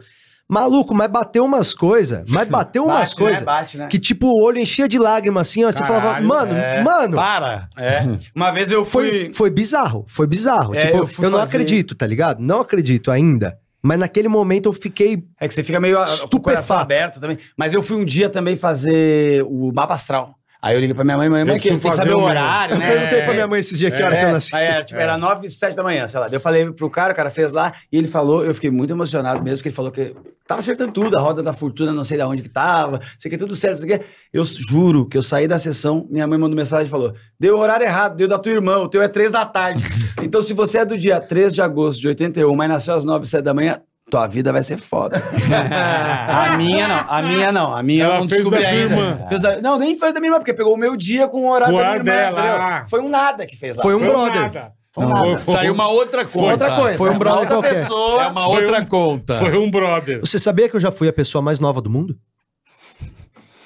Speaker 3: Maluco, mas bateu umas coisas. Mas bateu umas
Speaker 8: Bate, né?
Speaker 3: coisas.
Speaker 8: Bate, né?
Speaker 3: Que tipo, o olho enchia de lágrima, assim, ó. Você
Speaker 4: Caralho,
Speaker 3: falava, mano,
Speaker 8: é.
Speaker 3: mano.
Speaker 6: Para! [laughs]
Speaker 8: É. Uma vez eu
Speaker 3: Foi,
Speaker 8: fui.
Speaker 3: foi bizarro, foi bizarro.
Speaker 8: É,
Speaker 3: tipo, eu,
Speaker 8: eu fui
Speaker 3: não
Speaker 8: fazer-
Speaker 3: acredito, tá ligado? Não acredito ainda. Mas naquele momento eu fiquei.
Speaker 8: É que você fica meio a- com o coração
Speaker 3: Estupefato.
Speaker 8: aberto também. Mas eu fui um dia também fazer o mapa astral. Aí eu liguei pra minha mãe, mãe,
Speaker 4: Eu
Speaker 8: mãe, que tem
Speaker 4: preciso
Speaker 8: que saber
Speaker 4: fazer um
Speaker 8: o
Speaker 4: o meu.
Speaker 8: horário, né?
Speaker 3: Eu não sei pra minha mãe esses dias que hora que eu nasci.
Speaker 8: Aí era, tipo,
Speaker 4: É.
Speaker 8: era 9 e 7 da manhã, sei lá. Daí Eu falei pro cara, o cara fez lá, e ele falou, eu fiquei muito emocionado mesmo, que ele falou que tava acertando tudo, a roda da fortuna, não sei de onde que tava, sei que tudo certo, sei que. Eu juro que eu saí da sessão, minha mãe mandou mensagem e falou: deu o horário errado, deu da tua irmã, o teu é 3
Speaker 4: [laughs]
Speaker 8: da tarde. então, se você é do dia 3 de agosto de 81, mas nasceu às 9 e 7 da manhã. Tua vida vai ser
Speaker 4: [laughs]
Speaker 8: foda. a minha não, a minha não. A minha
Speaker 4: Ela
Speaker 8: eu não
Speaker 4: fez
Speaker 8: descobri
Speaker 4: da tua
Speaker 8: ainda.
Speaker 4: irmã.
Speaker 8: Fez da- Não, nem foi da minha irmã, porque pegou o meu dia com o horário
Speaker 4: Com
Speaker 8: da
Speaker 4: a
Speaker 8: minha irmã.
Speaker 4: dela,
Speaker 8: entendeu?
Speaker 4: ah.
Speaker 8: Foi um nada que fez lá.
Speaker 3: Foi um
Speaker 4: foi
Speaker 3: brother.
Speaker 4: nada.
Speaker 8: Não,
Speaker 4: Foi- foi-
Speaker 6: Saiu uma outra conta.
Speaker 8: outra coisa.
Speaker 3: Foi um
Speaker 8: Uma
Speaker 3: brother
Speaker 8: outra
Speaker 3: qualquer.
Speaker 8: pessoa.
Speaker 6: É uma outra conta.
Speaker 4: Foi um brother.
Speaker 3: Você sabia que eu já fui a pessoa mais nova do mundo?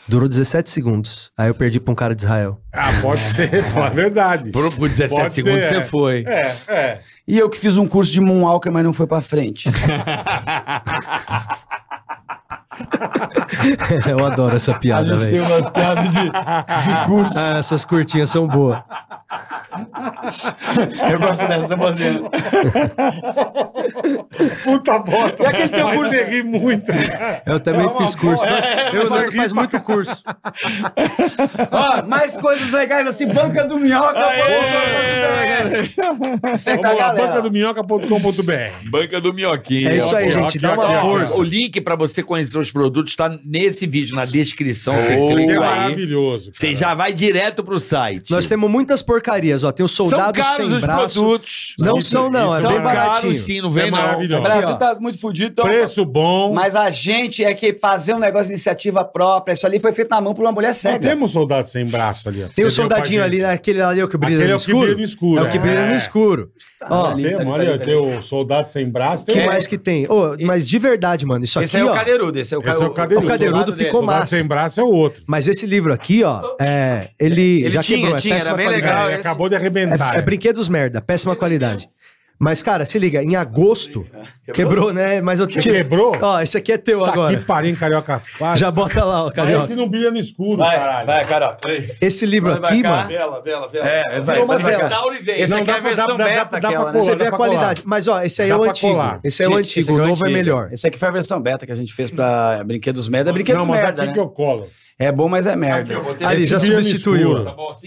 Speaker 3: Durou 17 segundos. Aí eu perdi pra um cara de Israel.
Speaker 4: Ah, pode ser, [laughs] é verdade.
Speaker 6: Por, por 17
Speaker 4: Pode ser,
Speaker 6: segundos
Speaker 4: é.
Speaker 6: você foi.
Speaker 4: É, é.
Speaker 8: E eu que fiz um curso de Moonwalker, mas não foi pra frente.
Speaker 3: [laughs] eu adoro essa piada, velho.
Speaker 8: umas piadas de.
Speaker 3: [laughs] Ah, essas curtinhas são boas.
Speaker 8: Eu gosto dessa bozinha.
Speaker 4: Puta bosta.
Speaker 8: E aquele teu
Speaker 4: Mas
Speaker 8: curso?
Speaker 4: Você ri muito.
Speaker 3: Eu também fiz curso. Nós- eu e o Nando faz muito curso.
Speaker 8: Ó, mais coisas legais assim, banca do minhoca. Você tá
Speaker 4: Vamos lá,
Speaker 8: galera.
Speaker 4: bancadominhoca.com.br.
Speaker 6: Banca do Minhoquinha.
Speaker 3: É isso aí, gente. Dá
Speaker 11: Então,
Speaker 6: Ó,
Speaker 3: uma
Speaker 6: ó,
Speaker 3: força.
Speaker 6: O link pra você conhecer os produtos
Speaker 11: está tá nesse vídeo, na descrição. Você
Speaker 3: Isso aqui é
Speaker 11: clica aí.
Speaker 3: maravilhoso,
Speaker 11: Você já vai direto pro site.
Speaker 3: Nós temos muitas porcarias, ó. Tem o soldado
Speaker 11: caros
Speaker 3: sem
Speaker 11: os
Speaker 3: braço.
Speaker 11: produtos.
Speaker 3: Não
Speaker 11: São-
Speaker 3: são, não. É
Speaker 11: são
Speaker 3: bem
Speaker 11: caros,
Speaker 3: baratinho.
Speaker 11: sim, não
Speaker 3: Isso é
Speaker 11: vem, não.
Speaker 3: maravilhoso.
Speaker 8: O Brasil
Speaker 3: Aqui, ó.
Speaker 8: tá muito fudido. Então,
Speaker 4: Preço bom.
Speaker 8: Mas a gente é que fazer um negócio de iniciativa própria. Isso ali foi feito na mão por uma mulher
Speaker 4: Não
Speaker 8: cega.
Speaker 4: temos soldado sem braço ali. ó.
Speaker 3: Tem o
Speaker 4: Você deu pra
Speaker 3: soldadinho
Speaker 4: gente.
Speaker 3: ali, né? Aquele ali é o que brilha
Speaker 4: Aquele
Speaker 3: no
Speaker 4: é o que
Speaker 3: escuro.
Speaker 4: brilha no escuro,
Speaker 3: É o que
Speaker 4: é.
Speaker 3: brilha no escuro. Ó,
Speaker 4: Nós temos, olha, É. tem o soldado sem braço.
Speaker 3: o que é mais que tem? Ô, mas de verdade, mano, isso
Speaker 8: Esse
Speaker 3: aqui,
Speaker 8: aí
Speaker 3: ó,
Speaker 8: é o cadeirudo. Esse é o, ca-
Speaker 4: Esse é o cadeirudo.
Speaker 3: o cadeirudo
Speaker 8: lado dele.
Speaker 3: ficou
Speaker 4: Soldado
Speaker 3: massa.
Speaker 4: sem braço é o outro.
Speaker 3: Mas esse livro aqui, ó, é, ele,
Speaker 8: Ele
Speaker 3: já
Speaker 8: tinha,
Speaker 3: quebrou, é
Speaker 8: tinha, era
Speaker 3: péssima
Speaker 8: bem
Speaker 3: qualidade.
Speaker 8: legal,
Speaker 4: Ele
Speaker 8: esse-
Speaker 4: acabou de arrebentar.
Speaker 3: É, é brinquedos merda, péssima qualidade. Mas, cara, se liga, em agosto. Quebrou, né? Mas eu te.
Speaker 4: Quebrou?
Speaker 3: Ó, esse aqui é teu
Speaker 4: Tá
Speaker 3: agora. é
Speaker 4: que pariu, carioca. Vai.
Speaker 3: [laughs] Já bota lá, ó,
Speaker 4: Aí
Speaker 3: Carioca.
Speaker 4: se não brilha no escuro, caralho.
Speaker 8: Carol.
Speaker 3: Esse livro aqui, mano,
Speaker 4: Vela, vela, vela.
Speaker 8: É, vai,
Speaker 3: Virou uma
Speaker 8: vai, vai.
Speaker 3: vela.
Speaker 8: Tauro e vem. Esse
Speaker 4: Não,
Speaker 8: aqui
Speaker 4: dá
Speaker 8: é a
Speaker 4: pra- dá-
Speaker 8: versão
Speaker 4: dá- dá-
Speaker 8: beta
Speaker 4: dá pra
Speaker 8: aquela, né?
Speaker 4: pôr.
Speaker 3: você
Speaker 4: dá
Speaker 3: vê a
Speaker 4: pra colar.
Speaker 3: qualidade. Mas, ó, esse aí
Speaker 4: Dá
Speaker 3: é o
Speaker 4: pra
Speaker 3: antigo.
Speaker 4: colar.
Speaker 3: Esse aí é o
Speaker 8: Gente,
Speaker 3: antigo,
Speaker 8: esse
Speaker 3: o
Speaker 8: aqui é o
Speaker 3: novo é
Speaker 8: antigo.
Speaker 3: melhor.
Speaker 8: Esse aqui foi a versão beta que a gente fez pra Brinquedos Merda. É Brinquedos
Speaker 4: Não, mas
Speaker 8: Merda,
Speaker 4: aqui
Speaker 8: né?
Speaker 4: que eu colo.
Speaker 8: É bom, mas é merda.
Speaker 3: Ali, já
Speaker 4: brilha no
Speaker 3: substituiu.
Speaker 4: escuro.
Speaker 11: Tá assim,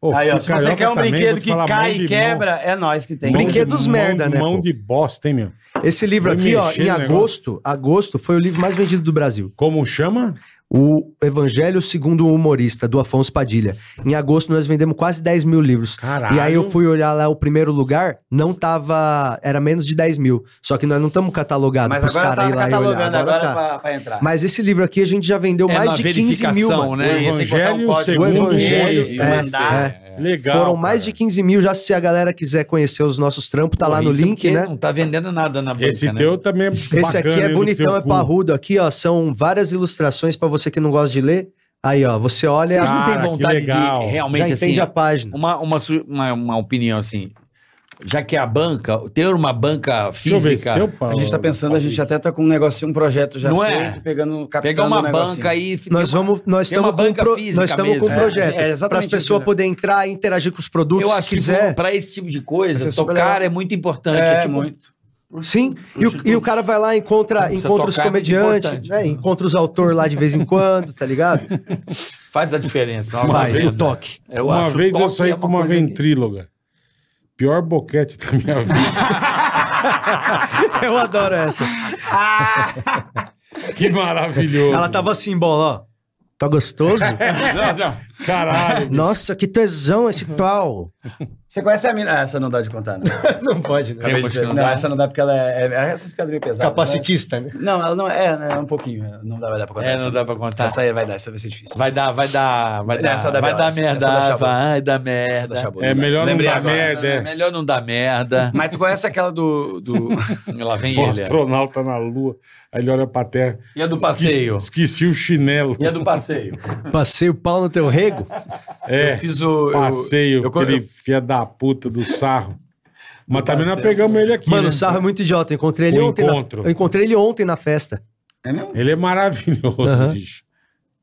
Speaker 4: Pô,
Speaker 8: Aí, ó,
Speaker 4: fui
Speaker 8: se você
Speaker 4: carioca
Speaker 8: quer um
Speaker 4: também, vou
Speaker 8: brinquedo
Speaker 4: te
Speaker 8: que
Speaker 4: falar, mão
Speaker 8: cai
Speaker 4: de mão.
Speaker 8: e quebra, é nós que tem.
Speaker 4: Mão de-
Speaker 3: Brinquedos
Speaker 4: mão de-
Speaker 3: merda, né,
Speaker 4: Mão
Speaker 3: pô?
Speaker 4: de bosta, hein, meu?
Speaker 3: Esse livro
Speaker 4: Vai
Speaker 3: aqui, ó,
Speaker 4: mexer né,
Speaker 3: em
Speaker 4: no
Speaker 3: agosto, agosto foi o livro mais vendido do Brasil.
Speaker 4: Como chama?
Speaker 3: O Evangelho segundo o Humorista, do Afonso Padilha. Em agosto nós vendemos quase 10 mil livros.
Speaker 4: Caralho.
Speaker 3: E aí eu fui olhar lá o primeiro lugar, não tava. Era menos de 10 mil. Só que nós não estamos catalogados
Speaker 8: Mas
Speaker 3: pros
Speaker 8: agora
Speaker 3: caras
Speaker 8: tá
Speaker 3: ir lá e olhar.
Speaker 8: catalogando
Speaker 3: Agora
Speaker 8: agora
Speaker 3: tá.
Speaker 8: pra- pra entrar.
Speaker 3: Mas esse livro aqui a gente já vendeu
Speaker 11: É na
Speaker 3: mais de 15 mil,
Speaker 11: verificação,
Speaker 3: mano.
Speaker 11: né?
Speaker 4: O
Speaker 11: Sem contar
Speaker 4: Evangelho,
Speaker 11: o código.
Speaker 4: segundo
Speaker 3: O Evangelho,
Speaker 4: Eles
Speaker 3: é,
Speaker 4: mandaram. Legal.
Speaker 3: Foram mais de 15 mil já. Se a galera quiser conhecer os nossos trampos, tá lá no
Speaker 11: Isso é
Speaker 3: link,
Speaker 11: porque
Speaker 3: né?
Speaker 11: Não tá vendendo nada na banca,
Speaker 4: Esse
Speaker 11: né?
Speaker 4: teu também é
Speaker 3: Esse aqui
Speaker 4: bacana,
Speaker 3: é
Speaker 4: hein, do
Speaker 3: bonitão,
Speaker 4: teu
Speaker 3: é
Speaker 4: cu.
Speaker 3: parrudo. Aqui, ó, são várias ilustrações pra você que não gosta de ler. Aí, ó, você olha,
Speaker 11: Vocês não
Speaker 4: Cara,
Speaker 11: têm
Speaker 4: que
Speaker 11: vontade
Speaker 4: legal.
Speaker 11: de
Speaker 3: tá, já
Speaker 11: realmente
Speaker 3: entende
Speaker 6: Ah,
Speaker 11: assim.
Speaker 3: a página.
Speaker 11: Uma, uma, su- uma, uma opinião assim. Já que é a banca, ter uma banca
Speaker 4: Deixa eu ver um
Speaker 11: física.
Speaker 4: esse teu, é Paulo.
Speaker 8: A gente tá pensando, a gente até tá com um negócio, um projeto já
Speaker 11: Não
Speaker 8: feito,
Speaker 11: é?
Speaker 8: pegando, captando
Speaker 11: Pegar uma
Speaker 8: um negocinho.
Speaker 11: banca aí.
Speaker 3: Nós vamos, nós
Speaker 11: Tem
Speaker 3: estamos com,
Speaker 11: uma
Speaker 3: um
Speaker 11: banca
Speaker 3: pro,
Speaker 11: física
Speaker 3: nós estamos com
Speaker 11: mesmo,
Speaker 3: um
Speaker 11: é.
Speaker 3: projeito
Speaker 8: É, exatamente
Speaker 3: para as
Speaker 8: isso,
Speaker 3: pessoas
Speaker 8: né?
Speaker 3: poderem entrar e interagir com os produtos
Speaker 11: Eu
Speaker 3: se
Speaker 11: acho que
Speaker 3: quiser.
Speaker 11: para esse tipo de
Speaker 8: Vai
Speaker 11: coisa,
Speaker 8: ser super
Speaker 11: tocar
Speaker 8: legal.
Speaker 11: é muito importante.
Speaker 8: É,
Speaker 11: É, tipo,
Speaker 8: muito.
Speaker 3: Sim, e o, e o cara vai lá encontra
Speaker 11: Precisa
Speaker 3: encontra os
Speaker 11: tocar, é muito
Speaker 3: comediantes,
Speaker 11: importante.
Speaker 3: né? encontra os autor lá de vez em quando, tá ligado?
Speaker 11: Faz a diferença. [laughs] Uma
Speaker 3: Faz
Speaker 11: vez, né?
Speaker 3: o toque.
Speaker 11: eu
Speaker 4: Uma
Speaker 11: acho. O
Speaker 4: vez eu
Speaker 11: toque
Speaker 4: saí
Speaker 11: é
Speaker 4: com uma
Speaker 11: coisa que-
Speaker 4: ventríloga. Pior boquete da minha vida.
Speaker 3: Eu adoro
Speaker 8: [laughs]
Speaker 3: essa.
Speaker 4: que maravilhoso. [laughs]
Speaker 3: Ela tava assim, bola, ó. Tá
Speaker 11: [laughs]
Speaker 3: gostoso?
Speaker 4: Caralho.
Speaker 3: Nossa, que tesão esse
Speaker 11: Uhum.
Speaker 3: tal.
Speaker 8: Você conhece a mina? Ah, essa não dá de contar,
Speaker 11: [laughs]
Speaker 8: não. não pode, né?
Speaker 11: Acabou de
Speaker 8: Não,
Speaker 11: contar.
Speaker 8: essa não dá porque ela é... é- é essas piadas meio pesadas.
Speaker 3: Capacitista, né?
Speaker 8: né? Não, ela não é, né? É um pouquinho. Não dá, vai dar pra contar.
Speaker 11: É,
Speaker 8: essa.
Speaker 11: não dá pra contar.
Speaker 8: Essa aí vai dar, essa vai ser difícil.
Speaker 11: Vai dar, vai dar, vai dar,
Speaker 8: Essa dá
Speaker 11: vai
Speaker 8: bela,
Speaker 11: dar
Speaker 8: essa- essa dá
Speaker 11: merda,
Speaker 8: chavão.
Speaker 11: vai dar
Speaker 8: Essa da
Speaker 11: merda.
Speaker 8: Chabu,
Speaker 4: É
Speaker 8: não dá.
Speaker 4: melhor não
Speaker 8: Lembrei
Speaker 4: dar
Speaker 8: agora.
Speaker 4: merda. é.
Speaker 11: né? Melhor não dar merda.
Speaker 8: Mas tu conhece aquela do... do...
Speaker 11: [laughs] Lá vem
Speaker 4: Pô,
Speaker 11: ele.
Speaker 4: astronauta na lua. Aí ele olha pra terra.
Speaker 11: E a do
Speaker 4: Esqueci-
Speaker 11: passeio?
Speaker 4: Esqueci, o chinelo.
Speaker 11: E a do passeio?
Speaker 3: Passei o pau no teu rego.
Speaker 4: É,
Speaker 8: Eu fiz o... eu-
Speaker 4: passeio,
Speaker 8: eu-
Speaker 4: aquele filha da puta do sarro. Mas também nós pegamos ele aqui.
Speaker 3: Mano,
Speaker 4: né?
Speaker 3: o Sarro é muito idiota. Eu encontrei ele
Speaker 4: O
Speaker 3: ontem. na-
Speaker 4: encontro.
Speaker 3: eu encontrei ele ontem na festa
Speaker 8: É mesmo?
Speaker 4: Ele é maravilhoso,
Speaker 3: Aham.
Speaker 4: bicho.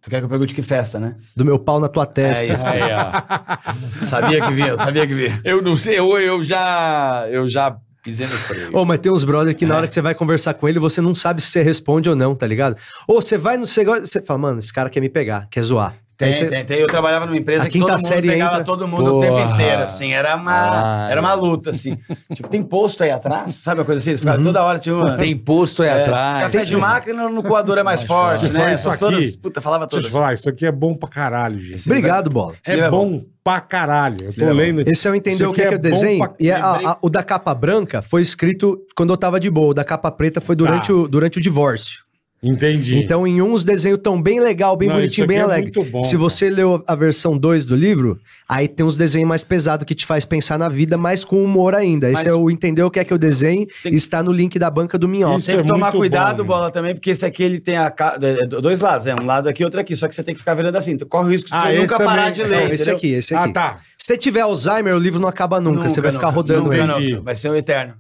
Speaker 8: Tu quer que eu pergunte que festa, né?
Speaker 3: do meu pau na tua testa.
Speaker 8: É isso aí, ó. sabia que vinha, eu sabia que vinha.
Speaker 11: Eu não sei, eu, eu já. Eu já pisei no freio.
Speaker 3: Ô, mas tem uns brother que na
Speaker 4: É.
Speaker 3: hora que você vai conversar com ele, você não sabe se você responde ou não, tá ligado? Ou você vai no negócio, você fala, mano, esse cara quer me pegar, quer zoar.
Speaker 8: Tem,
Speaker 3: Aí você-
Speaker 8: tem, tem. Eu trabalhava numa empresa
Speaker 3: A
Speaker 8: que todo
Speaker 3: quinta
Speaker 8: mundo
Speaker 3: série
Speaker 8: pegava
Speaker 3: entra-
Speaker 8: todo mundo o
Speaker 11: Porra.
Speaker 8: tempo inteiro, assim. Era uma,
Speaker 11: Ah,
Speaker 8: era uma luta, assim. tipo, tem posto aí atrás, sabe uma coisa assim? Eles ficavam toda hora, tinha uma...
Speaker 11: Tem posto aí atrás.
Speaker 8: É. Café de máquina no coador é mais, forte,
Speaker 4: Fala
Speaker 8: né?
Speaker 4: isso
Speaker 8: Essas
Speaker 4: aqui.
Speaker 8: todas, puta, falava
Speaker 4: Deixa eu
Speaker 8: todas.
Speaker 4: te falar, isso aqui é bom pra caralho, gente.
Speaker 3: Obrigado, bola.
Speaker 8: Esse livro
Speaker 4: é
Speaker 8: é
Speaker 4: bom pra caralho. Eu tô lendo aqui.
Speaker 3: Esse eu entender
Speaker 4: Isso
Speaker 3: o que é
Speaker 4: aqui
Speaker 3: que
Speaker 4: é
Speaker 3: eu
Speaker 4: bom
Speaker 3: desenho.
Speaker 4: pra-
Speaker 3: E a- a- o da capa branca foi escrito quando eu tava de boa. O da capa preta foi durante,
Speaker 4: Tá.
Speaker 3: o, durante o divórcio.
Speaker 4: Entendi.
Speaker 3: Então, em uns desenhos tão bem legal, bem
Speaker 4: Não, isso
Speaker 3: bonitinho,
Speaker 4: aqui
Speaker 3: bem
Speaker 4: é
Speaker 3: alegre.
Speaker 4: muito bom,
Speaker 3: Se
Speaker 4: cara.
Speaker 3: você leu a versão 2 do livro, aí tem uns desenhos mais pesados que te faz pensar na vida, mas com humor ainda. Esse
Speaker 8: Mas-
Speaker 3: é o entender o que é que eu desenho. Está no link da banca do Minhoca.
Speaker 4: Isso
Speaker 8: Tem que
Speaker 4: é
Speaker 8: tomar
Speaker 4: muito
Speaker 8: cuidado,
Speaker 4: bom,
Speaker 8: bola, também, porque esse aqui ele tem a ca- é, dois lados, é um lado aqui e outro aqui. Só que você tem que ficar virando assim. Tu corre o risco de
Speaker 4: Ah,
Speaker 8: você
Speaker 4: esse
Speaker 8: nunca
Speaker 4: também.
Speaker 8: parar de ler.
Speaker 3: Não, esse
Speaker 8: entendeu?
Speaker 3: aqui, esse aqui.
Speaker 4: Ah, tá.
Speaker 3: Se tiver Alzheimer, o livro não acaba nunca. você vai ficar rodando
Speaker 8: né? nunca,
Speaker 3: ele.
Speaker 8: nunca.
Speaker 4: Entendi.
Speaker 8: Vai ser o eterno.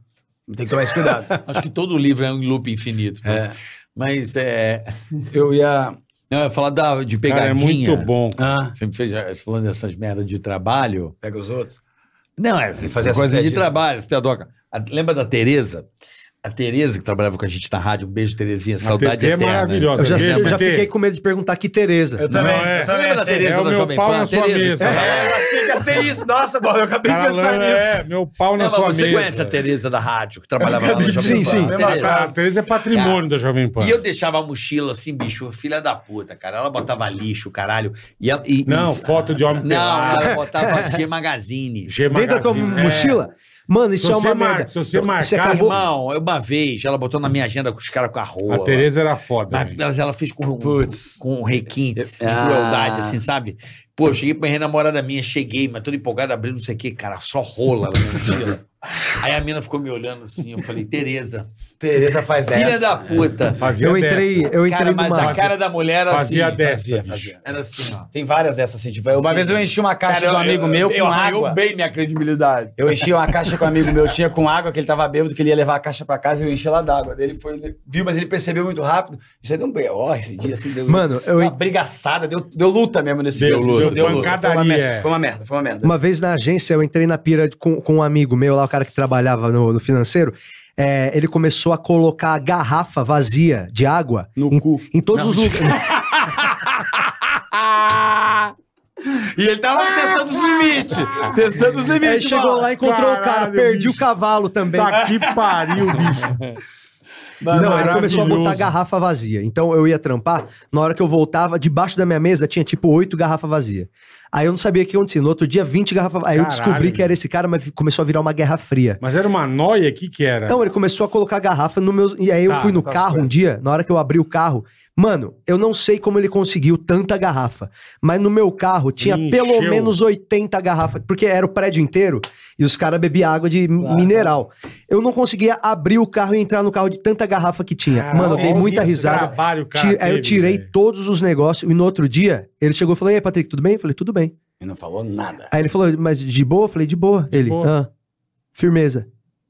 Speaker 8: Tem que tomar esse cuidado.
Speaker 11: Acho que todo livro é um loop infinito.
Speaker 6: né?
Speaker 8: É.
Speaker 11: Mas é.
Speaker 8: Eu ia.
Speaker 11: Não, eu ia falar da- de
Speaker 4: Cara, é
Speaker 11: pegadinha.
Speaker 4: muito bom.
Speaker 8: Ah,
Speaker 11: Você me fez falando dessas merdas de trabalho.
Speaker 8: pega os outros.
Speaker 11: Não, é assim,
Speaker 8: Fazer
Speaker 11: coisa
Speaker 8: essa
Speaker 11: de
Speaker 8: piadinha.
Speaker 11: trabalho, essa piadoca. A- Lembra da Tereza?
Speaker 6: A Tereza, que trabalhava com a gente na rádio, um beijo, Terezinha,
Speaker 3: Tetê
Speaker 6: saudade
Speaker 3: é
Speaker 6: eterna.
Speaker 3: maravilhosa. Eu já sei, eu já fiquei com medo de perguntar que Tereza.
Speaker 6: Eu também, Não, é. eu também
Speaker 3: Lembra da
Speaker 6: achei.
Speaker 3: Tereza
Speaker 6: É o
Speaker 3: da
Speaker 6: meu
Speaker 3: Jovem
Speaker 6: pau
Speaker 3: Pan?
Speaker 6: na sua
Speaker 3: Tereza.
Speaker 6: mesa. É.
Speaker 3: Chega a ser isso. Nossa, bola, eu acabei
Speaker 4: Cara, Lana, é, meu pau na
Speaker 6: Não, mas
Speaker 4: sua
Speaker 6: você
Speaker 4: mesa.
Speaker 6: conhece a Tereza da rádio, que
Speaker 3: [laughs]
Speaker 6: trabalhava lá
Speaker 4: Acabei
Speaker 6: na
Speaker 4: de-
Speaker 6: Jovem
Speaker 4: sim,
Speaker 6: Pan.
Speaker 4: sim.
Speaker 6: Mesma
Speaker 4: Cara, a
Speaker 6: casa.
Speaker 4: Tereza é patrimônio da Jovem Pan.
Speaker 6: E eu deixava a mochila assim, bicho, filha da puta, cara. Ela botava lixo, caralho. E ela, e-
Speaker 4: Não,
Speaker 6: e-
Speaker 4: foto de homem
Speaker 6: Não,
Speaker 4: pelado. [laughs]
Speaker 6: ela botava G Magazine.
Speaker 4: G
Speaker 3: Dentro da tua
Speaker 6: Magazine,
Speaker 3: mochila? Mano, isso
Speaker 6: Se
Speaker 3: é
Speaker 6: você
Speaker 3: uma
Speaker 6: marca-
Speaker 3: merda.
Speaker 6: se você marcar,
Speaker 3: Você acabou...
Speaker 6: irmão, uma vez ela botou na minha agenda com os caras com a rua.
Speaker 4: É, A Tereza era foda.
Speaker 6: Mas ela, ela fez com, com requinte, de
Speaker 8: Ah.
Speaker 6: crueldade, assim, sabe? Pô, eu cheguei pra minha namorada minha, cheguei, mas toda empolgada, abrindo não sei o quê, cara, só rola na mochila. Aí a mina ficou me olhando assim, eu falei, Tereza,
Speaker 8: é. Tereza faz
Speaker 6: filha
Speaker 8: dessa.
Speaker 6: da puta.
Speaker 4: Fazia
Speaker 3: Eu entrei, eu
Speaker 6: cara,
Speaker 3: entrei
Speaker 6: mas
Speaker 3: numa...
Speaker 6: a cara da mulher era
Speaker 4: Fazia
Speaker 6: assim.
Speaker 4: dessa,
Speaker 6: fazia,
Speaker 4: bicho.
Speaker 6: fazia. Era assim, ó.
Speaker 8: Tem várias dessas, assim. Tipo, uma vez eu enchi uma caixa
Speaker 6: Cara,
Speaker 8: de um
Speaker 6: eu-
Speaker 8: amigo
Speaker 6: eu-
Speaker 8: meu
Speaker 6: eu um
Speaker 8: com
Speaker 6: arranhou
Speaker 8: água.
Speaker 6: bem minha credibilidade.
Speaker 8: Eu enchi uma caixa com um amigo meu, tinha com água, que ele tava bêbado, que ele ia levar a caixa pra casa, eu enchi lá d'água. Daí ele foi, ele viu, mas ele percebeu muito rápido. Isso aí deu um B.O. esse dia, assim, deu
Speaker 3: Mano, eu-
Speaker 8: uma brigaçada, deu, deu luta mesmo nesse
Speaker 4: Deu
Speaker 8: dia. assim,
Speaker 4: luta,
Speaker 8: deu, deu luta. Foi uma,
Speaker 4: pancadaria.
Speaker 8: merda, foi uma merda, foi uma merda.
Speaker 3: Uma vez na agência, eu entrei na pira com, com um amigo meu lá, o cara que trabalhava no, no financeiro. é, ele começou a colocar a garrafa vazia de água
Speaker 8: No
Speaker 3: em,
Speaker 8: cu.
Speaker 3: em todos os [laughs] lugares.
Speaker 6: Ah!
Speaker 8: E ele tava testando os limites. Testando os
Speaker 3: Aí
Speaker 8: limites.
Speaker 3: chegou lá, encontrou o cara,
Speaker 4: Caralho,
Speaker 3: perdi
Speaker 4: bicho.
Speaker 3: o cavalo também.
Speaker 4: Tá que pariu, bicho.
Speaker 3: [laughs] Não, ele começou a
Speaker 4: Maravilhoso.
Speaker 3: botar garrafa vazia. Então eu ia trampar, na hora que eu voltava, debaixo da minha mesa tinha tipo oito garrafas vazias. Aí eu não sabia o que acontecia. No outro dia, 20 garrafas vazias. Aí eu
Speaker 4: Caralho,
Speaker 3: descobri que
Speaker 4: meu.
Speaker 3: era esse cara, mas começou a virar uma guerra fria.
Speaker 4: Mas era uma noia aqui que era.
Speaker 3: Então ele começou a colocar garrafa no meu. E aí eu
Speaker 4: É. Tá,
Speaker 3: fui no
Speaker 4: tá
Speaker 3: carro um dia, na hora que eu abri o carro. Mano, eu não sei como ele conseguiu tanta garrafa, mas no meu carro tinha
Speaker 4: Encheu.
Speaker 3: pelo menos 80 garrafas, porque era o prédio inteiro e os caras bebiam água de mineral. Eu não conseguia abrir o carro e entrar no carro de tanta garrafa que tinha.
Speaker 4: Caralho,
Speaker 3: Mano, eu dei
Speaker 4: olha
Speaker 3: muita
Speaker 4: esse
Speaker 3: risada.
Speaker 4: trabalho, cara,
Speaker 3: Tire- aí eu
Speaker 4: teve,
Speaker 3: tirei
Speaker 4: velho.
Speaker 3: todos os negócios e no outro dia ele chegou e falou: E aí, Patrick, tudo bem? Eu falei: Tudo bem.
Speaker 8: E não falou nada.
Speaker 3: Aí ele falou, mas de boa? Eu falei, de boa. ele,
Speaker 4: boa.
Speaker 3: "Ah, firmeza.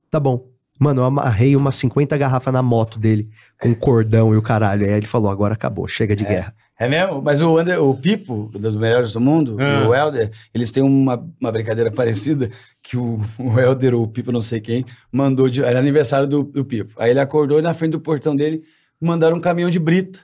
Speaker 3: Tá bom. Mano, eu amarrei umas 50 garrafas na moto dele, com cordão e o caralho. Aí ele falou, agora acabou, chega de guerra.
Speaker 8: É mesmo? Mas o André, o Pipo, do Melhores do Mundo,
Speaker 4: Ah.
Speaker 8: e o Helder, eles têm uma, uma brincadeira [laughs] parecida que o, o Helder ou o Pipo, não sei quem, mandou de. Era aniversário do, do Pipo. Aí ele acordou e na frente do portão dele mandaram um caminhão de brita.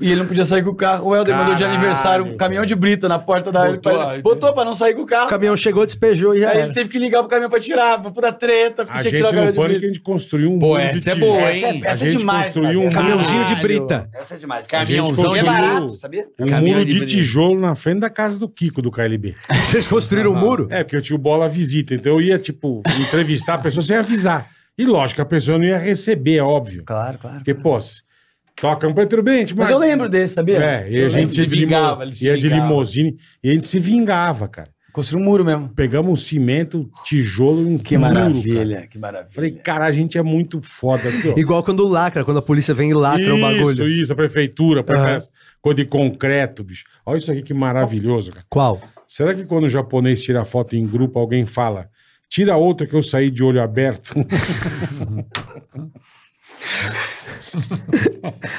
Speaker 8: E ele não podia sair com o carro. O Helder mandou de
Speaker 4: Caralho,
Speaker 8: aniversário um caminhão de brita na porta da.
Speaker 4: Botou
Speaker 8: ele-
Speaker 4: aí,
Speaker 8: botou pra não sair com o
Speaker 3: O
Speaker 8: carro.
Speaker 3: caminhão chegou, despejou e já
Speaker 8: Aí
Speaker 3: era.
Speaker 8: ele teve que ligar pro caminhão pra tirar, uma puta treta, porque
Speaker 4: A
Speaker 8: tinha que tirar o
Speaker 4: gente no
Speaker 8: caminhão de
Speaker 4: pânico, a
Speaker 8: brita.
Speaker 4: gente construiu um
Speaker 6: Pô,
Speaker 4: mundo
Speaker 6: essa
Speaker 4: de
Speaker 6: é
Speaker 4: tiros.
Speaker 6: boa, hein?
Speaker 4: A
Speaker 8: Essa é
Speaker 4: gente
Speaker 8: demais,
Speaker 4: construiu um
Speaker 8: cara.
Speaker 3: Caminhãozinho de
Speaker 6: Caralho.
Speaker 3: brita.
Speaker 8: Essa é demais.
Speaker 6: Caminhãozão
Speaker 8: E é
Speaker 4: de
Speaker 8: barato,
Speaker 4: muro.
Speaker 8: sabia?
Speaker 4: Um
Speaker 6: Caminhão
Speaker 4: muro
Speaker 6: de
Speaker 4: de
Speaker 6: brilho.
Speaker 4: tijolo na frente da casa do Kiko, do KLB.
Speaker 3: Vocês construíram um muro?
Speaker 4: É, porque eu tinha o bola à visita. Então eu ia, tipo, entrevistar a pessoa sem avisar. E lógico, a pessoa não ia receber, é óbvio.
Speaker 8: Claro, claro.
Speaker 4: Porque, pô, se toca um preto bem, tipo,
Speaker 8: Mas eu lembro desse, sabia?
Speaker 4: É, e a
Speaker 8: Eu lembro.
Speaker 4: gente se
Speaker 8: Se vingava,
Speaker 4: vingava,
Speaker 8: ele se
Speaker 4: ia de
Speaker 8: vingava.
Speaker 4: limousine e a gente se vingava, cara.
Speaker 8: Construiu um muro mesmo.
Speaker 4: Pegamos um cimento, tijolo e um
Speaker 8: Que
Speaker 4: muro, cara.
Speaker 8: maravilha, é, que maravilha.
Speaker 4: Falei, cara, a gente é muito foda. viu?
Speaker 3: [laughs] Igual quando lacra, quando a polícia vem e lacra o
Speaker 4: Isso,
Speaker 3: bagulho.
Speaker 4: isso, a prefeitura, põe
Speaker 3: Aham.
Speaker 4: aquelas coisa de concreto, bicho. Olha isso aqui que maravilhoso, cara.
Speaker 3: Qual?
Speaker 4: Será que quando o japonês tira foto em grupo, alguém fala, tira outra que eu saí de olho aberto? [laughs]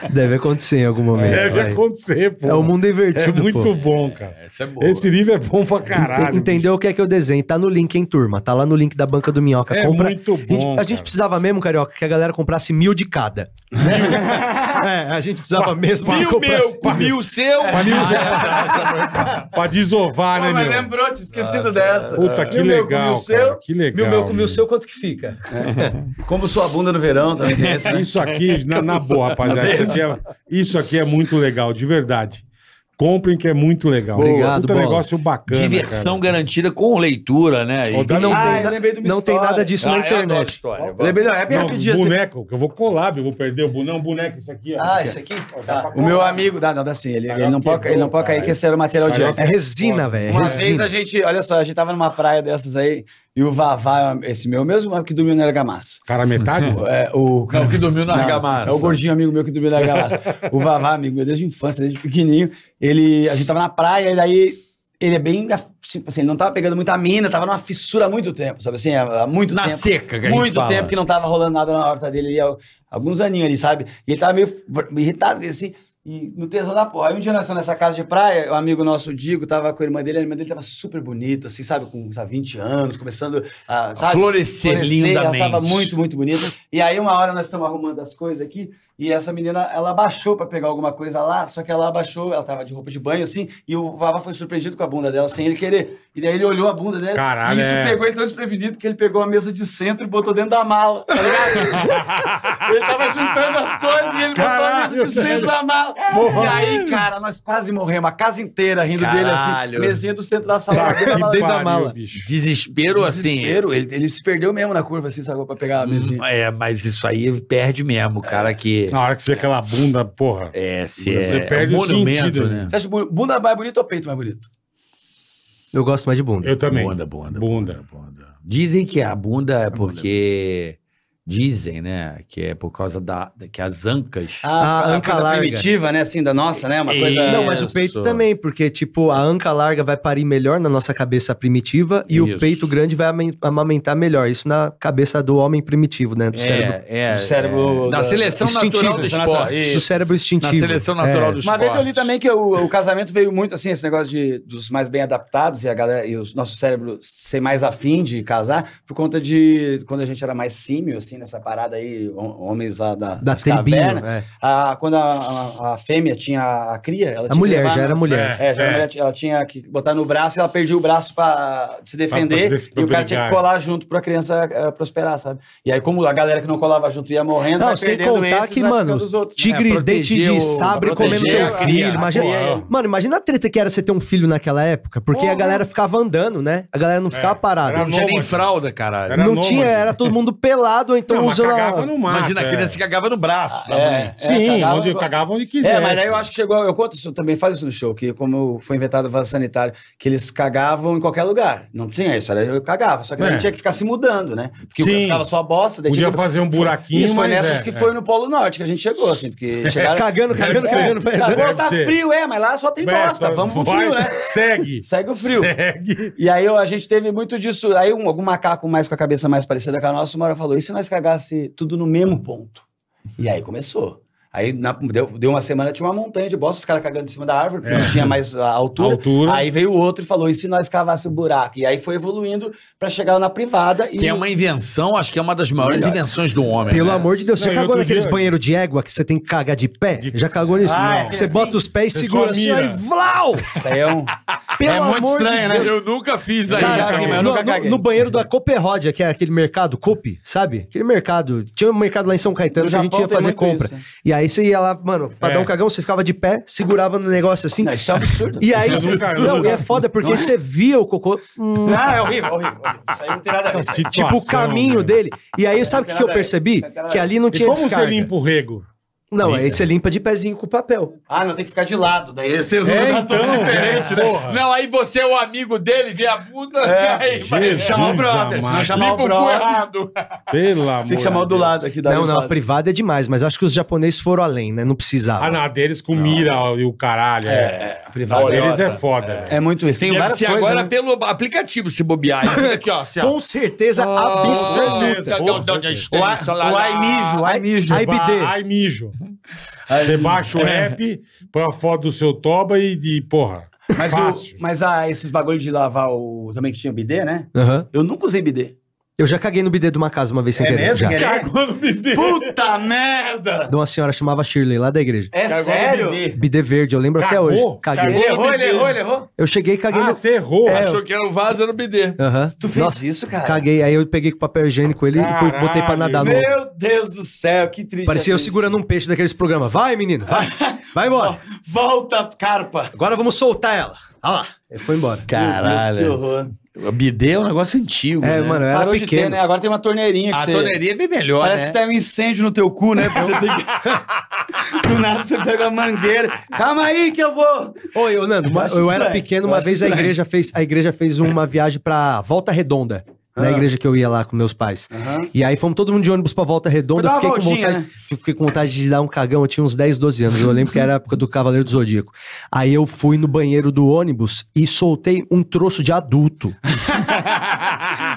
Speaker 3: Deve acontecer em algum momento.
Speaker 4: Deve
Speaker 3: vai.
Speaker 4: acontecer, pô.
Speaker 3: É o mundo
Speaker 4: É
Speaker 3: invertido,
Speaker 4: muito
Speaker 3: pô.
Speaker 4: bom, cara.
Speaker 6: Essa é boa.
Speaker 4: Esse livro é bom pra caralho.
Speaker 3: Ente- Entendeu o que é que eu desenho? Tá no link, hein, turma? Tá lá no link da banca do Minhoca.
Speaker 4: É
Speaker 3: Compra.
Speaker 4: muito
Speaker 3: A gente-
Speaker 4: bom,
Speaker 3: a gente
Speaker 4: cara.
Speaker 3: precisava mesmo, Carioca, que a galera comprasse mil de [laughs] cada. é, a gente precisava mesmo. que
Speaker 6: Mil
Speaker 3: comprasse-
Speaker 6: meu, É, mil seu.
Speaker 8: [laughs]
Speaker 4: bicho? Pra desovar, né,
Speaker 8: é mas
Speaker 4: meu?
Speaker 8: lembrou, tinha
Speaker 6: é,
Speaker 8: esquecido dessa.
Speaker 4: Puta, que
Speaker 8: Mil meu com
Speaker 4: legal,
Speaker 8: mil seu,
Speaker 4: cara, que legal.
Speaker 8: Mil meu com mil seu, quanto que fica? [laughs] Como sua bunda no verão também tem esse, né?
Speaker 4: Isso aqui, na, na boa, rapaziada. Isso aqui, é, isso aqui é muito legal, de verdade. Comprem que é muito legal.
Speaker 3: Obrigado,
Speaker 4: Puta
Speaker 3: Bola.
Speaker 4: negócio bacana,
Speaker 6: Diversão
Speaker 4: cara.
Speaker 6: garantida com leitura, né?
Speaker 4: Ô, dá
Speaker 3: E não
Speaker 4: Ah,
Speaker 3: tem,
Speaker 8: eu
Speaker 3: na-
Speaker 8: lembrei de uma
Speaker 3: não tem
Speaker 8: história.
Speaker 3: nada disso na
Speaker 6: Ah, eu adoro
Speaker 3: internet.
Speaker 6: história. Vai.
Speaker 8: Lembrei, não, é bem
Speaker 4: Não, um
Speaker 8: rapidinho assim.
Speaker 4: boneco, que eu vou colar, eu vou perder o boneco, não, boneco, isso aqui. Ó,
Speaker 8: Ah, isso aqui?
Speaker 4: dá pra
Speaker 8: O meu amigo, dá, não, dá sim, ele, ele não pode, ele não pode cair, que esse era o material de
Speaker 3: [laughs] É resina, velho. É
Speaker 8: Uma vez a
Speaker 3: resina.
Speaker 8: gente, olha só, a gente tava numa praia dessas aí, e o Vavá, esse meu mesmo, que dormiu na Argamassa.
Speaker 4: Cara, metade?
Speaker 8: É, o
Speaker 6: Não, que dormiu na
Speaker 8: Não,
Speaker 6: argamassa.
Speaker 8: É o gordinho amigo meu que dormiu
Speaker 4: [laughs]
Speaker 8: na argamassa. o Vavá, amigo meu, desde a infância, desde pequenininho. Ele, a gente tava na praia e daí ele é bem, tipo assim, ele não tava pegando muita mina, tava numa fissura há muito tempo, sabe assim, há há muito
Speaker 6: Na
Speaker 8: tempo.
Speaker 6: seca que a gente
Speaker 8: Muito
Speaker 6: fala.
Speaker 8: tempo que não tava rolando nada na horta dele, ele, ia- alguns aninhos ali, sabe? E ele tava meio fr- irritado, assim... E no tesão da porra. Aí um dia nós estamos nessa casa de praia, o amigo nosso, o Digo, tava com a irmã dele, a irmã dele tava super bonita, assim, sabe, com sabe, 20 anos, começando a sabe,
Speaker 11: Florescer lindamente.
Speaker 8: Ela tava muito, muito bonita. E aí uma hora nós estamos arrumando as coisas aqui, e essa menina, ela abaixou pra pegar alguma coisa lá, só que ela abaixou, ela tava de roupa de banho, assim, e o Vava foi surpreendido com a bunda dela, sem ele querer. E daí ele olhou a bunda dela,
Speaker 4: Caralho,
Speaker 8: e isso
Speaker 4: é.
Speaker 8: pegou ele tão desprevenido que ele pegou a mesa de centro e botou dentro da mala, tá ligado? ele tava juntando as coisas e ele botou a mesa
Speaker 2: Caralho,
Speaker 8: de centro
Speaker 2: velho.
Speaker 8: da mala.
Speaker 2: Porra.
Speaker 8: E aí, cara, nós quase morremos, a casa inteira rindo dele, assim,
Speaker 11: Caralho.
Speaker 8: mesinha do centro da sala.
Speaker 4: [laughs]
Speaker 11: Tá que
Speaker 8: dentro da mala.
Speaker 11: pariu, Desespero, assim.
Speaker 8: Desespero, ele, ele se perdeu mesmo na curva, assim, sacou, pra
Speaker 6: Hum,
Speaker 8: pegar a mesinha.
Speaker 3: Hum.
Speaker 11: É, mas isso aí perde mesmo, cara
Speaker 8: É.
Speaker 11: que.
Speaker 4: Na hora que você vê aquela bunda, porra.
Speaker 11: É, se
Speaker 4: Você
Speaker 11: é,
Speaker 4: perde
Speaker 11: é um
Speaker 4: o
Speaker 11: monumento,
Speaker 4: sentido,
Speaker 11: né?
Speaker 8: Você acha bu- bunda mais bonita ou peito mais bonito?
Speaker 3: Eu gosto mais de bunda.
Speaker 4: Eu também.
Speaker 11: Bunda, bunda,
Speaker 4: Bunda.
Speaker 11: Dizem que a bunda é porque. Dizem, né? Que é por causa da. da- que as ancas.
Speaker 3: Ah,
Speaker 8: uma
Speaker 3: anca
Speaker 8: coisa
Speaker 3: larga.
Speaker 8: primitiva, né, assim, da nossa, né, uma coisa...
Speaker 3: Não, mas o peito também, porque, tipo, a anca larga vai parir melhor na nossa cabeça primitiva e o
Speaker 11: Isso.
Speaker 3: peito grande vai amen- amamentar melhor. Isso na cabeça do homem primitivo, né? Do cérebro.
Speaker 11: É, é.
Speaker 8: Do cérebro
Speaker 11: é. Da
Speaker 8: da-
Speaker 11: seleção natural
Speaker 8: instintivo,
Speaker 11: do
Speaker 8: seleção natural.
Speaker 11: esporte.
Speaker 3: Do cérebro instintivo.
Speaker 11: Na seleção natural
Speaker 3: É.
Speaker 11: do esporte.
Speaker 8: Uma vez eu li também que o, o casamento veio muito assim, esse negócio de, dos mais bem adaptados e, a galera, e o nosso cérebro ser mais afim de casar, por conta de quando a gente era mais símio, assim, nessa parada aí, hom- homens lá da,
Speaker 3: Da
Speaker 8: das
Speaker 3: tribinha.
Speaker 8: cavernas.
Speaker 3: É.
Speaker 8: A- quando a, a- a fêmea tinha a cria, ela
Speaker 3: A
Speaker 8: tinha que
Speaker 3: mulher,
Speaker 8: levar
Speaker 3: já
Speaker 8: na-
Speaker 3: era mulher.
Speaker 8: É, já era
Speaker 4: É.
Speaker 8: mulher, ela tinha que botar no braço e ela perdia o braço pra se
Speaker 4: Pra-
Speaker 8: defender.
Speaker 4: pra se def- pra
Speaker 8: e o cara tinha que
Speaker 4: brigar.
Speaker 8: colar junto pra criança eh, prosperar, sabe? E aí, como a galera que não colava junto ia morrendo,
Speaker 3: Não,
Speaker 8: vai
Speaker 3: sem
Speaker 8: perdendo
Speaker 3: contar
Speaker 8: esses,
Speaker 3: que,
Speaker 8: vai
Speaker 3: mano,
Speaker 8: ficando os outros, né?
Speaker 3: tigre,
Speaker 11: É,
Speaker 3: dente
Speaker 11: proteger
Speaker 3: de
Speaker 11: o-
Speaker 3: sabre
Speaker 11: proteger
Speaker 3: comendo teu
Speaker 8: a
Speaker 3: filho.
Speaker 8: cria,
Speaker 3: imagina,
Speaker 8: a cria.
Speaker 3: mano, imagina a treta que era você ter um filho naquela época, porque a
Speaker 8: Porra.
Speaker 3: galera ficava andando, né? A galera não ficava parada.
Speaker 4: era
Speaker 11: Não tinha nem
Speaker 4: nômade.
Speaker 11: é fralda, caralho.
Speaker 4: Era
Speaker 3: não
Speaker 4: nômade.
Speaker 3: tinha, era todo mundo pelado, ou então
Speaker 4: Não, mas
Speaker 3: usando. a-
Speaker 4: cagava no mato,
Speaker 11: Imagina a
Speaker 4: é.
Speaker 11: criança que cagava no braço da mãe.
Speaker 8: É,
Speaker 4: Sim,
Speaker 8: é, cagava
Speaker 4: onde,
Speaker 8: no-
Speaker 4: cagava onde quiser.
Speaker 8: É, mas aí eu acho que chegou. Eu conto isso, eu também falo isso no show, que como foi inventado o vaso sanitário, que eles cagavam em qualquer lugar. Não tinha isso, era eu cagava. Só que a
Speaker 4: É.
Speaker 8: gente tinha que ficar se mudando, né? Porque
Speaker 4: Sim.
Speaker 8: ficava só a bosta. daí
Speaker 4: Podia
Speaker 8: tinha que- tipo,
Speaker 4: fazer um
Speaker 8: foi-
Speaker 4: buraquinho,
Speaker 8: Isso foi
Speaker 4: mas
Speaker 8: nessas
Speaker 4: é,
Speaker 8: que
Speaker 4: é.
Speaker 8: foi no Polo Norte que a gente chegou,
Speaker 4: [laughs]
Speaker 8: assim, porque chegaram.
Speaker 3: Cagando, cagando, cagando. vai andando.
Speaker 8: Agora tá
Speaker 4: Deve ser.
Speaker 8: frio, é, mas lá só tem
Speaker 4: É,
Speaker 8: bosta.
Speaker 4: só-
Speaker 8: Vamos pro
Speaker 4: vai,
Speaker 8: frio, né?
Speaker 4: Segue.
Speaker 8: Segue o frio.
Speaker 4: Segue.
Speaker 8: E aí eu- a gente teve muito disso. Aí um, algum macaco mais com a cabeça mais parecida com a nossa, uma hora falou: e se nós cagasse tudo no mesmo ponto? E aí começou. Aí na- deu, deu uma semana, tinha uma montanha de bosta, os caras cagando em cima da árvore, porque não tinha mais a altura.
Speaker 4: É. Altura.
Speaker 8: Aí veio o outro e falou: e se nós cavasse o buraco? E aí foi evoluindo pra chegar na privada. E
Speaker 11: Que é uma invenção, acho que é uma das maiores
Speaker 8: Melhor.
Speaker 11: invenções do homem.
Speaker 3: Pelo
Speaker 11: né?
Speaker 3: amor de Deus,
Speaker 4: Não,
Speaker 3: você
Speaker 4: e
Speaker 3: cagou
Speaker 4: outro
Speaker 3: naqueles
Speaker 4: dia-
Speaker 3: banheiros de égua que você tem que cagar de pé? Já cagou nisso?
Speaker 8: Ah,
Speaker 3: Não.
Speaker 8: é
Speaker 3: Você
Speaker 8: assim.
Speaker 3: bota os pés e
Speaker 4: Você
Speaker 3: segura
Speaker 4: só
Speaker 3: assim,
Speaker 4: mira.
Speaker 3: aí vlau!
Speaker 8: Isso aí é um.
Speaker 3: Pelo
Speaker 11: é muito
Speaker 3: amor
Speaker 11: estranho,
Speaker 3: de Deus.
Speaker 11: né? Eu nunca fiz
Speaker 4: Tá
Speaker 11: aí.
Speaker 8: já
Speaker 3: Cara, é
Speaker 8: caguei,
Speaker 4: é
Speaker 8: mas
Speaker 3: no,
Speaker 8: eu nunca
Speaker 3: no-
Speaker 8: caguei.
Speaker 3: no banheiro da Coperródia, que é aquele mercado, Cope, sabe? Aquele mercado. Tinha um mercado lá em São Caetano
Speaker 8: No
Speaker 3: que a gente
Speaker 8: Japão
Speaker 3: ia
Speaker 8: tem
Speaker 3: fazer
Speaker 8: muito
Speaker 3: compra.
Speaker 8: isso, né?
Speaker 3: E aí você ia lá, mano, pra
Speaker 4: É.
Speaker 3: dar um cagão, você ficava de pé, segurava no negócio assim.
Speaker 8: Não, isso é um absurdo.
Speaker 3: E aí,
Speaker 4: Isso é absurdo.
Speaker 3: não, e é foda, porque você via o cocô, hum,
Speaker 8: Não, é horrível, horrível, horrível. Isso aí não tem nada a ver.
Speaker 3: tipo, o caminho dele. E aí, sabe o que que eu percebi? Que ali não
Speaker 4: E
Speaker 3: tinha
Speaker 4: como
Speaker 3: descarga.
Speaker 4: você limpa o rego?
Speaker 3: Não, aí você limpa de pezinho com papel.
Speaker 8: Ah, não, tem que ficar de lado. Daí você
Speaker 4: É, então. é, porra.
Speaker 11: Não, aí você é o amigo dele, vê a bunda. [laughs] aí, vai
Speaker 4: Jesus
Speaker 11: chamar o brother. Se não
Speaker 4: amado.
Speaker 11: chamar o
Speaker 8: É. Limpa o
Speaker 11: brother.
Speaker 8: cu
Speaker 11: errado.
Speaker 4: Pelo amor
Speaker 8: tem que chamar o
Speaker 4: de
Speaker 8: do
Speaker 4: Deus.
Speaker 8: lado aqui da
Speaker 3: não, não, a
Speaker 8: privada.
Speaker 3: privada é demais, mas acho que os japoneses foram além, né? Não precisava.
Speaker 4: Ah, não, a deles com mira ó, e o caralho. É.
Speaker 8: A
Speaker 4: A
Speaker 8: privada
Speaker 4: deles é
Speaker 8: outra.
Speaker 4: foda. velho.
Speaker 8: É muito isso. Tem
Speaker 11: Deve
Speaker 8: várias
Speaker 11: ser
Speaker 8: coisas,
Speaker 11: agora
Speaker 8: né?
Speaker 11: pelo aplicativo se
Speaker 8: [laughs]
Speaker 11: bobear. Fica aqui, ó. Assim, ó.
Speaker 3: Ah, Com certeza absoluta.
Speaker 11: Ah, não, não, não, isso,
Speaker 8: O
Speaker 11: lá, lá, lá.
Speaker 8: iMijo, o iMijo.
Speaker 3: Ai,
Speaker 4: Ba-
Speaker 3: BD.
Speaker 4: Ai, mijo. Você baixa o
Speaker 8: é.
Speaker 4: app, põe a foto do seu toba e, de, porra,
Speaker 8: Mas, o-
Speaker 4: fácil.
Speaker 8: mas ah, esses bagulho de lavar o. Também que tinha bidê, né?
Speaker 3: Aham.
Speaker 8: Eu nunca usei bidê.
Speaker 3: Eu já caguei no bidê de uma casa uma vez sem querer.
Speaker 4: [laughs]
Speaker 3: já.
Speaker 8: Quer dizer, Puta merda!
Speaker 3: De uma senhora chamava Shirley, lá da igreja.
Speaker 8: É
Speaker 4: Cagou no
Speaker 8: sério?
Speaker 4: bidê.
Speaker 3: Bidê verde, eu lembro
Speaker 4: Cagou?
Speaker 3: até hoje. Caguei.
Speaker 8: Ele
Speaker 4: Cagou?
Speaker 8: errou, ele errou, ele é- errou.
Speaker 3: Eu cheguei e caguei
Speaker 4: Ah,
Speaker 3: no.
Speaker 4: você errou.
Speaker 11: Achou que era um vaso, era um bidê.
Speaker 3: Aham.
Speaker 8: Tu fez
Speaker 3: Nossa,
Speaker 8: isso, cara?
Speaker 3: Caguei. Aí eu peguei com papel higiênico ele e pô- botei pra
Speaker 4: Caralho.
Speaker 3: nadar no. outro.
Speaker 8: Meu Deus do céu, que triste.
Speaker 3: Parecia eu
Speaker 8: isso.
Speaker 3: segurando um peixe daqueles programas. Vai, menino,
Speaker 8: [laughs]
Speaker 3: vai. Vai embora.
Speaker 8: Volta, carpa.
Speaker 3: Agora vamos soltar ela. Olha lá. Ele foi embora.
Speaker 8: Meu Deus,
Speaker 11: Caralho.
Speaker 8: que horror.
Speaker 11: O bidê é um negócio antigo.
Speaker 3: É,
Speaker 11: né?
Speaker 3: mano, eu era
Speaker 8: Parou de ter,
Speaker 3: pequeno.
Speaker 8: né? Agora tem uma torneirinha que
Speaker 11: A
Speaker 6: Ah,
Speaker 8: você...
Speaker 11: torneirinha é bem melhor.
Speaker 8: Parece
Speaker 11: né?
Speaker 8: que tem um incêndio no teu cu, né? Porque você tem que... [laughs] Do nada você pega uma mangueira. Calma aí que eu vou...
Speaker 3: Oi, ô, Nando,
Speaker 8: Eu
Speaker 3: uma- eu,
Speaker 8: acho
Speaker 3: era
Speaker 8: estranho.
Speaker 3: pequeno,
Speaker 8: Eu
Speaker 3: uma
Speaker 8: acho
Speaker 3: vez a
Speaker 8: estranho.
Speaker 3: igreja, fez, a igreja fez uma viagem pra Volta Redonda.
Speaker 8: Ah.
Speaker 3: Na igreja que eu ia lá com meus pais.
Speaker 8: Aham.
Speaker 3: E aí fomos todo mundo de ônibus pra Volta Redonda. Eu
Speaker 8: Foi dar
Speaker 3: Fiquei,
Speaker 8: uma
Speaker 3: com
Speaker 8: voltinha, né?
Speaker 3: vontade, fiquei com vontade de dar um cagão. Eu tinha uns 10, 12 anos. Eu lembro que era a época do Cavaleiro do Zodíaco. Aí eu fui no banheiro do ônibus e soltei um troço de adulto.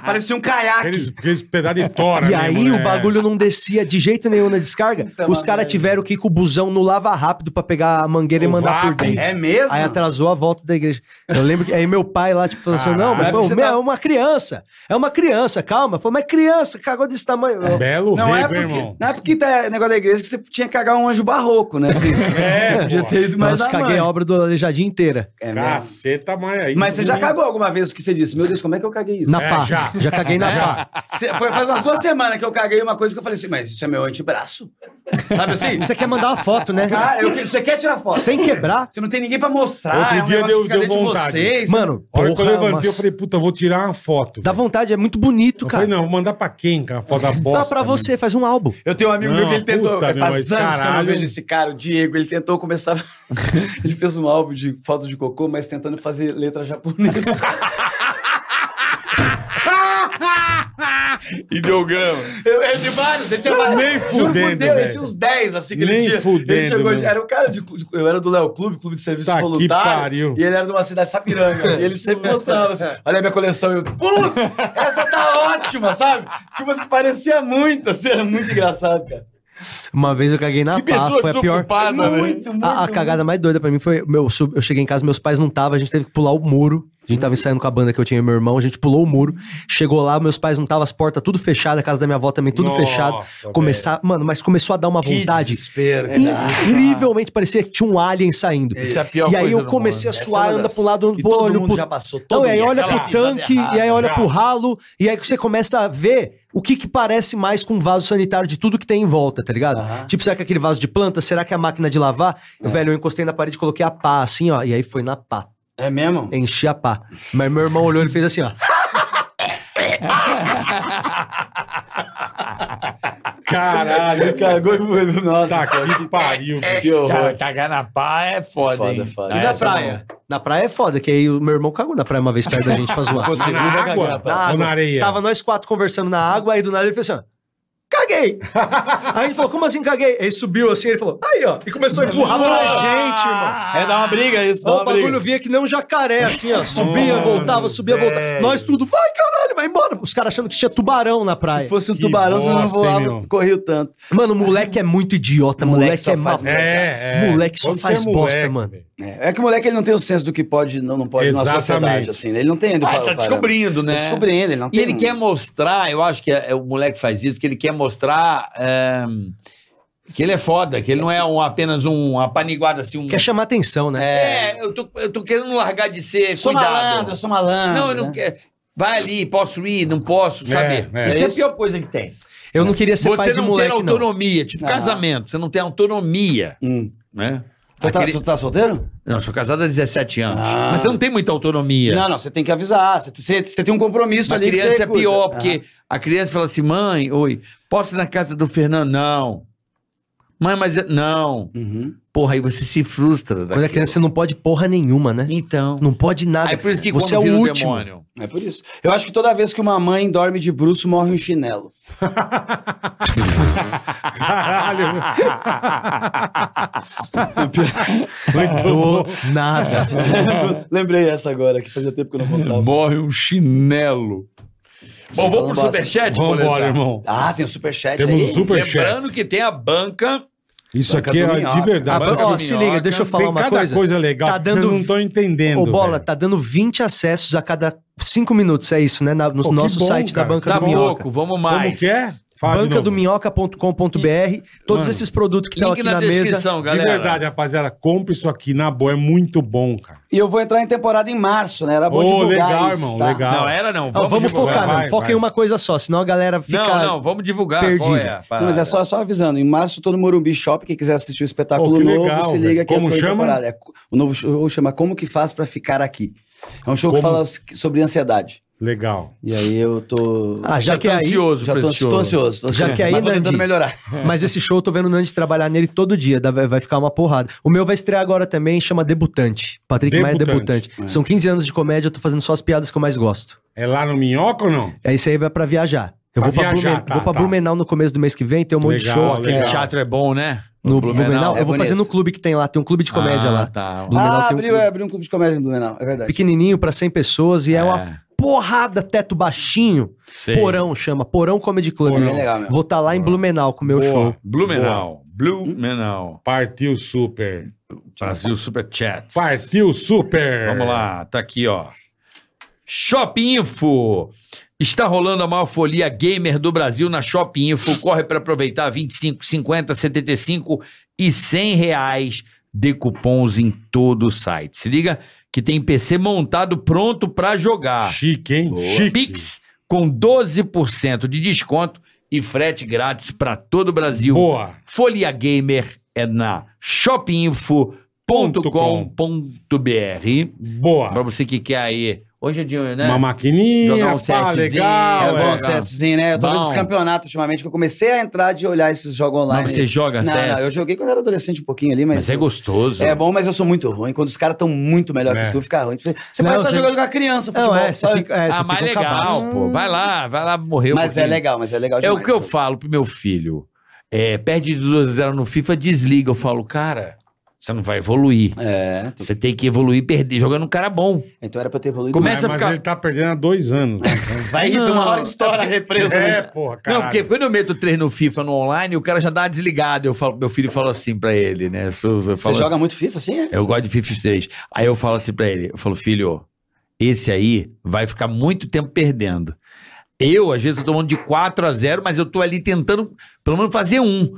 Speaker 8: Parecia um caiaque.
Speaker 4: Aqueles, aqueles pedaços de tora. né?
Speaker 3: E aí o bagulho não descia de jeito nenhum na descarga. Os caras tiveram que ir com o busão no lava rápido pra pegar a mangueira e
Speaker 8: O
Speaker 3: mandar por
Speaker 8: vácuo.
Speaker 3: dentro.
Speaker 8: É mesmo?
Speaker 3: Aí atrasou a volta da igreja. Eu lembro que aí meu pai lá, tipo, falou assim: não, meu,
Speaker 8: Caralho,
Speaker 3: irmão,
Speaker 8: você
Speaker 3: meu,
Speaker 8: tá-
Speaker 3: é uma criança. É uma criança, calma. Falou, mas criança, cagou desse tamanho. Eu-
Speaker 4: Belo
Speaker 8: Não é
Speaker 4: rego, hein,
Speaker 8: porque,
Speaker 4: irmão.
Speaker 8: não é porque tá negócio da igreja que você tinha que cagar um anjo barroco, né? Assim,
Speaker 4: É,
Speaker 8: você podia
Speaker 4: pô.
Speaker 8: ter ido mais
Speaker 3: Nossa,
Speaker 8: na
Speaker 3: caguei
Speaker 8: mãe.
Speaker 3: a obra do Aleijadinho inteira.
Speaker 8: É mesmo.
Speaker 4: Caceta, mas aí.
Speaker 8: Mas você já cagou alguma vez o que você disse? Meu Deus, como é que eu caguei isso?
Speaker 3: Na
Speaker 4: É,
Speaker 3: pá.
Speaker 4: já. É.
Speaker 3: Já. caguei na pá.
Speaker 8: Cê- foi faz umas duas semanas que eu caguei uma coisa que eu falei assim, mas isso é meu antebraço?
Speaker 3: [laughs]
Speaker 8: Sabe assim?
Speaker 3: Você quer mandar uma foto, né?
Speaker 8: Cara, eu que- você quer tirar foto?
Speaker 3: Sem quebrar.
Speaker 8: Você não tem ninguém pra mostrar.
Speaker 4: Outro
Speaker 8: é um
Speaker 4: dia
Speaker 8: negócio
Speaker 4: deu-
Speaker 8: que fica
Speaker 4: deu
Speaker 8: dentro de
Speaker 4: vontade.
Speaker 8: vocês.
Speaker 3: Mano,
Speaker 4: A hora que eu
Speaker 3: porra,
Speaker 4: levantei,
Speaker 3: mas-
Speaker 4: eu falei, puta, eu vou tirar uma foto.
Speaker 3: dá
Speaker 4: velho.
Speaker 3: vontade, é muito bonito,
Speaker 4: eu
Speaker 3: cara.
Speaker 4: falei, não, vou mandar pra quem, cara? Foto da bosta.
Speaker 3: Dá pra você, faz um álbum.
Speaker 8: Eu tenho um amigo
Speaker 4: Não,
Speaker 8: meu que ele tentou.
Speaker 4: puta, meu,
Speaker 8: faz
Speaker 4: esse
Speaker 8: anos que eu não
Speaker 4: caralho.
Speaker 8: vejo esse cara, o Diego. Ele tentou começar. [laughs] ele fez um álbum de foto de cocô, mas tentando fazer letra japonesa. [laughs]
Speaker 6: Ideograma.
Speaker 3: É
Speaker 8: Eu, eu de vários, ele tinha
Speaker 4: Nem
Speaker 8: vários. Juro por
Speaker 4: fudendo,
Speaker 8: Deus, ele
Speaker 4: velho.
Speaker 8: tinha uns 10 assim que
Speaker 4: Nem
Speaker 8: ele tinha.
Speaker 4: fudendo,
Speaker 8: ele chegou, de-
Speaker 4: meu.
Speaker 8: era o cara de, de- eu era do Léo Clube, clube de serviço
Speaker 4: Tá que pariu.
Speaker 8: voluntário, e ele era de uma cidade sapiranga, e ele
Speaker 4: [laughs]
Speaker 8: sempre mostrava assim, olha a minha coleção, e eu, puta, essa tá ótima, sabe? Tipo, assim, parecia muito, assim, era muito engraçado, cara.
Speaker 3: Uma vez eu caguei na
Speaker 6: Que
Speaker 3: pá,
Speaker 6: pessoa
Speaker 3: foi a pior.
Speaker 6: desocupada, né?
Speaker 4: é
Speaker 8: Muito, muito.
Speaker 3: A, a cagada mais doida pra mim foi. Meu, su- eu cheguei em casa, meus pais não estavam, a gente teve que pular o muro. A gente tava ensaiando com a banda que eu tinha e meu irmão, a gente pulou o muro. Chegou lá, meus pais não estavam, as portas tudo fechadas, a casa da minha avó também tudo
Speaker 4: Nossa,
Speaker 3: fechado.
Speaker 4: velho.
Speaker 3: Começar, mano, mas começou a dar uma
Speaker 8: Que
Speaker 3: vontade.
Speaker 8: desespero.
Speaker 3: Incrivelmente parecia que tinha um alien saindo.
Speaker 6: Essa é a pior
Speaker 3: e aí
Speaker 6: coisa
Speaker 3: eu
Speaker 6: do
Speaker 3: comecei a
Speaker 6: mundo.
Speaker 3: suar,
Speaker 8: Essa é uma
Speaker 3: anda
Speaker 8: das-
Speaker 3: pro lado,
Speaker 11: E
Speaker 3: pro
Speaker 11: todo
Speaker 3: olho,
Speaker 11: mundo
Speaker 3: pro
Speaker 11: já passou todo
Speaker 3: então,
Speaker 8: é
Speaker 3: e aí
Speaker 11: mundo,
Speaker 3: olha
Speaker 11: aquela
Speaker 3: pro
Speaker 11: pisada
Speaker 3: tanque,
Speaker 11: errada.
Speaker 3: e aí olha
Speaker 4: já.
Speaker 3: pro ralo, e aí você começa a ver o que, que parece mais com um vaso sanitário de tudo que tem em volta, tá ligado? Tipo, será que é aquele vaso de planta? Será que é a máquina de lavar? Velho, eu encostei na parede, coloquei a pá assim, ó, e aí foi na pá.
Speaker 8: É mesmo?
Speaker 3: Enchi a pá. Mas meu irmão olhou e fez assim, ó.
Speaker 4: Caralho, cara.
Speaker 8: Cagou e foi, nossa,
Speaker 4: Tá
Speaker 8: senhora,
Speaker 4: que pariu, bicho.
Speaker 8: que horror.
Speaker 6: cagar na pá é foda,
Speaker 8: Foda,
Speaker 6: hein?
Speaker 8: foda.
Speaker 3: E
Speaker 6: Ah,
Speaker 3: na
Speaker 6: essa
Speaker 3: praia? Na praia é foda, que aí o meu irmão cagou na praia uma vez perto da gente pra zoar.
Speaker 8: Você
Speaker 4: Na
Speaker 8: vai
Speaker 4: água?
Speaker 8: cagar,
Speaker 4: Na
Speaker 8: pá.
Speaker 4: Ou na areia?
Speaker 3: Tava nós quatro conversando na água, aí do nada ele fez assim, ó. Caguei! aí ele falou, como assim caguei? Aí subiu assim, ele falou, aí ó, e começou a empurrar pra gente, irmão.
Speaker 8: É dar uma briga isso, dá
Speaker 3: Ó,
Speaker 8: uma
Speaker 3: o bagulho
Speaker 8: briga.
Speaker 3: vinha que nem um jacaré, assim, ó. Subia,
Speaker 4: Mano,
Speaker 3: voltava, subia,
Speaker 4: velho.
Speaker 3: voltava. Nós tudo, vai, caralho, vai embora. Os caras achando que tinha tubarão na
Speaker 8: Se
Speaker 3: praia.
Speaker 8: fosse um
Speaker 4: Que
Speaker 8: tubarão, você não
Speaker 4: bosta, hein,
Speaker 8: voava,
Speaker 4: meu?
Speaker 8: corriu tanto.
Speaker 3: Mano, moleque é muito idiota, moleque,
Speaker 8: só
Speaker 3: é mal.
Speaker 8: faz merda.
Speaker 3: Moleque só
Speaker 4: Quando
Speaker 3: faz
Speaker 4: você é
Speaker 3: bosta,
Speaker 4: moleque,
Speaker 3: mano.
Speaker 4: velho.
Speaker 8: É, é que o moleque ele não tem o senso do que pode e não, não pode na
Speaker 4: Exatamente.
Speaker 8: sociedade, assim, né? Ele não tem ainda. o
Speaker 6: Ah,
Speaker 8: pa-
Speaker 6: tá
Speaker 8: o parâmetro.
Speaker 6: descobrindo, né?
Speaker 8: Tá descobrindo, ele não
Speaker 6: E
Speaker 8: tem
Speaker 6: ele
Speaker 8: um-
Speaker 6: quer mostrar, eu acho que é- é o moleque faz isso, porque ele quer mostrar é, que ele é foda, que ele não é um, apenas um apaniguado assim. Um,
Speaker 3: Quer chamar atenção, né?
Speaker 6: é, eu tô, eu tô querendo largar de ser
Speaker 8: Sou
Speaker 6: cuidado.
Speaker 8: malandro, eu sou malandro.
Speaker 6: Não, eu não
Speaker 8: né?
Speaker 6: quero. Vai ali, posso ir, não posso, sabe?
Speaker 4: é.
Speaker 6: Isso é a
Speaker 8: Isso.
Speaker 6: pior coisa que tem.
Speaker 3: Eu não queria ser
Speaker 6: Você
Speaker 3: pai de
Speaker 6: não tem
Speaker 3: moleque, não.
Speaker 6: autonomia, tipo
Speaker 8: Não.
Speaker 6: casamento, você não tem autonomia,
Speaker 8: Hum.
Speaker 6: né?
Speaker 8: Tu, tá,
Speaker 6: Aquele-
Speaker 8: tu tá solteiro?
Speaker 6: Não, eu sou casado há 17 anos,
Speaker 8: Ah.
Speaker 6: mas você não tem muita autonomia.
Speaker 8: Não, não, você tem que avisar. Você, você- você tem um compromisso
Speaker 6: Mas
Speaker 8: ali. que
Speaker 6: criança
Speaker 8: você
Speaker 6: é pior,
Speaker 8: cuida.
Speaker 6: porque a criança fala assim: mãe, oi, posso ir na casa do Fernando? Não. Mãe, mas. é- Não.
Speaker 8: Ah, uhum.
Speaker 6: Porra, aí você se frustra.
Speaker 3: Quando é
Speaker 6: daquilo.
Speaker 3: criança, você não pode porra nenhuma, né?
Speaker 6: Então.
Speaker 3: Não pode nada.
Speaker 6: Aí por isso que
Speaker 3: você é
Speaker 6: quando
Speaker 3: o
Speaker 6: vira um
Speaker 3: último.
Speaker 6: demônio.
Speaker 8: É por isso. Eu acho que toda vez que uma mãe dorme de bruxo, morre um chinelo.
Speaker 4: Caralho, meu.
Speaker 3: Do
Speaker 8: [laughs]
Speaker 3: nada.
Speaker 8: é, Lembrei essa agora, que fazia tempo que eu não contava.
Speaker 6: Morre um chinelo. Bom, vamos pro
Speaker 8: Vambora.
Speaker 6: superchat,
Speaker 4: Vambora,
Speaker 6: Boletar?
Speaker 4: irmão.
Speaker 8: Ah, tem o superchat
Speaker 4: Temos
Speaker 8: aí.
Speaker 4: um superchat.
Speaker 6: Lembrando que tem a banca.
Speaker 4: Isso
Speaker 8: Banca
Speaker 4: aqui
Speaker 8: do
Speaker 4: é de
Speaker 8: Minhoca.
Speaker 3: Ah,
Speaker 4: verdade.
Speaker 6: Banca
Speaker 3: ó,
Speaker 6: do
Speaker 3: se
Speaker 6: Minhoca.
Speaker 3: liga, deixa eu falar
Speaker 4: Tem
Speaker 3: uma
Speaker 4: cada coisa,
Speaker 3: coisa.
Speaker 4: legal
Speaker 3: Tá
Speaker 4: que
Speaker 3: dando-
Speaker 4: vocês não estão entendendo.
Speaker 3: Ô, Bola,
Speaker 4: velho.
Speaker 3: tá dando 20 acessos a cada 5 minutos, é isso, né? Na- no
Speaker 4: Pô, que
Speaker 3: nosso
Speaker 4: bom,
Speaker 3: site
Speaker 4: cara.
Speaker 3: da Banca
Speaker 6: Tá
Speaker 3: do Minhoca.
Speaker 6: pouco, vamos mais.
Speaker 4: Como que é? Fala de novo.
Speaker 3: bancadominhoca.com.br todos
Speaker 4: Mano,
Speaker 3: esses produtos que estão
Speaker 6: Link
Speaker 3: Tá aqui
Speaker 6: na,
Speaker 3: na, mesa.
Speaker 6: descrição,
Speaker 4: De
Speaker 6: galera.
Speaker 4: verdade, rapaziada, compre isso aqui na boa, é muito bom, cara.
Speaker 8: E eu vou entrar em temporada em março, né? Era bom
Speaker 4: Ô,
Speaker 8: divulgar
Speaker 4: legal,
Speaker 8: isso,
Speaker 4: irmão,
Speaker 8: tá?
Speaker 4: legal.
Speaker 6: Não, era não.
Speaker 3: Ó,
Speaker 6: Vamos,
Speaker 3: vamos
Speaker 6: divulgar.
Speaker 3: focar,
Speaker 4: vai,
Speaker 3: não. Foca
Speaker 4: vai.
Speaker 3: em uma coisa só, senão a galera fica.
Speaker 6: Não, não, vamos divulgar. Qual
Speaker 3: perdido.
Speaker 6: é a
Speaker 8: Não, mas
Speaker 6: parada?
Speaker 8: é só, só avisando. Em março eu tô no Morumbi Shop. Quem quiser assistir o espetáculo
Speaker 4: Pô, que
Speaker 8: novo,
Speaker 4: legal,
Speaker 8: se liga
Speaker 4: velho.
Speaker 8: que eu
Speaker 4: Como
Speaker 8: tô em
Speaker 4: chama?
Speaker 8: temporada. É, o novo show chama Como que faz pra ficar aqui. É um show que
Speaker 4: Como?
Speaker 8: fala s- sobre ansiedade.
Speaker 4: Legal.
Speaker 8: E aí eu tô.
Speaker 3: Ah, já,
Speaker 6: Já
Speaker 3: que
Speaker 6: tô
Speaker 3: é aí.
Speaker 6: ansioso
Speaker 8: já
Speaker 6: pra
Speaker 8: tô,
Speaker 6: esse show.
Speaker 8: tô ansioso. Tô
Speaker 3: Já
Speaker 6: [laughs]
Speaker 8: ansioso.
Speaker 3: que aí,
Speaker 6: Tá
Speaker 8: Mas tô tentando
Speaker 3: Nandi.
Speaker 8: melhorar.
Speaker 3: Mas esse show eu tô vendo o Nandi trabalhar nele todo dia, dá- vai vai ficar uma porrada. O meu vai estrear agora também, chama Debutante. Patrick Maia é
Speaker 4: Debutante.
Speaker 3: debutante. São 15 anos de comédia, eu tô fazendo só as piadas que eu mais gosto.
Speaker 4: É lá no Minhoca ou não?
Speaker 3: É isso aí, vai pra viajar. Eu
Speaker 4: Pra
Speaker 3: vou,
Speaker 4: viajar,
Speaker 3: pra, Blumen-
Speaker 4: tá,
Speaker 3: vou pra
Speaker 4: tá.
Speaker 3: Blumenau no começo do mês que vem, tem um monte de
Speaker 4: Legal,
Speaker 3: show
Speaker 4: legal.
Speaker 6: Aquele teatro é bom, né?
Speaker 3: no Blumenau.
Speaker 8: É
Speaker 3: eu vou fazer no
Speaker 8: bonito.
Speaker 3: clube que tem lá, tem um clube de comédia
Speaker 6: Ah,
Speaker 3: lá.
Speaker 6: Tá.
Speaker 3: Blumenau
Speaker 8: ah,
Speaker 3: tem um
Speaker 8: abriu,
Speaker 3: clube.
Speaker 8: é, abriu um clube de comédia no Blumenau, é verdade.
Speaker 3: Pequenininho pra 100 pessoas e é, uma porrada, teto baixinho.
Speaker 6: Sei.
Speaker 3: Porão chama, Porão Comedy Club.
Speaker 6: Porão. É legal mesmo.
Speaker 3: Vou estar lá em Blumenau com o meu
Speaker 6: Boa.
Speaker 3: show.
Speaker 6: Blumenau. Blumenau.
Speaker 4: Partiu super.
Speaker 6: Brasil Super Chats.
Speaker 4: Partiu super.
Speaker 6: Vamos lá, tá aqui, ó. Shop Info. Está rolando a maior folia gamer do Brasil na Shop Info. Corre para aproveitar 25, 50, 75 e 100 reais de cupons em todo o site. Se liga que tem PC montado pronto para jogar.
Speaker 4: Chique, hein? Chique.
Speaker 6: Pix com 12% de desconto e frete grátis para todo o Brasil.
Speaker 4: Boa.
Speaker 6: Folia Gamer é na shopinfo.com.br.
Speaker 4: Boa.
Speaker 6: Pra você que quer aí. Hoje é dia, né?
Speaker 4: Uma maquininha,
Speaker 6: Jogar um
Speaker 4: pá,
Speaker 6: CSzinho,
Speaker 4: legal.
Speaker 6: é
Speaker 8: É bom
Speaker 4: é.
Speaker 8: o CSzinho, né? Eu tô vendo
Speaker 6: Bom.
Speaker 8: os campeonatos ultimamente, que eu comecei a entrar de olhar esses jogos online.
Speaker 6: Mas você joga
Speaker 8: não,
Speaker 6: CS?
Speaker 8: não, eu joguei quando era adolescente um pouquinho ali, mas...
Speaker 6: Mas é gostoso.
Speaker 8: É bom, mas eu sou muito ruim. Quando os caras estão muito melhor
Speaker 4: É.
Speaker 8: que tu, fica ruim. Você
Speaker 3: Não,
Speaker 8: parece estar
Speaker 3: você-
Speaker 8: jogando com a criança, futebol.
Speaker 3: Não, é, você
Speaker 8: sabe?
Speaker 3: fica, é, você
Speaker 6: ah, mas
Speaker 3: fica um cabaço.
Speaker 6: legal, pô. Vai lá, vai lá morrer. um
Speaker 8: mas é
Speaker 6: pouquinho.
Speaker 8: legal, mas é legal
Speaker 6: É
Speaker 8: demais.
Speaker 6: o que eu falo pro meu filho. É, perde de 2 a 0 no FIFA, desliga. Eu falo, cara, você não vai evoluir.
Speaker 8: É,
Speaker 6: Você tem que evoluir e perder jogando um cara bom.
Speaker 8: então era pra eu ter evoluído.
Speaker 6: Começa
Speaker 4: Mas-
Speaker 6: a
Speaker 4: mas
Speaker 6: ficar-
Speaker 4: ele tá perdendo há dois
Speaker 6: [laughs]
Speaker 4: anos. né?
Speaker 8: Vai ir, uma hora estoura a represa.
Speaker 4: é,
Speaker 8: né?
Speaker 4: porra, caralho.
Speaker 6: Não, porque quando eu meto 3 no FIFA no online, o cara já dá uma desligada. Eu falo, meu filho fala assim pra ele, né? Eu sou- eu
Speaker 8: Você
Speaker 6: falo-
Speaker 8: joga muito FIFA, assim? é?
Speaker 6: Eu gosto de FIFA 3. Aí eu falo assim pra ele, eu falo, filho, esse aí vai ficar muito tempo perdendo. Eu, às vezes, eu tô tomando de 4 a 0, mas eu tô ali tentando, pelo menos, fazer um.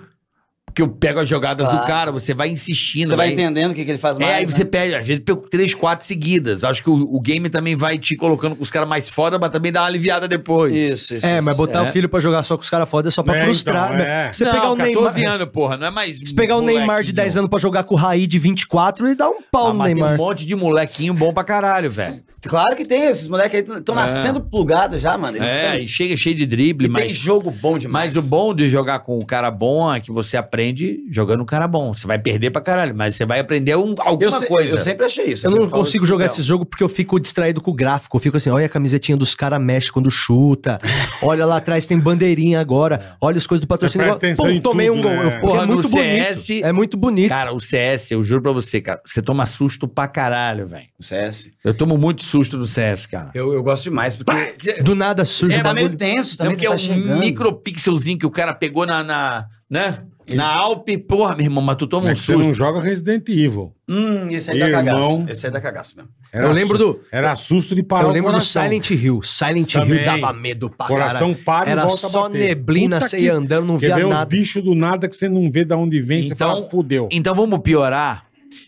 Speaker 6: Porque eu pego as jogadas
Speaker 8: Claro.
Speaker 6: do cara, você vai insistindo.
Speaker 8: Você vai entendendo o que, que ele faz mais.
Speaker 6: É, aí
Speaker 8: né?
Speaker 6: você perde, às vezes pego três, quatro seguidas. Acho que o, o game também vai te colocando com os caras mais foda, mas também dá uma aliviada depois.
Speaker 8: Isso, isso.
Speaker 3: É,
Speaker 8: isso.
Speaker 3: mas botar
Speaker 8: É.
Speaker 3: o filho pra jogar só com os caras foda é só pra
Speaker 4: É,
Speaker 3: frustrar.
Speaker 4: então,
Speaker 3: né?
Speaker 4: é.
Speaker 3: Você
Speaker 6: Não,
Speaker 3: pegar o
Speaker 6: 14
Speaker 3: Neymar.
Speaker 6: anos, porra, não é mais.
Speaker 3: Se pegar o Neymar de 10 anos pra jogar com o Raí de 24, ele dá um pau
Speaker 6: ah,
Speaker 3: no
Speaker 6: mas
Speaker 3: Neymar.
Speaker 6: tem um monte de molequinho bom pra caralho, velho.
Speaker 8: Claro que tem esses moleques aí, estão nascendo plugados já, mano. Eles
Speaker 6: É,
Speaker 8: tão-
Speaker 6: e chega cheio de drible,
Speaker 8: E tem
Speaker 6: mas.
Speaker 8: jogo bom demais.
Speaker 6: Mas o bom de jogar com o cara bom é que você aprende jogando um cara bom. Você vai perder pra caralho, mas você vai aprender um- alguma
Speaker 8: eu, se-
Speaker 6: coisa.
Speaker 8: eu sempre achei isso.
Speaker 3: Eu
Speaker 8: sempre
Speaker 3: não
Speaker 8: falo
Speaker 3: consigo
Speaker 8: isso.
Speaker 3: jogar
Speaker 8: Não.
Speaker 3: esse jogo porque eu fico distraído com o gráfico. Eu fico assim, olha a camisetinha dos caras mexe quando chuta.
Speaker 4: [laughs]
Speaker 3: Olha lá atrás tem bandeirinha agora. Olha as coisas do patrocínio.
Speaker 4: É. presta atenção em
Speaker 3: tomei
Speaker 4: tudo,
Speaker 3: um gol.
Speaker 4: né?
Speaker 3: Eu fico-
Speaker 6: Porra,
Speaker 3: é muito
Speaker 6: no CS,
Speaker 3: bonito. É muito bonito.
Speaker 6: Cara, o CS, eu juro pra você, cara, você toma susto pra caralho, velho.
Speaker 8: O CS.
Speaker 6: Eu tomo muito susto no CS, cara.
Speaker 8: é assim. Eu, eu gosto demais, porque.
Speaker 3: Do nada surge
Speaker 8: Você
Speaker 3: um
Speaker 8: tá
Speaker 3: bagulho.
Speaker 8: meio tenso
Speaker 6: Não,
Speaker 8: também,
Speaker 6: porque é
Speaker 8: você
Speaker 6: um
Speaker 8: tá chegando.
Speaker 6: micropixelzinho que o cara pegou na, na né? Na Alpe, porra, meu irmão, mas tu toma
Speaker 4: É
Speaker 6: um
Speaker 4: que você
Speaker 6: susto.
Speaker 4: não joga Resident Evil.
Speaker 8: Hum, esse aí dá
Speaker 4: Irmão.
Speaker 8: cagaço. Esse aí dá cagaço mesmo.
Speaker 3: Eu lembro
Speaker 4: su-
Speaker 3: do-
Speaker 4: Era susto de parar
Speaker 6: um
Speaker 3: Eu
Speaker 4: o
Speaker 3: lembro do
Speaker 4: coração.
Speaker 3: Silent Hill. Silent
Speaker 4: Também.
Speaker 3: Hill dava medo pra
Speaker 4: Coração para
Speaker 3: caralho.
Speaker 4: e
Speaker 3: Era
Speaker 4: volta a
Speaker 3: só
Speaker 4: bater.
Speaker 3: neblina,
Speaker 4: Puta
Speaker 3: você
Speaker 4: que-
Speaker 3: ia andando, não
Speaker 4: Quer
Speaker 3: via
Speaker 4: ver um
Speaker 3: nada.
Speaker 4: bicho do nada que você não vê de onde vem, você
Speaker 6: Então-
Speaker 4: fala, fudeu.
Speaker 6: Então vamos piorar.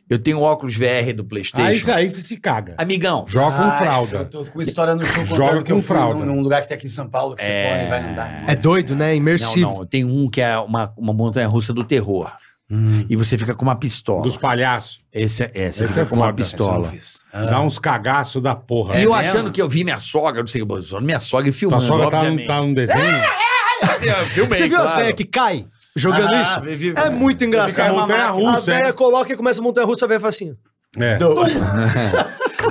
Speaker 6: Eu tenho o óculos VR do PlayStation.
Speaker 4: Aí, você- aí você se caga.
Speaker 6: Amigão,
Speaker 4: Ah, é. Joga com
Speaker 8: Ah,
Speaker 4: fralda.
Speaker 8: Eu tô com uma história no show
Speaker 4: Joga
Speaker 8: contando que
Speaker 4: com
Speaker 8: eu fui
Speaker 4: fralda.
Speaker 8: num, num lugar que tem aqui em São Paulo que você
Speaker 6: É.
Speaker 8: corre e vai andar.
Speaker 3: É doido, né?
Speaker 6: não,
Speaker 3: Imersivo.
Speaker 6: não, tem um que é uma, uma montanha russa do terror. E você fica com uma pistola.
Speaker 4: Hum. Dos palhaços.
Speaker 6: Esse, é, você
Speaker 4: Esse
Speaker 6: fica
Speaker 4: é
Speaker 6: com uma
Speaker 4: foda,
Speaker 6: pistola.
Speaker 4: Dá uns cagaços da porra.
Speaker 6: Ah.
Speaker 3: É
Speaker 6: E eu achando que eu vi minha sogra, não sei o que, Bolsonaro, minha sogra e
Speaker 4: É Tua
Speaker 6: filmando,
Speaker 4: sogra tá, num-
Speaker 6: obviamente.
Speaker 4: tá num desenho?
Speaker 6: Assim, [laughs] eu filmei,
Speaker 3: Você viu as
Speaker 6: claro.
Speaker 3: velhas que caem
Speaker 8: Ah,
Speaker 3: jogando isso? é muito engraçado.
Speaker 4: Ah, Fica montanha
Speaker 3: a
Speaker 4: russa,
Speaker 3: velha
Speaker 4: é.
Speaker 3: coloca e começa a montanha russa, a velha fala assim.
Speaker 4: É.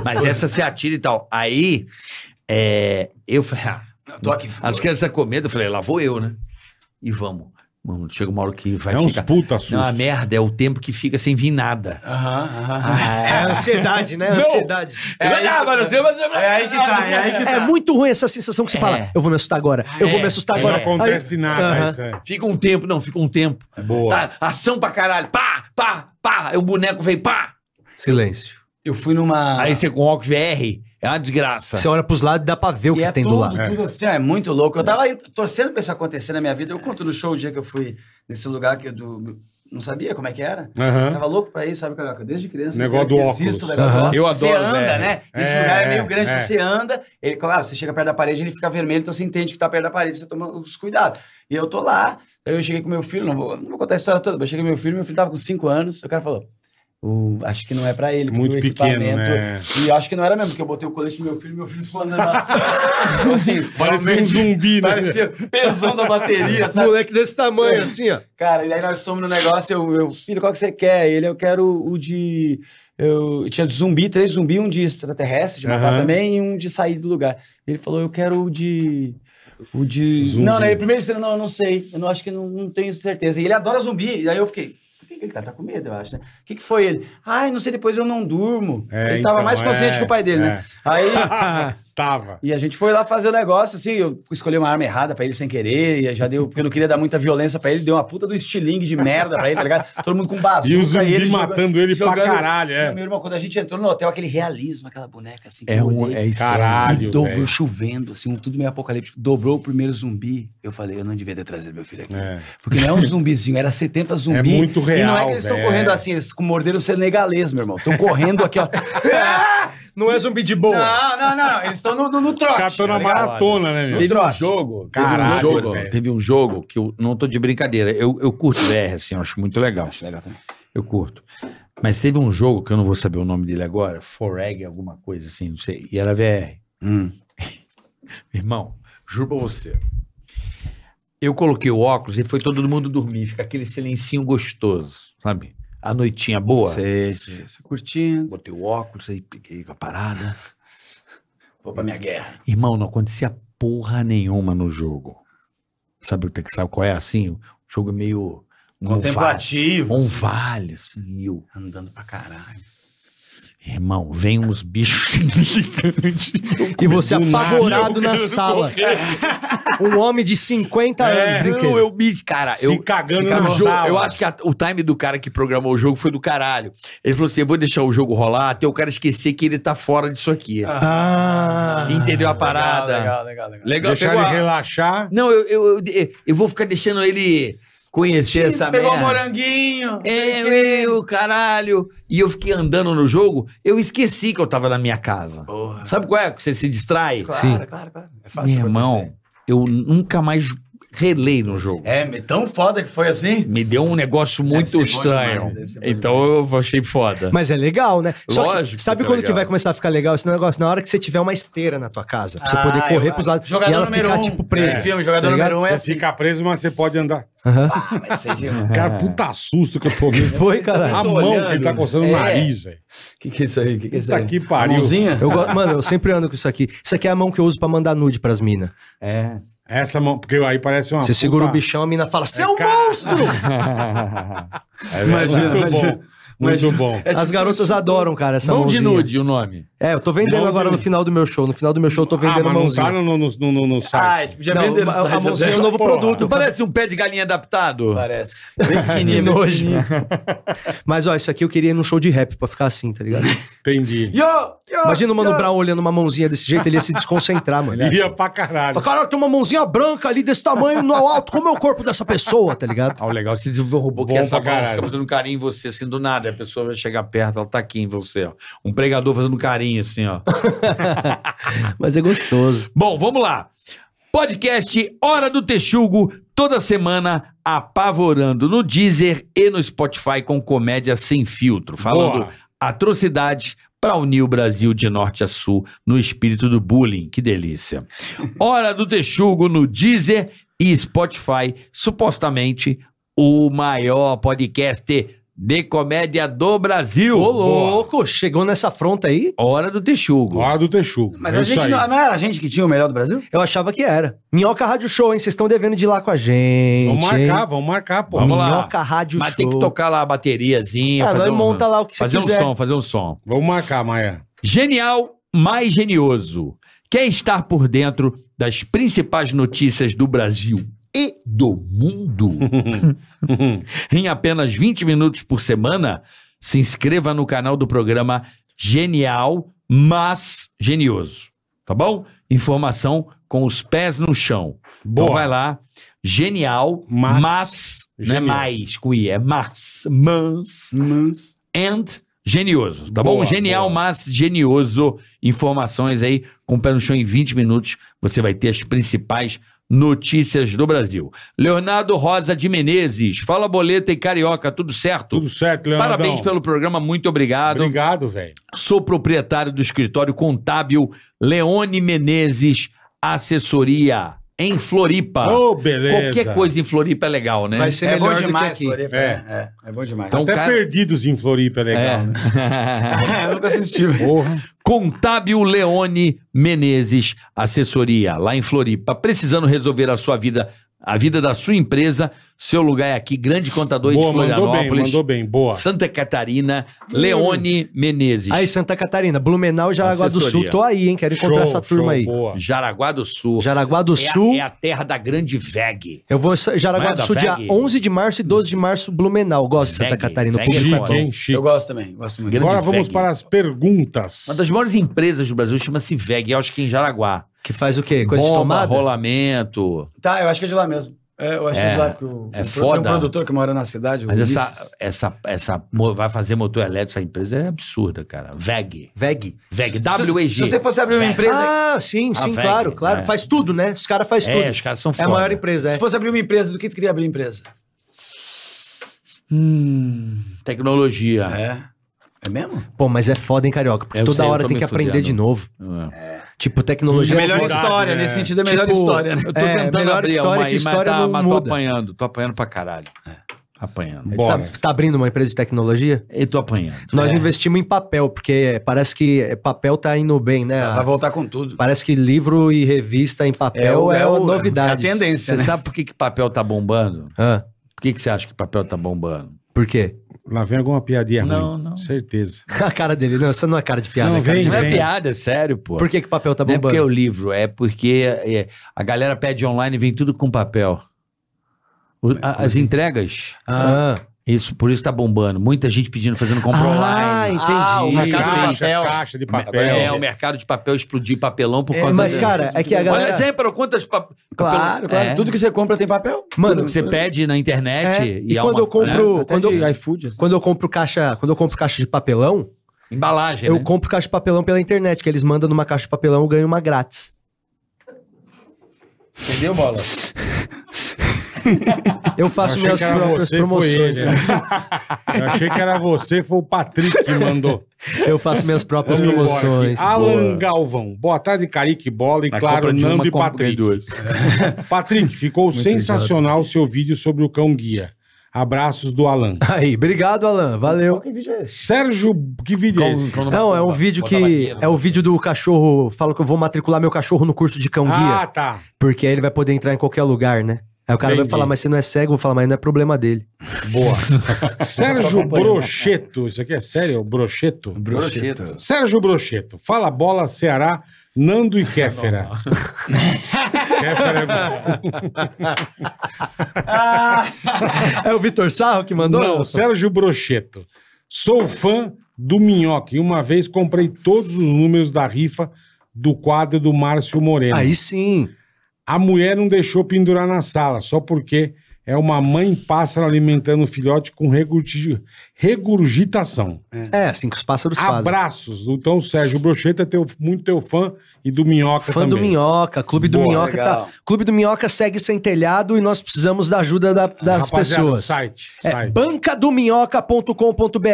Speaker 6: Mas essa se atira e tal. Aí, é, eu falei, ah,
Speaker 8: Eu tô aqui fora.
Speaker 6: as crianças com medo, eu falei, lá vou eu, né? E vamos. Mano, chega uma hora que vai
Speaker 4: É uns
Speaker 6: ficar...
Speaker 4: puta
Speaker 6: Não, a
Speaker 4: susto.
Speaker 6: merda é o tempo que fica sem vir nada.
Speaker 8: Aham, aham.
Speaker 3: É ansiedade, né? Ansiedade.
Speaker 6: É,
Speaker 4: tá.
Speaker 8: É aí que tá, é aí que
Speaker 3: É
Speaker 8: tá.
Speaker 3: muito ruim essa sensação que você
Speaker 6: É.
Speaker 3: fala, eu vou me assustar agora, eu vou me assustar
Speaker 4: é. Não
Speaker 3: agora.
Speaker 4: acontece
Speaker 3: Aí-
Speaker 4: nada.
Speaker 3: é- Aham.
Speaker 4: isso é.
Speaker 6: [laughs] Fica um tempo, não, fica um tempo.
Speaker 4: Boa.
Speaker 6: Tá, ação pra caralho. Pá, pá, pá. Aí o boneco vem, pá.
Speaker 3: Silêncio.
Speaker 8: Eu fui numa.
Speaker 6: Aí você com óculos VR, é uma desgraça.
Speaker 3: Você olha pros lados e dá pra ver o
Speaker 8: E
Speaker 3: que
Speaker 8: é
Speaker 3: tem
Speaker 8: tudo,
Speaker 3: do lado.
Speaker 8: tudo assim, ó, é muito louco. Eu tava in- torcendo pra isso acontecer na minha vida. Eu conto no show o dia que eu fui nesse lugar que eu do- não sabia como é que era. Eu
Speaker 4: Aham.
Speaker 8: Tava louco pra ir, sabe, Carioca? Desde criança.
Speaker 4: Negócio
Speaker 8: eu quero
Speaker 4: do
Speaker 8: que exista o
Speaker 4: óculos.
Speaker 8: negócio do
Speaker 3: Aham.
Speaker 8: óculos.
Speaker 6: Eu
Speaker 8: Você
Speaker 6: adoro,
Speaker 8: anda,
Speaker 6: velho.
Speaker 8: né? Esse
Speaker 4: É,
Speaker 8: lugar é
Speaker 4: é,
Speaker 8: meio grande,
Speaker 4: é.
Speaker 8: você anda, ele, claro, você chega perto da parede, ele fica vermelho, então você entende que tá perto da parede, você toma os cuidados. E eu tô lá, aí eu cheguei com meu filho, não vou, não vou contar a história toda, mas eu cheguei com meu filho, meu filho tava com 5 anos, o cara falou, "O- acho que não é pra ele, porque
Speaker 4: Muito
Speaker 8: o
Speaker 4: pequeno,
Speaker 8: equipamento...
Speaker 4: né?
Speaker 8: E eu acho que não era mesmo, porque eu botei o colete no meu filho, meu filho ficou andando na [laughs] sala. Então, assim,
Speaker 4: Parecia um
Speaker 8: realmente,
Speaker 4: zumbi, né?
Speaker 8: Parecia pesão da
Speaker 4: [laughs]
Speaker 8: bateria, sabe?
Speaker 3: Moleque desse tamanho, assim, ó.
Speaker 8: Cara, e aí nós somos no negócio, eu, eu, filho, qual que você quer? Ele, eu quero o de. Eu tinha de zumbi, três zumbi, um de extraterrestre, de matar
Speaker 4: Aham.
Speaker 8: também, e um de sair do lugar. Ele falou, eu quero o de. O de.
Speaker 4: Zumbi.
Speaker 8: Não, né? Ele primeiro disse, não, eu não sei. Eu não acho que não, não tenho certeza. E ele adora zumbi. E aí eu fiquei. Por que que ele tá, tá com medo, eu acho, né? O que, que foi ele? Ai, não sei, depois eu não durmo.
Speaker 4: É,
Speaker 8: ele tava
Speaker 4: então,
Speaker 8: mais consciente
Speaker 4: é, [laughs]
Speaker 8: que o pai dele, né?
Speaker 4: é.
Speaker 8: Aí.
Speaker 4: Tava.
Speaker 8: E a gente foi lá fazer o negócio, assim, eu escolhi uma arma errada pra ele sem querer, e já deu, porque eu não queria dar muita violência pra ele, deu uma puta do estilingue de merda pra ele, tá ligado? Todo mundo com bazuca.
Speaker 4: E o zumbi
Speaker 8: joga-
Speaker 4: matando ele pra caralho, é.
Speaker 8: E, Meu irmão, quando a gente entrou no hotel, aquele realismo, aquela boneca assim. que
Speaker 6: É
Speaker 8: eu
Speaker 6: um-
Speaker 8: olhei,
Speaker 6: é estranho.
Speaker 8: e
Speaker 4: Caralho,
Speaker 8: dobrou
Speaker 4: velho.
Speaker 8: chovendo, assim, um tudo meio apocalíptico. Dobrou o primeiro zumbi. Eu falei, eu não devia ter trazido meu filho aqui. Porque não é um zumbizinho, era 70 zumbi.
Speaker 4: É muito
Speaker 8: E não é
Speaker 4: real,
Speaker 8: que eles estão
Speaker 4: velho.
Speaker 8: correndo assim, eles com mordeiro senegalês, meu irmão. Estão
Speaker 4: [laughs]
Speaker 8: correndo aqui, ó.
Speaker 3: Não é zumbi de boa.
Speaker 8: Não, não, não, não. Eles estão no, no, no trote.
Speaker 4: Os caras estão na
Speaker 8: tá ligado?
Speaker 4: maratona, né, meu?
Speaker 6: Teve um jogo.
Speaker 4: Caralho,
Speaker 6: teve um jogo,
Speaker 4: velho.
Speaker 6: teve um jogo que eu não tô de brincadeira. Eu, eu curto VR, assim, eu acho muito legal. Acho legal também. Eu curto. Mas teve um jogo que eu não vou saber o nome dele agora, Foreg, alguma coisa assim, não sei. E era VR.
Speaker 8: Hum,
Speaker 6: Irmão, juro pra você. Eu coloquei o óculos e foi todo mundo dormir. Fica aquele silencinho gostoso, sabe? A noitinha boa.
Speaker 8: Sei, sei, sei. Curtindo.
Speaker 6: Botei o óculos aí, peguei a parada.
Speaker 8: Vou pra minha guerra.
Speaker 6: Irmão, não acontecia porra nenhuma no jogo. Sabe, o que- sabe qual é assim? O jogo meio. um
Speaker 8: Contemplativo.
Speaker 6: vale- Um
Speaker 8: assim,
Speaker 6: vale, assim. E eu,
Speaker 8: Andando pra caralho.
Speaker 6: irmão, vem uns bichos [laughs] gigantes.
Speaker 3: E você
Speaker 4: Do nada,
Speaker 3: apavorado
Speaker 4: eu
Speaker 3: na
Speaker 4: quero
Speaker 3: sala.
Speaker 4: correr.
Speaker 3: [laughs] Um homem de 50
Speaker 4: É,
Speaker 3: anos. brinquedo.
Speaker 6: Não, eu me. Cara,
Speaker 4: Se
Speaker 6: eu.
Speaker 4: cagando
Speaker 6: se
Speaker 4: na
Speaker 6: cagou.
Speaker 4: sala.
Speaker 6: Eu acho que a- o time do cara que programou o jogo foi do caralho. Ele falou assim: eu vou deixar o jogo rolar até o cara esquecer que ele tá fora disso aqui.
Speaker 3: Ah.
Speaker 6: Entendeu a parada?
Speaker 8: Legal, legal, legal.
Speaker 6: Legal,
Speaker 4: Deixar
Speaker 6: pegou
Speaker 4: ele
Speaker 6: a-
Speaker 4: relaxar.
Speaker 6: Não, eu, eu, eu, eu vou ficar deixando ele conhecer essa
Speaker 8: Pegou o
Speaker 6: merda.
Speaker 8: moranguinho.
Speaker 6: Eu, eu, É, caralho. E eu fiquei andando no jogo, eu esqueci que eu tava na minha casa.
Speaker 8: Porra.
Speaker 6: Sabe qual é? Que você se distrai?
Speaker 8: Claro,
Speaker 3: Sim.
Speaker 8: claro, claro. É fácil
Speaker 6: Meu irmão, eu nunca mais relei no jogo.
Speaker 8: É, mas tão foda que foi assim.
Speaker 6: Me deu um negócio muito
Speaker 8: ser bom
Speaker 6: estranho.
Speaker 8: demais, deve ser bom
Speaker 6: então eu achei foda.
Speaker 3: Mas é legal, né? Só
Speaker 6: Lógico
Speaker 3: que,
Speaker 6: que
Speaker 3: sabe
Speaker 6: tá
Speaker 3: quando que
Speaker 6: legal.
Speaker 3: vai começar a ficar legal esse negócio? Na hora que você tiver uma esteira na tua casa, pra você
Speaker 8: Ah,
Speaker 3: poder correr
Speaker 8: eu-
Speaker 3: pros lados e
Speaker 8: Jogador
Speaker 3: ela
Speaker 8: número
Speaker 3: ficar,
Speaker 8: um.
Speaker 3: tipo, presa.
Speaker 8: Esse filme, jogador
Speaker 3: Tá ligado?
Speaker 8: número um é
Speaker 4: Você
Speaker 8: assim.
Speaker 4: fica preso, mas você pode andar.
Speaker 3: Aham.
Speaker 8: Ah, mas seja...
Speaker 4: [laughs] Cara, puta susto que eu tomei.
Speaker 3: Foi, cara.
Speaker 4: A
Speaker 6: tô
Speaker 4: mão que
Speaker 6: olhando.
Speaker 4: ele tá coçando o
Speaker 6: É.
Speaker 4: nariz, velho.
Speaker 8: Que que é isso aí? Que que é isso
Speaker 4: Puta
Speaker 8: aí?
Speaker 4: que pariu.
Speaker 8: A mãozinha?
Speaker 3: Eu go- Mano, eu sempre ando com isso aqui. Isso aqui é a mão que eu uso pra mandar nude pras minas.
Speaker 6: É.
Speaker 4: Essa mão, porque aí parece uma.
Speaker 3: Você segura o
Speaker 4: puta-
Speaker 3: bichão, a mina fala, você é um
Speaker 4: cara. [laughs]
Speaker 3: monstro!
Speaker 6: É
Speaker 4: Muito
Speaker 6: verdade.
Speaker 4: bom. Muito bom.
Speaker 3: As garotas adoram, cara, essa
Speaker 6: Mão de
Speaker 3: mãozinha.
Speaker 6: nude, o nome.
Speaker 3: É, eu tô vendendo
Speaker 4: Mão de
Speaker 3: agora no
Speaker 4: nude.
Speaker 3: final do meu show. No final do meu show eu tô
Speaker 4: Ah,
Speaker 3: vendendo
Speaker 4: mas não
Speaker 3: mãozinha.
Speaker 4: tá no, no, no, no- no
Speaker 8: Ah,
Speaker 4: site.
Speaker 8: tipo, já vendeu
Speaker 3: Não, a, a mãozinha é um novo
Speaker 4: Porra.
Speaker 3: produto.
Speaker 6: Tu parece um pé de galinha adaptado?
Speaker 8: Parece. Bem pequenininho, bem pequenininho.
Speaker 3: Mas, ó, isso aqui eu queria ir num show de rap pra ficar assim,
Speaker 4: [laughs]
Speaker 3: tá ligado?
Speaker 4: Entendi.
Speaker 8: Yo!
Speaker 3: Imagina o Mano Brown olhando uma mãozinha desse jeito, ele ia se desconcentrar, mano.
Speaker 4: Ia pra caralho.
Speaker 3: Fala, caralho, tem uma mãozinha branca ali desse tamanho no alto. Como é o corpo dessa pessoa, tá ligado?
Speaker 6: Ah, o legal, se desenvolver um robô que
Speaker 4: Bom
Speaker 6: essa
Speaker 4: pra
Speaker 6: mão
Speaker 4: caralho.
Speaker 6: fica fazendo um carinho em você, assim, do nada. A pessoa vai chegar perto, ela tá aqui em você, ó. Um pregador fazendo carinho, assim,
Speaker 4: [laughs]
Speaker 6: ó.
Speaker 3: Mas é gostoso.
Speaker 6: Bom, vamos lá. Podcast Hora do Texugo, toda semana apavorando no Deezer e no Spotify com comédia sem filtro, falando
Speaker 4: Boa.
Speaker 6: atrocidades para unir o Brasil de norte a sul no espírito do bullying. Que
Speaker 3: [laughs]
Speaker 6: delícia. Hora do Texugo no Deezer e Spotify, supostamente o maior podcast de comédia do Brasil.
Speaker 3: Ô, louco, chegou nessa afronta aí?
Speaker 6: Hora do Texugo.
Speaker 4: Hora do texugo.
Speaker 8: Mas
Speaker 4: É
Speaker 8: a
Speaker 4: isso
Speaker 8: gente
Speaker 4: aí.
Speaker 8: não, não era a gente que tinha o melhor do Brasil?
Speaker 3: Eu achava que era. Minhoca Rádio Show, hein? Vocês estão devendo de ir lá com a gente.
Speaker 4: Vamos
Speaker 3: hein?
Speaker 4: marcar, vamos marcar, pô.
Speaker 6: Vamos
Speaker 4: Vamos,
Speaker 6: lá.
Speaker 3: Minhoca Rádio
Speaker 6: Mas
Speaker 3: Show.
Speaker 6: tem que tocar lá a bateriazinha.
Speaker 3: Ah,
Speaker 6: fazer
Speaker 3: nós
Speaker 6: um-
Speaker 3: monta lá o que você
Speaker 6: fazer
Speaker 3: quiser.
Speaker 6: um som, fazer um som.
Speaker 4: marcar, Maia.
Speaker 6: Genial, mais genioso. Quer estar por dentro das principais notícias do Brasil e do
Speaker 4: [laughs]
Speaker 6: mundo? em apenas 20 minutos por semana, se inscreva no canal do programa Genial, mas Genioso. Tá bom? Informação com os pés no chão.
Speaker 4: Boa.
Speaker 6: Então vai lá. Genial,
Speaker 4: Mas-
Speaker 6: mas.
Speaker 4: Genial.
Speaker 6: Não é mais com I, é mas. Mas
Speaker 8: Mas...
Speaker 6: and genioso, tá
Speaker 4: Boa,
Speaker 6: bom? Genial,
Speaker 4: boa.
Speaker 6: mas genioso. Informações aí, com o pé no chão em 20 minutos, você vai ter as principais notícias do Brasil. Leonardo Rosa de Menezes, fala boleta e carioca, tudo certo?
Speaker 4: Tudo certo, Leonardo.
Speaker 6: Parabéns pelo programa, muito obrigado.
Speaker 4: Obrigado, velho.
Speaker 6: Sou proprietário do escritório contábil Leone Menezes Assessoria, em Floripa.
Speaker 4: Ô, beleza.
Speaker 6: Ah, Qualquer coisa em Floripa é legal, né?
Speaker 3: Vai ser
Speaker 8: É bom
Speaker 3: melhor
Speaker 8: demais,
Speaker 3: do que aqui.
Speaker 8: Floripa.
Speaker 4: É.
Speaker 8: É, é, é bom [laughs] demais.
Speaker 6: Então,
Speaker 4: Até
Speaker 6: cara-
Speaker 4: perdidos em Floripa é legal,
Speaker 6: É.
Speaker 4: né?
Speaker 6: [laughs]
Speaker 8: É, eu nunca assisti. velho.
Speaker 4: Porra.
Speaker 6: Contábil Leone Menezes, assessoria lá em Floripa. Precisando resolver a sua vida A vida da sua empresa, seu lugar é aqui. Grande contador
Speaker 4: Boa,
Speaker 6: de
Speaker 4: mandou
Speaker 6: Florianópolis.
Speaker 4: bem, mandou bem, boa.
Speaker 6: Santa Catarina, Leone Menezes.
Speaker 3: Aí, Santa Catarina, Blumenau e Jaraguá do
Speaker 6: Assessoria.
Speaker 3: Sul. Tô aí, hein? Quero encontrar essa turma aí.
Speaker 6: Jaraguá do Sul.
Speaker 3: Jaraguá do
Speaker 6: É a-
Speaker 3: Sul.
Speaker 6: É a, terra da grande VEG.
Speaker 3: Eu vou em Jaraguá
Speaker 6: Não é
Speaker 3: do
Speaker 6: da
Speaker 3: Sul, dia
Speaker 6: VEG?
Speaker 3: 11 de março e 12 de março, Blumenau. Gosto de Santa Catarina. O
Speaker 6: VEG é
Speaker 3: público é
Speaker 6: foda.
Speaker 3: bom.
Speaker 6: Hein,
Speaker 8: Eu gosto também, gosto muito.
Speaker 6: Grande
Speaker 4: Agora vamos
Speaker 6: VEG.
Speaker 4: para as perguntas.
Speaker 6: Uma das maiores empresas do Brasil chama-se VEG, eu acho que em Jaraguá.
Speaker 3: Que faz o quê? Coisa de
Speaker 6: é Bomba,
Speaker 3: tomada?
Speaker 6: rolamento.
Speaker 8: Tá, eu acho que é de lá mesmo. É, eu acho que é de lá, porque o,
Speaker 6: é
Speaker 8: um pro-
Speaker 6: foda.
Speaker 8: tem um produtor que mora na cidade, o
Speaker 6: Mas essa,
Speaker 8: Ulisses.
Speaker 6: essa, essa mo- vai fazer motor elétrico, essa empresa é absurda, cara. VEG.
Speaker 3: VEG.
Speaker 6: VEG,
Speaker 8: Se-
Speaker 6: WEG.
Speaker 8: Se, você fosse abrir uma empresa,
Speaker 3: Ah, sim, sim,
Speaker 6: VEG,
Speaker 3: claro, claro.
Speaker 6: é.
Speaker 3: Faz tudo, né? Os caras fazem
Speaker 6: é,
Speaker 3: tudo.
Speaker 6: os caras são
Speaker 3: É
Speaker 6: foda.
Speaker 3: a maior empresa,
Speaker 8: se
Speaker 3: é.
Speaker 8: fosse abrir uma empresa, do que tu queria abrir empresa?
Speaker 6: Tecnologia.
Speaker 8: É. É mesmo?
Speaker 3: Pô, mas é foda, hein, Carioca? Porque
Speaker 6: Eu
Speaker 3: toda
Speaker 6: sei, eu
Speaker 3: hora
Speaker 6: tô
Speaker 3: tem
Speaker 6: me
Speaker 3: que aprender
Speaker 6: fudendo.
Speaker 3: de novo.
Speaker 6: É.
Speaker 3: Tipo, tecnologia...
Speaker 4: Melhor
Speaker 3: foda.
Speaker 4: história, né?
Speaker 8: sentido, é
Speaker 3: Tipo,
Speaker 8: [laughs] né?
Speaker 6: Eu [laughs] tô
Speaker 3: É,
Speaker 6: tentando
Speaker 3: melhor
Speaker 6: abrir
Speaker 3: história
Speaker 6: uma
Speaker 3: que
Speaker 6: aí,
Speaker 3: história
Speaker 6: mas, tá,
Speaker 3: não
Speaker 6: mas
Speaker 3: muda. É.
Speaker 6: tô apanhando, tô apanhando pra caralho. Apanhando.
Speaker 3: Tá,
Speaker 4: Bora.
Speaker 3: tá abrindo uma empresa de tecnologia?
Speaker 6: E tô apanhando.
Speaker 3: Nós investimos em papel, porque é, parece que é, papel tá indo bem, né?
Speaker 8: É. Vai voltar com tudo.
Speaker 3: Parece que livro e revista em papel é, uma novidade.
Speaker 8: É a tendência,
Speaker 6: Você
Speaker 8: né?
Speaker 6: sabe por que, que papel tá bombando?
Speaker 3: Ah,
Speaker 6: Por que, que você acha que papel tá bombando?
Speaker 3: por quê? [laughs]
Speaker 4: Lá vem alguma
Speaker 3: é
Speaker 4: piadinha ruim.
Speaker 6: Não, não.
Speaker 4: Certeza.
Speaker 3: A cara dele. Não, essa não é cara de piada.
Speaker 4: Não,
Speaker 3: é cara
Speaker 4: vem,
Speaker 3: de...
Speaker 6: Não é
Speaker 4: vem.
Speaker 6: piada, é sério, pô.
Speaker 3: Por que que papel tá
Speaker 6: não é
Speaker 3: bombando?
Speaker 6: porque é o livro, é porque é, a galera pede online e vem tudo com papel. O- a- as entregas,
Speaker 3: Ah,
Speaker 6: isso, por isso tá bombando. Muita gente pedindo, fazendo compra
Speaker 3: ah,
Speaker 6: online.
Speaker 3: entendi.
Speaker 6: o mercado de
Speaker 4: caixa,
Speaker 6: papel.
Speaker 4: caixa de papel.
Speaker 6: É, o mercado de papel explodiu papelão por
Speaker 3: É,
Speaker 6: causa
Speaker 3: mas,
Speaker 6: da-
Speaker 3: cara, é que a
Speaker 6: Olha,
Speaker 3: galera...
Speaker 6: exemplo, quantas papel...
Speaker 8: Claro, claro.
Speaker 6: É.
Speaker 8: Tudo que você compra tem papel.
Speaker 3: Mano,
Speaker 6: Tudo que você pede na internet.
Speaker 3: É, e
Speaker 6: há
Speaker 3: quando eu
Speaker 6: né,
Speaker 3: compro-
Speaker 8: Até
Speaker 3: Quando-
Speaker 8: de iFood, assim.
Speaker 3: Quando eu compro caixa, quando eu compro caixa de papelão,
Speaker 6: Embalagem,
Speaker 3: eu
Speaker 6: né?
Speaker 3: compro caixa de papelão pela internet, que eles mandam numa caixa de papelão, eu ganho uma grátis.
Speaker 6: Entendeu, Bola?
Speaker 3: Eu faço
Speaker 4: achei
Speaker 3: minhas
Speaker 4: que era
Speaker 3: próprias
Speaker 4: você, foi
Speaker 3: promoções.
Speaker 4: ele, né? Eu achei que era você, foi o Patrick que mandou.
Speaker 3: Eu faço minhas próprias
Speaker 4: Vamos embora
Speaker 3: promoções.
Speaker 4: aqui. Ah. Alan Galvão. Boa tarde, Carique Bola e,
Speaker 6: Na
Speaker 4: claro,
Speaker 6: compra de
Speaker 4: Nando
Speaker 6: uma,
Speaker 4: e
Speaker 6: compra
Speaker 4: Patrick.
Speaker 6: de duas.
Speaker 4: [laughs] Patrick, ficou sensacional o seu vídeo sobre o cão guia. Abraços do Alan.
Speaker 3: Aí, obrigado, Alan. Valeu.
Speaker 4: Sérgio, que vídeo é esse?
Speaker 3: Não, é um vídeo que.
Speaker 4: né?
Speaker 3: É o vídeo do cachorro. Fala que eu vou matricular meu cachorro no curso de cão
Speaker 4: Ah,
Speaker 3: guia.
Speaker 4: tá.
Speaker 3: Porque aí ele vai poder entrar em qualquer lugar, né? Aí o cara
Speaker 4: Entendi.
Speaker 3: vai falar, mas você não é cego, eu vou falar, mas não é
Speaker 4: [laughs]
Speaker 3: problema dele.
Speaker 4: Boa. Sérgio Brocheto. Isso aqui é sério? Brocheto?
Speaker 8: Brocheto.
Speaker 4: Sérgio Brocheto. Fala bola, Ceará, Nando e Kéfera. [laughs] Kéfera é bom.
Speaker 3: É o Vitor Sarro que mandou?
Speaker 4: Não, Sérgio Brocheto. Sou fã do Minhoca e uma vez comprei todos os números da rifa do quadro do Márcio Moreno.
Speaker 3: Aí sim.
Speaker 4: A mulher não deixou pendurar na sala, só porque é uma mãe pássaro alimentando o filhote com regurgi- regurgitação.
Speaker 3: É, assim que os pássaros fazem.
Speaker 4: Abraços. Então, Sérgio Brocheta é teu, muito teu fã e do Minhoca
Speaker 3: Fã
Speaker 4: também.
Speaker 3: do Minhoca, Clube do
Speaker 4: Boa,
Speaker 3: Minhoca
Speaker 8: legal.
Speaker 3: tá. Clube do Minhoca segue sem telhado e nós precisamos da ajuda da-
Speaker 4: Rapaziada,
Speaker 3: das pessoas.
Speaker 4: Site,
Speaker 3: É
Speaker 4: site.
Speaker 3: bancadominhoca.com.br.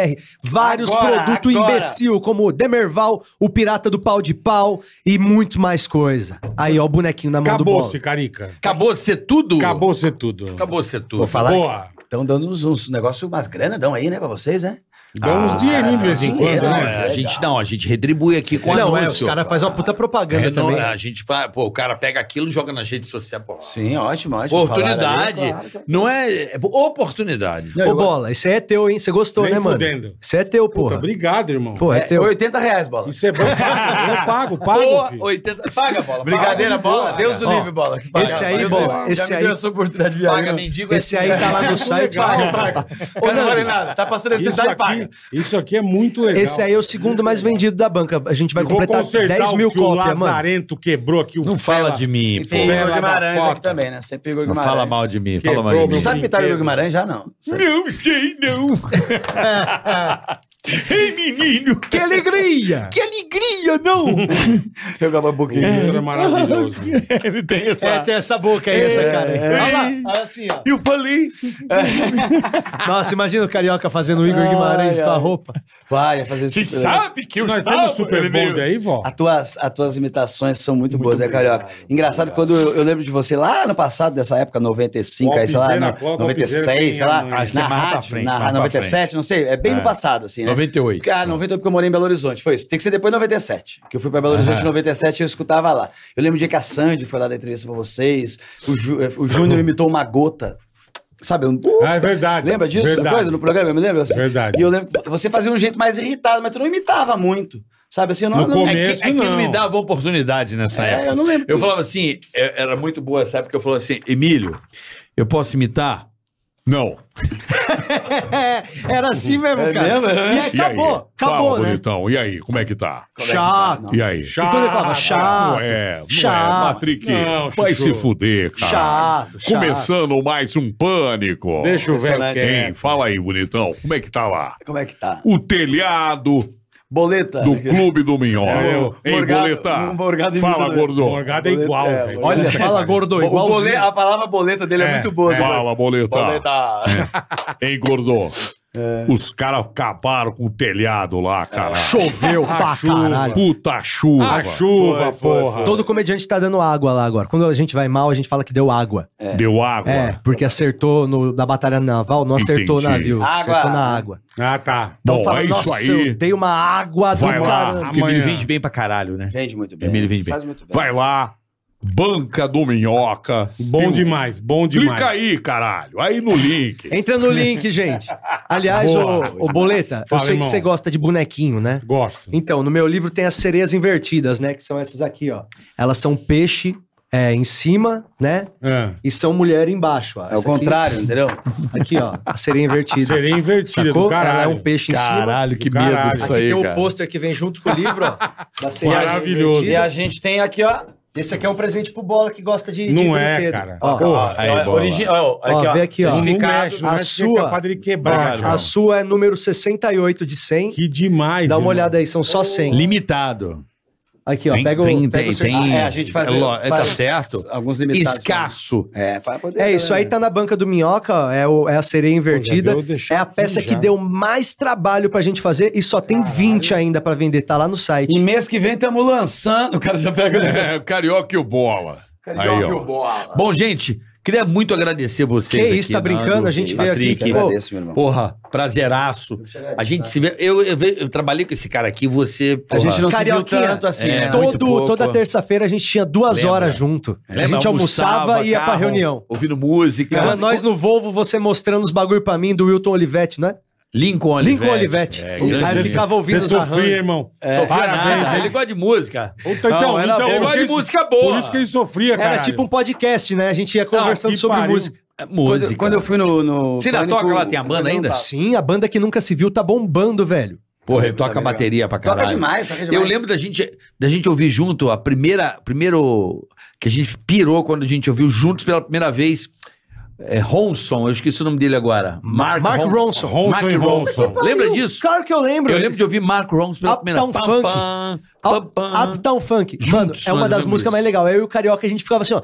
Speaker 3: Vários
Speaker 8: Agora,
Speaker 3: produtos
Speaker 8: agora.
Speaker 3: imbecil, como o Demerval, o Pirata do Pau de Pau e muito mais coisa. Aí, ó, o bonequinho na mão do
Speaker 4: Acabou-se,
Speaker 3: bolo.
Speaker 4: Carica.
Speaker 6: Acabou ser tudo?
Speaker 4: Acabou ser tudo.
Speaker 6: Acabou ser tudo.
Speaker 8: Vou falar
Speaker 4: Boa.
Speaker 8: que estão dando uns, uns negócios, umas granadão aí, né, pra vocês, né?
Speaker 4: Dá
Speaker 3: Ah,
Speaker 4: uns
Speaker 3: tá.
Speaker 4: dinheirinhos de vez em
Speaker 8: dinheiro,
Speaker 4: quando,
Speaker 6: Não,
Speaker 4: né?
Speaker 6: é, a gente não, a gente retribui aqui com
Speaker 3: Não, é, os
Speaker 6: anúncio.
Speaker 3: caras fazem uma puta propaganda
Speaker 6: É, não,
Speaker 3: também.
Speaker 6: a gente faz, pô, o cara pega aquilo e joga nas redes sociais, pô.
Speaker 8: Sim, ótimo, ótimo.
Speaker 6: Oportunidade.
Speaker 8: Falaram ali, claro.
Speaker 6: Não é, é oportunidade.
Speaker 8: Não,
Speaker 3: Ô,
Speaker 8: eu-
Speaker 3: bola, isso aí é teu, hein? Você gostou,
Speaker 4: Nem
Speaker 3: né, mano?
Speaker 4: fudendo.
Speaker 3: Isso é teu,
Speaker 4: Puta,
Speaker 3: porra.
Speaker 4: obrigado, irmão.
Speaker 3: Pô, é
Speaker 8: É,
Speaker 3: teu.
Speaker 8: 80 reais, bola.
Speaker 4: Isso é bom. Eu pago, pago,
Speaker 6: Pô,
Speaker 4: filho.
Speaker 6: 80. Paga, bola.
Speaker 8: Brincadeira,
Speaker 6: paga,
Speaker 8: bola. Deus o
Speaker 3: Ó,
Speaker 8: livre, bola.
Speaker 3: esse aí,
Speaker 8: Deus
Speaker 3: bola,
Speaker 8: o livre.
Speaker 3: esse
Speaker 8: Já me
Speaker 3: aí- [laughs]
Speaker 8: deu essa oportunidade de
Speaker 6: Paga,
Speaker 8: viajar.
Speaker 6: mendigo.
Speaker 3: Esse aí tá lá no site.
Speaker 8: Paga, é paga. O cara não vale nada. Tá passando
Speaker 4: Isso
Speaker 8: necessidade,
Speaker 4: aqui,
Speaker 8: paga.
Speaker 4: isso aqui é muito legal.
Speaker 3: Esse aí é o segundo mais vendido da banca. A gente vai
Speaker 4: Eu vou
Speaker 3: completar
Speaker 4: consertar
Speaker 3: 10 mil
Speaker 4: o que o
Speaker 3: cópias, mano.
Speaker 4: Lazarento quebrou aqui. O
Speaker 6: Não fala
Speaker 4: Fela.
Speaker 6: de mim,
Speaker 8: E
Speaker 6: pô.
Speaker 8: tem
Speaker 4: Fela
Speaker 8: Igor
Speaker 4: da
Speaker 8: Guimarães
Speaker 4: cota.
Speaker 8: aqui também, né? Sempre Igor
Speaker 6: Não
Speaker 8: Guimarães.
Speaker 6: fala mal de mim, fala
Speaker 4: Quebrou
Speaker 6: mal de
Speaker 4: meu
Speaker 6: mim.
Speaker 8: Sabe pitar o Igor
Speaker 4: Brinquedo.
Speaker 8: Guimarães? Já não.
Speaker 6: Não sei, não. Ei, menino.
Speaker 3: Que alegria!
Speaker 6: Que alegria, não.
Speaker 8: Eu acabo a boquinha.
Speaker 4: Era é
Speaker 12: [laughs]
Speaker 4: maravilhoso.
Speaker 6: Ele tem essa...
Speaker 3: É, tem essa boca aí, essa cara aí.
Speaker 12: é.
Speaker 3: Olha lá, olha assim, ó.
Speaker 6: Eu falei.
Speaker 3: Nossa, imagina o Carioca fazendo o Igor Guimarães
Speaker 8: Ai,
Speaker 3: com a
Speaker 8: ai.
Speaker 3: roupa.
Speaker 8: Vai, fazer isso.
Speaker 6: que
Speaker 4: é Nós temos Super Bond aí, vó?
Speaker 8: As tuas, as tuas imitações são muito, boas, né, Carioca? Engraçado, quando eu, eu lembro de você lá no passado, dessa época, 95, aí, sei lá,
Speaker 4: Alpizeira,
Speaker 8: né, no-
Speaker 4: coloca o Alpizeira,
Speaker 8: 96, sei
Speaker 4: tem a
Speaker 8: lá,
Speaker 4: manha.
Speaker 8: na
Speaker 6: mais pra
Speaker 8: rádio,
Speaker 6: frente,
Speaker 8: na
Speaker 6: mais pra
Speaker 8: 97, não sei, é bem no passado, assim, né?
Speaker 4: 98.
Speaker 8: Cara, 98 porque eu morei em Belo Horizonte. Foi isso. Tem que ser depois de 97. Que eu fui pra Belo Horizonte em
Speaker 4: Aham.
Speaker 8: 97 e eu escutava lá. Eu lembro de que a Sandy foi lá dar entrevista pra vocês. O, Ju- eh, o Júnior imitou uma gota. Sabe? Um...
Speaker 4: Ah, é verdade.
Speaker 8: Lembra disso?
Speaker 4: Verdade.
Speaker 8: Coisa no programa, me lembra?
Speaker 4: Verdade.
Speaker 8: E eu lembro que você fazia um jeito mais irritado, mas tu não imitava muito. Sabe assim? Eu não,
Speaker 6: No
Speaker 8: não-
Speaker 6: começo, É que- é que não. me dava oportunidade nessa
Speaker 8: É,
Speaker 6: época.
Speaker 8: eu não lembro.
Speaker 6: Eu falava assim, é- era muito boa essa época, eu falava assim, Emílio, eu posso imitar? Não.
Speaker 3: Era assim mesmo,
Speaker 6: É
Speaker 3: cara.
Speaker 6: mesmo?
Speaker 3: E aí acabou, acabou,
Speaker 12: Fala,
Speaker 3: né?
Speaker 12: bonitão. E aí, como é que tá?
Speaker 3: Como é que tá? Chato.
Speaker 12: E aí?
Speaker 3: Chato. E quando ele falava chato,
Speaker 12: Não é, não
Speaker 3: chato.
Speaker 12: é. Patrick,
Speaker 3: Não,
Speaker 12: vai
Speaker 3: Chuchu.
Speaker 12: se fuder, cara.
Speaker 3: Chato, chato.
Speaker 12: Começando mais um pânico.
Speaker 4: Deixa o velho
Speaker 12: Quem?
Speaker 4: quieto.
Speaker 12: Fala aí, bonitão. Como é que tá lá?
Speaker 8: Como é que tá?
Speaker 12: O telhado...
Speaker 8: Boleta.
Speaker 12: Do Clube do Minhão.
Speaker 4: É,
Speaker 12: Ei,
Speaker 4: o Morgado-
Speaker 12: Boletar.
Speaker 4: o Morgado imita
Speaker 12: Fala,
Speaker 4: também.
Speaker 12: gordo.
Speaker 4: Morgado é igual,
Speaker 12: Boleta-
Speaker 4: velho.
Speaker 8: Olha, fala gordo,
Speaker 12: O
Speaker 8: igual.
Speaker 12: boleta-
Speaker 8: A palavra boleta dele é, muito boa. né?
Speaker 12: Fala, boleta.
Speaker 6: tá.
Speaker 8: Boleta.
Speaker 12: É. Hein, gordo? Os caras acabaram com o telhado lá, cara.
Speaker 3: Choveu
Speaker 12: A
Speaker 3: pra
Speaker 12: chuva,
Speaker 3: caralho.
Speaker 12: Puta chuva.
Speaker 3: A
Speaker 12: chuva, porra.
Speaker 3: Todo comediante tá dando água lá agora. Quando a gente vai mal, a gente fala que deu água.
Speaker 12: Deu água.
Speaker 3: É, porque acertou no, na batalha naval, não acertou o
Speaker 12: Entendi.
Speaker 3: navio.
Speaker 12: Água.
Speaker 3: Acertou na água.
Speaker 4: Ah, tá.
Speaker 3: Então
Speaker 12: Bom,
Speaker 3: fala,
Speaker 12: é isso
Speaker 3: nossa,
Speaker 12: aí.
Speaker 3: eu dei uma água do
Speaker 12: Vai lá,
Speaker 3: um caramba.
Speaker 12: porque
Speaker 3: Amanhã.
Speaker 12: ele vende bem pra caralho, né?
Speaker 8: Vende muito
Speaker 12: bem. Ele vende bem. Vai lá, Banca do Minhoca.
Speaker 4: Bom
Speaker 12: Tem um-
Speaker 4: demais, bom demais.
Speaker 12: Clica aí, caralho. Aí no link.
Speaker 3: Entra no link, gente. Aliás,
Speaker 12: Boa.
Speaker 3: ô, ô Boleta,
Speaker 12: Fala,
Speaker 3: eu sei
Speaker 12: irmão.
Speaker 3: que você gosta de bonequinho, né?
Speaker 4: Gosto.
Speaker 3: Então, no meu livro tem as sereias invertidas, né? Que são essas aqui, ó. Elas são peixe é, em cima, né?
Speaker 4: É.
Speaker 3: E são mulher embaixo. Ó.
Speaker 8: É o
Speaker 3: Essa
Speaker 8: contrário, entendeu?
Speaker 3: [laughs] Aqui, ó. A sereia invertida.
Speaker 4: Sereia invertida, do
Speaker 3: Sacou?
Speaker 4: caralho.
Speaker 3: Ela é um peixe em cima.
Speaker 4: Caralho, que medo disso
Speaker 3: aqui
Speaker 4: aí,
Speaker 3: tem
Speaker 4: cara.
Speaker 3: o pôster que vem junto com o
Speaker 4: [laughs]
Speaker 3: livro, ó. da sereia
Speaker 4: Maravilhoso.
Speaker 3: invertida.
Speaker 8: E a gente tem aqui, ó.
Speaker 3: Esse aqui é um presente pro Bola que gosta de, de
Speaker 4: Não é,
Speaker 3: brinquedo.
Speaker 4: cara.
Speaker 3: Ó,
Speaker 4: Porra.
Speaker 3: ó,
Speaker 4: Aí,
Speaker 3: ó,
Speaker 4: Bola.
Speaker 3: origi- ó, ó, aqui, ó,
Speaker 4: Vê aqui, ó. Então, Não mexe, não
Speaker 3: A
Speaker 4: mexe, que é
Speaker 3: sua...
Speaker 4: capaz dele quebrar,
Speaker 3: a
Speaker 4: João.
Speaker 3: sua é número 68 de 100.
Speaker 4: Que demais,
Speaker 3: Dá uma
Speaker 4: irmão.
Speaker 3: olhada aí, são só 100.
Speaker 6: Limitado.
Speaker 3: Aqui, ó,
Speaker 6: Tem-
Speaker 3: pega o...
Speaker 6: tem-
Speaker 3: pega o
Speaker 6: tem-
Speaker 3: certificado.
Speaker 6: tem- Ah, é, a gente faz- é lo- é, tá faz certo.
Speaker 8: Alguns
Speaker 6: limitados. Escasso.
Speaker 8: É, para poder.
Speaker 3: É isso aí, tá na banca do Minhoca, ó, é, o- é a sereia invertida.
Speaker 8: Pô, já deu,
Speaker 3: É a peça que deu mais trabalho pra gente fazer e só tem 20 ainda pra vender, tá lá no site. E
Speaker 8: mês que vem estamos lançando. O cara já pega.
Speaker 12: É, o Carioca e o Bola. aí, ó.
Speaker 6: Bom, gente, queria muito agradecer vocês.
Speaker 3: Que isso, tá brincando? A gente
Speaker 8: assim,
Speaker 3: veio aqui,
Speaker 6: Patrick, né?
Speaker 3: que
Speaker 6: pô,
Speaker 3: agradeço, meu irmão.
Speaker 6: Porra, prazeraço. A gente se vê. Eu, eu, ve- eu trabalhei com esse cara aqui, você. porra,
Speaker 8: gente não se viu tanto assim, né?
Speaker 6: muito
Speaker 3: Todo-
Speaker 6: pouco.
Speaker 3: toda terça-feira a gente tinha duas
Speaker 6: Lembra.
Speaker 3: horas junto.
Speaker 6: Lembra?
Speaker 3: a gente almoçava e ia
Speaker 6: né,
Speaker 3: pra
Speaker 6: carro,
Speaker 3: reunião.
Speaker 6: Ouvindo música.
Speaker 3: Era nós no Volvo, você mostrando os bagulho pra mim do Wilton Olivetti, né?
Speaker 6: Lincoln
Speaker 3: Olivetti. Lincoln Olivetti.
Speaker 6: Olivetti. É, grande
Speaker 3: Aí eu ficava ouvindo
Speaker 6: Você
Speaker 3: os
Speaker 6: sofria,
Speaker 3: arranjos.
Speaker 4: irmão.
Speaker 3: É.
Speaker 6: Sofia
Speaker 3: Parabéns,
Speaker 6: nada,
Speaker 3: hein?
Speaker 6: ele gosta de música.
Speaker 4: Então,
Speaker 3: Não, era bom.
Speaker 4: por
Speaker 3: Eu gosto
Speaker 4: isso
Speaker 3: de
Speaker 4: que ele-
Speaker 3: música boa.
Speaker 4: Por isso que ele sofria, cara.
Speaker 3: Era tipo um podcast, né? A gente ia conversando
Speaker 4: que
Speaker 3: sobre
Speaker 4: pariu.
Speaker 3: música.
Speaker 4: É
Speaker 6: música.
Speaker 8: Quando, quando eu fui no. no
Speaker 6: Você ainda
Speaker 8: Pânico,
Speaker 6: toca lá? Tem a banda
Speaker 8: eu não
Speaker 6: ainda?
Speaker 8: tava.
Speaker 3: Sim, a banda que nunca se viu tá bombando, velho.
Speaker 6: Porra, ele toca bateria pra
Speaker 3: Toca
Speaker 6: caralho.
Speaker 3: demais, toca demais.
Speaker 6: Eu lembro da gente, da gente ouvir junto a primeira. Primeiro. Que a gente pirou quando a gente ouviu juntos pela primeira vez. É, Ronson, eu esqueci o nome dele agora. Mark,
Speaker 3: Mark Ronson. Ronson
Speaker 6: Mark
Speaker 3: e Ronson.
Speaker 6: Ronson.
Speaker 3: Puta que
Speaker 6: Lembra
Speaker 3: pariu,
Speaker 6: disso?
Speaker 3: claro que eu lembro.
Speaker 6: Eu lembro de ouvir Mark Ronson pela primeira
Speaker 3: Uptown Funk. Up- Uptown Funk. Mano,
Speaker 6: Juntos,
Speaker 3: é uma
Speaker 6: nós
Speaker 3: das
Speaker 6: ouvimos
Speaker 3: músicas mais legais. Eu e o Carioca, a gente ficava assim, ó.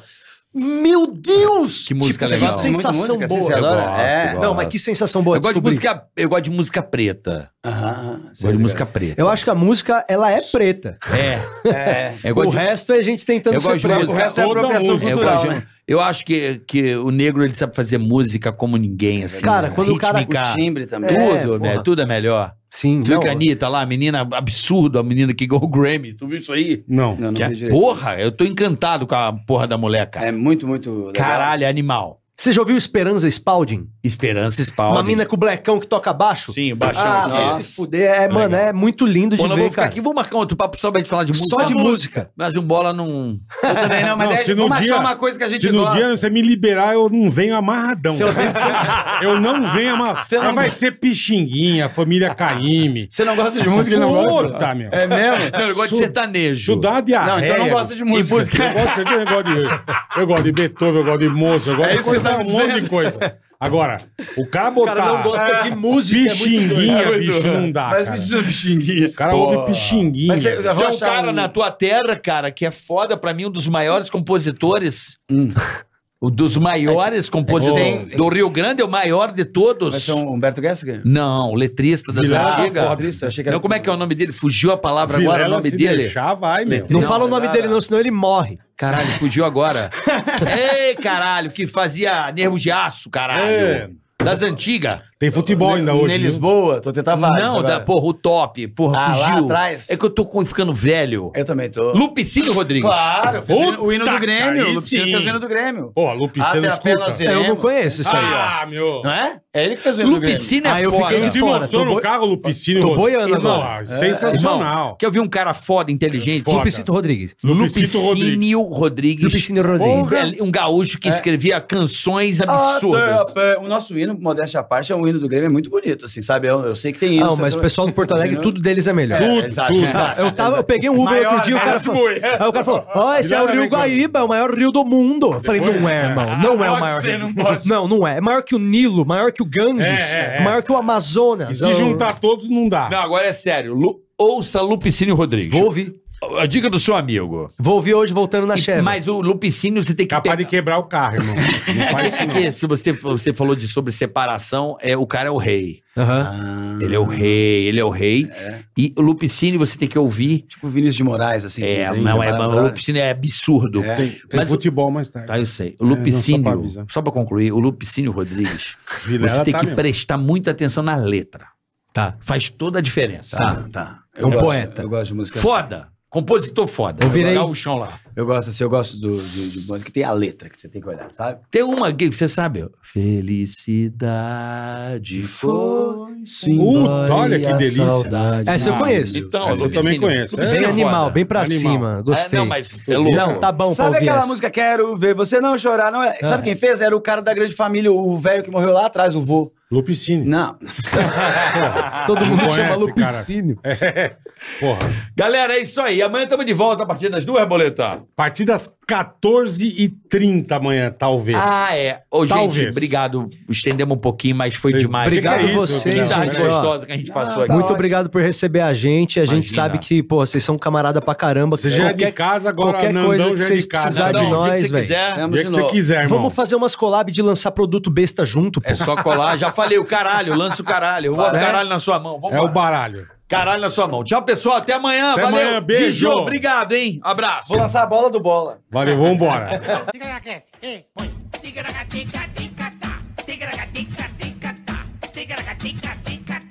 Speaker 3: Meu Deus!
Speaker 6: Que música
Speaker 3: Tipo,
Speaker 6: legal.
Speaker 3: Que sensação
Speaker 6: Muita música,
Speaker 3: boa.
Speaker 6: assim, você adora? É.
Speaker 3: Não, mas que sensação boa.
Speaker 6: eu, gosto de
Speaker 3: descobri. é.
Speaker 6: música, eu gosto de música preta. gosto de música preta.
Speaker 3: Eu acho que a música, ela é preta.
Speaker 6: É. Eu gosto
Speaker 3: o
Speaker 6: de-
Speaker 3: resto é a gente tentando
Speaker 6: Eu
Speaker 3: ser
Speaker 6: gosto de
Speaker 3: preto. é
Speaker 6: música. Toda música. É, Eu gosto
Speaker 3: né?
Speaker 6: de- Eu acho que, que o negro ele sabe fazer música como ninguém, assim.
Speaker 3: Cara, quando o cara-
Speaker 6: rítmica.
Speaker 3: o timbre também.
Speaker 6: Tudo,
Speaker 3: É,
Speaker 6: né?
Speaker 3: porra.
Speaker 6: Tudo é melhor.
Speaker 3: Sim,
Speaker 6: Tu viu
Speaker 3: não,
Speaker 6: que a Anitta lá, a menina absurda, a menina que ganhou o Grammy. Tu viu isso aí?
Speaker 4: Não.
Speaker 8: não
Speaker 6: Que é-
Speaker 8: vi direito
Speaker 6: porra, eu tô encantado com a porra da mulher, cara.
Speaker 8: É muito, muito. legal.
Speaker 6: Caralho, é animal.
Speaker 3: Você já ouviu Esperanza Spalding?
Speaker 6: Esperança Spalding.
Speaker 3: Uma mina com o blecão que toca baixo?
Speaker 6: Sim, o baixão
Speaker 3: ah,
Speaker 6: aqui.
Speaker 3: vai
Speaker 6: Nossa.
Speaker 3: se fuder. É, mano, é muito lindo de
Speaker 6: Pô, nós
Speaker 3: ver,
Speaker 6: vamos ficar
Speaker 3: cara.
Speaker 6: aqui, vamos marcar um outro papo só pra gente falar de música.
Speaker 3: Só de música.
Speaker 6: Mas o Bola não...
Speaker 8: Eu também não, mas
Speaker 4: Não,
Speaker 8: é,
Speaker 4: se no
Speaker 8: vamos
Speaker 4: dia-
Speaker 8: achar uma coisa que a gente
Speaker 4: [laughs] Se no
Speaker 8: gosta.
Speaker 4: dia você me liberar, eu não venho amarradão.
Speaker 8: Seu-
Speaker 4: cara. [laughs] eu não venho amarradão.
Speaker 8: Você não-
Speaker 4: Mas Vai ser Pixinguinha, família Caime.
Speaker 8: Você não gosta de música e não gosta?
Speaker 4: Puta, meu.
Speaker 8: É mesmo?
Speaker 6: [laughs] Não, eu gosto de
Speaker 4: Su-
Speaker 6: sertanejo.
Speaker 4: Estudar de
Speaker 8: Não, então não gosta de música.
Speaker 6: [laughs]
Speaker 4: Eu gosto, de- eu, gosto de, eu gosto de Beethoven, eu gosto de Mozart, eu gosto
Speaker 8: É
Speaker 4: de
Speaker 8: isso que você
Speaker 4: coisa-
Speaker 8: tá
Speaker 4: um monte de
Speaker 8: dizendo?
Speaker 4: coisa. Agora, o cara botar...
Speaker 3: cara não gosta de música, é muito
Speaker 4: Pixinguinha,
Speaker 3: doido.
Speaker 4: bicho, não dá,
Speaker 8: Mas
Speaker 4: cara.
Speaker 8: me diz uma pixinguinha.
Speaker 4: O cara ouve Pixinguinha.
Speaker 8: Mas você- eu vou
Speaker 6: Tem um
Speaker 8: achar
Speaker 6: cara
Speaker 8: um-
Speaker 6: na tua terra, cara, que é foda, pra mim, um dos maiores compositores. [laughs] Um dos maiores compositores.
Speaker 8: Hum. tem-
Speaker 6: Do Rio Grande é o maior de
Speaker 8: Vai
Speaker 6: todos.
Speaker 8: ser um Humberto Gessinger?
Speaker 6: Não, o letrista das
Speaker 8: Vilela,
Speaker 6: antigas.
Speaker 8: foda. Letrista, achei que era-
Speaker 6: Não, como é que é o nome dele? Fugiu a palavra agora, o
Speaker 4: Vilela,
Speaker 6: nome
Speaker 4: se
Speaker 6: dele.
Speaker 4: deixar, vai,
Speaker 6: é
Speaker 4: meu.
Speaker 3: Não fala o nome dele não, senão ele morre.
Speaker 6: Caralho, fugiu
Speaker 8: [laughs]
Speaker 6: agora. Ei, caralho, que fazia nervos de aço, caralho.
Speaker 4: É.
Speaker 6: Das antigas.
Speaker 4: Tem futebol ainda
Speaker 8: Ne-
Speaker 4: hoje.
Speaker 8: Ne
Speaker 4: viu?
Speaker 8: Lisboa, tô tentando vários
Speaker 6: Não,
Speaker 8: agora.
Speaker 6: da, porra, o top. Porra,
Speaker 8: Ah, lá
Speaker 6: fugiu.
Speaker 8: atrás?
Speaker 6: É que eu tô com- ficando velho.
Speaker 8: Eu também tô.
Speaker 6: Lupicínio Rodrigues.
Speaker 8: Claro, fez o hino- o hino
Speaker 6: Puta,
Speaker 8: do Grêmio.
Speaker 6: cara, aí
Speaker 8: O Lupicínio
Speaker 6: sim.
Speaker 8: fez o hino do Grêmio.
Speaker 4: Pô, Lupicínio
Speaker 8: Até a pena
Speaker 4: escuta.
Speaker 8: nós iremos.
Speaker 3: Eu não conheço isso aí, ó.
Speaker 4: Ah, meu.
Speaker 8: Não é? É ele que fez o hino do Grêmio.
Speaker 6: Lupicínio é
Speaker 3: Ah, eu
Speaker 6: foda.
Speaker 3: fiquei
Speaker 4: Ele
Speaker 3: de
Speaker 4: te
Speaker 3: fora.
Speaker 4: mostrou
Speaker 3: tô
Speaker 4: no
Speaker 3: boi-
Speaker 4: carro o Lupicínio.
Speaker 3: tô
Speaker 4: Rodrigues.
Speaker 3: boiando
Speaker 4: Irmão,
Speaker 3: agora.
Speaker 4: ah, Sensacional.
Speaker 6: Irmão, quer ouvir um cara foda, inteligente?
Speaker 4: Foda.
Speaker 3: Lupicito Rodrigues.
Speaker 4: Lupicínio
Speaker 6: Lupicínio Rodrigues.
Speaker 3: Lupicínio Rodrigues.
Speaker 6: Velho, Um gaúcho que escrevia canções
Speaker 3: é
Speaker 8: Absurdo.
Speaker 6: absurdas.
Speaker 8: Ah, tá, é, O nosso hino, modéstia à parte, é um hino do Grêmio é muito bonito, assim, sabe? Eu, eu sei que tem hino.
Speaker 3: Não, mas o pessoal do Porto Alegre, tudo deles é melhor.
Speaker 8: Tudo, tudo.
Speaker 3: Ah, eu, tava, eu peguei um Uber outro dia, o cara falou. Aí o cara falou: Ó, esse é o Rio Guaíba, é o maior rio do mundo. Eu falei: Não é, irmão. Não é o maior rio. Não, não é. É maior que o Nilo, maior que o Ganges,
Speaker 4: É, é, é.
Speaker 3: maior que o Amazonas.
Speaker 4: E se
Speaker 3: Eu-
Speaker 4: juntar todos, não dá.
Speaker 6: Não, agora é sério. Lu- Ouça Lupicínio Rodrigues.
Speaker 3: Vou ouvir.
Speaker 6: A dica do seu amigo.
Speaker 3: Vou ouvir hoje voltando na Cheva.
Speaker 6: Mas o Lupicínio você tem que
Speaker 4: Capaz de quebrar o carro, irmão. Não
Speaker 6: É
Speaker 4: faz
Speaker 6: que,
Speaker 4: isso,
Speaker 6: é
Speaker 4: não.
Speaker 6: que se você, você falou de sobre separação, é, o cara é o rei.
Speaker 3: Aham.
Speaker 6: Ele é o rei, ele é o rei. E o Lupicínio você tem que ouvir.
Speaker 8: Tipo o Vinícius de Moraes, assim.
Speaker 6: É,
Speaker 8: que-
Speaker 6: não, é,
Speaker 8: que-
Speaker 6: o Lupicínio é absurdo.
Speaker 8: É.
Speaker 4: Tem, tem
Speaker 6: Mas o-
Speaker 4: futebol mais tarde.
Speaker 6: Tá, eu sei. O
Speaker 4: É, não, só pra
Speaker 6: Lupicínio,
Speaker 4: avisar.
Speaker 6: só pra concluir, o Lupicínio Rodrigues,
Speaker 4: Vilela
Speaker 6: você tem
Speaker 4: tá
Speaker 6: que
Speaker 4: mesmo.
Speaker 6: prestar muita atenção na letra.
Speaker 3: Tá.
Speaker 6: Faz toda a diferença.
Speaker 8: Tá, tá.
Speaker 3: É um
Speaker 8: gosto,
Speaker 3: poeta.
Speaker 8: Eu gosto de música assim.
Speaker 6: Foda. Compositor foda.
Speaker 3: Eu virei-
Speaker 6: o chão lá.
Speaker 8: Eu gosto assim, eu gosto do, de, de música que tem a letra que você tem que olhar, sabe?
Speaker 6: Tem uma que você sabe. ó. Felicidade foi.
Speaker 4: Puta, olha que delícia.
Speaker 3: Essa eu conheço.
Speaker 6: Então,
Speaker 4: Essa eu
Speaker 6: Lupicínio.
Speaker 4: também conheço.
Speaker 6: Lupicínio
Speaker 3: Sem
Speaker 6: é
Speaker 3: animal,
Speaker 6: foda.
Speaker 3: bem pra
Speaker 4: Animal.
Speaker 3: cima. Gostei.
Speaker 6: É, não, mas é louco.
Speaker 3: Não, tá bom pra
Speaker 8: Sabe
Speaker 3: ouvir
Speaker 8: aquela
Speaker 3: essa.
Speaker 8: música Quero Ver Você Não Chorar? Não é? Sabe quem fez? Era o cara da grande família, o velho que morreu lá atrás, o vô.
Speaker 4: Lupicínio.
Speaker 8: Não.
Speaker 3: Todo mundo
Speaker 4: Não
Speaker 3: chama
Speaker 4: conhece,
Speaker 3: Lupicínio.
Speaker 4: Porra.
Speaker 6: Galera, é isso aí. Amanhã estamos de volta a partir das duas, Boleta.
Speaker 4: A partir das 14h30 amanhã, talvez.
Speaker 6: Ah, é. Ô, gente,
Speaker 4: Talvez.
Speaker 6: obrigado. Estendemos um pouquinho, mas foi
Speaker 4: Vocês-
Speaker 6: demais.
Speaker 3: Obrigado
Speaker 4: Fica
Speaker 3: a
Speaker 4: isso,
Speaker 3: vocês,
Speaker 6: Que
Speaker 4: obrigado.
Speaker 6: tarde
Speaker 3: gente. ó.
Speaker 6: gostosa que a gente passou aqui.
Speaker 3: Muito obrigado por receber a gente. A gente
Speaker 6: Imagina.
Speaker 3: sabe que, pô, vocês são camarada pra caramba.
Speaker 4: Você já é de casa, agora
Speaker 3: qualquer
Speaker 4: Nandão
Speaker 3: coisa que
Speaker 4: já é
Speaker 3: vocês
Speaker 4: de casa.
Speaker 3: precisarem
Speaker 6: Nandão,
Speaker 3: de
Speaker 6: o dia
Speaker 3: nós,
Speaker 6: que você
Speaker 3: velho.
Speaker 6: quiser.
Speaker 4: O dia que você quiser, né, irmão.
Speaker 3: Vamos fazer umas collab de lançar produto besta junto, pô.
Speaker 6: É só colar. Já falei, o caralho. Lança o caralho. O outro caralho na sua mão. Vamos
Speaker 4: É o baralho.
Speaker 6: Caralho na sua mão. Tchau, pessoal. Até amanhã.
Speaker 4: Até
Speaker 6: Valeu.
Speaker 4: amanhã, beijo.
Speaker 6: Dijô, obrigado, hein? Abraço.
Speaker 8: Vou lançar a bola do bola.
Speaker 4: Valeu,
Speaker 3: [laughs]
Speaker 4: vambora.
Speaker 1: Tica-tica-tica-tica-tá. Tica-tica-tica-tica-tá. Tica-tica-tica-tica-tá.